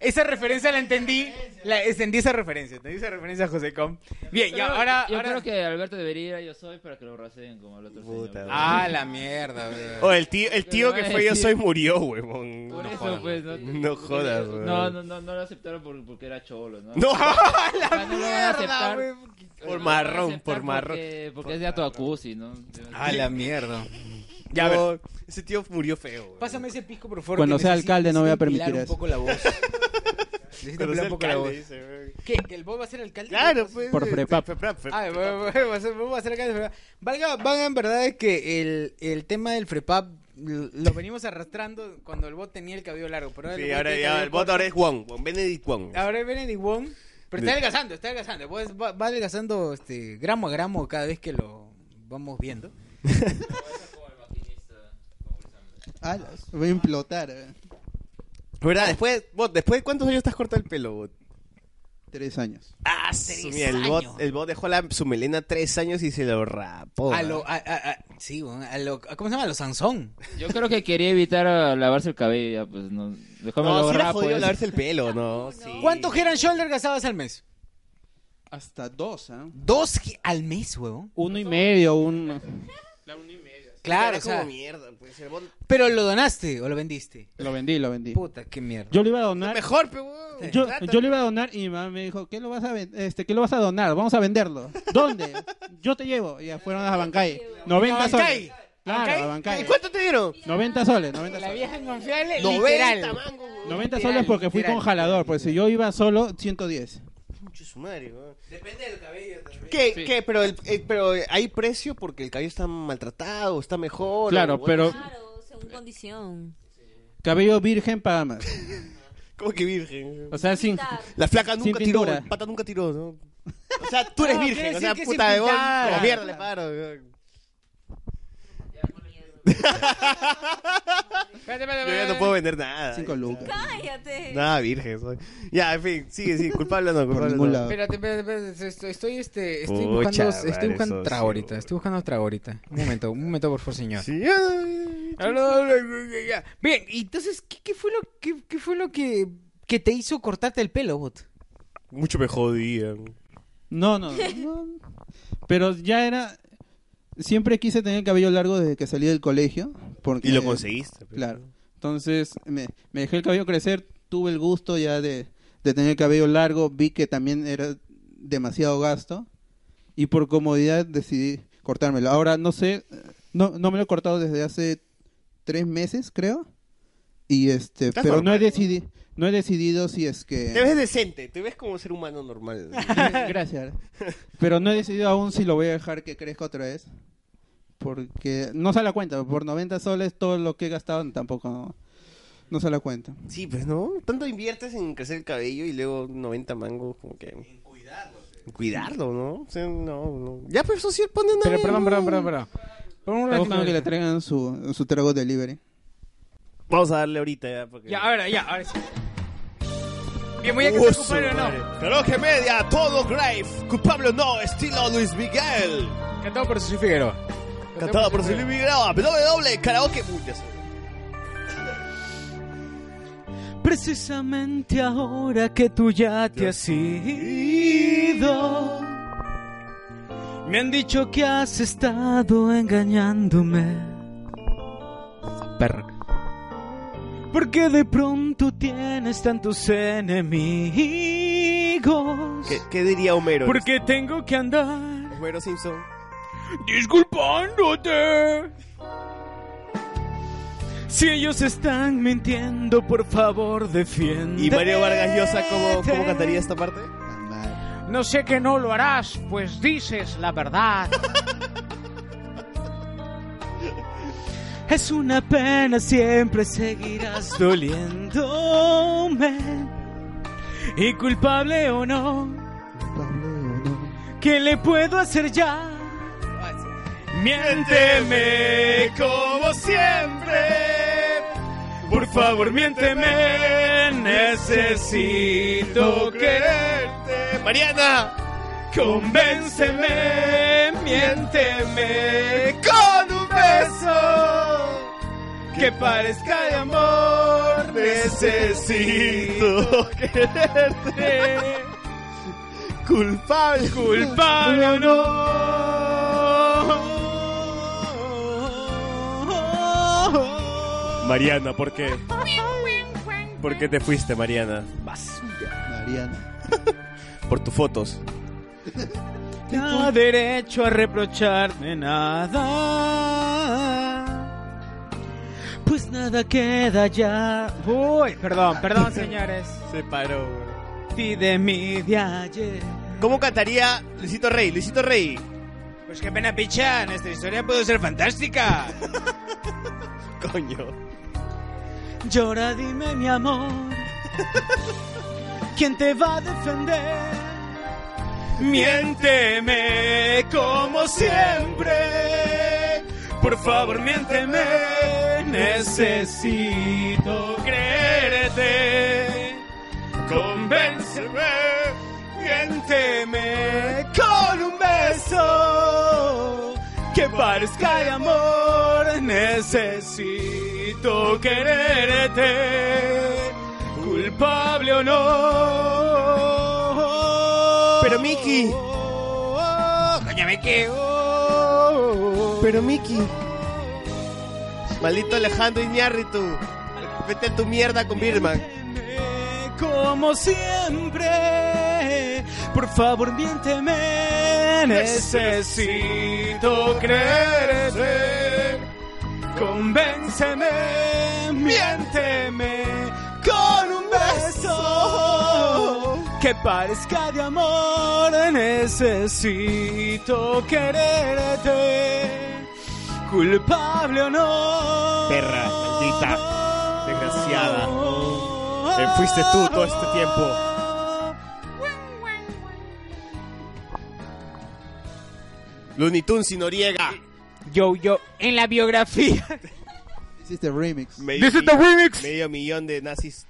[SPEAKER 4] Esa referencia la entendí. La, entendí esa referencia. Entendí esa referencia a José Com. Bien, y
[SPEAKER 6] Yo-
[SPEAKER 4] ahora.
[SPEAKER 6] Yo
[SPEAKER 4] ahora-
[SPEAKER 6] creo que Alberto debería ir a Yo Soy para que lo raseen como el otro señor.
[SPEAKER 4] Ah, la mierda, weón.
[SPEAKER 5] O Oh, el tío, el tío
[SPEAKER 6] Lo
[SPEAKER 5] que
[SPEAKER 6] iba a
[SPEAKER 5] fue yo
[SPEAKER 6] decir.
[SPEAKER 5] soy murió, huevón.
[SPEAKER 6] Eh. Por
[SPEAKER 5] No
[SPEAKER 6] eso,
[SPEAKER 5] jodas.
[SPEAKER 6] pues, no,
[SPEAKER 5] [laughs] No jodas,
[SPEAKER 6] no,
[SPEAKER 5] weón.
[SPEAKER 6] no, no, no, no lo aceptaron por- porque era cholo, ¿no?
[SPEAKER 5] [laughs] ¡No! ¡A
[SPEAKER 6] O sea, no lo van a
[SPEAKER 4] Ah,
[SPEAKER 6] aceptar-
[SPEAKER 5] mierda, Por
[SPEAKER 6] no lo van a
[SPEAKER 5] marrón,
[SPEAKER 6] aceptar
[SPEAKER 5] por marrón.
[SPEAKER 6] Porque, porque es de Atuacusi, ¿no?
[SPEAKER 4] A la mierda.
[SPEAKER 5] Ya, pero ese tío murió feo, weón.
[SPEAKER 4] Pásame ese pisco, por favor.
[SPEAKER 30] Cuando
[SPEAKER 4] que
[SPEAKER 30] sea
[SPEAKER 4] necesito-
[SPEAKER 30] alcalde no voy a
[SPEAKER 4] necesito
[SPEAKER 30] permitir
[SPEAKER 4] apilar
[SPEAKER 30] eso.
[SPEAKER 4] un poco la [laughs] voz.
[SPEAKER 5] Cuando
[SPEAKER 4] Necesito
[SPEAKER 5] sea
[SPEAKER 4] apilar un poco la voz.
[SPEAKER 5] alcalde, dice, weón.
[SPEAKER 4] ¿Qué? ¿Que el Bob va a ser alcalde?
[SPEAKER 5] Claro, pues,
[SPEAKER 30] Por
[SPEAKER 5] eh,
[SPEAKER 30] Frepap.
[SPEAKER 5] Frepap.
[SPEAKER 4] Ah, bueno, bueno, va a ser- vamos a hacer acá de Frepap. Valga, valga en verdad es que el, el tema del Frepap l- lo venimos arrastrando cuando el bot tenía el cabello largo. Pero
[SPEAKER 5] Sí,
[SPEAKER 6] pues,
[SPEAKER 4] el bot
[SPEAKER 5] ahora
[SPEAKER 4] tiene
[SPEAKER 5] ya, el
[SPEAKER 4] cabello
[SPEAKER 5] bot
[SPEAKER 4] corto.
[SPEAKER 5] ahora es Juan, Juan Benedict Juan.
[SPEAKER 6] Ah.
[SPEAKER 4] Ahora viene el Wong. Pero está adelgazando, está adelgazando. Pues va, va adelgazando este, gramo a gramo cada vez que lo vamos viendo.
[SPEAKER 30] Alas, voy a implotar. eh.
[SPEAKER 5] ¿Verdad? Después, bot, ¿después de cuántos años te has cortado el pelo, bot?
[SPEAKER 30] Tres años.
[SPEAKER 5] Ah, sí, mira, el bot, el bot dejó la, su melena tres años y se lo rapó.
[SPEAKER 4] A
[SPEAKER 5] ¿eh?
[SPEAKER 4] lo, a, a- a- sí, weón, a lo, ¿cómo se llama? A lo Sansón.
[SPEAKER 6] Yo creo que quería evitar ah, lavarse el cabello, ya, pues no. Dejó pues.
[SPEAKER 5] No,
[SPEAKER 6] lo
[SPEAKER 5] sí era
[SPEAKER 6] rapo,
[SPEAKER 5] jodido
[SPEAKER 6] ese.
[SPEAKER 5] lavarse el pelo, no, sí.
[SPEAKER 4] ¿Cuántos Head and Shoulder gastabas al mes?
[SPEAKER 30] Hasta dos, ¿ah?
[SPEAKER 10] ¿eh?
[SPEAKER 4] ¿Dos ge- al mes, huevón?
[SPEAKER 30] Uno y medio, uno.
[SPEAKER 4] Claro,
[SPEAKER 5] Era
[SPEAKER 4] o sea,
[SPEAKER 5] como mierda, pues, el bot-
[SPEAKER 4] pero lo donaste o lo vendiste.
[SPEAKER 30] Lo vendí, lo vendí.
[SPEAKER 4] Puta, qué mierda.
[SPEAKER 10] Yo le iba a donar.
[SPEAKER 5] Mejor, pe, weón.
[SPEAKER 10] Yo,
[SPEAKER 5] Trata-
[SPEAKER 10] yo le iba a donar y mi mamá me dijo, ¿qué lo vas a ven- este, ¿qué lo vas a donar? Vamos a venderlo. ¿Dónde? [laughs] Yo te llevo. Y ya fueron a Bancay. 90
[SPEAKER 5] Abancay.
[SPEAKER 10] soles. Claro, a Abancay.
[SPEAKER 5] ¿Y cuánto te dieron?
[SPEAKER 10] 90 soles, 90
[SPEAKER 4] La vieja confiable,
[SPEAKER 5] 90
[SPEAKER 4] literal.
[SPEAKER 5] mango, weón.
[SPEAKER 10] 90
[SPEAKER 4] Literal,
[SPEAKER 10] soles porque fui
[SPEAKER 4] literal.
[SPEAKER 10] con jalador, pues si yo iba solo, 110.
[SPEAKER 5] Mucho su madre, weón.
[SPEAKER 31] Depende del cabello también.
[SPEAKER 5] ¿Qué?
[SPEAKER 10] Sí.
[SPEAKER 5] ¿Qué? Pero, el- eh, pero hay precio porque el cabello está maltratado, está mejor.
[SPEAKER 10] Claro,
[SPEAKER 5] o-
[SPEAKER 10] pero
[SPEAKER 8] Claro, según condición.
[SPEAKER 10] cabello virgen paga más.
[SPEAKER 5] ¿Cómo que virgen?
[SPEAKER 10] O sea, sin...
[SPEAKER 5] La flaca
[SPEAKER 10] Sin
[SPEAKER 5] nunca tiró,
[SPEAKER 10] pintura.
[SPEAKER 5] el pata nunca tiró, ¿no? O sea, tú eres
[SPEAKER 4] No,
[SPEAKER 5] virgen,
[SPEAKER 4] quiere
[SPEAKER 5] o sea,
[SPEAKER 4] decir que sin
[SPEAKER 5] puta de gol.
[SPEAKER 4] pintar.
[SPEAKER 5] Como mierda le paro, weón.
[SPEAKER 4] Espérate,
[SPEAKER 5] Yo ya
[SPEAKER 4] espérate,
[SPEAKER 5] no
[SPEAKER 4] espérate.
[SPEAKER 5] puedo vender nada.
[SPEAKER 30] Cinco lucas.
[SPEAKER 8] Cállate.
[SPEAKER 5] Nada, virgen. soy. Ya, en fin, sigue, sigue. Culpable o no, culpable
[SPEAKER 30] ningún
[SPEAKER 5] no.
[SPEAKER 30] lado.
[SPEAKER 4] Espérate, espérate, espérate, estoy, estoy, este, estoy
[SPEAKER 5] Pucha,
[SPEAKER 4] buscando, estoy
[SPEAKER 5] madre,
[SPEAKER 4] buscando
[SPEAKER 5] socio.
[SPEAKER 4] trago ahorita, estoy buscando trago ahorita. Un momento, un momento, por favor, señor.
[SPEAKER 5] Sí, ay,
[SPEAKER 4] Ah, no, no, no, ya, ya. Bien, y entonces, ¿qué, qué fue lo, qué, qué fue lo que, que te hizo cortarte el pelo, bot?
[SPEAKER 5] Mucho me jodía.
[SPEAKER 10] No, no, no. Pero ya era... Siempre quise tener el cabello largo desde que salí del colegio. Porque,
[SPEAKER 5] Y lo conseguiste. pe.
[SPEAKER 10] Claro. Entonces me, me dejé el cabello crecer, tuve el gusto ya de, de tener el cabello largo, vi que también era demasiado gasto y por comodidad decidí cortármelo. Ahora no sé, no, no me lo he cortado desde hace tres meses creo y este,
[SPEAKER 5] Estás
[SPEAKER 10] pero no he
[SPEAKER 5] normal, ¿no?
[SPEAKER 10] decidido, no he decidido si es
[SPEAKER 5] Te ves
[SPEAKER 10] que
[SPEAKER 5] decente, te ves como un ser humano normal.
[SPEAKER 10] [laughs] gracias, pero no he decidido aún si lo voy a dejar que crezca otra vez. Porque no sale a cuenta, por 90 soles todo lo que he gastado tampoco no, no sale a cuenta.
[SPEAKER 5] Sí, pues no. Tanto inviertes en crecer el cabello y luego 90 mangos, como que. En cuidarlo. En cuidarlo, ¿no? O sea, no, no. Ya, pues socio, pone una.
[SPEAKER 4] Pero,
[SPEAKER 5] vez,
[SPEAKER 4] perdón,
[SPEAKER 5] ¿no?
[SPEAKER 4] perdón, perdón, perdón. Por un
[SPEAKER 10] Está buscando que le
[SPEAKER 4] ratito.
[SPEAKER 10] traigan su, su trago delivery.
[SPEAKER 5] Vamos a darle ahorita ya. Porque...
[SPEAKER 4] Ya, ahora, ya, ahora sí. Bien, voy a casar
[SPEAKER 5] Uso,
[SPEAKER 4] compadre o no.
[SPEAKER 5] madre. Reloje media, todo grave. Culpable o no, estilo Luis Miguel.
[SPEAKER 4] Cantado por Susi Figueroa.
[SPEAKER 5] Cantado por Luis Miguel. Doble, doble, karaoke. Uy, ya sé.
[SPEAKER 32] Precisamente ahora que tú ya te has ido, me han dicho que has estado engañándome. Perra. Porque de pronto tienes tantos enemigos.
[SPEAKER 5] ¿Qué, qué diría Homero?
[SPEAKER 32] Porque tengo que andar
[SPEAKER 5] Homero Simpson.
[SPEAKER 32] disculpándote. Si ellos están mintiendo, por favor, defiende.
[SPEAKER 5] ¿Y Mario Vargas Llosa cómo, cómo cantaría esta parte?
[SPEAKER 32] No sé que no lo harás, pues dices la verdad. [laughs] es una pena, siempre [laughs] seguirás doliéndome. Y culpable o no, ¿qué le puedo hacer ya? Miénteme como siempre.
[SPEAKER 4] Por favor, miénteme, necesito creerte. Mariana, convénceme, miénteme con un beso que parezca de amor. Necesito quererte. Culpable, culpable o no.
[SPEAKER 5] Mariana, ¿por qué? ¿Por qué te fuiste, Mariana?
[SPEAKER 10] Mariana.
[SPEAKER 5] Por tus fotos.
[SPEAKER 13] No Ah, derecho a reprocharme nada. Pues nada queda ya. Uy, perdón,
[SPEAKER 5] [laughs]
[SPEAKER 13] perdón, señores.
[SPEAKER 5] Se paró.
[SPEAKER 13] Ti de mí de ayer.
[SPEAKER 5] ¿Cómo cantaría Luisito Rey? Luisito Rey.
[SPEAKER 13] Pues qué pena, picha. Nuestra historia puede ser
[SPEAKER 5] [laughs]
[SPEAKER 13] fantástica.
[SPEAKER 5] Coño.
[SPEAKER 13] Llora, dime, mi amor.
[SPEAKER 5] [laughs]
[SPEAKER 13] ¿Quién te va a defender?
[SPEAKER 4] Miénteme como siempre. Por favor, miénteme. Necesito creerte. Convénceme. Miénteme con un beso. Que parezca de amor. Necesito quererte. Culpable o no.
[SPEAKER 33] Pero Miki.
[SPEAKER 13] Coño, Miki.
[SPEAKER 33] Pero Miki. Maldito Alejandro Iñárritu. Vete a tu mierda con Birman.
[SPEAKER 13] Como siempre, por favor, miénteme.
[SPEAKER 4] Necesito creerte. Convénceme, miénteme con un beso que parezca de amor. Necesito quererte, culpable o no.
[SPEAKER 5] Perra, maldita. Desgraciada. Te fuiste tú todo este tiempo. Looney Tunes y Noriega.
[SPEAKER 8] Yo, yo, en la biografía.
[SPEAKER 10] Hiciste remix.
[SPEAKER 8] This is the remix.
[SPEAKER 5] Medio millón de nazis.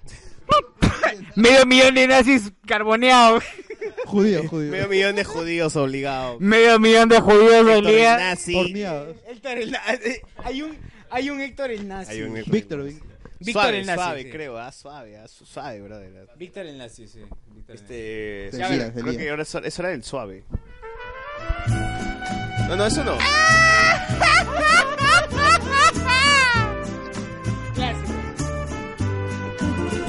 [SPEAKER 8] Medio millón de nazis carboneados. [laughs]
[SPEAKER 4] [laughs]
[SPEAKER 10] Judío, judío.
[SPEAKER 5] Medio millón de judíos obligados.
[SPEAKER 8] Medio millón de judíos
[SPEAKER 5] Héctor
[SPEAKER 8] al día.
[SPEAKER 5] el nazi.
[SPEAKER 13] Héctor el Nazi. Ah, Hay un, hay un Héctor el Nazi.
[SPEAKER 5] Hay un Héctor
[SPEAKER 10] Víctor, Víctor.
[SPEAKER 13] Víctor
[SPEAKER 5] suave,
[SPEAKER 13] el Nazi,
[SPEAKER 5] Suave,
[SPEAKER 13] sí.
[SPEAKER 5] creo, ah, suave, ah, su- suave, brother.
[SPEAKER 13] Víctor el Nazi, sí. Víctor el
[SPEAKER 5] Este,
[SPEAKER 13] Nazi.
[SPEAKER 5] sí, creo que ahora es hora, es hora del suave. No, no, eso no.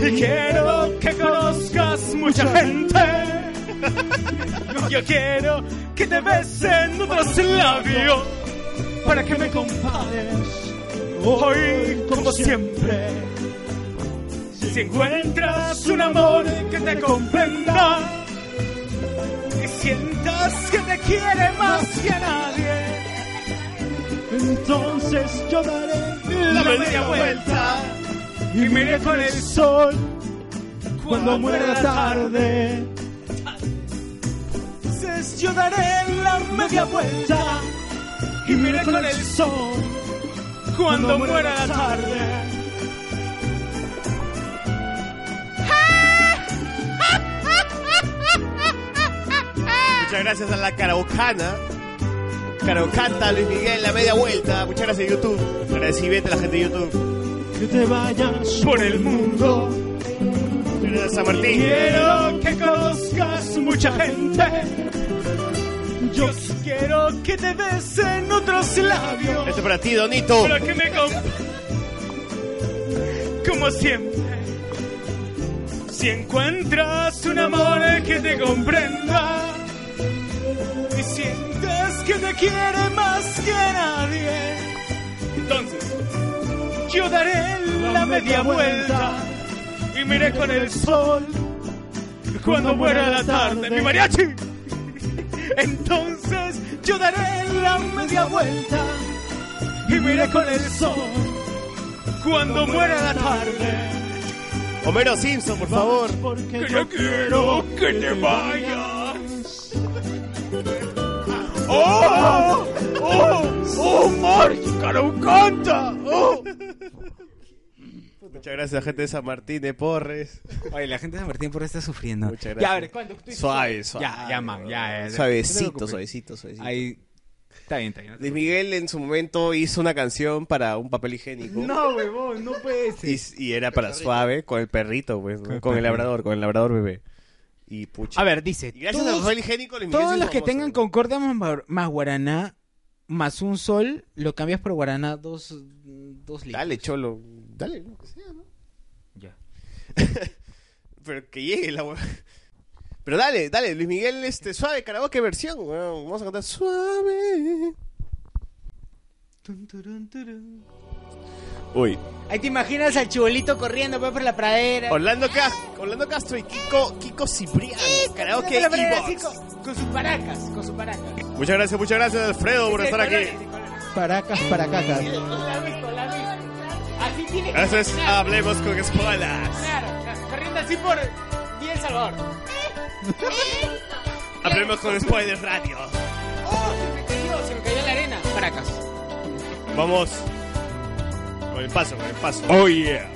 [SPEAKER 4] Y quiero que conozcas mucha gente. Yo quiero que te besen otros labios para que me compares hoy como siempre. Si encuentras un amor que te comprenda y sientas que te quiere más que a nadie, entonces yo daré la media vuelta y miré con el sol cuando muera la tarde. Entonces yo daré la media vuelta y miré con el sol cuando muera la tarde.
[SPEAKER 5] Muchas gracias a la Caraucana. Caraucanta, Luis Miguel, la media vuelta. Muchas gracias, YouTube. Agradecimiento a la gente de YouTube.
[SPEAKER 4] Que te vayas por el mundo.
[SPEAKER 5] Gracias a San Martín.
[SPEAKER 4] Quiero que conozcas mucha gente. Yo quiero que te besen otros labios.
[SPEAKER 5] Esto para ti, Donito.
[SPEAKER 4] Para que me comp- Como siempre. Si encuentras un amor que te comprenda y sientes que te quiere más que nadie, entonces
[SPEAKER 5] yo daré la media vuelta y miré con el sol cuando muera la tarde. ¡Mi mariachi! [laughs] Entonces yo daré la media vuelta y miré con el sol cuando muera la tarde.
[SPEAKER 13] Homero Simpson, por favor.
[SPEAKER 5] Que yo quiero que te vayas. ¡Oh! ¡Oh! ¡Oh, Marge! ¡Carón canta! ¡Oh!
[SPEAKER 13] Muchas gracias, gente de San Martín de Porres.
[SPEAKER 4] Oye, la gente de San Martín por ahí está sufriendo.
[SPEAKER 13] Muchas
[SPEAKER 34] Ya, a ver, ¿cuánto? Tú dices-
[SPEAKER 13] Suave, suave.
[SPEAKER 34] Ya, ya, man, ya. eh,
[SPEAKER 13] Suavecito,
[SPEAKER 34] no te preocupes.
[SPEAKER 13] suavecito, suavecito.
[SPEAKER 34] Ahí. Está bien, está bien.
[SPEAKER 13] Luis Miguel en su momento hizo una canción para un papel higiénico.
[SPEAKER 34] No, huevón, no puede ser.
[SPEAKER 13] Y, y era para suave con el perrito, pues, ¿no?
[SPEAKER 4] Con el
[SPEAKER 13] con,
[SPEAKER 4] perrito.
[SPEAKER 13] el labrador, con el labrador bebé. Y pucha.
[SPEAKER 4] A ver, dice.
[SPEAKER 13] Y gracias
[SPEAKER 4] todos-
[SPEAKER 13] al papel higiénico, Luis Miguel se
[SPEAKER 4] Todos
[SPEAKER 13] hizo
[SPEAKER 4] los que
[SPEAKER 13] famoso.
[SPEAKER 4] tengan Concordia más, bar- más Guaraná más un sol, lo cambias por Guaraná dos, dos litros.
[SPEAKER 13] Dale, cholo. Dale, lo que sea, ¿no?
[SPEAKER 4] Ya.
[SPEAKER 13] [laughs] Pero que llegue la hue- Pero dale, dale, Luis Miguel, este, suave, karaoke versión, weón. Vamos a cantar suave. Uy.
[SPEAKER 4] Ahí te imaginas al chibolito corriendo pues, por la pradera.
[SPEAKER 13] Orlando Castro, Orlando Castro y Kiko, Kiko Cipriano. Karaoke
[SPEAKER 4] Por la pradera,
[SPEAKER 13] y
[SPEAKER 4] así
[SPEAKER 13] box.
[SPEAKER 4] con, con sus paracas, con sus paracas.
[SPEAKER 13] Muchas gracias, muchas gracias, Alfredo, por estar aquí.
[SPEAKER 10] Paracas, paracacas.
[SPEAKER 4] La he visto, la he visto. Así tiene que
[SPEAKER 13] Gracias,
[SPEAKER 4] caminar.
[SPEAKER 13] hablemos con espuelas.
[SPEAKER 4] Claro, claro, corriendo así por Bien Salvador.
[SPEAKER 13] Hablemos con Spoiler Radio.
[SPEAKER 4] ¡Oh, se me cayó! Se me cayó en la arena. Paracas.
[SPEAKER 13] Vamos. Con el paso, con el paso. Oh yeah.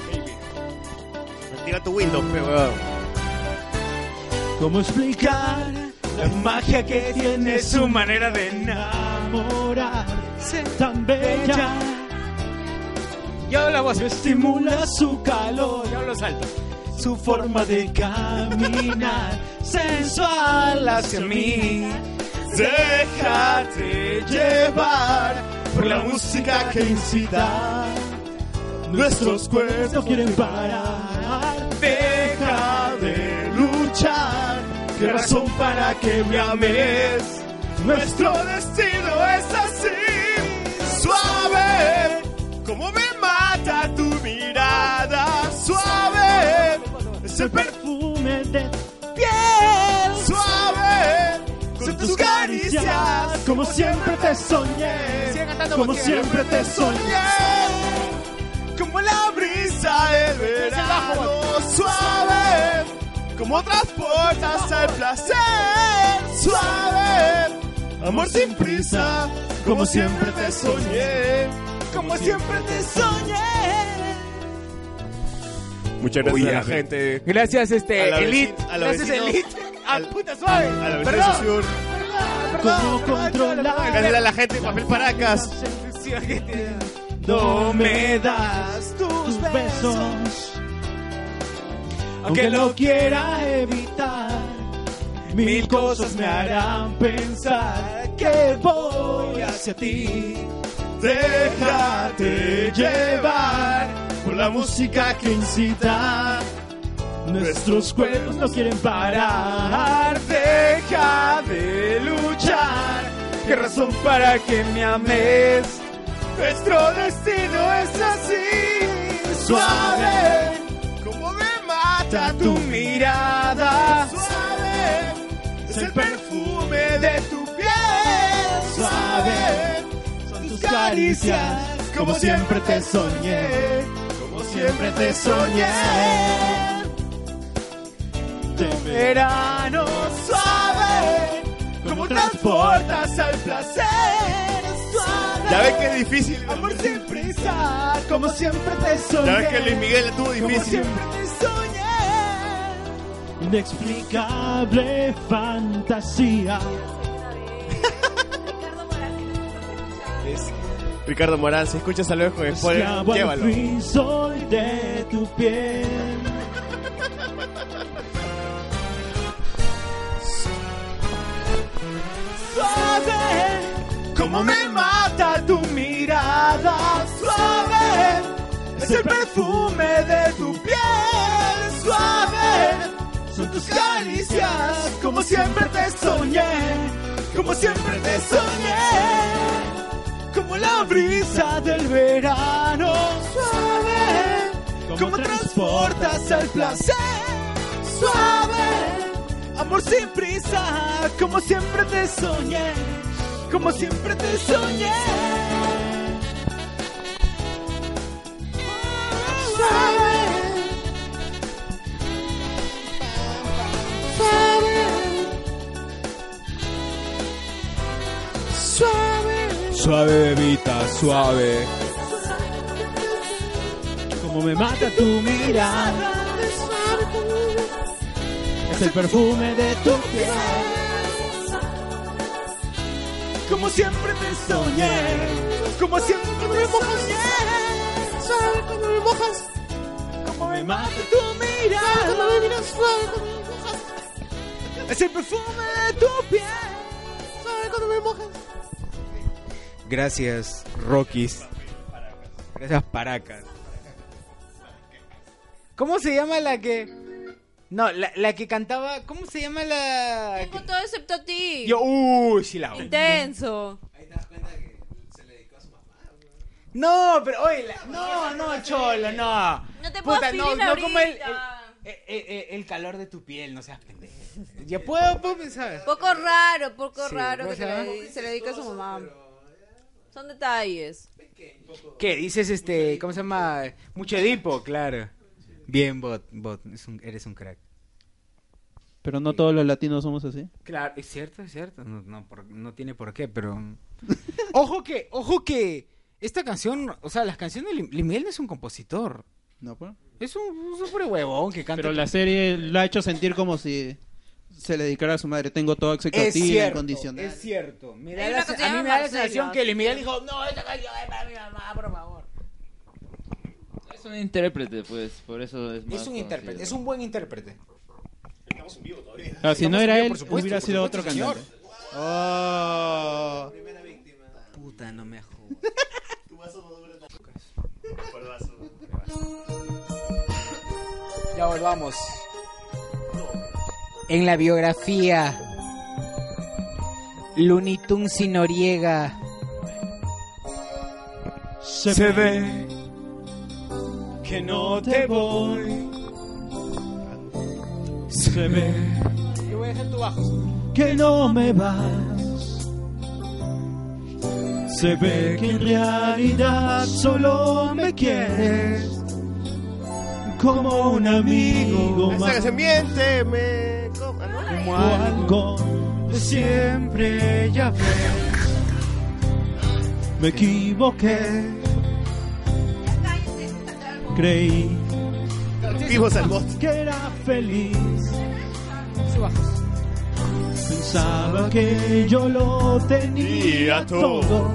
[SPEAKER 13] Activa tu Windows, pe, weón.
[SPEAKER 5] ¿Cómo explicar la magia que tiene su manera de enamorarse tan bella?
[SPEAKER 4] Yo la voz
[SPEAKER 5] estimula su calor.
[SPEAKER 4] Yo lo salto.
[SPEAKER 5] Su forma de caminar sensual hacia mí. Déjate llevar por la música que incita. Nuestros cuerpos no quieren parar. Deja de luchar. ¿Qué razón para que me ames? Nuestro destino es así. Suave. Como me mata tu mirada. Suave. Es el perfume de piel. Suave. Son tus caricias. Como siempre te soñé. Como siempre te soñé. Como la brisa del verano suave, como transportas al placer suave, amor sin prisa, como siempre te soñé, como siempre te soñé.
[SPEAKER 13] Muchas gracias a la gente.
[SPEAKER 4] Gracias,
[SPEAKER 5] Eh,
[SPEAKER 4] este,
[SPEAKER 13] A la
[SPEAKER 4] Elite.
[SPEAKER 13] vecina- a la
[SPEAKER 4] Gracias,
[SPEAKER 13] vecina-
[SPEAKER 4] Elite.
[SPEAKER 5] Ah,
[SPEAKER 13] A
[SPEAKER 4] puta suave.
[SPEAKER 13] A la
[SPEAKER 4] Perdón.
[SPEAKER 13] vecina Sur.
[SPEAKER 5] ¿Cómo controlar?
[SPEAKER 13] Gracias a la gente de Papel Paracas.
[SPEAKER 5] No me das tus besos, aunque lo quiera evitar. Mil cosas me harán pensar que voy hacia ti. Déjate llevar por la música que incita. Nuestros cuerpos no quieren parar. Deja de luchar. ¿Qué razón para que me ames? Nuestro destino es así. Suave. Como me mata tu mirada. Suave. Es el perfume de tu piel. Suave. Son tus caricias. Como siempre te soñé. Como siempre te soñé de verano suave, como transportas al placer suave.
[SPEAKER 13] Ya ves que es difícil.
[SPEAKER 5] Amor sin prisa, como siempre te soñé.
[SPEAKER 13] Ya ves que Luis Miguel la tuvo
[SPEAKER 5] Como
[SPEAKER 13] difícil.
[SPEAKER 5] siempre te soñé. Inexplicable fantasía.
[SPEAKER 13] Es Ricardo Morán, si escuchas saludos con spoiler,
[SPEAKER 5] Esclavo al
[SPEAKER 13] llévalo.
[SPEAKER 5] fin soy de tu piel. Suave, como me mata tu mirada. Suave, es el perfume de tu piel. Suave, son tus caricias, como siempre te soñé. Como siempre te soñé. Como como la brisa del verano. Suave, como transportas al placer. Suave, amor sin prisa, como siempre te soñé. Como siempre te soñé. Suave, suave,
[SPEAKER 35] Suave, bebita, suave.
[SPEAKER 5] como me mata tu mirada. Es el perfume de tu piel. Como siempre te soñé. Como siempre me mojas. Suave cuando me mojas. Como me mata tu mirada. Es el perfume de tu piel. Suave cuando me mojas.
[SPEAKER 36] Gracias, Rockies. Gracias, Paracas.
[SPEAKER 4] ¿Cómo se llama la que.? No, la, la que cantaba. ¿Cómo se llama la.?
[SPEAKER 8] [laughs] Tengo todo excepto a ti.
[SPEAKER 4] Yo, uy, sí la odio.
[SPEAKER 8] Intenso.
[SPEAKER 4] No, pero oye, la- no, no, cholo, no.
[SPEAKER 8] No te puedo
[SPEAKER 4] no,
[SPEAKER 8] escribir
[SPEAKER 4] no como el, el,
[SPEAKER 8] ahorita.
[SPEAKER 4] eh, eh, eh, el calor de tu piel, no seas pendejo. Ya puedo, puedo pensar.
[SPEAKER 8] Poco raro, poco
[SPEAKER 4] Sí,
[SPEAKER 8] raro
[SPEAKER 4] ¿cómo
[SPEAKER 8] que
[SPEAKER 4] se
[SPEAKER 8] se,
[SPEAKER 4] llama?
[SPEAKER 8] le, se le dedica a su mamá. Son detalles.
[SPEAKER 4] ¿Qué? Dices este, ¿cómo se llama? Mucho Edipo, claro. Bien, bot, bot, es un- eres un crack.
[SPEAKER 10] Pero no todos los latinos somos así.
[SPEAKER 4] Claro, es cierto, es cierto. No, no, por- no tiene por qué, pero. [laughs] Ojo que, ojo que. Esta canción, o sea, las canciones de Lim- Limiel no es un compositor.
[SPEAKER 10] No, pues.
[SPEAKER 4] Es un súper huevón que canta.
[SPEAKER 10] Pero la serie la ha hecho sentir como si se le dedicara a su madre. Tengo todo excepto a
[SPEAKER 4] Es
[SPEAKER 10] ti
[SPEAKER 4] cierto,
[SPEAKER 10] incondicional.
[SPEAKER 4] es cierto. Me da
[SPEAKER 37] Hay
[SPEAKER 4] la
[SPEAKER 37] una
[SPEAKER 4] se-
[SPEAKER 37] que se
[SPEAKER 4] a mí
[SPEAKER 37] llama
[SPEAKER 4] me da la
[SPEAKER 37] Marcela.
[SPEAKER 4] sensación que Limiel dijo, no, esta canción es para mi mamá, por favor.
[SPEAKER 6] Es un intérprete, pues, por eso es más
[SPEAKER 4] Es un
[SPEAKER 6] conocido.
[SPEAKER 4] intérprete, es un buen intérprete.
[SPEAKER 10] Ah, si no era él,
[SPEAKER 4] supuesto,
[SPEAKER 10] hubiera
[SPEAKER 4] por
[SPEAKER 10] sido
[SPEAKER 4] supuesto,
[SPEAKER 10] otro
[SPEAKER 4] señor.
[SPEAKER 10] cantante.
[SPEAKER 4] Oh. Puta, no me jodas. Ya volvamos. En la biografía, Looney Tunes y Noriega.
[SPEAKER 5] Se, ve que no te voy. Se ve
[SPEAKER 4] Yo voy a hacer tu bajo.
[SPEAKER 5] que no me vas. Se ve que en realidad solo me quieres como un amigo
[SPEAKER 38] Esa
[SPEAKER 5] más
[SPEAKER 38] que se miente, me coma, ¿no?
[SPEAKER 5] como algo de siempre ya veo. Me equivoqué. Creí
[SPEAKER 38] Vivos al
[SPEAKER 5] que era feliz. Pensaba que yo lo tenía todo.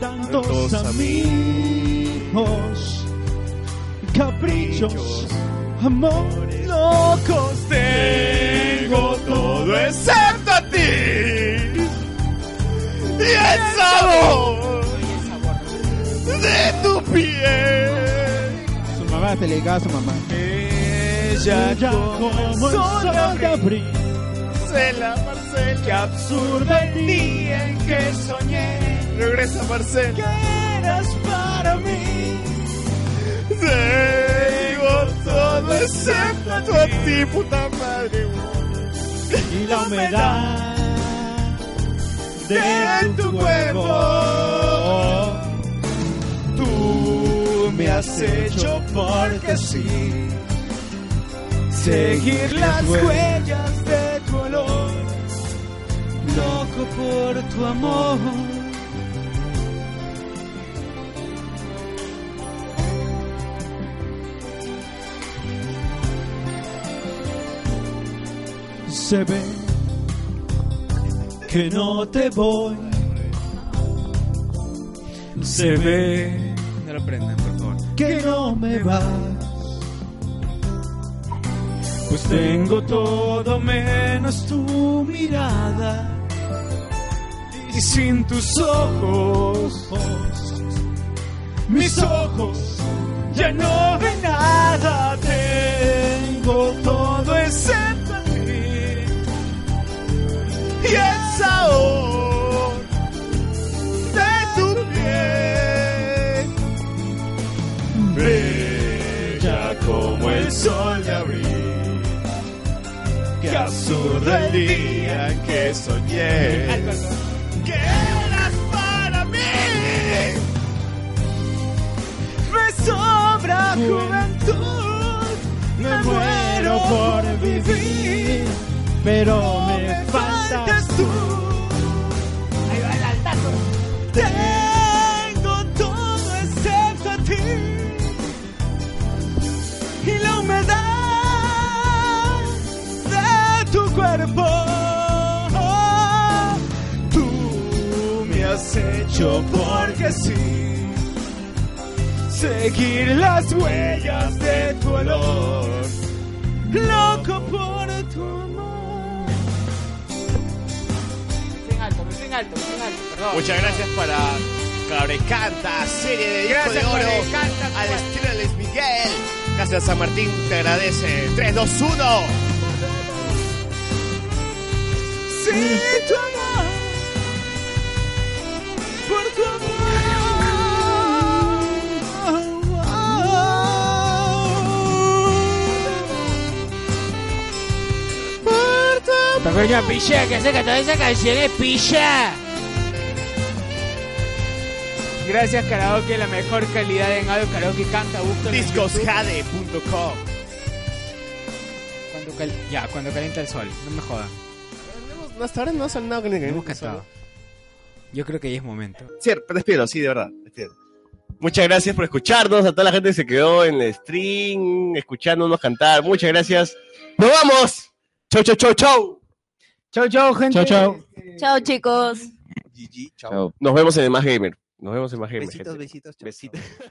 [SPEAKER 5] Tantos
[SPEAKER 37] Tantos
[SPEAKER 5] amigos, caprichos, amores locos. Tengo todo excepto a ti. Y el sabor de tu piel.
[SPEAKER 10] Su mamá se le dedicaba a su mamá.
[SPEAKER 5] Ella ya como el sol de abril. Marcela, Marcela, qué absurdo el día en que soñé. Regresa, Marcela. Que eras para mí. Tengo todo excepto a ti, puta madre. Y la humedad de tu cuerpo. Tú me has hecho porque sí. Seguir las huellas de tu olor, loco por tu amor. Se ve que no te voy. Se ve
[SPEAKER 36] No lo prendan, por favor.
[SPEAKER 5] que no me vas. Pues tengo todo menos tu mirada y sin tus ojos. Mis ojos ya no ven nada, tengo todo excepto a ti. Y es ahora de
[SPEAKER 39] que azurro el día en que soñé.
[SPEAKER 5] Que eras para mí. Me sobra juventud. Me muero por vivir.
[SPEAKER 39] Pero me
[SPEAKER 5] Faltas tú. Ahí va el altazo. Tengo todo excepto a ti. Y la humedad de tu cuerpo.
[SPEAKER 39] tú me has hecho porque sí. Seguir las huellas de tu olor.
[SPEAKER 5] Loco por tu amor.
[SPEAKER 4] En alto, en alto, en alto, perdón.
[SPEAKER 40] Muchas gracias para Cabrecanta, serie de Disco
[SPEAKER 4] Gracias,
[SPEAKER 40] de Oro,
[SPEAKER 4] Cabrecanta,
[SPEAKER 40] al estilo de Luis Miguel. Gracias San Martín, te agradece. 3, 2, 1.
[SPEAKER 5] Si tu amor. Por tu amor.
[SPEAKER 4] Coño, piché, que seca toda esa canción es picha. Gracias, Karaoke, la mejor calidad en audio. Karaoke canta, gusto.
[SPEAKER 40] Discosjade.com.
[SPEAKER 4] Cuando cal- Ya, cuando calienta el sol, no me jodan.
[SPEAKER 41] Hasta ahora no ha sonado que
[SPEAKER 4] Hemos cantado. Yo creo que ya es momento.
[SPEAKER 42] Cierto, despido, sí, de verdad. despido. Muchas gracias por escucharnos, a toda la gente que se quedó en el stream, escuchándonos cantar. Muchas gracias. ¡Nos vamos! ¡Chau, chau, chau, chau! Chau, chau, gente. Chau, chau.
[SPEAKER 8] Chao, chicos.
[SPEAKER 42] Nos vemos en el Más Gamer. Nos vemos en Más Gamer.
[SPEAKER 8] Besitos,
[SPEAKER 42] gente. Besitos.